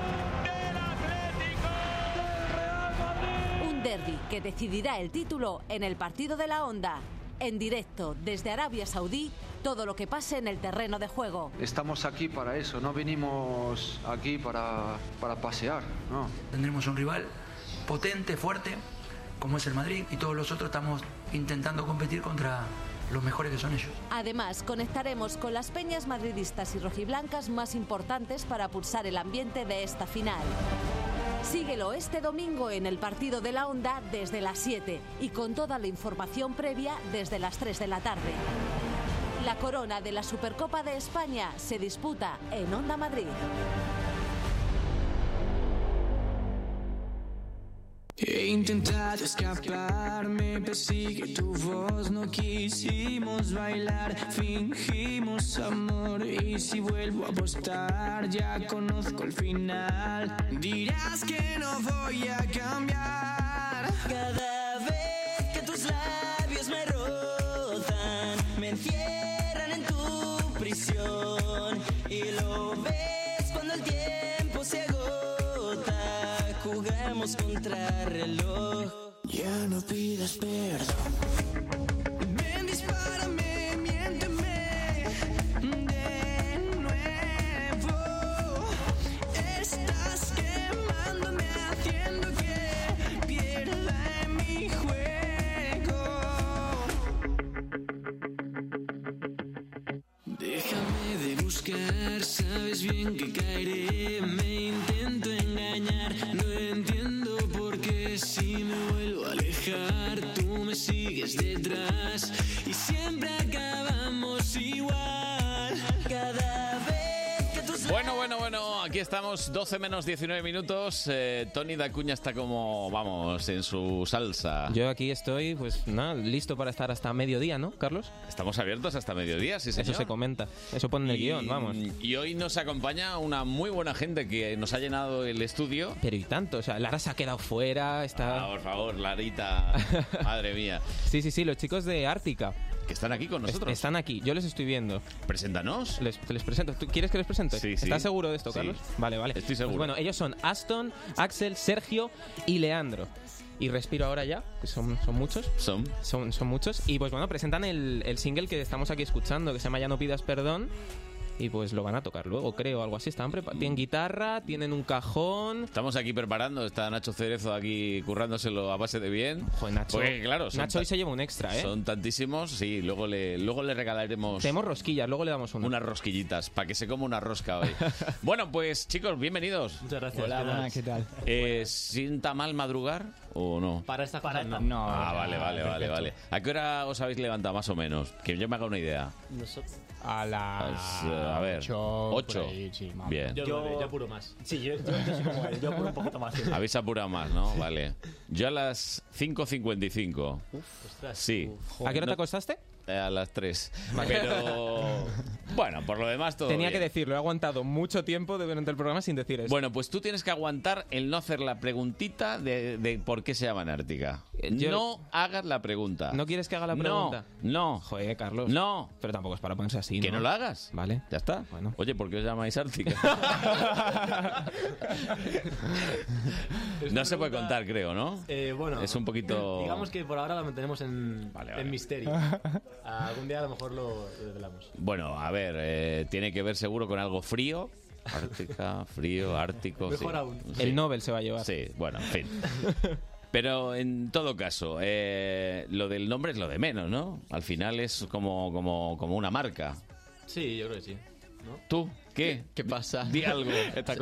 Speaker 9: Un derby que decidirá el título en el partido de la Onda. En directo desde Arabia Saudí, todo lo que pase en el terreno de juego.
Speaker 24: Estamos aquí para eso, no venimos aquí para, para pasear, no.
Speaker 25: Tendremos un rival potente, fuerte, como es el Madrid, y todos los otros estamos intentando competir contra los mejores que son ellos.
Speaker 9: Además, conectaremos con las peñas madridistas y rojiblancas más importantes para pulsar el ambiente de esta final. Síguelo este domingo en el partido de la Onda desde las 7 y con toda la información previa desde las 3 de la tarde. La corona de la Supercopa de España se disputa en Onda Madrid.
Speaker 12: He intentado escaparme, persigue tu voz, no quisimos bailar, fingimos amor y si vuelvo a apostar ya conozco el final. Dirás que no voy a cambiar. Cada vez que tus labios me rozan, me encierran en tu prisión y lo ves cuando el tiempo se agota, jugamos contra reloj. Ya no pidas perdón. Ven, dispárame, miénteme de nuevo. Estás quemándome, haciendo que pierda en mi juego. Déjame de buscar, sabes bien que caeré. Me intento engañar, no entiendo por qué si me vuelvo a alejar, tú me sigues detrás y siempre acabamos igual. Cada vez que tus
Speaker 2: Bueno, bueno, bueno, aquí estamos, 12 menos 19 minutos. Eh, Tony Dacuña está como, vamos, en su salsa.
Speaker 3: Yo aquí estoy, pues nada, listo para estar hasta mediodía, ¿no, Carlos?
Speaker 2: Estamos abiertos hasta mediodía, sí, señor.
Speaker 3: Eso se comenta, eso pone en el
Speaker 2: Y-
Speaker 3: guión, vamos.
Speaker 2: Y hoy nos acompaña una muy buena gente que nos ha llenado el estudio.
Speaker 3: Pero y tanto, o sea, Lara se ha quedado fuera, está...
Speaker 2: Ah, por favor, Larita, madre mía.
Speaker 3: Sí, sí, sí, los chicos de Ártica.
Speaker 2: Que están aquí con nosotros.
Speaker 3: Están aquí, yo les estoy viendo.
Speaker 2: Preséntanos.
Speaker 3: Les, te les presento. ¿Tú quieres que les presente?
Speaker 2: Sí, sí.
Speaker 3: ¿Estás seguro de esto,
Speaker 2: Sí.
Speaker 3: Carlos? Vale, vale.
Speaker 2: Estoy seguro.
Speaker 3: Pues bueno, ellos son Aston, Axel, Sergio y Leandro. Y respiro ahora ya, que son, son muchos.
Speaker 2: Son.
Speaker 3: son. muchos. Y pues bueno, presentan el, el single que estamos aquí escuchando, que se llama Ya no pidas perdón. Y pues lo van a tocar luego, creo, algo así. Están prepa- Tienen guitarra, tienen un cajón.
Speaker 2: Estamos aquí preparando, está Nacho Cerezo aquí currándoselo a base de bien.
Speaker 3: Nacho-
Speaker 2: Porque, claro, son
Speaker 3: Nacho hoy
Speaker 2: tan-
Speaker 3: se lleva un extra, ¿eh?
Speaker 2: Son tantísimos, sí, luego le, luego le regalaremos...
Speaker 3: Tenemos rosquillas, luego le damos una.
Speaker 2: Unas rosquillitas, para que se coma una rosca hoy. bueno, pues chicos, bienvenidos. Muchas
Speaker 41: gracias. Hola, ¿qué tal? buenas, ¿qué tal?
Speaker 2: ¿Sienta mal madrugar o no?
Speaker 41: Para esta cosa no. no.
Speaker 2: Ah, vale, vale, vale,
Speaker 41: perfecto.
Speaker 2: vale. ¿A qué hora os habéis levantado más o menos? Que yo me haga una idea.
Speaker 41: Nosotros-
Speaker 3: A
Speaker 2: Pues, eh, a ver,
Speaker 41: ocho, por
Speaker 2: ocho.
Speaker 41: ahí, sí, más o
Speaker 2: Bien.
Speaker 41: menos.
Speaker 2: Yo-
Speaker 41: yo apuro más. Sí, yo, yo, yo soy como él, yo apuro un poquito
Speaker 1: 啊
Speaker 41: más.
Speaker 2: Habéis apurado más, ¿no? Vale. Yo a las 5.55.
Speaker 41: Ostras,
Speaker 2: Sí.
Speaker 41: uf. ¿A qué hora te
Speaker 2: No-
Speaker 41: acostaste?
Speaker 2: Eh, a las 3. Pero bueno, por lo demás todo
Speaker 3: Tenía
Speaker 2: bien.
Speaker 3: que decirlo, he aguantado mucho tiempo durante el programa sin decir eso.
Speaker 2: Bueno, pues tú tienes que aguantar el no hacer la preguntita de, de por qué se llaman Ártica.
Speaker 3: yo-
Speaker 2: No hagas la pregunta.
Speaker 3: ¿No quieres que haga la pregunta?
Speaker 2: No,
Speaker 3: Joder, Carlos.
Speaker 2: No.
Speaker 3: Pero tampoco es para ponerse así.
Speaker 2: Que no lo hagas.
Speaker 3: Vale.
Speaker 2: Ya está. Oye, ¿por qué os llamáis Ártica? no se puede contar, creo, ¿no?
Speaker 41: Eh, bueno,
Speaker 2: Es un poquito...
Speaker 41: Digamos que por ahora lo mantenemos en, en misterio. Algún día a lo mejor lo, lo revelamos.
Speaker 2: Bueno, a ver, eh, tiene que ver seguro con algo frío. Ártica, frío, ártico.
Speaker 3: Mejor
Speaker 2: sí.
Speaker 3: aún.
Speaker 2: Sí.
Speaker 3: El Nobel se va a llevar.
Speaker 2: Sí, bueno, en fin. Pero en todo caso, eh, lo del nombre es lo de menos, ¿no? Al final es como, como, como una marca.
Speaker 41: Sí, yo creo que sí. ¿no?
Speaker 2: ¿Tú? ¿Qué? ¿Qué pasa? Di algo.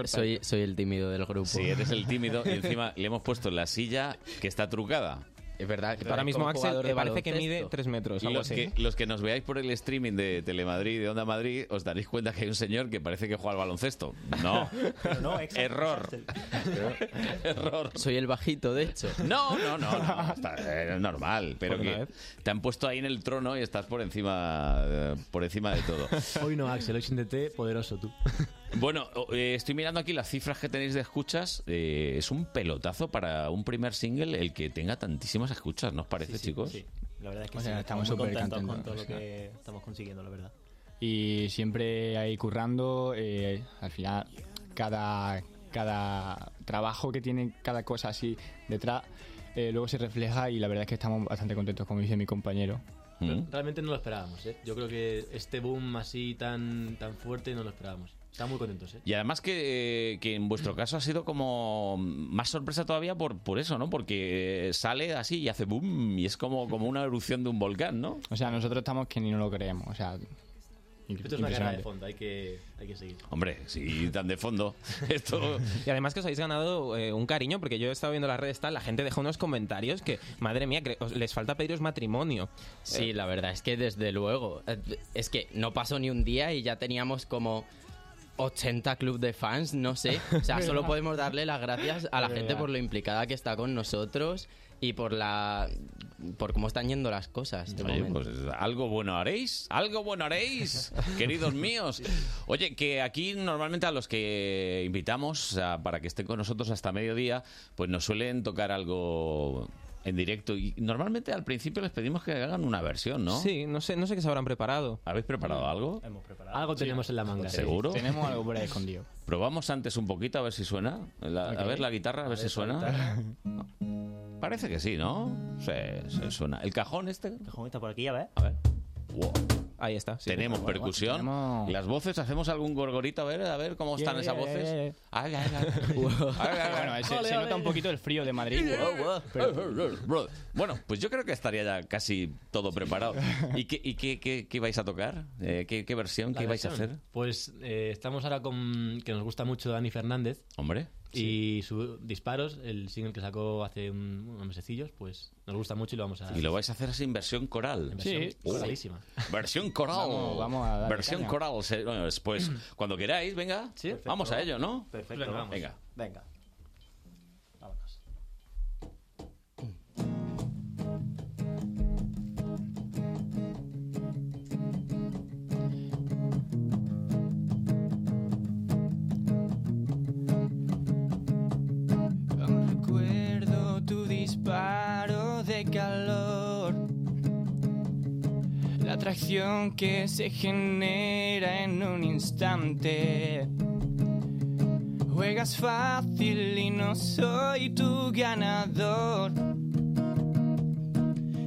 Speaker 33: Soy, soy el tímido del grupo.
Speaker 2: Sí, eres el tímido y encima le hemos puesto la silla que está trucada.
Speaker 33: Es verdad.
Speaker 3: Ahora mismo Axel eh, parece que mide 3 metros.
Speaker 2: Y
Speaker 3: algo
Speaker 2: los
Speaker 3: así.
Speaker 2: que, los que nos veáis por el streaming de Telemadrid, de Onda Madrid, os daréis cuenta que hay un señor que parece que juega al baloncesto. No. Error. Error.
Speaker 33: Soy el bajito, de hecho.
Speaker 2: No, no, no, no, está, eh, es normal, pero
Speaker 33: Por una
Speaker 2: que te han puesto ahí en el trono y estás por encima, eh, por encima de todo.
Speaker 41: Hoy no, Axel, hoy intenté poderoso tú.
Speaker 2: Bueno, o- eh, estoy mirando aquí las cifras que tenéis de escuchas. eh, es un pelotazo para un primer single el que tenga tantísimas escuchas, ¿no os parece, chicos?
Speaker 41: Sí, la verdad es que
Speaker 42: O
Speaker 41: sí,
Speaker 42: sea, estamos
Speaker 41: muy
Speaker 42: súper
Speaker 41: contentos con
Speaker 42: contentos,
Speaker 41: todo lo
Speaker 42: o sea.
Speaker 41: que estamos consiguiendo, la verdad.
Speaker 42: Y siempre ahí currando, eh, al final cada, cada trabajo que tiene, cada cosa así detrás, eh, luego se refleja y la verdad es que estamos bastante contentos, como dice mi compañero.
Speaker 2: Mm.
Speaker 41: Realmente no lo esperábamos, ¿eh? Yo creo que este boom así tan, tan fuerte no lo esperábamos. Estamos muy contentos, ¿eh?
Speaker 2: Y además que, eh, que en vuestro caso ha sido como más sorpresa todavía por, por eso, ¿no? Porque sale así y hace boom y es como, como una erupción de un volcán, ¿no?
Speaker 42: O sea, nosotros estamos que ni no lo creemos, o sea...
Speaker 41: Esto es una carrera de
Speaker 42: impresionante.
Speaker 41: fondo, hay que, hay que seguir.
Speaker 2: Hombre, sí, tan de fondo. Esto...
Speaker 3: Y además que os habéis ganado eh, un cariño, porque yo he estado viendo las redes tal, la gente dejó unos comentarios que, madre mía, cre- os- les falta pediros matrimonio.
Speaker 33: Sí, la verdad es que desde luego. eh, Es que no pasó ni un día y ya teníamos como 80 club de fans, no sé. O sea,
Speaker 12: Verdad.
Speaker 33: solo podemos darle las gracias a la
Speaker 12: Verdad.
Speaker 33: gente por lo implicada que está con nosotros y por la por cómo están yendo las cosas de
Speaker 2: Oye,
Speaker 33: momento.
Speaker 2: pues algo bueno haréis, algo bueno haréis, queridos míos. Oye, que aquí normalmente a los que invitamos a- para que estén con nosotros hasta mediodía, pues nos suelen tocar algo en directo y normalmente al principio les pedimos que hagan una versión, ¿no?
Speaker 3: Sí, no sé, no sé qué se habrán preparado.
Speaker 2: ¿Habéis preparado algo?
Speaker 41: Algo tenemos en la manga.
Speaker 2: ¿Seguro?
Speaker 42: Tenemos algo por ahí escondido.
Speaker 2: Probamos antes un poquito a ver si suena. La- A
Speaker 42: Ok.
Speaker 2: ver la guitarra, a ver
Speaker 42: A
Speaker 2: si
Speaker 42: ver,
Speaker 2: suena.
Speaker 42: la guitarra.
Speaker 2: Parece que sí, ¿no? Sí, sí, suena. ¿El cajón este? El
Speaker 43: cajón está por aquí, a ver.
Speaker 2: A ver. Wow.
Speaker 3: Ahí está. sí.
Speaker 2: tenemos
Speaker 3: Guau, guau,
Speaker 2: percusión.
Speaker 3: tenemos-
Speaker 2: Las voces, hacemos algún gorgorito, a ver, a ver cómo están
Speaker 42: Yeah,
Speaker 2: esas
Speaker 42: yeah,
Speaker 2: voces.
Speaker 42: yeah, yeah.
Speaker 2: Ay, ay, ay. Ay, ay, ay.
Speaker 42: Bueno, se, se nota un poquito el frío de Madrid.
Speaker 2: Pero- Bueno, pues yo creo que estaría ya casi todo preparado. ¿Y qué, y qué, qué- qué vais a tocar? Eh, ¿qué, qué versión?
Speaker 41: La
Speaker 2: ¿Qué vais a
Speaker 41: versión.
Speaker 2: hacer?
Speaker 41: Pues eh, estamos ahora con. que nos gusta mucho Dani Fernández.
Speaker 2: Hombre.
Speaker 41: Y su Disparos, el single que sacó hace un- unos mesecillos, pues nos gusta mucho y lo vamos a.
Speaker 2: Y lo vais a hacer así en versión coral.
Speaker 41: En versión Uh. Sí. coralísima.
Speaker 2: Versión coral.
Speaker 41: Vamos- vamos a darle
Speaker 2: versión
Speaker 41: caña.
Speaker 2: coral. se- bueno, Después, cuando queráis, venga. Vamos a ello, ¿no?
Speaker 41: Mm. Perfecto,
Speaker 2: Venga,
Speaker 41: vamos.
Speaker 2: Venga.
Speaker 43: Venga.
Speaker 12: Aún recuerdo tu disparo de calor. La atracción que se genera en un instante. Juegas fácil y no soy tu ganador.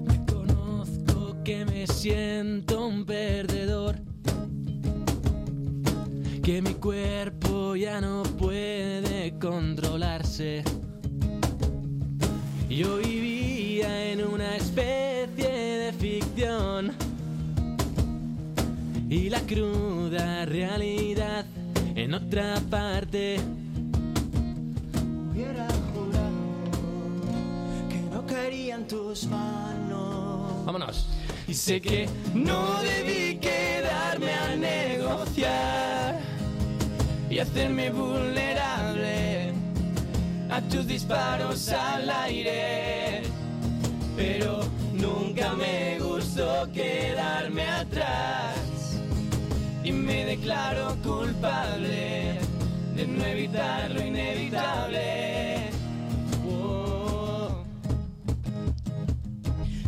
Speaker 43: Reconozco que me siento un perdedor. Que mi cuerpo ya no puede controlarse. Yo vivía en una especie de ficción. Y la cruda realidad en otra parte.
Speaker 12: Hubiera jurado que no caería en tus manos.
Speaker 43: Vámonos.
Speaker 12: Y sé que no debí quedarme a negociar y hacerme vulnerable a tus disparos al aire. Pero nunca me gustó quiero quedarme atrás y me declaro culpable de no evitar lo inevitable.
Speaker 32: Oh.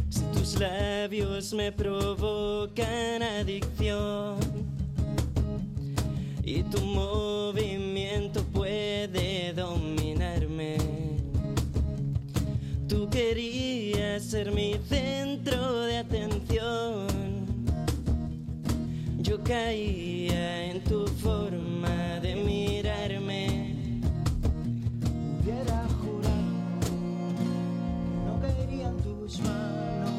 Speaker 32: Si tus labios me provocan adicción y tu movimiento puede dominarme, tú querías ser mi centro de atención. Yo caía en tu forma de mirarme. Hubiera jurado no caerían tus manos.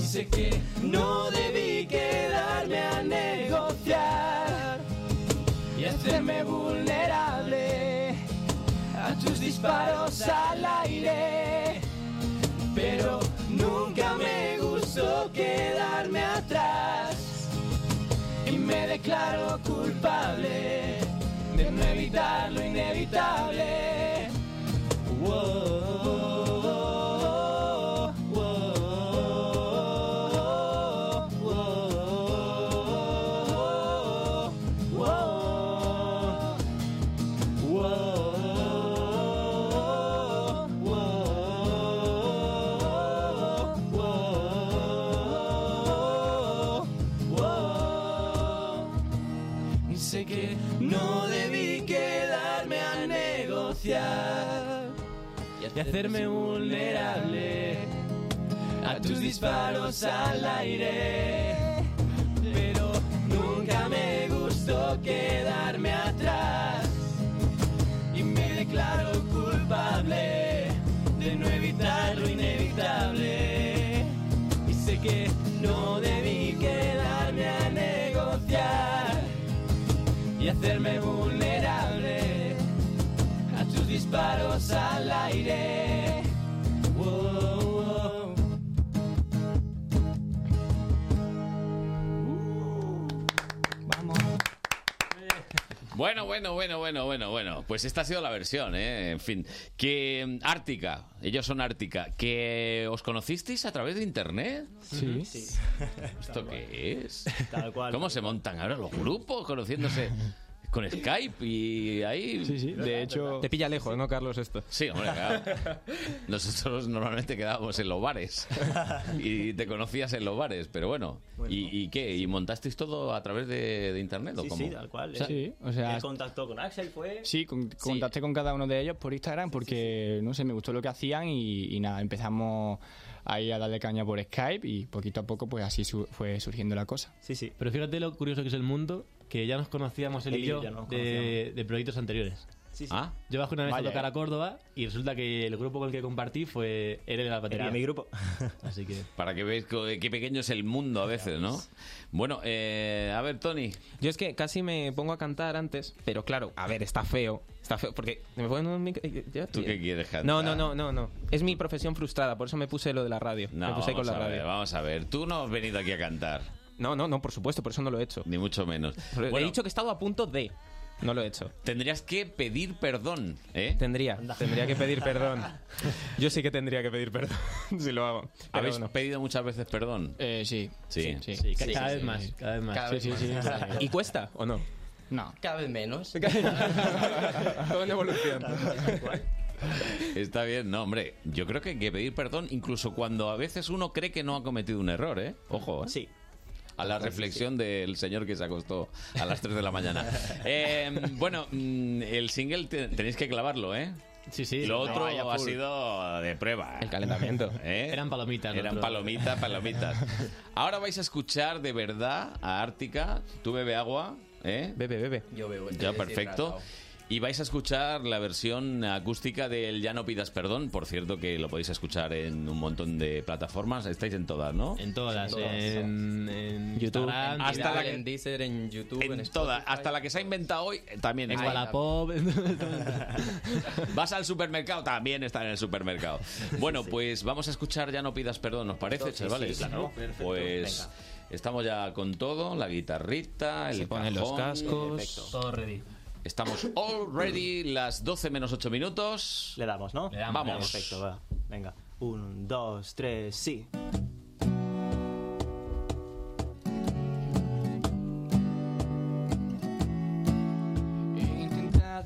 Speaker 12: Sé que no debí quedarme a negociar y hacerme vulnerable a tus disparos al aire. Pero nunca me gustó quedarme atrás y me declaro culpable de no evitar lo inevitable. Wow. Wow. Wow. Wow. Wow. Wow. Wow. Wow. Sé que no debí quedarme a negociar y hacerme vulnerable a tus disparos al aire. Pero nunca me gustó quedarme atrás y me declaro culpable de no evitar lo inevitable. Y sé que no debí quedarme a negociar y hacerme vulnerable a tus disparos al aire. Wow.
Speaker 2: Bueno, bueno, bueno, bueno, bueno, bueno. Pues esta ha sido la versión, ¿eh? En fin. Que mm, Ártica, ellos son Ártica. ¿Que os conocisteis a través de internet?
Speaker 43: Sí. Sí.
Speaker 2: ¿Esto qué es?
Speaker 43: Tal cual.
Speaker 2: ¿Cómo se montan ahora los grupos conociéndose con Skype y ahí?
Speaker 3: Sí, sí. De hecho, te pilla lejos, ¿no, Carlos? Esto.
Speaker 2: Sí, hombre, claro. Nosotros normalmente quedábamos en los bares y te conocías en los bares, pero bueno. ¿Y, y qué? ¿Y montasteis todo a través de, de internet o
Speaker 43: Sí,
Speaker 2: cómo?
Speaker 43: sí, tal cual.
Speaker 3: O sea,
Speaker 43: eh.
Speaker 3: sí, o sea-
Speaker 43: el contacto con Axel fue.
Speaker 42: Sí, con- contacté con cada uno de ellos por Instagram porque, no sé, me gustó lo que hacían y, y nada, empezamos ahí a darle caña por Skype y poquito a poco pues así su- fue surgiendo la cosa.
Speaker 43: Sí, sí.
Speaker 41: Pero fíjate lo curioso que es el mundo, que ya nos conocíamos él
Speaker 43: Él
Speaker 41: y
Speaker 43: y
Speaker 41: yo
Speaker 43: yo ya nos
Speaker 41: de,
Speaker 43: conocíamos.
Speaker 41: de proyectos anteriores.
Speaker 43: Sí, sí.
Speaker 2: Ah.
Speaker 41: Yo bajé una vez
Speaker 43: Vaya,
Speaker 41: a tocar
Speaker 43: eh.
Speaker 41: a Córdoba y resulta que el grupo con el que compartí fue él de la batería.
Speaker 43: mi grupo.
Speaker 41: Así que...
Speaker 2: Para que veáis co- qué pequeño es el mundo a veces, ¿no? Bueno, eh, a ver, Tony.
Speaker 3: Yo es que casi me pongo a cantar antes, pero claro, a ver, está feo. Está feo porque me ponen un micro- eh, ya-
Speaker 2: ¿Tú qué quieres cantar?
Speaker 3: No, no, no, no, no. Es mi profesión frustrada, por eso me puse lo de la radio.
Speaker 2: No,
Speaker 3: me puse con
Speaker 2: vamos
Speaker 3: la
Speaker 2: a ver,
Speaker 3: radio.
Speaker 2: vamos a ver. Tú no has venido aquí a cantar.
Speaker 3: No, no, no, por supuesto, por eso no lo he hecho.
Speaker 2: Ni mucho menos.
Speaker 3: He dicho que he estado a punto de. No lo he hecho.
Speaker 2: Tendrías que pedir perdón, ¿eh?
Speaker 3: Tendría, tendría que pedir perdón. Yo sí que tendría que pedir perdón si lo hago. Pero
Speaker 2: ¿Habéis
Speaker 3: bueno.
Speaker 2: pedido muchas veces perdón?
Speaker 42: Eh, sí.
Speaker 2: Sí.
Speaker 3: Sí,
Speaker 41: Sí, ca- cada vez más, cada vez más.
Speaker 3: Cada vez más. ¿Y cuesta o no?
Speaker 42: No.
Speaker 33: Cada vez menos.
Speaker 3: Todo en evolución.
Speaker 2: Está bien, no, hombre. Yo creo que hay que pedir perdón incluso cuando a veces uno cree que no ha cometido un error, ¿eh? Ojo, ¿eh?
Speaker 43: Sí.
Speaker 2: A la reflexión del señor que se acostó a las 3 de la mañana. Eh, bueno, mm, el single te- tenéis que clavarlo, ¿eh?
Speaker 41: Sí, sí.
Speaker 2: Lo
Speaker 41: No,
Speaker 2: otro
Speaker 41: vaya
Speaker 2: ha
Speaker 41: full.
Speaker 2: sido de prueba. El
Speaker 3: calentamiento.
Speaker 41: Eran palomitas. lo
Speaker 2: Eran
Speaker 41: otro.
Speaker 2: palomitas, palomitas. Ahora vais a escuchar de verdad a Ártica. Tú bebe agua, ¿eh?
Speaker 3: Bebe, bebe.
Speaker 33: Yo bebo.
Speaker 2: Ya, perfecto. Y vais a escuchar la versión acústica del Ya no pidas perdón. Por cierto, que lo podéis escuchar en un montón de plataformas. Estáis en todas, ¿no?
Speaker 41: En todas,
Speaker 2: En todas.
Speaker 41: en, en
Speaker 2: YouTube.
Speaker 41: Instagram,
Speaker 2: Hasta
Speaker 41: en-
Speaker 2: la
Speaker 33: En Deezer, en YouTube, en,
Speaker 2: En
Speaker 33: Spotify.
Speaker 2: todas. Hasta la que se ha inventado hoy eh, también
Speaker 41: en
Speaker 2: está.
Speaker 41: Wallapop.
Speaker 2: Vas al supermercado, también está en el supermercado. Bueno, pues vamos a escuchar Ya no pidas perdón, ¿nos parece,
Speaker 43: Sí, sí,
Speaker 2: chavales?
Speaker 43: sí, claro. Perfecto.
Speaker 2: Pues estamos ya con todo, la guitarrita, el
Speaker 3: Se ponen los
Speaker 2: cajón.
Speaker 3: cascos.
Speaker 43: Todo ready.
Speaker 2: Estamos already las 12 menos 8 minutos.
Speaker 43: Le damos, ¿no?
Speaker 2: Vamos.
Speaker 43: Perfecto, va. Venga. Un, dos, tres, sí.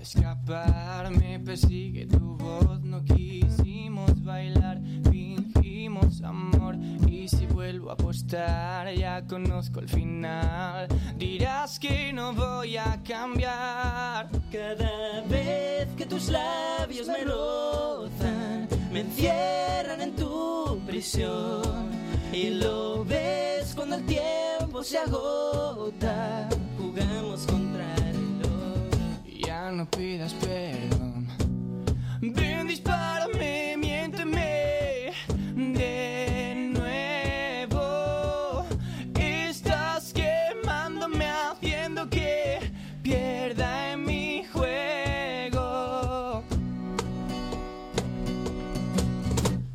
Speaker 12: Escapar me persigue tu voz, no quisimos bailar, fingimos amor y si vuelvo a apostar ya conozco el final. Dirás que no voy a cambiar cada vez que tus labios me rozan, me encierran en tu prisión y lo ves cuando el tiempo se agota. Jugamos contra el ya no pidas perdón. Ven, dispárame, miénteme de nuevo. Estás quemándome, haciendo que pierda en mi juego.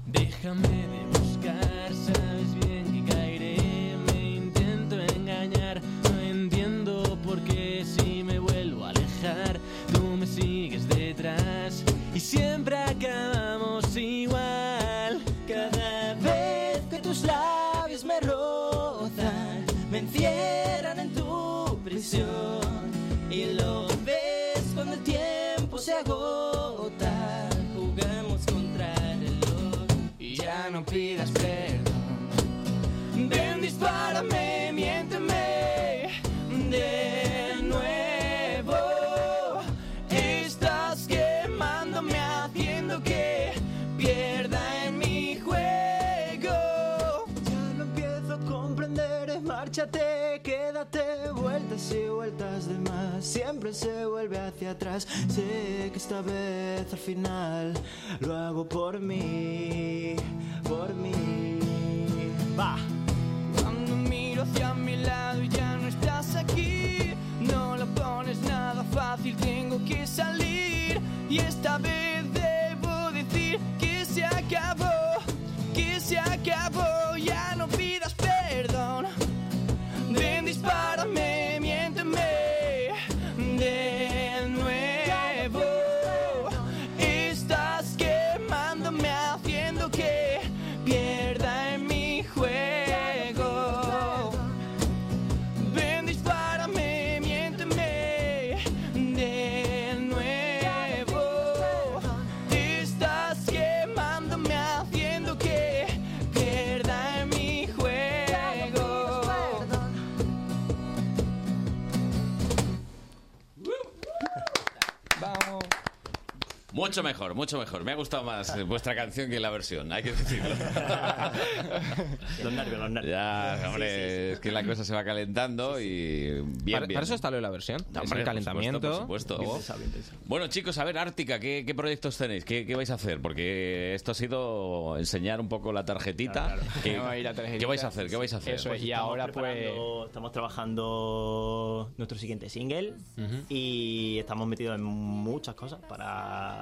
Speaker 43: Déjame de buscar, sabes bien que caeré. Me intento engañar, no entiendo por qué si me vuelvo a alejar, tú me sigues detrás y siempre acabamos igual.
Speaker 12: Cada vez que tus labios me rozan, me encierran en tu prisión. Y lo ves cuando el tiempo se agota. Jugamos contra el reloj y ya no pidas perdón. Ven, dispárame, miénteme de nuevo. Estás quemándome, haciendo que pierda en mi juego. Ya lo empiezo a comprender, márchate, quédate, vueltas y vueltas de más. Siempre se vuelve hacia atrás. Sé que esta vez al final lo hago por mí, por mí. Va. Cuando miro hacia mi lado y ya no estás aquí, no lo pones nada fácil, tengo que salir. Y esta vez debo decir que se acabó, que se acabó, ya no pidas perdón. Ven, dispárame, miénteme de nuevo. Estás quemándome, haciendo que pierda en mi juego. Ven, dispárame, miénteme de nuevo. Estás quemándome, haciendo que pierda en mi juego. Vamos.
Speaker 2: Mucho mejor, mucho mejor. Me ha gustado más eh, vuestra canción que la versión, hay que decirlo.
Speaker 20: Los nervios, los nervios.
Speaker 2: Ya, hombre, es que la cosa se va calentando y bien,
Speaker 3: para,
Speaker 2: bien.
Speaker 3: para eso está lo de la versión.
Speaker 2: No,
Speaker 3: Es
Speaker 2: hombre,
Speaker 3: el
Speaker 2: por
Speaker 3: calentamiento.
Speaker 2: supuesto, por supuesto.
Speaker 3: Luego-
Speaker 2: Bueno, chicos, a ver, Ártica, ¿qué, qué proyectos tenéis? ¿Qué, qué vais a hacer? Porque esto ha sido enseñar un poco la tarjetita. ¿Qué,
Speaker 20: Vamos a ir a tarjetita.
Speaker 2: qué vais a hacer? ¿Qué vais a hacer? Pues
Speaker 20: Pues estamos preparando- Estamos trabajando nuestro siguiente single y estamos metidos en muchas cosas para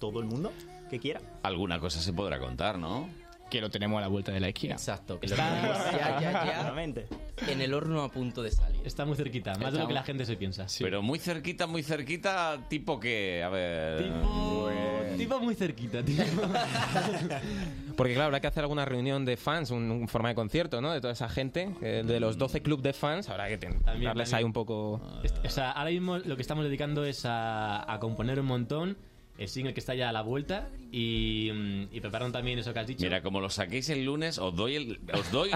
Speaker 20: todo el mundo que quiera.
Speaker 2: Alguna cosa se podrá contar, ¿no?
Speaker 42: Que lo tenemos a la vuelta de la esquina.
Speaker 19: Exacto.
Speaker 41: lo tenemos
Speaker 19: ya, ya, ya.
Speaker 20: Claramente.
Speaker 19: En el horno a punto de salir.
Speaker 41: Está muy cerquita, más de lo
Speaker 19: Estamos-
Speaker 41: que la gente se piensa.
Speaker 2: Pero muy cerquita, muy cerquita, tipo que, a ver... Pues-
Speaker 41: Tipo muy cerquita, tío.
Speaker 3: Porque claro, habrá que hacer alguna reunión de fans, un, un forma de concierto, ¿no? De toda esa gente, eh, de los 12 club de fans, habrá que ten-
Speaker 41: También,
Speaker 3: darles
Speaker 41: también. Este,
Speaker 3: ahí un poco...
Speaker 41: O sea, ahora mismo lo que estamos dedicando es a, a componer un montón. El single que está ya a la vuelta y, mm, y prepararon también eso que has dicho.
Speaker 2: Mira, como lo saquéis el lunes, os doy el... Os doy...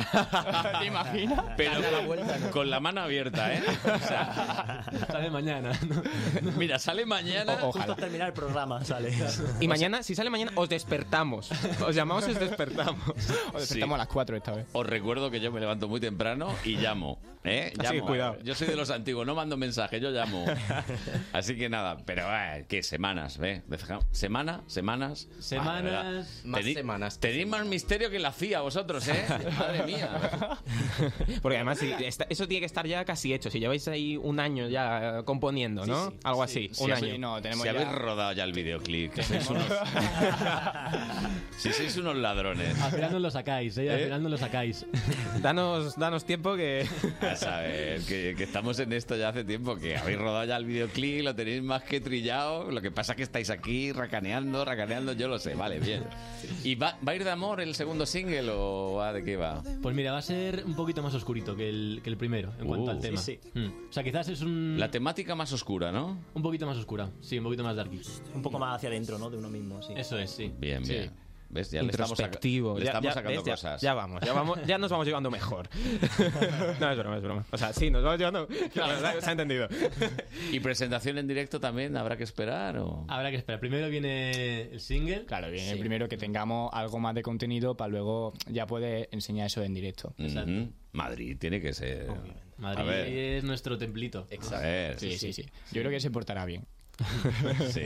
Speaker 3: ¿Te imaginas?
Speaker 2: Pero con, con la mano abierta, ¿eh?
Speaker 41: sale mañana.
Speaker 2: Mira, sale mañana.
Speaker 20: Justo al terminar el programa, sale.
Speaker 3: Y mañana, si sale mañana, os despertamos. Os llamamos y os despertamos. Os despertamos
Speaker 2: Sí.
Speaker 3: a las 4 esta vez.
Speaker 2: Os recuerdo que yo me levanto muy temprano y llamo. ¿eh?
Speaker 3: Así que
Speaker 2: Llamo.
Speaker 3: cuidado.
Speaker 2: Yo soy de los antiguos, no mando mensaje, yo llamo. Así que nada, pero eh, ¿qué? Semanas, ¿eh? Deja- Semana, semanas. Ah,
Speaker 41: Semanas.
Speaker 2: más semanas. Tenéis más misterio que la CIA vosotros, ¿eh? Madre mía.
Speaker 3: Porque además, si está- eso tiene que estar ya casi hecho. Si lleváis ahí un año ya eh, componiendo, ¿no? Algo así.
Speaker 2: Si
Speaker 3: un
Speaker 2: habéis-
Speaker 3: año.
Speaker 2: si habéis rodado ya el videoclip, que sois unos... si sois unos ladrones.
Speaker 41: Al final no lo sacáis, ¿eh? Al
Speaker 2: ¿Eh?
Speaker 41: final no lo sacáis.
Speaker 3: Danos, danos tiempo que...
Speaker 2: Ya sabes, que, que estamos en esto ya hace tiempo, que habéis rodado ya el videoclip, lo tenéis más que trillado, lo que pasa es que estáis aquí racaneando, racaneando, yo lo sé, vale, bien. ¿Y va, va a ir de amor el segundo single o va de qué va?
Speaker 41: Pues mira, va a ser un poquito más oscurito que el, que el primero en cuanto
Speaker 2: Uh.
Speaker 41: al tema.
Speaker 2: Sí,
Speaker 41: Mm. O sea, quizás es un,
Speaker 2: La temática más oscura, ¿no?
Speaker 41: un poquito más oscura. Sí, un poquito más darky.
Speaker 44: Un poco más hacia adentro, ¿no? De uno mismo, sí.
Speaker 41: Eso es, sí.
Speaker 2: Bien,
Speaker 41: Sí.
Speaker 2: bien. ¿Ves? Ya le estamos, saca-
Speaker 3: Introspectivo.
Speaker 2: le
Speaker 3: Ya-
Speaker 2: estamos
Speaker 3: ya-
Speaker 2: sacando
Speaker 3: ¿ves? Ya-
Speaker 2: cosas.
Speaker 3: Ya, vamos, ya vamos, ya nos vamos llevando mejor. no, es broma, es broma. O sea, sí, nos vamos llevando. La verdad, se ha entendido.
Speaker 2: ¿Y presentación en directo también habrá que esperar o...?
Speaker 41: Habrá que esperar. Primero viene el single.
Speaker 42: Claro, viene primero que tengamos algo más de contenido para luego ya puedes enseñar eso en directo.
Speaker 2: Ujú. Madrid tiene que ser...
Speaker 41: Madrid
Speaker 2: A ver.
Speaker 41: es nuestro templito.
Speaker 2: A ver.
Speaker 42: Sí, sí, sí. Yo creo que se portará bien.
Speaker 2: Sí.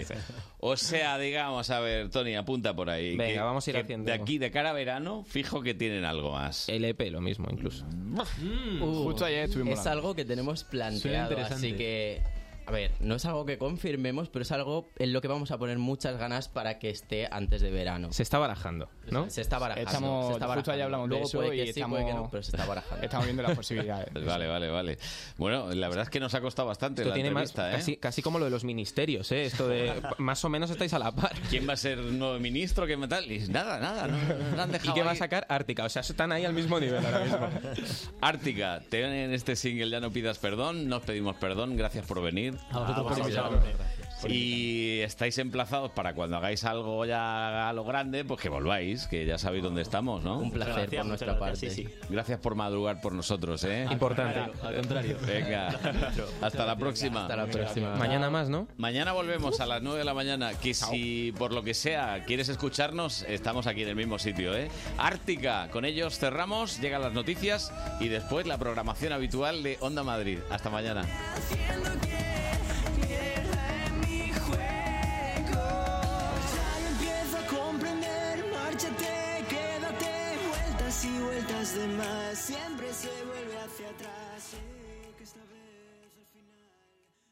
Speaker 2: O sea, digamos, a ver, Tony, apunta por ahí.
Speaker 3: Venga,
Speaker 2: que-
Speaker 3: vamos a ir
Speaker 2: que
Speaker 3: haciendo.
Speaker 2: De aquí, de cara a verano, fijo que tienen algo más.
Speaker 3: El EP lo mismo, incluso.
Speaker 33: Uh,
Speaker 3: Mm, Justo ayer estuvimos
Speaker 33: Es
Speaker 3: hablando.
Speaker 33: algo que tenemos
Speaker 3: Suena
Speaker 33: planteado,
Speaker 3: interesante.
Speaker 33: así que... A ver, no es algo que confirmemos, pero es algo en lo que vamos a poner muchas ganas para que esté antes de verano.
Speaker 3: Se está barajando, ¿no?
Speaker 33: Se está barajando.
Speaker 3: Estamos-
Speaker 33: se está
Speaker 3: justo
Speaker 33: barajando.
Speaker 3: ayer hablamos de
Speaker 33: Luego
Speaker 3: eso
Speaker 33: puede que
Speaker 3: y
Speaker 33: sí,
Speaker 3: estamos-
Speaker 33: puede que no, pero se está barajando.
Speaker 3: Estamos viendo las posibilidades.
Speaker 2: Vale, vale, vale. Bueno, la verdad es que nos ha costado bastante
Speaker 3: Esto
Speaker 2: la
Speaker 3: tiene más,
Speaker 2: entrevista, ¿eh?
Speaker 3: casi, casi como lo de los ministerios, ¿eh? Esto de más o menos estáis a la par.
Speaker 2: ¿Quién va a ser nuevo ministro? ¿Qué tal? Y Nada, nada, no, no han dejado
Speaker 3: ¿Y qué va a
Speaker 2: ahí.
Speaker 3: sacar Ártica? O sea, están ahí al mismo nivel ahora mismo.
Speaker 2: Ártica, tienen este single Ya no pidas perdón, nos pedimos perdón, gracias por venir. Ah,
Speaker 41: A vosotros por
Speaker 2: vosotros.
Speaker 41: invitarnos.
Speaker 2: Y estáis emplazados para cuando hagáis algo ya a lo grande, pues que volváis, que ya sabéis dónde estamos, ¿no? Un
Speaker 33: placer Muchas gracias, por nuestra muchas gracias, parte. sí,
Speaker 2: Gracias por madrugar por nosotros, ¿eh?
Speaker 3: Importante.
Speaker 41: Al contrario.
Speaker 2: Venga, hasta la próxima.
Speaker 3: Hasta la próxima. Mañana más, ¿no?
Speaker 2: Mañana volvemos a las 9 de la mañana, que si por lo que sea quieres escucharnos, estamos aquí en el mismo sitio, ¿eh? Ártica, con ellos cerramos, llegan las noticias y después la programación habitual de Onda Madrid. Hasta mañana.
Speaker 12: Pierda en mi juego. Ya lo empiezo a comprender. Márchate, quédate. Vueltas y vueltas de más. Siempre se vuelve hacia atrás. Sé que esta vez-